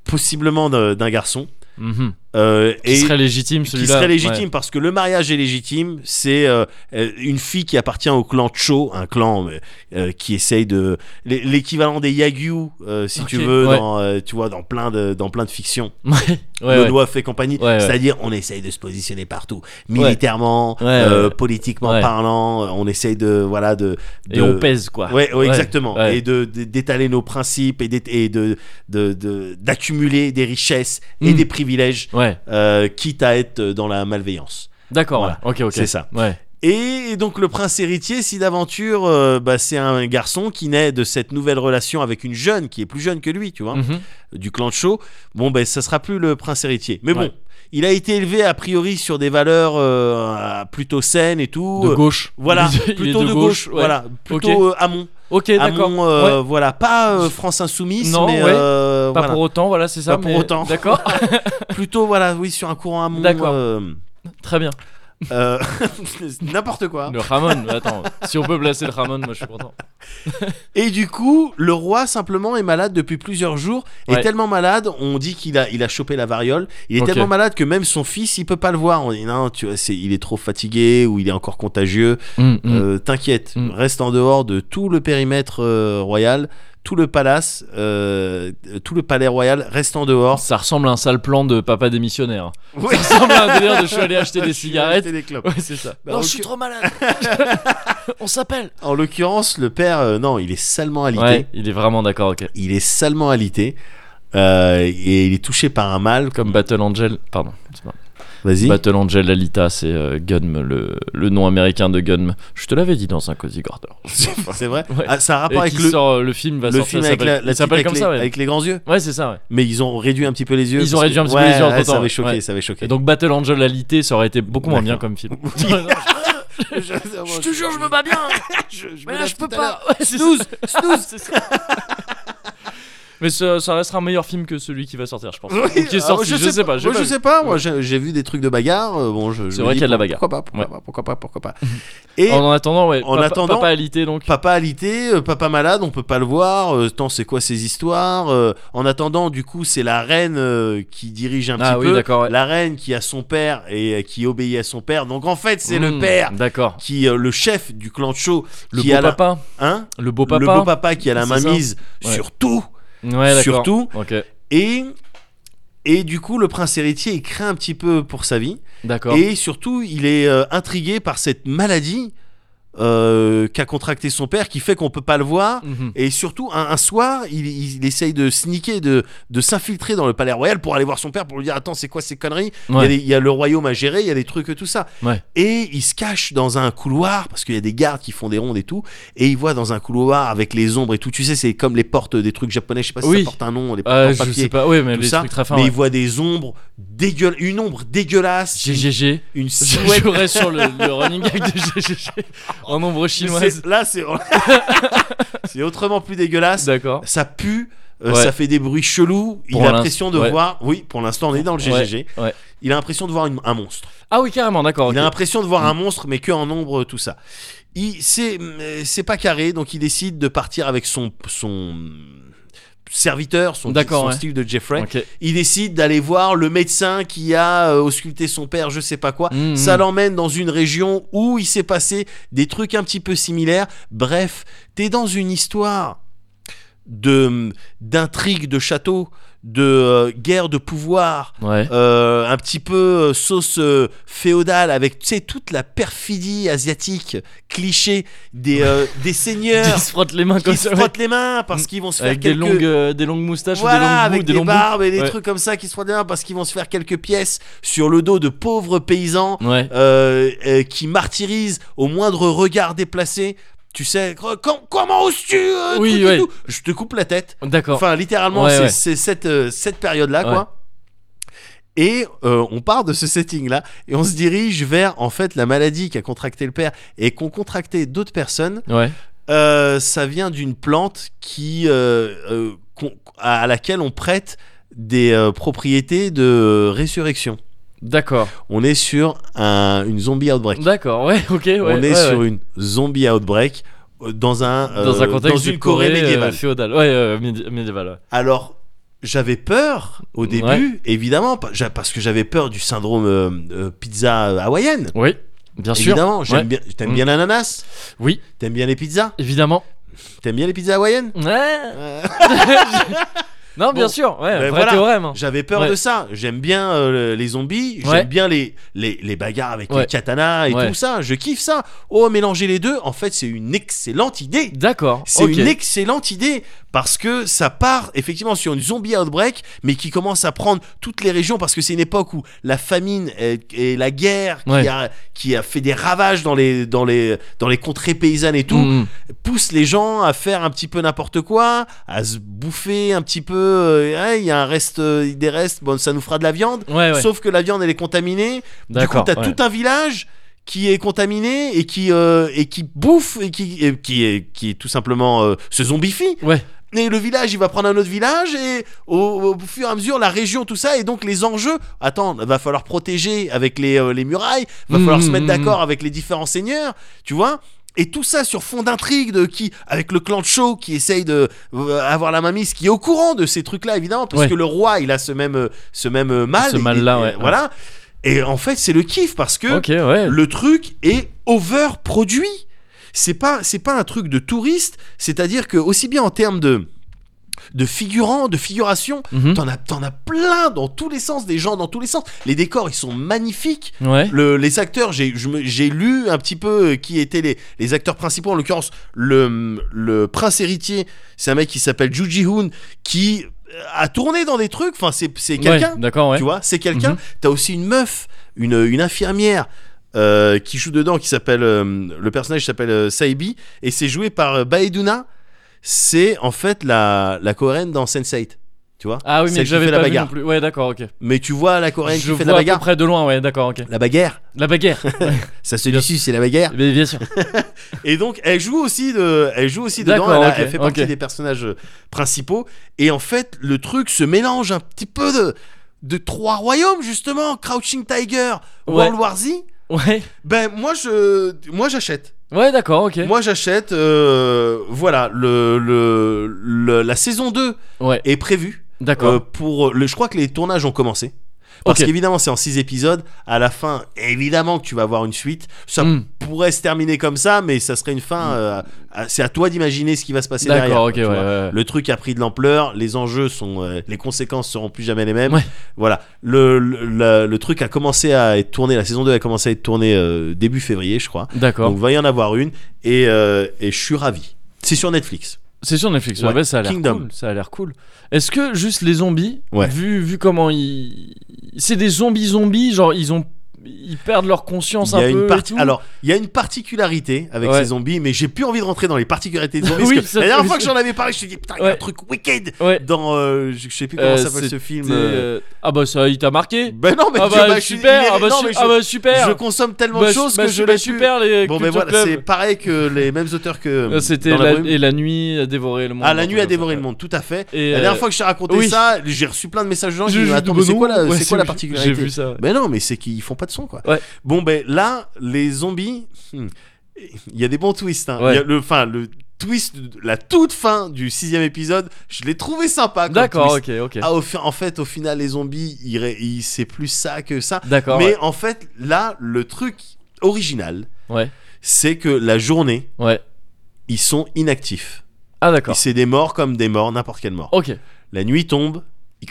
Speaker 2: possiblement de- d'un garçon.
Speaker 1: Mhm.
Speaker 2: euh,
Speaker 1: Qui
Speaker 2: et
Speaker 1: serait légitime
Speaker 2: qui
Speaker 1: celui-là
Speaker 2: serait légitime parce que le mariage est légitime c'est euh, euh, une fille qui appartient au clan Cho un clan euh, euh, qui essaye de l'é- l'équivalent des Yagyu euh, si tu
Speaker 1: Ok,
Speaker 2: veux
Speaker 1: ouais.
Speaker 2: dans, euh, tu vois dans plein de dans plein de fiction
Speaker 1: Ouais, <laughs> ouais, ouais,
Speaker 2: le
Speaker 1: ouais.
Speaker 2: doigt fait compagnie.
Speaker 1: Ouais, ouais.
Speaker 2: C'est-à-dire, on essaye de se positionner partout, militairement,
Speaker 1: Ouais,
Speaker 2: euh,
Speaker 1: ouais.
Speaker 2: politiquement
Speaker 1: Ouais.
Speaker 2: parlant. euh, On essaye de, voilà, de,
Speaker 1: Et
Speaker 2: de-
Speaker 1: on pèse quoi.
Speaker 2: Ouais, ouais, exactement.
Speaker 1: ouais.
Speaker 2: Et de de- d'étaler nos principes et d'ét- et de de- de- d'accumuler des richesses et
Speaker 1: Mm.
Speaker 2: des privilèges,
Speaker 1: Ouais,
Speaker 2: euh, quitte à être dans la malveillance.
Speaker 1: d'accord.
Speaker 2: Voilà.
Speaker 1: ouais. Ok, ok.
Speaker 2: C'est ça.
Speaker 1: Ouais,
Speaker 2: Et donc le prince héritier, si d'aventure, euh, bah, c'est un garçon qui naît de cette nouvelle relation avec une jeune qui est plus jeune que lui, tu vois
Speaker 1: Mhm.
Speaker 2: du clan de Shaw, bon ben ça sera plus le prince héritier. Mais bon,
Speaker 1: Ouais.
Speaker 2: il a été élevé a priori sur des valeurs euh, plutôt saines et tout.
Speaker 1: de gauche.
Speaker 2: euh, Voilà,
Speaker 1: <laughs> Il est
Speaker 2: plutôt de, gauche,
Speaker 1: ouais.
Speaker 2: voilà, plutôt
Speaker 1: Ok.
Speaker 2: euh, Hamon.
Speaker 1: Ok, d'accord.
Speaker 2: Hamon, euh,
Speaker 1: Ouais.
Speaker 2: voilà, pas euh, France Insoumise,
Speaker 1: Non,
Speaker 2: mais
Speaker 1: ouais.
Speaker 2: euh,
Speaker 1: Pas
Speaker 2: voilà.
Speaker 1: pour autant, voilà, c'est ça.
Speaker 2: Pas pour
Speaker 1: mais-
Speaker 2: autant. <laughs>
Speaker 1: D'accord,
Speaker 2: plutôt voilà, oui, sur un courant Hamon.
Speaker 1: D'accord.
Speaker 2: euh,
Speaker 1: très bien.
Speaker 2: euh, <laughs> N'importe quoi.
Speaker 1: Le Ramon, attends, si on peut placer le Ramon, moi je suis content.
Speaker 2: Et du coup, le roi simplement est malade depuis plusieurs jours.
Speaker 1: Ouais.
Speaker 2: Est tellement malade, on dit qu'il a, il a chopé la variole. Il est
Speaker 1: Ok.
Speaker 2: tellement malade que même son fils, il peut pas le voir. On dit non, tu vois, c'est, il est trop fatigué ou il est encore contagieux. Euh, t'inquiète,
Speaker 1: Mm.
Speaker 2: reste en dehors de tout le périmètre euh, royal, tout le palace, euh, tout le palais royal, reste
Speaker 1: <laughs>
Speaker 2: en dehors.
Speaker 1: Ça ressemble à un sale plan de papa démissionnaire.
Speaker 2: Oui.
Speaker 1: Ça ressemble à un délire de je suis allé
Speaker 2: <laughs>
Speaker 1: acheter des cigarettes.
Speaker 2: des clopes.
Speaker 1: Ouais, c'est ça. <laughs>
Speaker 2: Bah,
Speaker 1: non,
Speaker 2: ok.
Speaker 1: je suis trop
Speaker 2: <laughs>
Speaker 1: malade. on s'appelle.
Speaker 2: En l'occurrence, le père, euh, non, il est salement alité.
Speaker 1: Ouais, il est vraiment d'accord, ok.
Speaker 2: Il est salement alité. euh, et il est touché par un mal.
Speaker 1: Comme Battle Angel, pardon. c'est pas-
Speaker 2: Vas-y.
Speaker 1: Battle Angel Alita, c'est euh, Gunm, le, le nom américain de Gunm. Je te l'avais dit dans un Cozy Corner.
Speaker 2: <laughs> C'est vrai.
Speaker 1: <laughs> Ouais.
Speaker 2: Ah, ça a un
Speaker 1: Et
Speaker 2: rapport avec
Speaker 1: qui
Speaker 2: le,
Speaker 1: sort, euh, le film va
Speaker 2: le
Speaker 1: sortir,
Speaker 2: film
Speaker 1: ça
Speaker 2: avec
Speaker 1: s'appelle-
Speaker 2: la, la
Speaker 1: il s'appelle
Speaker 2: petite
Speaker 1: comme
Speaker 2: avec
Speaker 1: ça,
Speaker 2: les-
Speaker 1: ouais.
Speaker 2: avec les grands yeux.
Speaker 1: Ouais, c'est ça, ouais.
Speaker 2: Mais ils ont réduit un petit peu les yeux.
Speaker 1: Ils ont
Speaker 2: parce
Speaker 1: réduit
Speaker 2: que-
Speaker 1: un petit peu les yeux
Speaker 2: Ouais,
Speaker 1: entre
Speaker 2: ça
Speaker 1: temps,
Speaker 2: avait
Speaker 1: ouais.
Speaker 2: choqué,
Speaker 1: Ouais.
Speaker 2: ça avait choqué. <laughs>
Speaker 1: Et donc Battle Angel Alita, ça aurait été beaucoup moins bien
Speaker 2: D'accord.
Speaker 1: comme
Speaker 2: <laughs>
Speaker 1: film.
Speaker 2: je
Speaker 1: Je
Speaker 2: te
Speaker 1: te jure, je me bats bien.
Speaker 2: <laughs> je, je
Speaker 1: Mais
Speaker 2: me
Speaker 1: là,
Speaker 2: lève
Speaker 1: je peux
Speaker 2: tout à l'heure. Ah,
Speaker 1: pas. Ouais, c'est ça.
Speaker 2: Snooze, snooze.
Speaker 1: C'est ça. Mais ça, ça restera un meilleur film que celui qui va sortir, je pense.
Speaker 2: Oui,
Speaker 1: Ou qui est
Speaker 2: ah,
Speaker 1: sorti, je, sais pas. j'ai
Speaker 2: moi,
Speaker 1: pas
Speaker 2: je
Speaker 1: vu.
Speaker 2: sais pas. Moi, j'ai j'ai vu des trucs de bagarre. euh, Bon, je. je
Speaker 1: C'est
Speaker 2: me
Speaker 1: vrai
Speaker 2: dis
Speaker 1: qu'il y a de la
Speaker 2: pour-
Speaker 1: bagarre.
Speaker 2: Pourquoi pas Pourquoi
Speaker 1: Ouais.
Speaker 2: pas Pourquoi pas
Speaker 1: <laughs>
Speaker 2: Pourquoi pas Et
Speaker 1: En attendant, ouais.
Speaker 2: En
Speaker 1: papa,
Speaker 2: attendant-
Speaker 1: Papa alité, donc.
Speaker 2: Papa alité, euh, papa malade, on peut pas le voir. euh, tant c'est quoi ces histoires euh, En attendant, du coup, c'est la reine euh, qui dirige un
Speaker 1: Ah
Speaker 2: petit
Speaker 1: oui,
Speaker 2: peu.
Speaker 1: d'accord, ouais.
Speaker 2: La reine qui a son père et euh, qui obéit à son père. Donc en fait, c'est le
Speaker 1: Mm,
Speaker 2: père
Speaker 1: D'accord.
Speaker 2: qui euh, le chef du clan Cho
Speaker 1: Le
Speaker 2: qui
Speaker 1: beau
Speaker 2: a la-
Speaker 1: papa.
Speaker 2: hein
Speaker 1: Le beau papa.
Speaker 2: le beau papa qui a la
Speaker 1: C'est
Speaker 2: main
Speaker 1: ça.
Speaker 2: mise
Speaker 1: Ouais.
Speaker 2: sur tout
Speaker 1: Ouais, d'accord.
Speaker 2: surtout.
Speaker 1: Ok.
Speaker 2: et et du coup le prince héritier il craint un petit peu pour sa vie
Speaker 1: D'accord.
Speaker 2: et surtout il est euh, intrigué par cette maladie euh, qu'a contracté son père qui fait qu'on peut pas le voir
Speaker 1: Mhm.
Speaker 2: et surtout un, un soir il, il essaye de sneaker de, de s'infiltrer dans le palais royal pour aller voir son père pour lui dire attends c'est quoi ces conneries Il y a
Speaker 1: Ouais.
Speaker 2: des- il y, a le royaume à gérer, il y a des trucs, tout ça.
Speaker 1: Ouais.
Speaker 2: Et il se cache dans un couloir, parce qu'il y a des gardes qui font des rondes et tout, et il voit dans un couloir avec les ombres et tout. Tu sais, c'est comme les portes des trucs japonais, je sais pas si
Speaker 1: Oui.
Speaker 2: ça porte un nom, les portes
Speaker 1: Euh,
Speaker 2: en
Speaker 1: je sais
Speaker 2: papier.
Speaker 1: pas. Oui, mais
Speaker 2: tout
Speaker 1: les
Speaker 2: ça,
Speaker 1: trucs très fins.
Speaker 2: mais
Speaker 1: ouais.
Speaker 2: il voit des ombres dégueulasses, une ombre dégueulasse, une,
Speaker 1: GGG. <laughs>
Speaker 2: une
Speaker 1: Je
Speaker 2: silhouette.
Speaker 1: jouerais sur le,
Speaker 2: <laughs>
Speaker 1: le running gag de GGG en nombre
Speaker 2: C'est- <laughs>
Speaker 1: chinoise.
Speaker 2: Là, c'est c'est autrement plus dégueulasse.
Speaker 1: D'accord.
Speaker 2: Ça pue. euh,
Speaker 1: Ouais.
Speaker 2: ça fait des bruits chelous.
Speaker 1: Pour
Speaker 2: il a
Speaker 1: l'inst-
Speaker 2: l'impression de
Speaker 1: ouais.
Speaker 2: voir. Oui, pour l'instant, on est dans le GGG.
Speaker 1: Ouais, ouais.
Speaker 2: Il a l'impression de voir une- un monstre.
Speaker 1: Ah oui, carrément, d'accord.
Speaker 2: Il a
Speaker 1: ok. Mm.
Speaker 2: l'impression de voir un monstre, mais que en nombre, tout ça. Il c'est euh, c'est pas carré, donc il décide de partir avec son son euh, serviteur, son,
Speaker 1: D'accord,
Speaker 2: son
Speaker 1: ouais.
Speaker 2: Steve de Jeffrey.
Speaker 1: Ok.
Speaker 2: Il décide d'aller voir le médecin qui a euh, ausculté son père, je sais pas quoi.
Speaker 1: Mhm.
Speaker 2: Ça l'emmène dans une région où il s'est passé des trucs un petit peu similaires. Bref, t'es dans une histoire de d'intrigue de château, de euh, guerre de pouvoir,
Speaker 1: Ouais.
Speaker 2: euh, un petit peu euh, sauce euh, féodale avec tu sais toute la perfidie asiatique cliché des euh, des seigneurs
Speaker 1: <laughs> Ils se frottent les mains comme
Speaker 2: qui se
Speaker 1: ça.
Speaker 2: frottent les mains parce qu'ils vont se
Speaker 1: ouais.
Speaker 2: faire
Speaker 1: Mmh, Avec des
Speaker 2: quelques
Speaker 1: longues, euh, des longues moustaches, ou
Speaker 2: voilà,
Speaker 1: des longues
Speaker 2: avec
Speaker 1: bouts, des
Speaker 2: des
Speaker 1: longues bouts.
Speaker 2: barbes et des
Speaker 1: Ouais.
Speaker 2: trucs comme ça qui se frottent les mains parce qu'ils vont se faire quelques pièces sur le dos de pauvres paysans
Speaker 1: Ouais.
Speaker 2: euh, euh, qui martyrisent au moindre regard déplacé tu sais Com- comment oses-tu euh,
Speaker 1: Oui,
Speaker 2: truc et
Speaker 1: ouais.
Speaker 2: tout je te coupe la tête
Speaker 1: D'accord.
Speaker 2: Enfin, littéralement,
Speaker 1: Ouais,
Speaker 2: c'est,
Speaker 1: ouais.
Speaker 2: c'est cette, euh, cette période-là,
Speaker 1: Ouais.
Speaker 2: quoi. Et euh, on part de ce setting-là et on se dirige vers, en fait, la maladie qu'a contracté le père et qu'ont contracté d'autres personnes.
Speaker 1: ouais.
Speaker 2: Euh, ça vient d'une plante qui, euh, euh, qu'on- à laquelle on prête des euh, propriétés de résurrection.
Speaker 1: D'accord.
Speaker 2: On est sur un- une zombie outbreak.
Speaker 1: D'accord. Ouais. Ok. Ouais.
Speaker 2: on est
Speaker 1: ouais,
Speaker 2: sur
Speaker 1: ouais.
Speaker 2: une zombie outbreak euh, dans un, euh,
Speaker 1: dans un contexte
Speaker 2: dans une
Speaker 1: de
Speaker 2: Corée,
Speaker 1: euh,
Speaker 2: médiévale.
Speaker 1: féodale. Ouais, euh, médi- médiévale. ouais.
Speaker 2: Alors, j'avais peur au début,
Speaker 1: Ouais.
Speaker 2: évidemment, pa- j'a- parce que j'avais peur du syndrome euh, euh, pizza hawaïenne.
Speaker 1: Oui. Bien sûr.
Speaker 2: Évidemment, j'aime
Speaker 1: Ouais.
Speaker 2: bien, t'aimes
Speaker 1: Mm.
Speaker 2: bien l'ananas,
Speaker 1: Oui.
Speaker 2: t'aimes bien les pizzas,
Speaker 1: Évidemment.
Speaker 2: t'aimes bien les pizzas hawaïennes.
Speaker 1: Ouais.
Speaker 2: <laughs> Euh,
Speaker 1: Non, bien
Speaker 2: Bon.
Speaker 1: sûr. Ouais.
Speaker 2: Ben
Speaker 1: vrai
Speaker 2: voilà.
Speaker 1: théorème. hein.
Speaker 2: J'avais peur
Speaker 1: Ouais.
Speaker 2: de ça. J'aime bien euh, les zombies,
Speaker 1: Ouais.
Speaker 2: j'aime bien les, les, les bagarres avec
Speaker 1: Ouais.
Speaker 2: les katanas et
Speaker 1: Ouais.
Speaker 2: tout ça. Je kiffe ça. Oh, mélanger les deux, en fait, c'est une excellente idée.
Speaker 1: D'accord.
Speaker 2: C'est
Speaker 1: ok.
Speaker 2: une excellente idée parce que ça part effectivement sur une zombie outbreak, mais qui commence à prendre toutes les régions parce que c'est une époque où la famine et, et la guerre qui,
Speaker 1: Ouais.
Speaker 2: a, qui a fait des ravages dans les, dans les, dans les contrées paysannes et tout,
Speaker 1: Mm, mm.
Speaker 2: pousse les gens à faire un petit peu n'importe quoi, à se bouffer un petit peu. euh, ouais, Il y a un reste, euh, des restes, bon, ça nous fera de la viande,
Speaker 1: mm. Ouais, ouais.
Speaker 2: sauf que la viande elle est contaminée. Du coup,
Speaker 1: D'accord,
Speaker 2: t'as
Speaker 1: ouais.
Speaker 2: tout un village qui est contaminé et qui euh, et qui bouffe et qui et qui est qui est tout simplement euh, se zombifie.
Speaker 1: Ouais.
Speaker 2: Et le village, il va prendre un autre village et au, au fur et à mesure la région, tout ça et donc les enjeux. Attends, va falloir protéger avec les euh, les murailles, va
Speaker 1: Mmh,
Speaker 2: falloir se
Speaker 1: mmh,
Speaker 2: mettre
Speaker 1: mmh.
Speaker 2: d'accord avec les différents seigneurs, tu vois. Et tout ça sur fond d'intrigue de qui avec le clan de Cho qui essaye de euh, avoir la mainmise, qui est au courant de ces trucs-là évidemment, parce
Speaker 1: Ouais.
Speaker 2: que le roi il a ce même euh, ce même euh, mal,
Speaker 1: Ce
Speaker 2: il-
Speaker 1: mal-là,
Speaker 2: il-
Speaker 1: ouais.
Speaker 2: voilà. Et en fait, c'est le kiff parce que
Speaker 1: Ok. Ouais.
Speaker 2: le truc est overproduit. C'est pas c'est pas un truc de touriste, c'est-à-dire que aussi bien en termes de de figurants, de figuration,
Speaker 1: Mhm.
Speaker 2: t'en as t'en as plein dans tous les sens, des gens dans tous les sens. Les décors, ils sont magnifiques.
Speaker 1: Ouais.
Speaker 2: Le- les acteurs, j'ai je me- j'ai lu un petit peu euh, qui étaient les, les acteurs principaux. En l'occurrence, le, le prince héritier, c'est un mec qui s'appelle Ju Ji-hoon qui euh, a tourné dans des trucs. Enfin, c'est c'est quelqu'un
Speaker 1: Ouais, D'accord. Ouais.
Speaker 2: tu vois c'est quelqu'un
Speaker 1: Mhm.
Speaker 2: t'as aussi une meuf une, une infirmière euh, qui joue dedans qui s'appelle euh, le personnage s'appelle euh, Saibi et c'est joué par euh, Baeduna c'est en fait la, la coréenne dans Sense8 tu vois
Speaker 1: Ah oui, mais
Speaker 2: Celle
Speaker 1: que
Speaker 2: qui
Speaker 1: j'avais
Speaker 2: fait la
Speaker 1: pas vu
Speaker 2: bagarre.
Speaker 1: non plus. Ouais. D'accord. Ok.
Speaker 2: mais tu vois la coréenne
Speaker 1: Je
Speaker 2: qui fait
Speaker 1: vois
Speaker 2: la
Speaker 1: à
Speaker 2: bagarre
Speaker 1: peu près de loin. Ouais. D'accord. Ok.
Speaker 2: la bagarre
Speaker 1: La
Speaker 2: <laughs>
Speaker 1: bagarre.
Speaker 2: ça se
Speaker 1: Bien
Speaker 2: dit c'est
Speaker 1: <laughs>
Speaker 2: la bagarre
Speaker 1: Mais bien sûr.
Speaker 2: et donc elle joue aussi de elle joue aussi dedans
Speaker 1: D'accord,
Speaker 2: elle, a-
Speaker 1: ok,
Speaker 2: elle fait partie
Speaker 1: ok.
Speaker 2: des personnages euh, principaux et en fait le truc se mélange un petit peu de de trois royaumes justement Crouching Tiger
Speaker 1: Ouais.
Speaker 2: World War Z
Speaker 1: Ouais.
Speaker 2: Ben moi je moi j'achète.
Speaker 1: Ouais. D'accord. Ok.
Speaker 2: Moi j'achète euh, voilà le, le, le- la saison 2
Speaker 1: Ouais.
Speaker 2: est prévue
Speaker 1: D'accord.
Speaker 2: euh, pour le je crois que les tournages ont commencé. Parce
Speaker 1: Ok.
Speaker 2: qu'évidemment c'est en 6 épisodes, à la fin évidemment que tu vas avoir une suite. Ça
Speaker 1: Mm.
Speaker 2: pourrait se terminer comme ça mais ça serait une fin euh, à- c'est à toi d'imaginer ce qui va se passer derrière.
Speaker 1: D'accord, ok,
Speaker 2: tu
Speaker 1: ouais,
Speaker 2: vois.
Speaker 1: ouais, ouais.
Speaker 2: Le truc a pris de l'ampleur, les enjeux sont euh, les conséquences seront plus jamais les mêmes.
Speaker 1: Ouais.
Speaker 2: Voilà, le, le, la- le truc a commencé à être tourné, la saison 2 a commencé à être tournée euh, début février je crois.
Speaker 1: D'accord.
Speaker 2: Donc va y en avoir une et, euh, et je suis ravi. C'est sur Netflix.
Speaker 1: C'est sur Netflix. Ouais,
Speaker 2: Ouais.
Speaker 1: bah, ça a l'air
Speaker 2: Kingdom.
Speaker 1: cool. Ça a l'air cool. Est-ce que juste les zombies,
Speaker 2: Ouais.
Speaker 1: vu vu comment ils, c'est des zombies zombies, genre ils ont ils perdent leur conscience
Speaker 2: Il
Speaker 1: un
Speaker 2: y a
Speaker 1: peu.
Speaker 2: une
Speaker 1: et
Speaker 2: parti-
Speaker 1: tout.
Speaker 2: Alors, il y a une particularité avec
Speaker 1: Ouais.
Speaker 2: ces zombies, mais j'ai plus envie de rentrer dans les particularités des zombies.
Speaker 1: <laughs> Oui,
Speaker 2: parce que
Speaker 1: ça-
Speaker 2: la dernière fois que j'en avais parlé, je me suis dit, putain, il y a un
Speaker 1: Ouais.
Speaker 2: truc wicked
Speaker 1: ouais.
Speaker 2: dans. euh, je je sais plus comment
Speaker 1: Euh,
Speaker 2: s'appelle ce
Speaker 1: c'était,
Speaker 2: film. euh,
Speaker 1: euh, Ah bah ça, il t'a marqué.
Speaker 2: Ben non, mais
Speaker 1: ah
Speaker 2: tu-
Speaker 1: bah,
Speaker 2: bah, je suis-
Speaker 1: super,
Speaker 2: il est-
Speaker 1: ah bah,
Speaker 2: non,
Speaker 1: su-
Speaker 2: mais je,
Speaker 1: ah bah, super.
Speaker 2: je consomme tellement
Speaker 1: Bah,
Speaker 2: de choses
Speaker 1: bah,
Speaker 2: que je
Speaker 1: bah,
Speaker 2: l'ai plus.
Speaker 1: super les
Speaker 2: Bon, mais
Speaker 1: Culture
Speaker 2: voilà, c'est
Speaker 1: Club. <laughs>
Speaker 2: pareil que les mêmes auteurs que. euh,
Speaker 1: C'était
Speaker 2: dans la
Speaker 1: la-
Speaker 2: brume.
Speaker 1: et la nuit a dévoré le monde.
Speaker 2: Ah, la nuit a
Speaker 1: Ouais.
Speaker 2: dévoré le monde, tout à fait.
Speaker 1: Et,
Speaker 2: la
Speaker 1: euh,
Speaker 2: dernière fois que je t'ai raconté
Speaker 1: oui.
Speaker 2: ça, j'ai reçu plein de messages de gens qui
Speaker 1: Je-
Speaker 2: me
Speaker 1: je-
Speaker 2: disent Attends, mais c'est quoi la,
Speaker 1: ouais,
Speaker 2: c'est quoi la
Speaker 1: j'ai-
Speaker 2: particularité
Speaker 1: J'ai vu ça. ouais.
Speaker 2: Ben non, mais c'est qu'ils font pas de son, quoi.
Speaker 1: Ouais.
Speaker 2: Bon, ben là, les zombies, hmm, il y a des bons twists. hein.
Speaker 1: Ouais.
Speaker 2: Il y a le, enfin, le twist, de la toute fin du sixième épisode, je l'ai trouvé sympa. comme
Speaker 1: D'accord,
Speaker 2: twist.
Speaker 1: ok, ok.
Speaker 2: Ah, au fi- en fait, au final, les zombies, ils ré- ils- c'est plus ça que ça.
Speaker 1: D'accord.
Speaker 2: Ah, mais
Speaker 1: ouais.
Speaker 2: en fait, là, le truc original,
Speaker 1: Ouais.
Speaker 2: c'est que la journée,
Speaker 1: Ouais.
Speaker 2: ils sont inactifs.
Speaker 1: Ah
Speaker 2: Et
Speaker 1: d'accord.
Speaker 2: C'est des morts comme des morts, n'importe quelle mort.
Speaker 1: Ok.
Speaker 2: La nuit tombe, ils-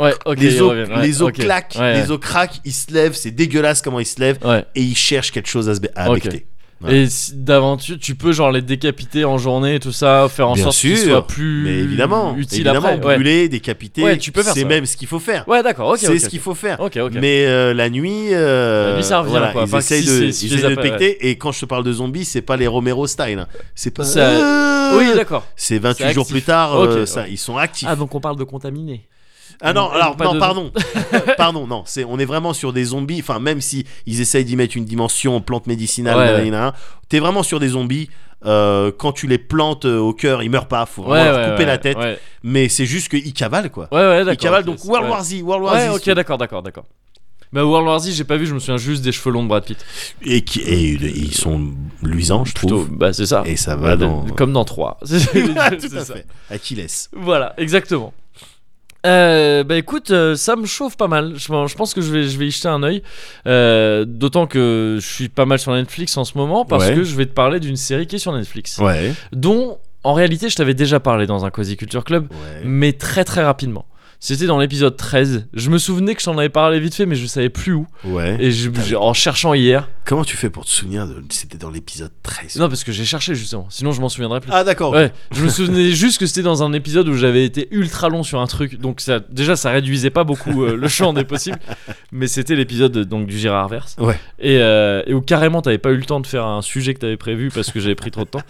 Speaker 1: Ouais. Ok.
Speaker 2: les
Speaker 1: il
Speaker 2: os,
Speaker 1: revient, ouais,
Speaker 2: les os
Speaker 1: ok.
Speaker 2: claquent,
Speaker 1: Ouais,
Speaker 2: les os craquent, ils se lèvent, c'est dégueulasse comment ils se lèvent
Speaker 1: ouais.
Speaker 2: et ils cherchent quelque chose à, se be- à
Speaker 1: Ok.
Speaker 2: becqueter. Ouais.
Speaker 1: Et si- d'aventure, tu peux genre les décapiter en journée et tout ça, faire en
Speaker 2: Bien
Speaker 1: sorte qu'ils
Speaker 2: sûr,
Speaker 1: soient plus
Speaker 2: Mais évidemment,
Speaker 1: utiles
Speaker 2: évidemment
Speaker 1: Mmh, après. Ouais.
Speaker 2: brûler, décapiter,
Speaker 1: Ouais, tu peux faire
Speaker 2: c'est
Speaker 1: ça.
Speaker 2: même ce qu'il faut faire.
Speaker 1: Ouais, d'accord. Ok.
Speaker 2: c'est
Speaker 1: ok,
Speaker 2: ce
Speaker 1: ok.
Speaker 2: qu'il faut faire.
Speaker 1: Ok, ok.
Speaker 2: Mais euh, la nuit, euh,
Speaker 1: La nuit, ça revient,
Speaker 2: voilà,
Speaker 1: quoi.
Speaker 2: ils
Speaker 1: Enfin,
Speaker 2: essayent
Speaker 1: si
Speaker 2: de,
Speaker 1: c'est- si
Speaker 2: ils
Speaker 1: tu les
Speaker 2: essayent de
Speaker 1: appelles,
Speaker 2: becqueter. Et quand je te parle de zombies, c'est pas les Romero style. hein. C'est pas.
Speaker 1: Ça-
Speaker 2: Euh,
Speaker 1: Oui, d'accord.
Speaker 2: c'est 28
Speaker 1: C'est
Speaker 2: jours
Speaker 1: actif.
Speaker 2: plus tard,
Speaker 1: Ok,
Speaker 2: euh,
Speaker 1: ouais.
Speaker 2: ça, ils sont actifs.
Speaker 1: Ah donc on parle de contaminé.
Speaker 2: Ah non,
Speaker 1: Non,
Speaker 2: alors
Speaker 1: pas
Speaker 2: non,
Speaker 1: de-
Speaker 2: pardon,
Speaker 1: <laughs>
Speaker 2: pardon, non, c'est on est vraiment sur des zombies. Enfin, même si ils essayent d'y mettre une dimension plante médicinale,
Speaker 1: Ouais,
Speaker 2: nanana, nanana, t'es vraiment sur des zombies. euh, quand tu les plantes euh, au cœur, ils meurent pas, faut
Speaker 1: Ouais,
Speaker 2: vraiment leur
Speaker 1: ouais,
Speaker 2: couper
Speaker 1: ouais,
Speaker 2: la tête.
Speaker 1: Ouais,
Speaker 2: Mais c'est juste qu'ils cavalent quoi.
Speaker 1: ouais, ouais d'accord.
Speaker 2: ils cavalent
Speaker 1: ok,
Speaker 2: donc
Speaker 1: c'est-
Speaker 2: World
Speaker 1: ouais.
Speaker 2: War Z, World War
Speaker 1: Ouais,
Speaker 2: Z.
Speaker 1: ok, d'accord, d'accord, d'accord. Bah World War Z, j'ai pas vu, je me souviens juste des cheveux longs de Brad Pitt.
Speaker 2: Et, qui, et ils sont luisants, je
Speaker 1: Plutôt, <laughs>
Speaker 2: trouve.
Speaker 1: bah c'est ça.
Speaker 2: Et ça
Speaker 1: Bah,
Speaker 2: va dans.
Speaker 1: Comme dans <laughs> 3.
Speaker 2: <laughs> Tout à fait. Achilles.
Speaker 1: Voilà, exactement. Euh, bah écoute, euh, ça me chauffe pas mal. Je, pense- je pense que je vais, je vais y jeter un oeil. D'autant que je suis pas mal sur Netflix en ce moment parce
Speaker 2: Ouais.
Speaker 1: que je vais te parler d'une série qui est sur Netflix.
Speaker 2: Ouais.
Speaker 1: Dont, en réalité, je t'avais déjà parlé dans un Cozy Culture Club
Speaker 2: ouais.
Speaker 1: mais très très rapidement. C'était dans l'épisode 13. Je me souvenais que j'en avais parlé vite fait, mais je savais plus où.
Speaker 2: Ouais.
Speaker 1: Et je- j'ai- en cherchant hier.
Speaker 2: Comment tu fais pour te souvenir de. C'était dans l'épisode 13.
Speaker 1: Non, parce que j'ai cherché justement, sinon je m'en souviendrais plus.
Speaker 2: Ah d'accord.
Speaker 1: Ouais, je me souvenais juste que c'était dans un épisode où j'avais été ultra long sur un truc, donc ça, déjà ça réduisait pas beaucoup euh, le champ des possibles, mais c'était l'épisode euh, donc du Girardverse.
Speaker 2: Ouais.
Speaker 1: Et, euh, et où carrément t'avais pas eu le temps de faire un sujet que t'avais prévu parce que j'avais pris trop de temps.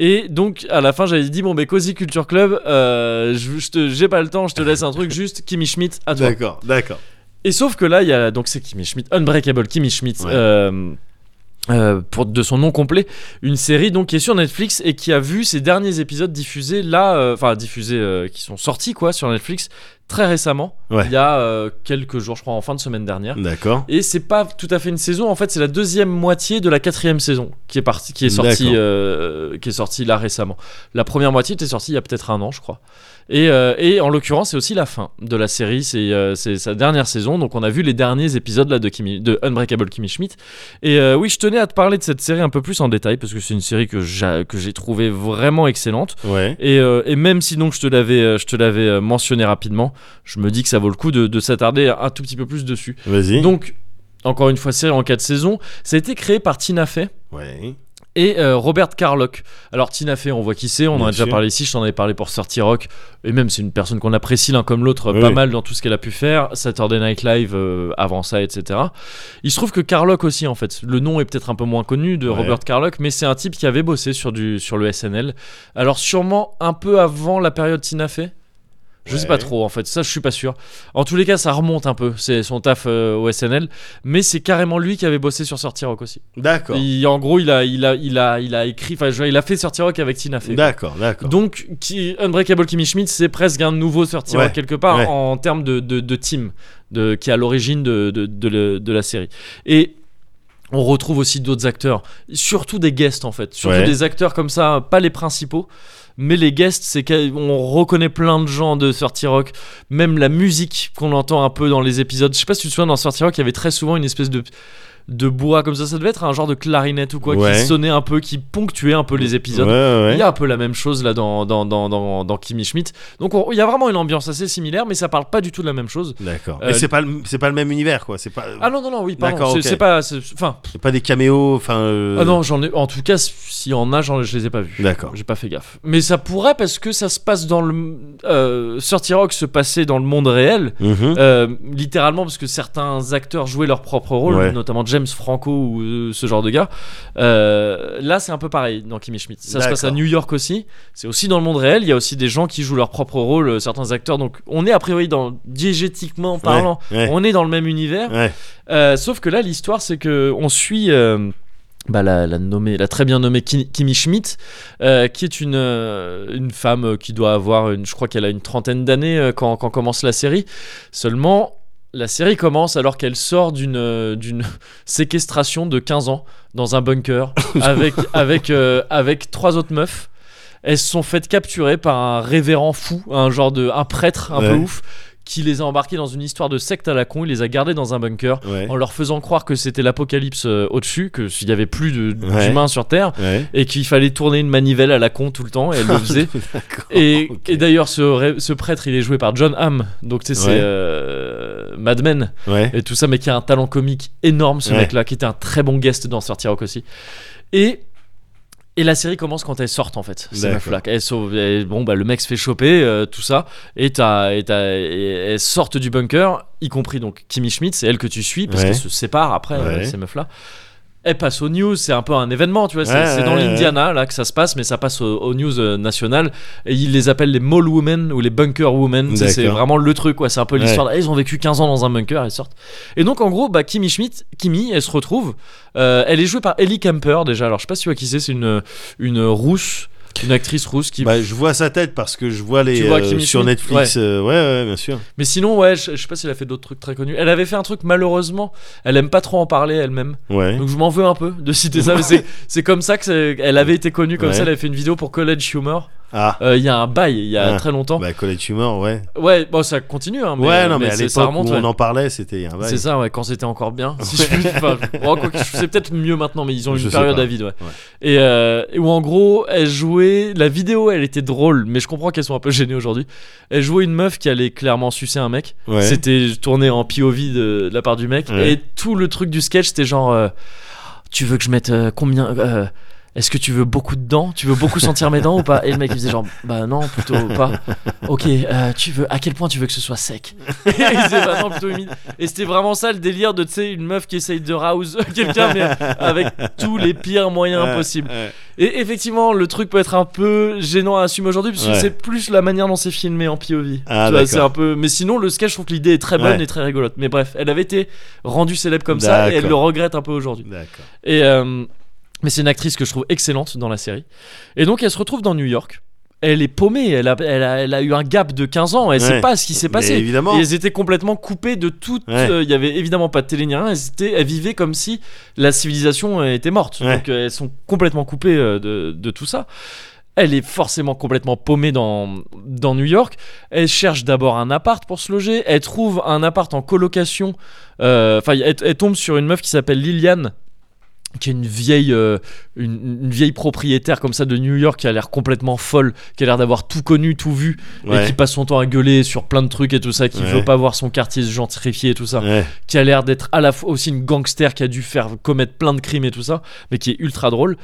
Speaker 1: Et donc à la fin j'avais dit bon ben Cozy Culture Club, euh, je, je te- j'ai pas le temps, je te laisse un truc juste Kimi Schmidt à toi.
Speaker 2: D'accord, d'accord.
Speaker 1: Et sauf que là, il y a donc c'est Kimi Schmidt, Unbreakable Kimi Schmidt,
Speaker 2: Ouais.
Speaker 1: euh, euh, pour de son nom complet, une série donc qui est sur Netflix et qui a vu ses derniers épisodes diffusés là, euh, enfin diffusés euh, qui sont sortis quoi sur Netflix très récemment,
Speaker 2: Ouais.
Speaker 1: il y a euh, quelques jours, je crois en fin de semaine dernière.
Speaker 2: D'accord.
Speaker 1: Et c'est pas tout à fait une saison, en fait, c'est la deuxième moitié de la quatrième saison qui est partie, qui est sortie,
Speaker 2: D'accord.
Speaker 1: euh, qui est sortie là récemment. La première moitié était sortie il y a peut-être un an, je crois. Et, euh, et en l'occurrence, c'est aussi la fin de la série, c'est euh, c'est sa dernière saison. Donc on a vu les derniers épisodes là de, Kimi- de Unbreakable Kimmy Schmidt. Et euh, oui, je tenais à te parler de cette série un peu plus en détail parce que c'est une série que j'a- que j'ai trouvée vraiment excellente.
Speaker 2: Ouais.
Speaker 1: Et, euh, et même si donc je te l'avais euh, je te l'avais euh, mentionné rapidement, je me dis que ça vaut le coup de- de s'attarder un tout petit peu plus dessus.
Speaker 2: Vas-y.
Speaker 1: Donc, encore une fois, série en 4 saisons. Ça a été créé par Tina Fey
Speaker 2: Ouais.
Speaker 1: et euh, Robert Carlock. Alors, Tina Fey, on voit qui c'est, on en
Speaker 2: Bien
Speaker 1: a déjà
Speaker 2: sûr.
Speaker 1: parlé ici, je t'en avais parlé pour Sortie Rock. Et même, c'est une personne qu'on apprécie l'un comme l'autre
Speaker 2: Oui,
Speaker 1: pas
Speaker 2: oui.
Speaker 1: mal dans tout ce qu'elle a pu faire. Saturday Night Live euh, avant ça, etc. Il se trouve que Carlock aussi, en fait, le nom est peut-être un peu moins connu de
Speaker 2: Ouais.
Speaker 1: Robert Carlock, mais c'est un type qui avait bossé sur, du, sur le SNL. Alors, sûrement un peu avant la période Tina Fey je sais
Speaker 2: Ouais.
Speaker 1: pas trop en fait, ça je suis pas sûr. En tous les cas, ça remonte un peu, c'est son taf euh, au SNL, mais c'est carrément lui qui avait bossé sur Sortir Rock aussi.
Speaker 2: D'accord.
Speaker 1: Il- en gros, il a, il a, il a, il a écrit, enfin, je- il a fait Sortir Rock avec Tina Fey.
Speaker 2: D'accord, d'accord.
Speaker 1: Donc, qui, Unbreakable Kimmy Schmidt, c'est presque un nouveau Sortir
Speaker 2: Ouais,
Speaker 1: Rock quelque part
Speaker 2: ouais.
Speaker 1: en termes de, de, de team de, qui est à l'origine de, de, de le- de la série. Et on retrouve aussi d'autres acteurs, surtout des guests en fait, surtout
Speaker 2: Ouais.
Speaker 1: des acteurs comme ça, pas les principaux. Mais les guests, c'est qu'on reconnaît plein de gens de 30 Rock, même la musique qu'on entend un peu dans les épisodes. Je sais pas si tu te souviens, dans 30 Rock, il y avait très souvent une espèce de, de bois comme ça. Ça devait être un genre de clarinette ou quoi
Speaker 2: Ouais.
Speaker 1: qui sonnait un peu, qui ponctuait un peu les épisodes.
Speaker 2: Ouais, ouais,
Speaker 1: Il y
Speaker 2: ouais.
Speaker 1: a un peu la même chose là dans, dans, dans, dans, dans Kimi Schmidt. Donc on- il y a vraiment une ambiance assez similaire, mais ça parle pas du tout de la même chose.
Speaker 2: D'accord.
Speaker 1: Euh,
Speaker 2: Et c'est pas le- c'est pas le même univers quoi. C'est pas
Speaker 1: Ah non, non, non, oui, pardon.
Speaker 2: D'accord,
Speaker 1: C'est
Speaker 2: ok.
Speaker 1: c'est pas. c'est- Enfin,
Speaker 2: c'est pas des caméos. Enfin. euh,
Speaker 1: ah non, j'en ai. En tout cas, s'il y en a, j'en- je les ai pas vus.
Speaker 2: D'accord.
Speaker 1: J'ai pas fait gaffe. Mais ça pourrait parce que ça se passe dans le. Euh, Sorty Rock se passait dans le monde réel.
Speaker 2: Mhm.
Speaker 1: Euh, littéralement parce que certains acteurs jouaient leur propre rôle,
Speaker 2: Ouais.
Speaker 1: notamment James Franco ou euh, ce genre de gars. Euh, là, c'est un peu pareil dans Kimmy Schmidt. Ça se passe à
Speaker 2: D'accord.
Speaker 1: New York aussi. C'est aussi dans le monde réel. Il y a aussi des gens qui jouent leur propre rôle, euh, certains acteurs. Donc, on est a priori dans diégétiquement parlant,
Speaker 2: ouais.
Speaker 1: on est dans le même univers.
Speaker 2: Ouais.
Speaker 1: Euh, sauf que là, l'histoire, c'est que on suit. euh, bah, la, la nommée, la très bien nommée Ki- Kimi Schmidt, euh, qui est une, euh, une femme euh, qui doit avoir, une, je crois qu'elle a une trentaine d'années euh, quand, quand commence la série. Seulement, la série commence alors qu'elle sort d'une euh, d'une <laughs> séquestration de 15 ans dans un bunker avec, avec, euh, avec trois autres meufs. Elles se sont faites capturer par un révérend fou, un genre de un prêtre un peu
Speaker 2: Ouais.
Speaker 1: ouf, qui les a embarquées dans une histoire de secte à la con. Il les a gardées dans un bunker
Speaker 2: Ouais.
Speaker 1: en leur faisant croire que c'était l'apocalypse euh, au-dessus, que s'il y avait plus de-
Speaker 2: Ouais.
Speaker 1: d'humains sur Terre
Speaker 2: Ouais.
Speaker 1: et qu'il fallait tourner une manivelle à la con tout le temps et elle
Speaker 2: <laughs>
Speaker 1: le faisait.
Speaker 2: D'accord,
Speaker 1: Et,
Speaker 2: Oh, ok.
Speaker 1: et d'ailleurs, ce, ré- ce prêtre, il est joué par John Hamm, donc tu sais, c'est
Speaker 2: Ouais.
Speaker 1: euh, Mad Men
Speaker 2: Ouais.
Speaker 1: et tout ça, mais qui a un talent comique énorme, ce
Speaker 2: Ouais.
Speaker 1: mec-là, qui était un très bon guest dans Sortir Rock aussi. Et. Et la série commence quand elles sortent en fait. C'est
Speaker 2: D'accord.
Speaker 1: ma flaque. Elles sont- elles- bon bah le mec se fait choper, euh, tout ça, et, t'as- et t'as- et elles sortent du bunker, y compris donc Kimi Schmidt, c'est elle que tu suis parce
Speaker 2: Ouais.
Speaker 1: qu'elles se séparent après
Speaker 2: Ouais.
Speaker 1: euh, ces meufs là. Elles passent aux news, c'est un peu un événement, tu vois. c'est-
Speaker 2: Ouais,
Speaker 1: c'est
Speaker 2: ouais,
Speaker 1: dans
Speaker 2: ouais,
Speaker 1: l'Indiana là que ça se passe, mais ça passe aux, aux news euh, nationales. Et ils les appellent les mall women ou les bunker women. tu sais, C'est
Speaker 2: D'accord.
Speaker 1: vraiment le truc, quoi. C'est un peu
Speaker 2: Ouais.
Speaker 1: l'histoire. de, Eh, Ils ont vécu 15 ans dans un bunker, elles sortent. Et donc, en gros, bah, Kimi Schmidt, Kimi, elle se retrouve. Euh, elle est jouée par Ellie Kemper déjà. Alors, je sais pas si tu vois qui c'est. C'est une, une rousse, une actrice rousse qui.
Speaker 2: Bah, je vois sa tête parce que je vois les
Speaker 1: Tu vois
Speaker 2: euh,
Speaker 1: Kimi
Speaker 2: sur
Speaker 1: Schmidt
Speaker 2: Netflix. euh, Ouais. ouais, bien sûr.
Speaker 1: Mais sinon, ouais, je, je sais pas si elle a fait d'autres trucs très connus. Elle avait fait un truc, malheureusement. Elle aime pas trop en parler elle-même.
Speaker 2: Ouais.
Speaker 1: Donc, je m'en veux un peu de citer ça. mais
Speaker 2: <laughs>
Speaker 1: c'est- C'est comme ça que c'est- elle avait été connue. Comme
Speaker 2: Ouais.
Speaker 1: ça, elle avait fait une vidéo pour College Humor.
Speaker 2: Ah.
Speaker 1: Euh, Il y a un bail, il y a
Speaker 2: Ah.
Speaker 1: très longtemps.
Speaker 2: Bah, Colette Humor, ouais.
Speaker 1: Ouais, bon, ça continue. Hein, mais,
Speaker 2: ouais, non, mais, à
Speaker 1: c'est- ça
Speaker 2: l'époque où
Speaker 1: remonte. ouais.
Speaker 2: on en parlait, c'était un bail.
Speaker 1: C'est ça, ouais, quand c'était encore
Speaker 2: <laughs>
Speaker 1: bien. Si je puis- enfin, bon, quoi que je- c'est peut-être mieux maintenant, mais ils ont
Speaker 2: Je
Speaker 1: une
Speaker 2: sais
Speaker 1: période
Speaker 2: pas.
Speaker 1: à vide, ouais.
Speaker 2: Ouais.
Speaker 1: Et euh, et où en gros, elle jouait. La vidéo, elle était drôle, mais je comprends qu'elles sont un peu gênées aujourd'hui. Elle jouait une meuf qui allait clairement sucer un mec.
Speaker 2: Ouais.
Speaker 1: C'était tourné en POV de, de la part du mec.
Speaker 2: Ouais.
Speaker 1: Et tout le truc du sketch, c'était genre. euh, tu veux que je mette euh, combien. euh, est-ce que tu veux beaucoup de dents Tu veux beaucoup sentir mes dents ou pas Et le mec il faisait genre bah non plutôt pas. Ok, euh, tu veux à quel point tu veux que ce soit sec <laughs> Et il faisait bah non plutôt humide. Et c'était vraiment ça le délire de tu sais une meuf qui essaye de rouse <laughs> quelqu'un
Speaker 2: <laughs>
Speaker 1: mais avec tous les pires moyens
Speaker 2: Ouais,
Speaker 1: possibles.
Speaker 2: ouais.
Speaker 1: Et effectivement le truc peut être un peu gênant à assumer aujourd'hui parce que
Speaker 2: Ouais.
Speaker 1: c'est plus la manière dont c'est filmé en POV.
Speaker 2: Ah,
Speaker 1: tu vois,
Speaker 2: d'accord.
Speaker 1: c'est un peu. Mais sinon le sketch je trouve que l'idée est très bonne
Speaker 2: Ouais.
Speaker 1: et très rigolote. Mais bref, elle avait été rendue célèbre comme ça et elle
Speaker 2: D'accord.
Speaker 1: le regrette un peu aujourd'hui.
Speaker 2: D'accord.
Speaker 1: Et, euh, mais c'est une actrice que je trouve excellente dans la série. Et donc elle se retrouve dans New York. Elle est paumée, elle a, elle a, elle a eu un gap de 15 ans, elle sait
Speaker 2: Ouais.
Speaker 1: pas ce qui s'est
Speaker 2: Mais
Speaker 1: passé.
Speaker 2: évidemment.
Speaker 1: Et elles étaient complètement coupées de tout. euh,
Speaker 2: Ouais.
Speaker 1: Il y avait évidemment pas de télé ni rien. Elles, étaient, elles vivaient comme si la civilisation euh, était morte.
Speaker 2: Ouais.
Speaker 1: Donc euh, elles sont complètement coupées euh, de, de tout ça. Elle est forcément complètement paumée dans, dans New York. Elle cherche d'abord un appart pour se loger. Elle trouve un appart en colocation. Euh, Enfin, elle, elle tombe sur une meuf qui s'appelle Liliane qui est une vieille, euh, une, une vieille propriétaire comme ça de New York qui a l'air complètement folle, qui a l'air d'avoir tout connu, tout vu, et
Speaker 2: Ouais.
Speaker 1: qui passe son temps à gueuler sur plein de trucs et tout ça, qui
Speaker 2: Ouais.
Speaker 1: veut pas voir son quartier se gentrifier et tout ça,
Speaker 2: Ouais.
Speaker 1: qui a l'air d'être à la fois aussi une gangster qui a dû faire commettre plein de crimes et tout ça, mais qui est ultra drôle.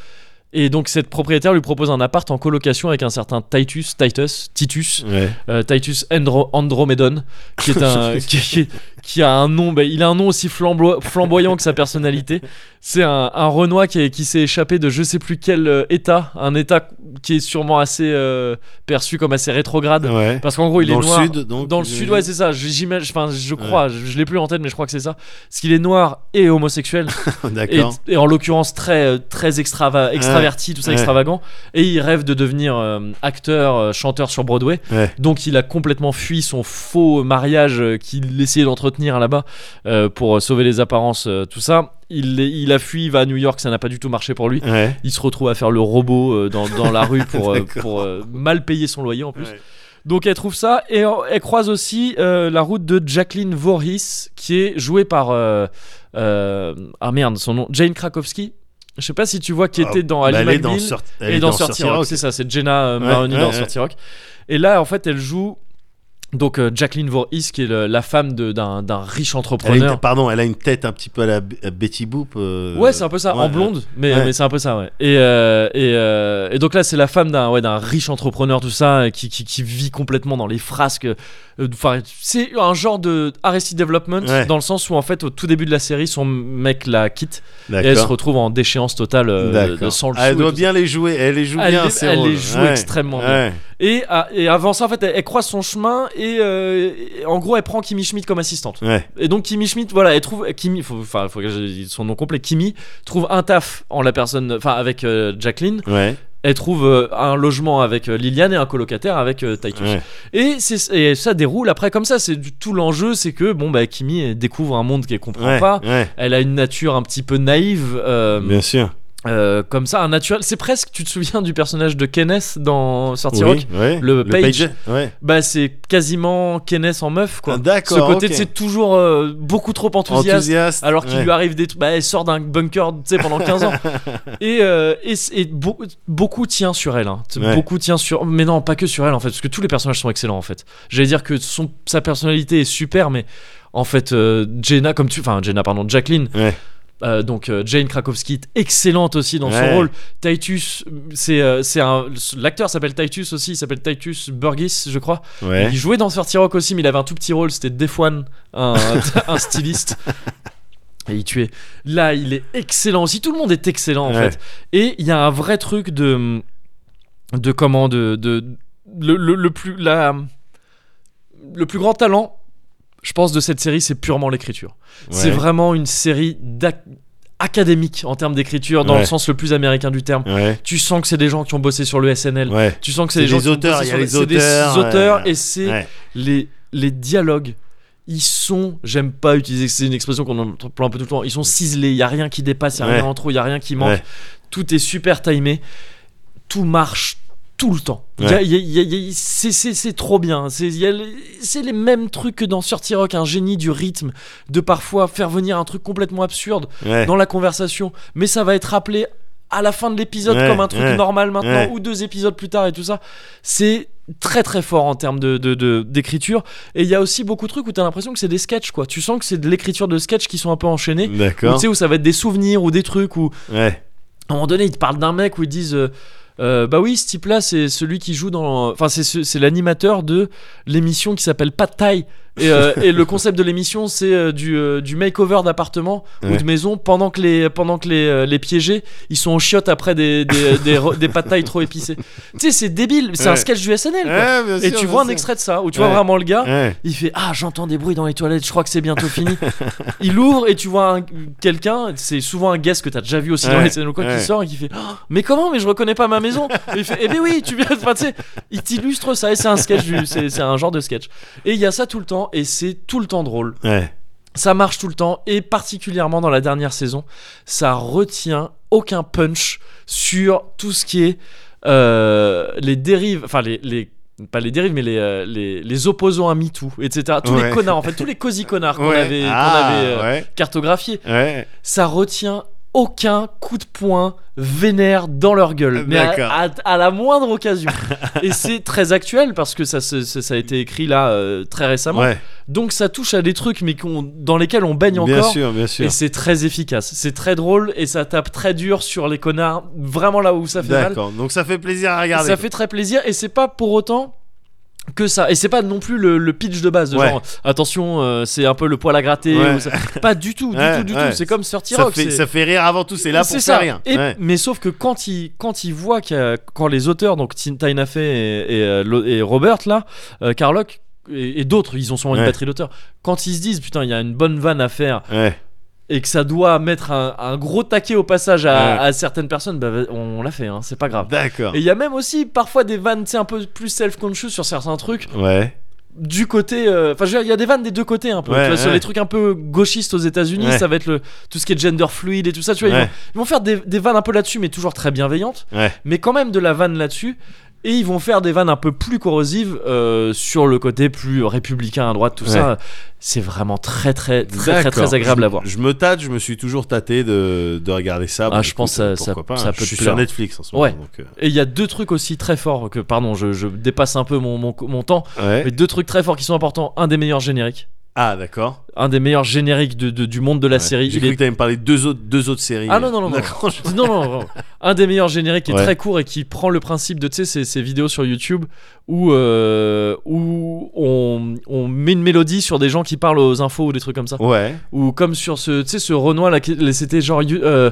Speaker 1: Et donc cette propriétaire lui propose un appart en colocation avec un certain Titus, Titus, Titus,
Speaker 2: Ouais.
Speaker 1: euh, Titus Andro- Andromedon, qui est
Speaker 2: <laughs>
Speaker 1: un qui, qui- qui a un nom, bah, il a un nom aussi flamboy- flamboyant que sa personnalité. C'est un, un Renoir qui, est- qui s'est échappé de je sais plus quel euh, état, un état qui est sûrement assez euh, perçu comme assez rétrograde.
Speaker 2: Ouais.
Speaker 1: Parce qu'en gros, Oh, il
Speaker 2: dans
Speaker 1: est
Speaker 2: le
Speaker 1: noir.
Speaker 2: sud, donc. euh,
Speaker 1: dans le
Speaker 2: je-
Speaker 1: sud, ouais, c'est ça. Je- J'imagine, enfin, je crois, je, je l'ai plus en tête, mais je crois que c'est ça. Parce qu'il est noir et homosexuel, et,
Speaker 2: <laughs> D'accord.
Speaker 1: et en l'occurrence très, euh, très extrava- extraverti, tout ça
Speaker 2: Ouais.
Speaker 1: extravagant. Et il rêve de devenir euh, acteur, euh, chanteur sur Broadway.
Speaker 2: Ouais.
Speaker 1: Donc il a complètement fui son faux mariage euh, qu'il essayait d'entretenir là-bas euh, pour euh, sauver les apparences, euh, tout ça. Il, est- il a fui, il va à New York, ça n'a pas du tout marché pour lui.
Speaker 2: Ouais. Ah, <laughs>
Speaker 1: Il se retrouve à faire le robot euh, dans, dans la rue pour, euh,
Speaker 2: D'accord.
Speaker 1: pour euh, mal payer son loyer en plus.
Speaker 2: Ouais.
Speaker 1: Donc elle trouve ça et euh, elle croise aussi euh, la route de Jacqueline Voorhees qui est jouée par euh, euh, ah merde son nom Jane Krakowski. Je sais pas si tu vois qui était dans Ali
Speaker 2: Ah, bah, elle est dans
Speaker 1: McBeal
Speaker 2: Sort- elle
Speaker 1: et
Speaker 2: est
Speaker 1: dans
Speaker 2: Sortir
Speaker 1: Sortir Rock,
Speaker 2: Rock.
Speaker 1: c'est ça, c'est Jenna euh,
Speaker 2: Ouais,
Speaker 1: Maroney
Speaker 2: ouais,
Speaker 1: dans
Speaker 2: ouais.
Speaker 1: Sortir Rock. Et là, en fait, elle joue donc euh, Jacqueline Voorhees, qui est le- la femme de- d'un d'un riche
Speaker 2: Elle a une-
Speaker 1: entrepreneur.
Speaker 2: pardon, elle a une tête un petit peu à la B- à Betty Boop. euh,
Speaker 1: Ouais, c'est un peu ça,
Speaker 2: ouais,
Speaker 1: en blonde, mais,
Speaker 2: Ouais.
Speaker 1: mais c'est un peu ça, ouais. Et, euh, et, euh, et donc là, c'est la femme d'un ouais, d'un riche entrepreneur, tout ça, euh, qui, qui, qui vit complètement dans les frasques. euh, Enfin, c'est un genre de Arrested Development,
Speaker 2: Ouais.
Speaker 1: dans le sens où, en fait, au tout début de la série, son mec la quitte et
Speaker 2: D'accord.
Speaker 1: elle se retrouve en déchéance totale euh, de
Speaker 2: D'accord.
Speaker 1: sans le
Speaker 2: Ah,
Speaker 1: sou
Speaker 2: Elle
Speaker 1: et
Speaker 2: doit
Speaker 1: tout
Speaker 2: bien les jouer. Elle les joue
Speaker 1: Elle
Speaker 2: bien.
Speaker 1: les-
Speaker 2: ces
Speaker 1: elle
Speaker 2: rôles.
Speaker 1: les joue
Speaker 2: Ouais.
Speaker 1: extrêmement bien.
Speaker 2: Ouais.
Speaker 1: Et, ah, et avant ça, en fait, elle, elle croise son chemin et, euh, et en gros, elle prend Kimi Schmidt comme assistante.
Speaker 2: Ouais.
Speaker 1: Et donc, Kimi Schmidt, voilà, elle trouve. Kimi, faut- enfin, faut que je dise son nom complet. Kimi trouve un taf en la personne, enfin, avec euh, Jacqueline.
Speaker 2: Ouais.
Speaker 1: Elle trouve euh, un logement avec euh, Liliane et un colocataire avec euh, Titus.
Speaker 2: Ouais.
Speaker 1: Et, c'est- et ça déroule après comme ça. C'est du- tout l'enjeu, c'est que bon, bah, Kimi elle découvre un monde qu'elle comprend
Speaker 2: Ouais.
Speaker 1: pas.
Speaker 2: ouais.
Speaker 1: Elle a une nature un petit peu naïve. euh,
Speaker 2: Bien sûr.
Speaker 1: euh, comme ça, un naturel. C'est presque, tu te souviens du personnage de Kenneth dans Sortie Rock
Speaker 2: Oui, ouais.
Speaker 1: le Page.
Speaker 2: Ouais.
Speaker 1: bah c'est quasiment Kenneth en meuf quoi.
Speaker 2: Ah,
Speaker 1: Ce
Speaker 2: D'accord.
Speaker 1: côté
Speaker 2: ok.
Speaker 1: c'est toujours euh, beaucoup trop enthousiaste.
Speaker 2: enthousiaste.
Speaker 1: Alors qu'il
Speaker 2: ouais.
Speaker 1: lui arrive des trucs, bah elle sort d'un bunker, tu sais, pendant
Speaker 2: <laughs>
Speaker 1: 15 ans. et euh, et, c- et beau- beaucoup tient sur elle. hein.
Speaker 2: Ouais.
Speaker 1: Beaucoup tient sur. Mais non, pas que sur elle en fait, parce que tous les personnages sont excellents en fait. J'allais dire que son, sa personnalité est super, mais en fait, euh, Jenna, comme tu. Enfin, Jenna, pardon, Jacqueline.
Speaker 2: Ouais.
Speaker 1: euh, donc euh, Jane Krakowski est excellente aussi dans son
Speaker 2: Ouais.
Speaker 1: rôle. Titus, c'est euh, c'est un- l'acteur s'appelle Titus aussi, il s'appelle Titus Burgess, je crois.
Speaker 2: Ouais.
Speaker 1: Il jouait dans Sortie Rock aussi, mais il avait un tout petit rôle, c'était Def One, un, <laughs> un styliste. Et il tuait. Là, il est excellent aussi. Tout le monde est excellent en
Speaker 2: Ouais.
Speaker 1: fait. Et il y a un vrai truc de. de comment. de. de le, le- le plus. La, le plus grand talent, je pense, de cette série, c'est purement l'écriture. C'est
Speaker 2: Ouais.
Speaker 1: vraiment une série d'ac- académique en termes d'écriture, dans
Speaker 2: Ouais.
Speaker 1: le sens le plus américain du terme.
Speaker 2: Ouais.
Speaker 1: Tu sens que c'est des gens qui ont bossé sur le SNL.
Speaker 2: Ouais.
Speaker 1: Tu sens que c'est des
Speaker 2: C'est
Speaker 1: gens
Speaker 2: des
Speaker 1: qui ont
Speaker 2: auteurs,
Speaker 1: bossé
Speaker 2: il y
Speaker 1: sur
Speaker 2: a
Speaker 1: le-
Speaker 2: les
Speaker 1: c'est des
Speaker 2: auteurs, ouais,
Speaker 1: auteurs
Speaker 2: ouais.
Speaker 1: et c'est
Speaker 2: Ouais.
Speaker 1: les, les dialogues. Ils sont, j'aime pas utiliser, c'est une expression qu'on emploie un peu tout le temps, ils sont ciselés, il y a rien qui dépasse, il y a
Speaker 2: Ouais.
Speaker 1: rien en trop, il y a rien qui manque. Tout est super timé, tout marche tout le temps. Il y a-
Speaker 2: Ouais.
Speaker 1: il y a- il y a- il y a- c'est- C'est c'est trop bien. C'est il y a les- c'est les mêmes trucs que dans Surty Rock, un génie du rythme, de parfois faire venir un truc complètement absurde
Speaker 2: Ouais.
Speaker 1: <laughs> dans la conversation, mais ça va être rappelé à la fin de l'épisode
Speaker 2: Ouais,
Speaker 1: comme un truc
Speaker 2: ouais,
Speaker 1: normal maintenant
Speaker 2: ouais.
Speaker 1: ou deux épisodes plus tard et tout ça. C'est très très fort en termes de, de- de- d'écriture et il y a aussi beaucoup de trucs où t'as l'impression que c'est des sketchs quoi. Tu sens que c'est de l'écriture de sketchs qui sont un peu enchaînés. Ou Tu
Speaker 2: D'accord.
Speaker 1: sais où ça va être des souvenirs ou des trucs où
Speaker 2: Ouais.
Speaker 1: à un moment donné ils te parlent d'un mec où ils disent euh, Euh, bah oui ce type là c'est celui qui joue dans enfin c'est, ce- c'est l'animateur de l'émission qui s'appelle Pas de taille et, euh,
Speaker 2: <laughs>
Speaker 1: et le concept de l'émission c'est euh, du, euh, du makeover d'appartement ou
Speaker 2: Ouais.
Speaker 1: de maison pendant que les pendant que les, euh, les piégés ils sont en chiottes après des des, des, re- des pas de taille trop épicées tu sais c'est débile c'est un
Speaker 2: Ouais.
Speaker 1: sketch du SNL quoi.
Speaker 2: Ouais, bien
Speaker 1: et
Speaker 2: sûr,
Speaker 1: tu
Speaker 2: bien
Speaker 1: vois un
Speaker 2: sûr.
Speaker 1: extrait de ça où tu vois
Speaker 2: Ouais.
Speaker 1: vraiment le gars
Speaker 2: Ouais.
Speaker 1: il fait ah j'entends des bruits dans les toilettes je crois que c'est bientôt
Speaker 2: <laughs>
Speaker 1: fini il ouvre et tu vois un- quelqu'un c'est souvent un guest que t'as déjà vu aussi dans
Speaker 2: Ouais,
Speaker 1: les scènes ou quoi
Speaker 2: ouais.
Speaker 1: qui sort et qui fait Ah, mais comment mais je reconnais pas ma maison et il fait eh ben oui tu viens de enfin, tu sais, il t'illustre ça et c'est un sketch du- c'est c'est un genre de sketch et il y a ça tout le temps et c'est tout le temps drôle
Speaker 2: Ouais.
Speaker 1: ça marche tout le temps et particulièrement dans la dernière saison ça retient aucun punch sur tout ce qui est euh, les dérives enfin les, les- pas les dérives mais les, euh, les, les opposants à MeToo etc tous les
Speaker 2: Ouais.
Speaker 1: connards en fait tous les cosy connards qu'on
Speaker 2: Ouais.
Speaker 1: avait, qu'on
Speaker 2: Ah,
Speaker 1: avait, euh,
Speaker 2: ouais.
Speaker 1: cartographiés
Speaker 2: Ouais.
Speaker 1: ça retient aucun coup de poing vénère dans leur gueule, mais
Speaker 2: D'accord.
Speaker 1: à, à- à la moindre occasion. Et c'est très actuel parce que ça, se- ça, ça a été écrit là euh, très récemment.
Speaker 2: Ouais.
Speaker 1: Donc ça touche à des trucs mais qu'on- dans lesquels on baigne
Speaker 2: Bien
Speaker 1: encore.
Speaker 2: sûr, bien sûr.
Speaker 1: Et c'est très efficace, c'est très drôle et ça tape très dur sur les connards, vraiment là où ça fait mal.
Speaker 2: D'accord. Donc ça fait plaisir à
Speaker 1: Et
Speaker 2: regarder.
Speaker 1: Ça fait très plaisir et c'est pas pour autant que ça. Et c'est pas non plus le, le pitch de base de
Speaker 2: Ouais.
Speaker 1: genre attention, euh, c'est un peu le poil à gratter.
Speaker 2: Ouais.
Speaker 1: ou ça- Pas du tout, du
Speaker 2: Ouais,
Speaker 1: tout, du
Speaker 2: ouais.
Speaker 1: tout. C'est comme sortir
Speaker 2: ça
Speaker 1: rock.
Speaker 2: fait,
Speaker 1: c'est-
Speaker 2: ça fait rire avant tout, c'est là pour
Speaker 1: c'est
Speaker 2: faire
Speaker 1: ça.
Speaker 2: rien.
Speaker 1: Et-
Speaker 2: Ouais.
Speaker 1: Mais sauf que quand ils quand il voient qu'il y a- quand les auteurs, donc Tin- Tina Fey et, et, euh, Lo- et Robert, là, euh, Carlock et, et d'autres, ils ont sûrement une
Speaker 2: Ouais.
Speaker 1: batterie d'auteurs, quand ils se disent putain, il y a une bonne vanne à faire
Speaker 2: Ouais.
Speaker 1: et que ça doit mettre un, un gros taquet au passage à,
Speaker 2: Ouais.
Speaker 1: à certaines personnes, bah, on l'a fait, hein, c'est pas grave.
Speaker 2: D'accord.
Speaker 1: Et il y a même aussi parfois des vannes, tu sais, un peu plus self-conscious sur certains trucs,
Speaker 2: Ouais.
Speaker 1: du côté. euh, Enfin, je veux dire, il y a des vannes des deux côtés un peu.
Speaker 2: Ouais,
Speaker 1: Tu vois, Sur
Speaker 2: ouais.
Speaker 1: les trucs un peu gauchistes aux États-Unis,
Speaker 2: Ouais.
Speaker 1: ça va être le, tout ce qui est gender fluide et tout ça, tu vois. ils
Speaker 2: Ouais.
Speaker 1: vont- Ils, vont, faire des, des vannes un peu là-dessus, mais toujours très bienveillantes,
Speaker 2: Ouais.
Speaker 1: mais quand même de la vanne là-dessus. Et ils vont faire des vannes un peu plus corrosives euh, sur le côté plus républicain à droite, tout ça. C'est vraiment très, très, très, très,
Speaker 2: D'accord.
Speaker 1: très agréable à voir.
Speaker 2: Je, je me tâte, je me suis toujours tâté de, de regarder ça. Bah,
Speaker 1: Ah, je pense que ça-
Speaker 2: pourquoi
Speaker 1: ça-
Speaker 2: pas,
Speaker 1: ça
Speaker 2: hein.
Speaker 1: peut
Speaker 2: Je
Speaker 1: te
Speaker 2: suis
Speaker 1: plaire.
Speaker 2: sur Netflix en ce
Speaker 1: Ouais.
Speaker 2: moment. donc, euh,
Speaker 1: Et il y a deux trucs aussi très forts que, pardon, je, je dépasse un peu mon, mon, mon temps,
Speaker 2: ouais.
Speaker 1: mais deux trucs très forts qui sont importants. Un des meilleurs génériques,
Speaker 2: Ah, d'accord.
Speaker 1: un des meilleurs génériques de, de- du monde de la
Speaker 2: Ouais.
Speaker 1: série.
Speaker 2: J'ai
Speaker 1: Il
Speaker 2: cru
Speaker 1: est-
Speaker 2: que t'allais me parler de deux autres, deux autres séries.
Speaker 1: Ah non, non, non, non.
Speaker 2: D'accord, je-
Speaker 1: Non, non, non. un des meilleurs génériques qui est
Speaker 2: Ouais.
Speaker 1: très court et qui prend le principe de tu sais, ces, ces vidéos sur YouTube où, euh, où on, on met une mélodie sur des gens qui parlent aux infos ou des trucs comme ça.
Speaker 2: <laughs> Ouais.
Speaker 1: Ou comme sur ce, tu sais, ce Renoir là, qui- c'était genre. you- euh,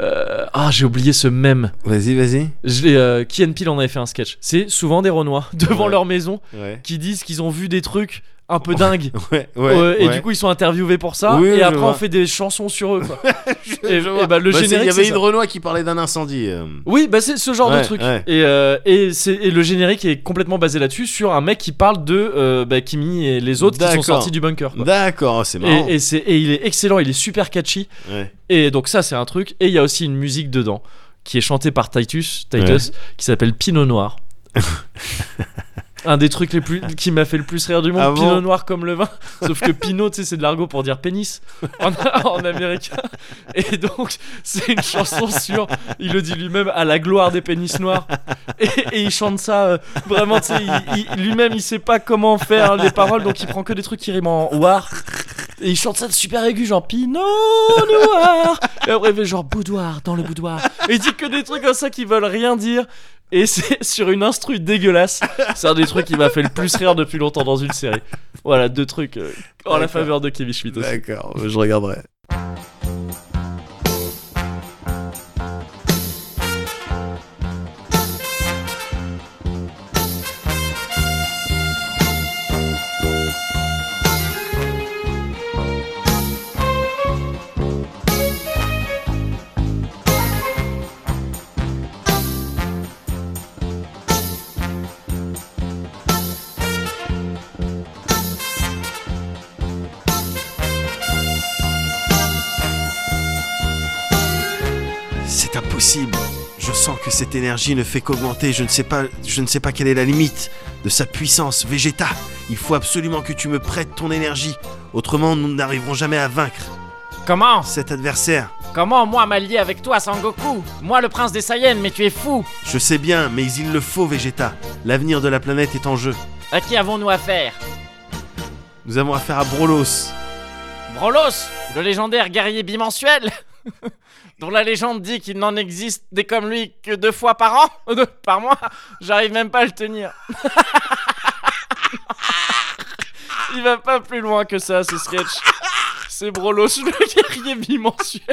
Speaker 1: euh, ah, j'ai oublié ce même.
Speaker 2: Vas-y, vas-y.
Speaker 1: Qui and Peele en avait fait un sketch. C'est souvent des Renois <laughs> devant
Speaker 2: Ouais.
Speaker 1: leur maison
Speaker 2: Ouais. <laughs>
Speaker 1: qui disent qu'ils ont vu des trucs un peu dingues.
Speaker 2: Ouais, ouais.
Speaker 1: Euh, et
Speaker 2: ouais.
Speaker 1: du coup, ils sont interviewés pour ça.
Speaker 2: Oui,
Speaker 1: et
Speaker 2: je
Speaker 1: après,
Speaker 2: vois.
Speaker 1: on fait des chansons sur eux. quoi. et,
Speaker 2: <laughs> Je
Speaker 1: et
Speaker 2: vois.
Speaker 1: bah, le
Speaker 2: Bah, c'est- Il
Speaker 1: générique,
Speaker 2: y
Speaker 1: c'est
Speaker 2: avait
Speaker 1: ça.
Speaker 2: une Renoir qui parlait d'un incendie. euh.
Speaker 1: Oui, bah c'est ce genre
Speaker 2: Ouais,
Speaker 1: de truc.
Speaker 2: ouais.
Speaker 1: Et, euh, et, c'est- et le générique est complètement basé là-dessus, sur un mec qui parle de euh, bah, Kimi et les autres qui sont
Speaker 2: D'accord.
Speaker 1: sortis du bunker. quoi.
Speaker 2: D'accord, oh, c'est marrant.
Speaker 1: Et, et c'est- et il est excellent, il est super catchy.
Speaker 2: Ouais.
Speaker 1: Et donc ça, c'est un truc. Et il y a aussi une musique dedans qui est chantée par Titus, Titus, qui s'appelle Pinot
Speaker 2: <laughs>
Speaker 1: Noir. un des trucs les plus qui m'a fait le plus rire du monde.
Speaker 2: Ah bon
Speaker 1: Pinot Noir comme le vin. Sauf que Pinot, tu sais, c'est de l'argot pour dire pénis en, <laughs> en américain. Et donc c'est une chanson sur, il le dit lui-même, à la gloire des pénis noirs. Et, et il chante ça euh, vraiment. Tu sais, il- il- lui-même, il sait pas comment faire les paroles, donc il prend que des trucs qui riment en war. Et il chante ça de super aigu, genre Pinot Noir. Et après, il fait genre boudoir, dans le boudoir. Et il dit que des trucs comme ça qui veulent rien dire. Et c'est <laughs> sur une instru dégueulasse. C'est un des trucs qui m'a fait le plus rire depuis longtemps dans une série. Voilà, deux trucs euh, en la
Speaker 2: D'accord.
Speaker 1: faveur de Kevin Schmidt aussi.
Speaker 2: D'accord, je regarderai. C'est impossible. Je sens que cette énergie ne fait qu'augmenter. Je ne sais pas, je ne sais pas quelle est la limite de sa puissance. Vegeta, il faut absolument que tu me prêtes ton énergie. Autrement, nous n'arriverons jamais à vaincre
Speaker 1: Comment
Speaker 2: cet adversaire.
Speaker 1: Comment moi m'allier avec toi, Sangoku Moi le prince des Saiyans, mais tu es fou
Speaker 2: Je sais bien, mais il le faut, Vegeta. L'avenir de la planète est en jeu.
Speaker 1: À qui avons-nous affaire
Speaker 2: Nous avons affaire à Brolos.
Speaker 1: Brolos, le légendaire guerrier bimensuel <laughs> dont la légende dit qu'il n'en existe des comme lui que deux fois par an, <laughs> euh, deux- par mois, j'arrive même pas à le tenir. Il va pas plus loin que ça, ce sketch. C'est Brolos, le guerrier bimensuel.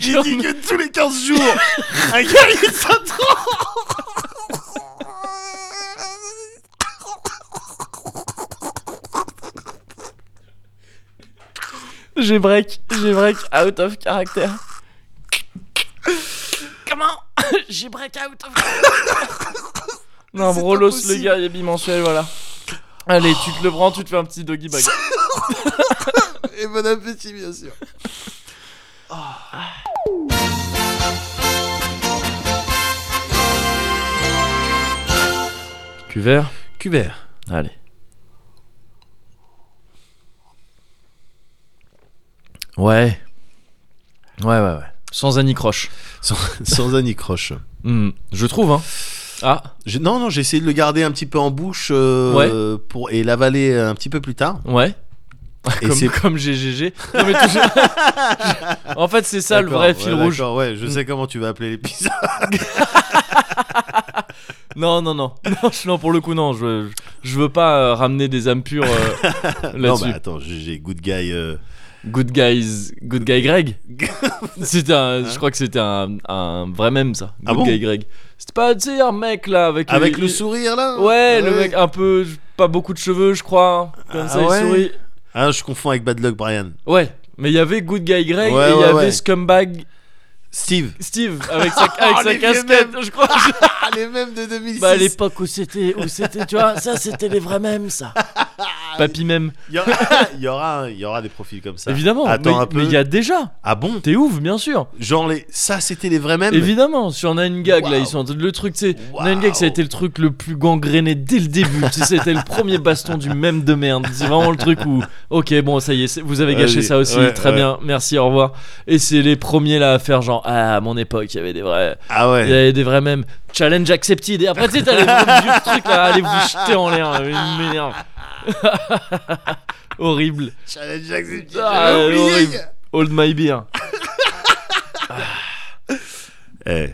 Speaker 2: Il dit que tous les 15 jours, un guerrier s'entraîne.
Speaker 1: J'ai break, j'ai break out of character. Comment J'ai break out of character. Non,
Speaker 2: C'est
Speaker 1: Brolos, le
Speaker 2: impossible.
Speaker 1: guerrier bimensuel, voilà. Allez, tu te le prends, tu te fais un petit doggy bag.
Speaker 2: <laughs> Et bon appétit, bien sûr.
Speaker 1: Ah. Cuvert
Speaker 2: Cubert.
Speaker 1: Allez. Ouais. Ouais, ouais, ouais. Sans anicroche.
Speaker 2: <laughs> Sans, sans anicroche.
Speaker 1: Je trouve, hein. Ah,
Speaker 2: Je- non, non, j'ai essayé de le garder un petit peu en bouche euh, pour, et l'avaler un petit peu
Speaker 1: <laughs>
Speaker 2: plus tard.
Speaker 1: ouais.
Speaker 2: Et
Speaker 1: comme, <laughs>
Speaker 2: c'est-
Speaker 1: comme GGG. Non, mais toujours-
Speaker 2: <laughs>
Speaker 1: en fait, c'est ça le
Speaker 2: D'accord,
Speaker 1: vrai fil
Speaker 2: ouais,
Speaker 1: rouge. Mm.
Speaker 2: d'accord, Ouais, je sais comment tu vas appeler l'épisode.
Speaker 1: Non, non, <laughs> non. Non, je- non, pour le coup, non. Je, je veux pas euh, ramener des âmes pures euh,
Speaker 2: <laughs> non,
Speaker 1: là-dessus.
Speaker 2: bah attends, j'ai- j'ai Good Guy. euh,
Speaker 1: Good guys, Good Guy
Speaker 2: <laughs>
Speaker 1: Greg. c'était un, je crois que c'était un, un vrai mème ça. Good
Speaker 2: Hein Ah bon
Speaker 1: Guy Greg. C'était pas tu sais, un mec là avec
Speaker 2: Avec
Speaker 1: les-
Speaker 2: le sourire là
Speaker 1: Ouais, le mec un peu pas beaucoup de cheveux, je crois. Comme
Speaker 2: Ah
Speaker 1: ça, il
Speaker 2: ouais
Speaker 1: sourit. Hein,
Speaker 2: Ah, je confonds avec Bad Luck Brian.
Speaker 1: Ouais. Mais il y avait Good Guy Greg
Speaker 2: Ouais,
Speaker 1: et il y
Speaker 2: ouais,
Speaker 1: avait
Speaker 2: ouais.
Speaker 1: Scumbag
Speaker 2: Steve.
Speaker 1: Steve avec
Speaker 2: <laughs>
Speaker 1: sa, avec
Speaker 2: Oh,
Speaker 1: sa
Speaker 2: les vieux
Speaker 1: casquette, je crois.
Speaker 2: Ah, les mêmes de 2006. <laughs>
Speaker 1: Bah à l'époque où c'était où c'était tu vois ça c'était les vrais mêmes ça. Papy même.
Speaker 2: Il y aura, <laughs> il y aura, il y aura des profils comme ça.
Speaker 1: Évidemment.
Speaker 2: Bah, Attends
Speaker 1: mais-
Speaker 2: un peu.
Speaker 1: Mais il y a déjà.
Speaker 2: Ah bon
Speaker 1: T'es ouf, bien sûr.
Speaker 2: Genre les, ça c'était les vrais mêmes.
Speaker 1: Évidemment, sur Nine Gag, là,
Speaker 2: Waouh.
Speaker 1: ils sont le truc, tu sais.
Speaker 2: Waouh.
Speaker 1: Nine Gag, ça a été le truc le plus gangréné dès le début. tu sais, c'était le premier baston du même de merde. C'est vraiment le truc où, ok, bon, ça y est, c'est- vous avez gâché
Speaker 2: Vas-y.
Speaker 1: ça aussi.
Speaker 2: Ouais,
Speaker 1: Très
Speaker 2: ouais.
Speaker 1: bien, merci, au revoir. Et c'est les premiers là à faire genre, ah, à mon époque, il y avait des vrais,
Speaker 2: Ah
Speaker 1: il y
Speaker 2: ouais.
Speaker 1: avait des vrais mêmes. Challenge accepted. Et après, tu sais, t'as les gros
Speaker 2: <laughs>
Speaker 1: vieux trucs là, allez vous jeter en l'air. là, ils m'énervent. <laughs> Horrible.
Speaker 2: Challenge accepted.
Speaker 1: Ah,
Speaker 2: j'avais oublié.
Speaker 1: horrible. Hold my beer.
Speaker 2: Eh,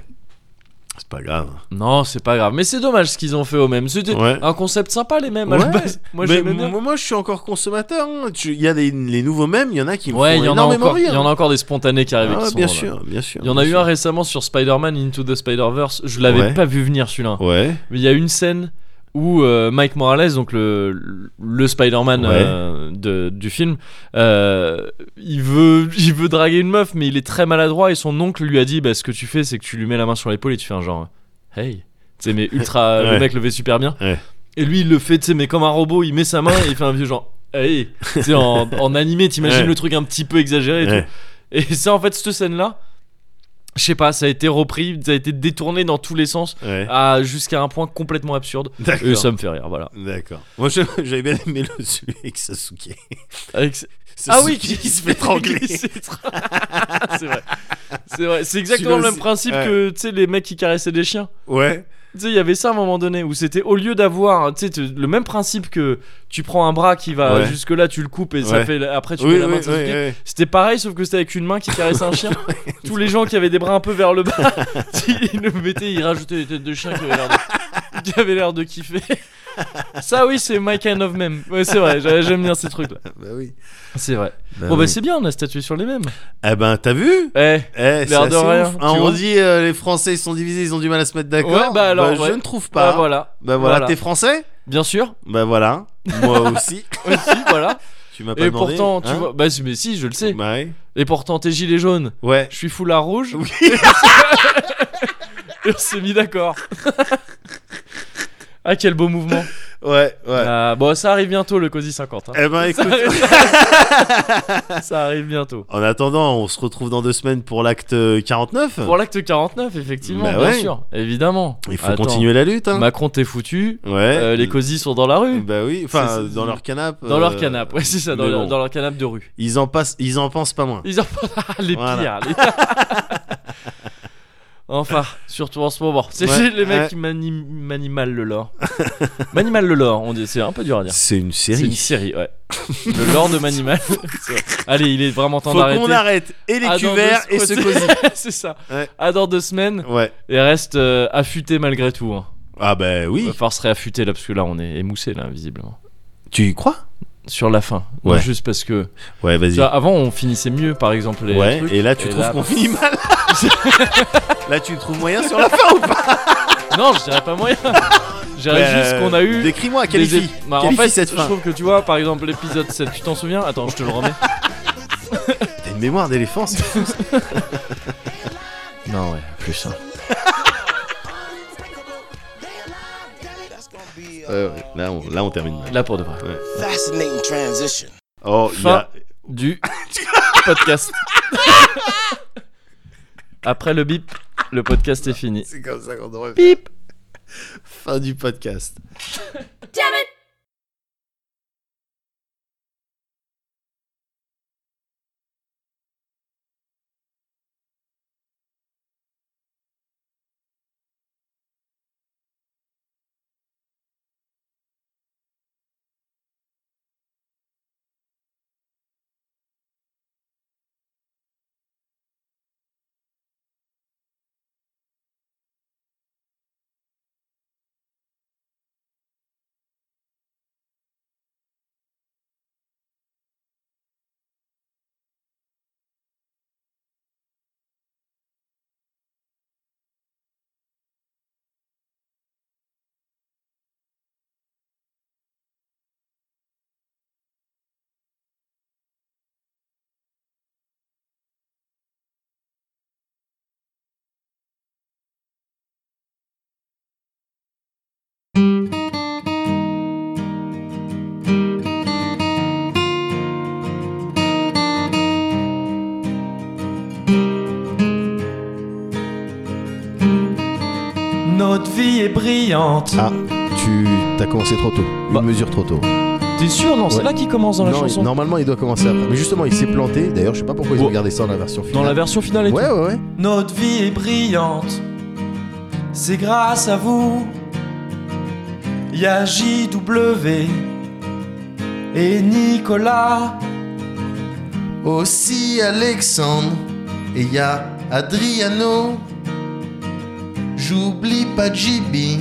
Speaker 2: c'est pas grave.
Speaker 1: Non, c'est pas grave. Mais c'est dommage ce qu'ils ont fait aux mêmes. C'était
Speaker 2: Ouais.
Speaker 1: un concept sympa, les mêmes. à
Speaker 2: Ouais,
Speaker 1: la base. Moi,
Speaker 2: Mais
Speaker 1: j'aimais bien.
Speaker 2: moi, moi, je suis encore consommateur. hein. Tu- Il y a des- les nouveaux mêmes, il y en a qui me
Speaker 1: Ouais,
Speaker 2: font
Speaker 1: il y, en a
Speaker 2: énormément
Speaker 1: encore, il
Speaker 2: rire.
Speaker 1: y en a encore des spontanés qui arrivent. et
Speaker 2: Ah,
Speaker 1: qui
Speaker 2: ouais,
Speaker 1: sont
Speaker 2: bien
Speaker 1: drôles.
Speaker 2: sûr, bien sûr.
Speaker 1: Il y en a eu un récemment sur Spider-Man Into the Spider-Verse. Je l'avais
Speaker 2: Ouais.
Speaker 1: pas vu venir celui-là.
Speaker 2: Ouais.
Speaker 1: Mais il y a une scène où euh, Mike Morales, donc le, le Spider-Man
Speaker 2: Ouais.
Speaker 1: euh, de- du film, euh, il, veut, <laughs> il veut draguer une meuf, mais il est très maladroit et son oncle lui a dit bah, Ce que tu fais, c'est que tu lui mets la main sur l'épaule et tu fais un genre Hey Tu sais, mais
Speaker 2: <laughs>
Speaker 1: ultra. Le
Speaker 2: Ouais.
Speaker 1: mec le fait super bien.
Speaker 2: Ouais.
Speaker 1: Et lui, il le fait, tu sais, mais comme un robot, il met sa main et il fait un vieux genre Hey Tu sais,
Speaker 2: <laughs>
Speaker 1: en, en animé, t'imagines
Speaker 2: Ouais.
Speaker 1: le truc un petit peu exagéré et tout.
Speaker 2: Ouais.
Speaker 1: Et ça, en fait, cette scène-là, je sais pas, ça a été repris, ça a été détourné dans tous les sens,
Speaker 2: Ouais.
Speaker 1: à- jusqu'à un point complètement absurde.
Speaker 2: D'accord.
Speaker 1: Et Ah, ça me fait rire, voilà.
Speaker 2: D'accord. Moi, je- j'avais bien aimé le <laughs> celui avec Sasuke.
Speaker 1: Avec- Ah
Speaker 2: Sasuke
Speaker 1: <laughs>
Speaker 2: qui se fait trangler.
Speaker 1: qui s'est tra- <laughs> C'est vrai. C'est vrai. C'est exactement
Speaker 2: Celui-là
Speaker 1: le même
Speaker 2: aussi.
Speaker 1: principe
Speaker 2: Ouais.
Speaker 1: que tu sais les mecs qui caressaient des chiens.
Speaker 2: Ouais.
Speaker 1: Tu sais, il y avait ça à un moment donné où c'était au lieu d'avoir, tu sais, tu- le même principe que tu prends un bras qui va
Speaker 2: Ouais.
Speaker 1: jusque là, tu le coupes et ça
Speaker 2: Ouais.
Speaker 1: fait après tu
Speaker 2: Oui,
Speaker 1: mets la main
Speaker 2: oui,
Speaker 1: de
Speaker 2: oui,
Speaker 1: Sasuke.
Speaker 2: oui.
Speaker 1: C'était pareil, sauf que c'était avec une main qui caressait
Speaker 2: <laughs>
Speaker 1: un chien. Tous les gens qui avaient des bras un peu vers le bas, <laughs> ils le mettaient, ils rajoutaient des têtes de chien qui avaient l'air de, qui avaient l'air de kiffer. <laughs> Ça, oui, c'est my kind of meme. Ouais, c'est vrai, j'a- j'aime bien ces trucs-là.
Speaker 2: Bah oui.
Speaker 1: C'est vrai.
Speaker 2: Bah
Speaker 1: bon, bah,
Speaker 2: oui.
Speaker 1: c'est bien, on a statué sur les mêmes.
Speaker 2: Eh ben, t'as vu
Speaker 1: Eh,
Speaker 2: Eh, c'est
Speaker 1: L'air de
Speaker 2: assez
Speaker 1: rien,
Speaker 2: ouf.
Speaker 1: tu
Speaker 2: Hein, on
Speaker 1: vois.
Speaker 2: dit euh, les Français ils sont divisés, ils ont du mal à se mettre d'accord.
Speaker 1: Ouais, bah alors, ouais.
Speaker 2: je ne trouve
Speaker 1: bah,
Speaker 2: pas.
Speaker 1: voilà.
Speaker 2: Bah voilà,
Speaker 1: Voilà.
Speaker 2: t'es français
Speaker 1: Bien sûr,
Speaker 2: Bah voilà,
Speaker 1: <laughs>
Speaker 2: moi aussi. <laughs>
Speaker 1: aussi, voilà.
Speaker 2: tu m'as pas
Speaker 1: Et
Speaker 2: demandé.
Speaker 1: pourtant, tu
Speaker 2: hein
Speaker 1: vois. Bah, si- mais si, je le sais.
Speaker 2: Bah ouais.
Speaker 1: Et pourtant, t'es gilet jaune,
Speaker 2: Ouais.
Speaker 1: je suis foulard rouge.
Speaker 2: Oui.
Speaker 1: Et <laughs> on s'est mis d'accord. <laughs> ah, quel beau mouvement.
Speaker 2: Ouais, ouais.
Speaker 1: Ah, bon, ça arrive bientôt le COSI 50. hein.
Speaker 2: Eh ben écoute,
Speaker 1: Ça arrive bientôt.
Speaker 2: en attendant, on se retrouve dans deux semaines pour l'acte euh, 49.
Speaker 1: Pour l'acte 49, effectivement,
Speaker 2: Bah
Speaker 1: bien
Speaker 2: ouais.
Speaker 1: sûr, évidemment.
Speaker 2: Il faut
Speaker 1: Attends,
Speaker 2: continuer la lutte. Hein.
Speaker 1: Macron, t'es foutu.
Speaker 2: Ouais.
Speaker 1: Euh, les COSI sont dans la rue.
Speaker 2: Bah oui, enfin
Speaker 1: C'est- c'est-
Speaker 2: dans leur canapé.
Speaker 1: Dans
Speaker 2: euh,
Speaker 1: leur canapé, ouais, c'est ça, dans,
Speaker 2: mais
Speaker 1: leur-
Speaker 2: bon.
Speaker 1: dans leur canapé de rue.
Speaker 2: Ils en passent, ils en pensent pas moins.
Speaker 1: Ils ont <laughs> les
Speaker 2: Voilà.
Speaker 1: pires. <laughs> les- enfin, surtout en ce moment. C'est
Speaker 2: Ouais,
Speaker 1: c'est les mecs
Speaker 2: ouais.
Speaker 1: qui maniment manient mal le lore. Manimal le lore, on dit. C'est un peu dur à dire.
Speaker 2: C'est une
Speaker 1: C'est une
Speaker 2: série.
Speaker 1: série, ouais. le lore de
Speaker 2: <laughs>
Speaker 1: Manimal. C'est vrai. Allez, il est vraiment temps
Speaker 2: Faut qu'on
Speaker 1: d'arrêter.
Speaker 2: arrête et les
Speaker 1: À dans
Speaker 2: cuverts
Speaker 1: deux-
Speaker 2: et ce cosy.
Speaker 1: <laughs> C'est ça.
Speaker 2: Ouais.
Speaker 1: À dans deux semaines.
Speaker 2: Ouais.
Speaker 1: Et reste euh, affûté malgré tout. Hein.
Speaker 2: Ah bah oui.
Speaker 1: Enfin, Force réaffûté là, parce que là, on est émoussé là, visiblement.
Speaker 2: Tu y crois
Speaker 1: Sur la fin.
Speaker 2: Ouais.
Speaker 1: Juste parce que.
Speaker 2: Ouais,
Speaker 1: Tu
Speaker 2: vas-y.
Speaker 1: vois, avant, on finissait mieux, par exemple. Les
Speaker 2: Ouais,
Speaker 1: trucs.
Speaker 2: et là tu
Speaker 1: Et
Speaker 2: trouves
Speaker 1: là- bah,
Speaker 2: qu'on finit mal.
Speaker 1: <laughs>
Speaker 2: <laughs> là tu trouves moyen sur la fin ou pas
Speaker 1: Non, je dirais pas
Speaker 2: <laughs>
Speaker 1: moyen. Je dirais juste qu'on
Speaker 2: euh,
Speaker 1: a eu.
Speaker 2: Bah, Décris-moi,
Speaker 1: des
Speaker 2: qualifie.
Speaker 1: ép- Bah, en
Speaker 2: Qualifie
Speaker 1: fait,
Speaker 2: cette
Speaker 1: je
Speaker 2: fin.
Speaker 1: trouve que tu vois, par exemple, l'épisode 7, tu t'en souviens Attends, je te le
Speaker 2: <laughs>
Speaker 1: remets.
Speaker 2: T'as une mémoire
Speaker 1: <laughs>
Speaker 2: d'éléphant, c'est fou. ça.
Speaker 1: Non, ouais, plus.
Speaker 2: hein. Ouais, ouais, là, on, là, on termine mal.
Speaker 1: Là pour de vrai.
Speaker 6: Fascinating transition.
Speaker 2: Oh, il y a- <laughs>
Speaker 1: Du podcast. Après le bip, le podcast est fini.
Speaker 2: C'est comme ça qu'on devrait faire.
Speaker 1: Bip
Speaker 2: Fin du podcast.
Speaker 3: fille est brillante.
Speaker 2: Ah, tu as commencé trop tôt. Une
Speaker 3: Bah.
Speaker 2: mesure trop tôt.
Speaker 3: T'es sûr Non, c'est
Speaker 2: Ouais.
Speaker 3: là qu'il commence dans la
Speaker 2: Non, il-
Speaker 3: chanson.
Speaker 2: normalement, il doit commencer après. Mais justement, il s'est planté. D'ailleurs, je sais pas pourquoi ils ont gardé ça dans la version
Speaker 1: Dans
Speaker 2: finale.
Speaker 1: la version finale et
Speaker 2: Ouais, ouais, ouais.
Speaker 3: Notre vie est brillante. C'est grâce à vous. Y a JW et Nicolas.
Speaker 2: Aussi Alexandre et y a Adriano. J'oublie pas Jibi.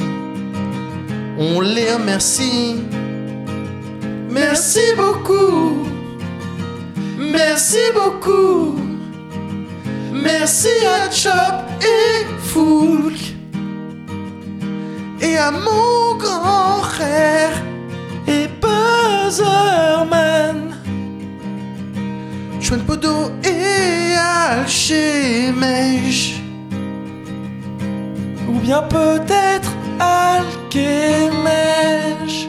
Speaker 2: On les remercie. Merci beaucoup. Merci beaucoup. Merci à Chop et Foulk. Et à mon grand frère et Buzzerman. Chouane Podo et Alchemège.
Speaker 3: Ou bien peut-être Alkemèche.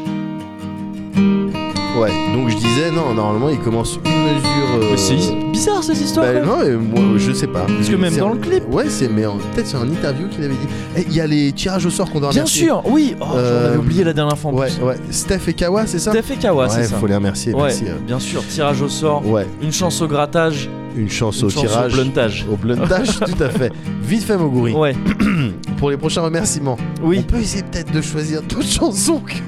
Speaker 2: Ouais, donc je disais, non, normalement il commence une mesure. euh,
Speaker 1: tout. C'est bizarre cette histoire.
Speaker 2: Bah,
Speaker 1: quand même.
Speaker 2: non, mais moi, je sais pas. Parce
Speaker 1: Mm. que même dans le clip.
Speaker 2: Ouais, c'est mais en- peut-être c'est en interview qu'il avait dit. Eh, Il y a les tirages au sort qu'on doit
Speaker 1: Bien
Speaker 2: remercier.
Speaker 1: sûr, oui. Oh,
Speaker 2: Euh,
Speaker 1: J'en avais oublié la dernière fois. en
Speaker 2: Ouais,
Speaker 1: plus.
Speaker 2: ouais. Steph et Kawa, c'est ça
Speaker 1: Steph et Kawa,
Speaker 2: Ouais,
Speaker 1: c'est ça.
Speaker 2: faut les remercier.
Speaker 1: Ouais,
Speaker 2: Merci. euh.
Speaker 1: bien sûr. Tirage au sort,
Speaker 2: Ouais,
Speaker 1: une chance au grattage,
Speaker 2: une chance
Speaker 1: une
Speaker 2: au
Speaker 1: chance
Speaker 2: tirage.
Speaker 1: au bluntage. <laughs>
Speaker 2: Au bluntage, tout à fait. Vite fait, Moguri.
Speaker 1: Ouais,
Speaker 2: Pour les prochains remerciements, on
Speaker 1: oui.
Speaker 2: peut essayer peut-être de choisir d'autres chansons que.
Speaker 1: <laughs>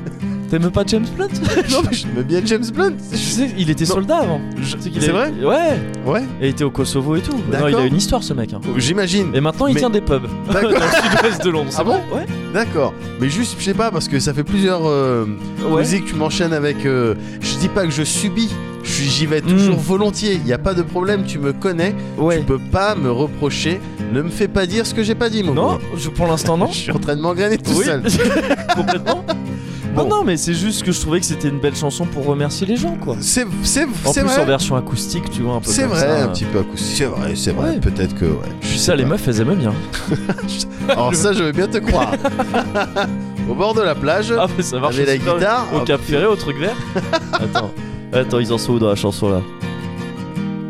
Speaker 1: T'aimes pas James Blunt <laughs>
Speaker 2: non, mais je me bien James Blunt.
Speaker 1: Je sais, il était
Speaker 2: Non.
Speaker 1: soldat avant.
Speaker 2: Je-
Speaker 1: sais qu'il
Speaker 2: C'est
Speaker 1: avait-
Speaker 2: vrai
Speaker 1: Ouais.
Speaker 2: Ouais.
Speaker 1: Et il était au Kosovo et tout. Non,
Speaker 2: D'accord.
Speaker 1: il a une histoire ce mec. hein.
Speaker 2: J'imagine.
Speaker 1: Et maintenant, il
Speaker 2: Mais-
Speaker 1: tient des pubs. <laughs>
Speaker 2: D'accord.
Speaker 1: dans le sud-ouest de Londres.
Speaker 2: Ah bon
Speaker 1: Ouais.
Speaker 2: D'accord, mais juste, je sais pas, parce que ça fait plusieurs euh,
Speaker 1: Ouais.
Speaker 2: musiques, tu m'enchaînes avec. euh, je dis pas que je subis, je suis- j'y vais toujours
Speaker 1: Mm.
Speaker 2: volontiers, il y a pas de problème, tu me connais,
Speaker 1: Ouais.
Speaker 2: tu peux pas me reprocher, ne me fais pas dire ce que j'ai pas dit, mon
Speaker 1: Non,
Speaker 2: gars.
Speaker 1: je- pour l'instant, non.
Speaker 2: Je suis en train de m'engrainer tout
Speaker 1: oui.
Speaker 2: seul.
Speaker 1: <laughs> Complètement.
Speaker 2: Bon.
Speaker 1: Non, non, mais c'est juste que je trouvais que c'était une belle chanson pour remercier les gens, quoi.
Speaker 2: C'est c'est-
Speaker 1: En
Speaker 2: c'est
Speaker 1: plus, en
Speaker 2: vrai.
Speaker 1: version acoustique, tu vois, un peu
Speaker 2: C'est
Speaker 1: comme
Speaker 2: vrai,
Speaker 1: ça.
Speaker 2: un petit peu à coup. C'est vrai, c'est vrai.
Speaker 1: Ouais.
Speaker 2: Peut-être que. Ouais, je
Speaker 1: Tu
Speaker 2: sais
Speaker 1: sais, les
Speaker 2: pas.
Speaker 1: meufs, elles aimaient bien.
Speaker 2: Alors, ça, je veux bien te croire.
Speaker 1: <laughs>
Speaker 2: Au bord de la plage,
Speaker 1: Ah, mais ça marche.
Speaker 2: avec la guitare.
Speaker 1: Au
Speaker 2: hop,
Speaker 1: Cap Ferré, au truc
Speaker 2: <laughs>
Speaker 1: vert. Attends. Attends, ils en sont où dans la chanson là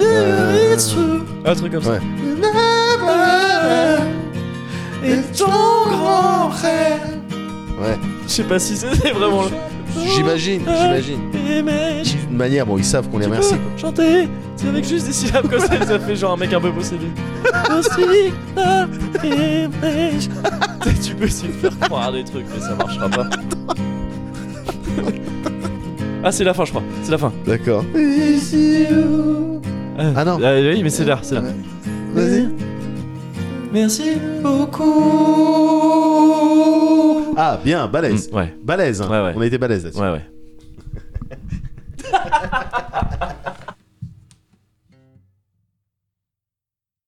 Speaker 2: euh,
Speaker 1: Un truc comme ça.
Speaker 2: Ouais. Ouais.
Speaker 1: Je sais pas si c'était vraiment là.
Speaker 2: J'imagine, j'imagine.
Speaker 1: Aimer,
Speaker 2: De toute manière, bon, ils savent qu'on les
Speaker 1: Tu
Speaker 2: remercie.
Speaker 1: peux chanter C'est avec juste des syllabes comme ça, ça fait genre un mec un peu
Speaker 2: <laughs>
Speaker 1: possédé. Aussi, ah, là, aimer. tu peux essayer de faire croire à des trucs, mais ça marchera pas. Ah, c'est la fin, je crois. C'est la fin.
Speaker 2: D'accord.
Speaker 1: Euh,
Speaker 2: Ah non.
Speaker 1: euh, oui, mais c'est là, c'est là.
Speaker 2: Vas-y.
Speaker 1: Merci beaucoup.
Speaker 2: Ah, bien, balèze.
Speaker 1: Mm, Ouais,
Speaker 2: Balèze. hein.
Speaker 1: Ouais, ouais.
Speaker 2: On a été balèze là-dessus.
Speaker 1: ouais, ouais.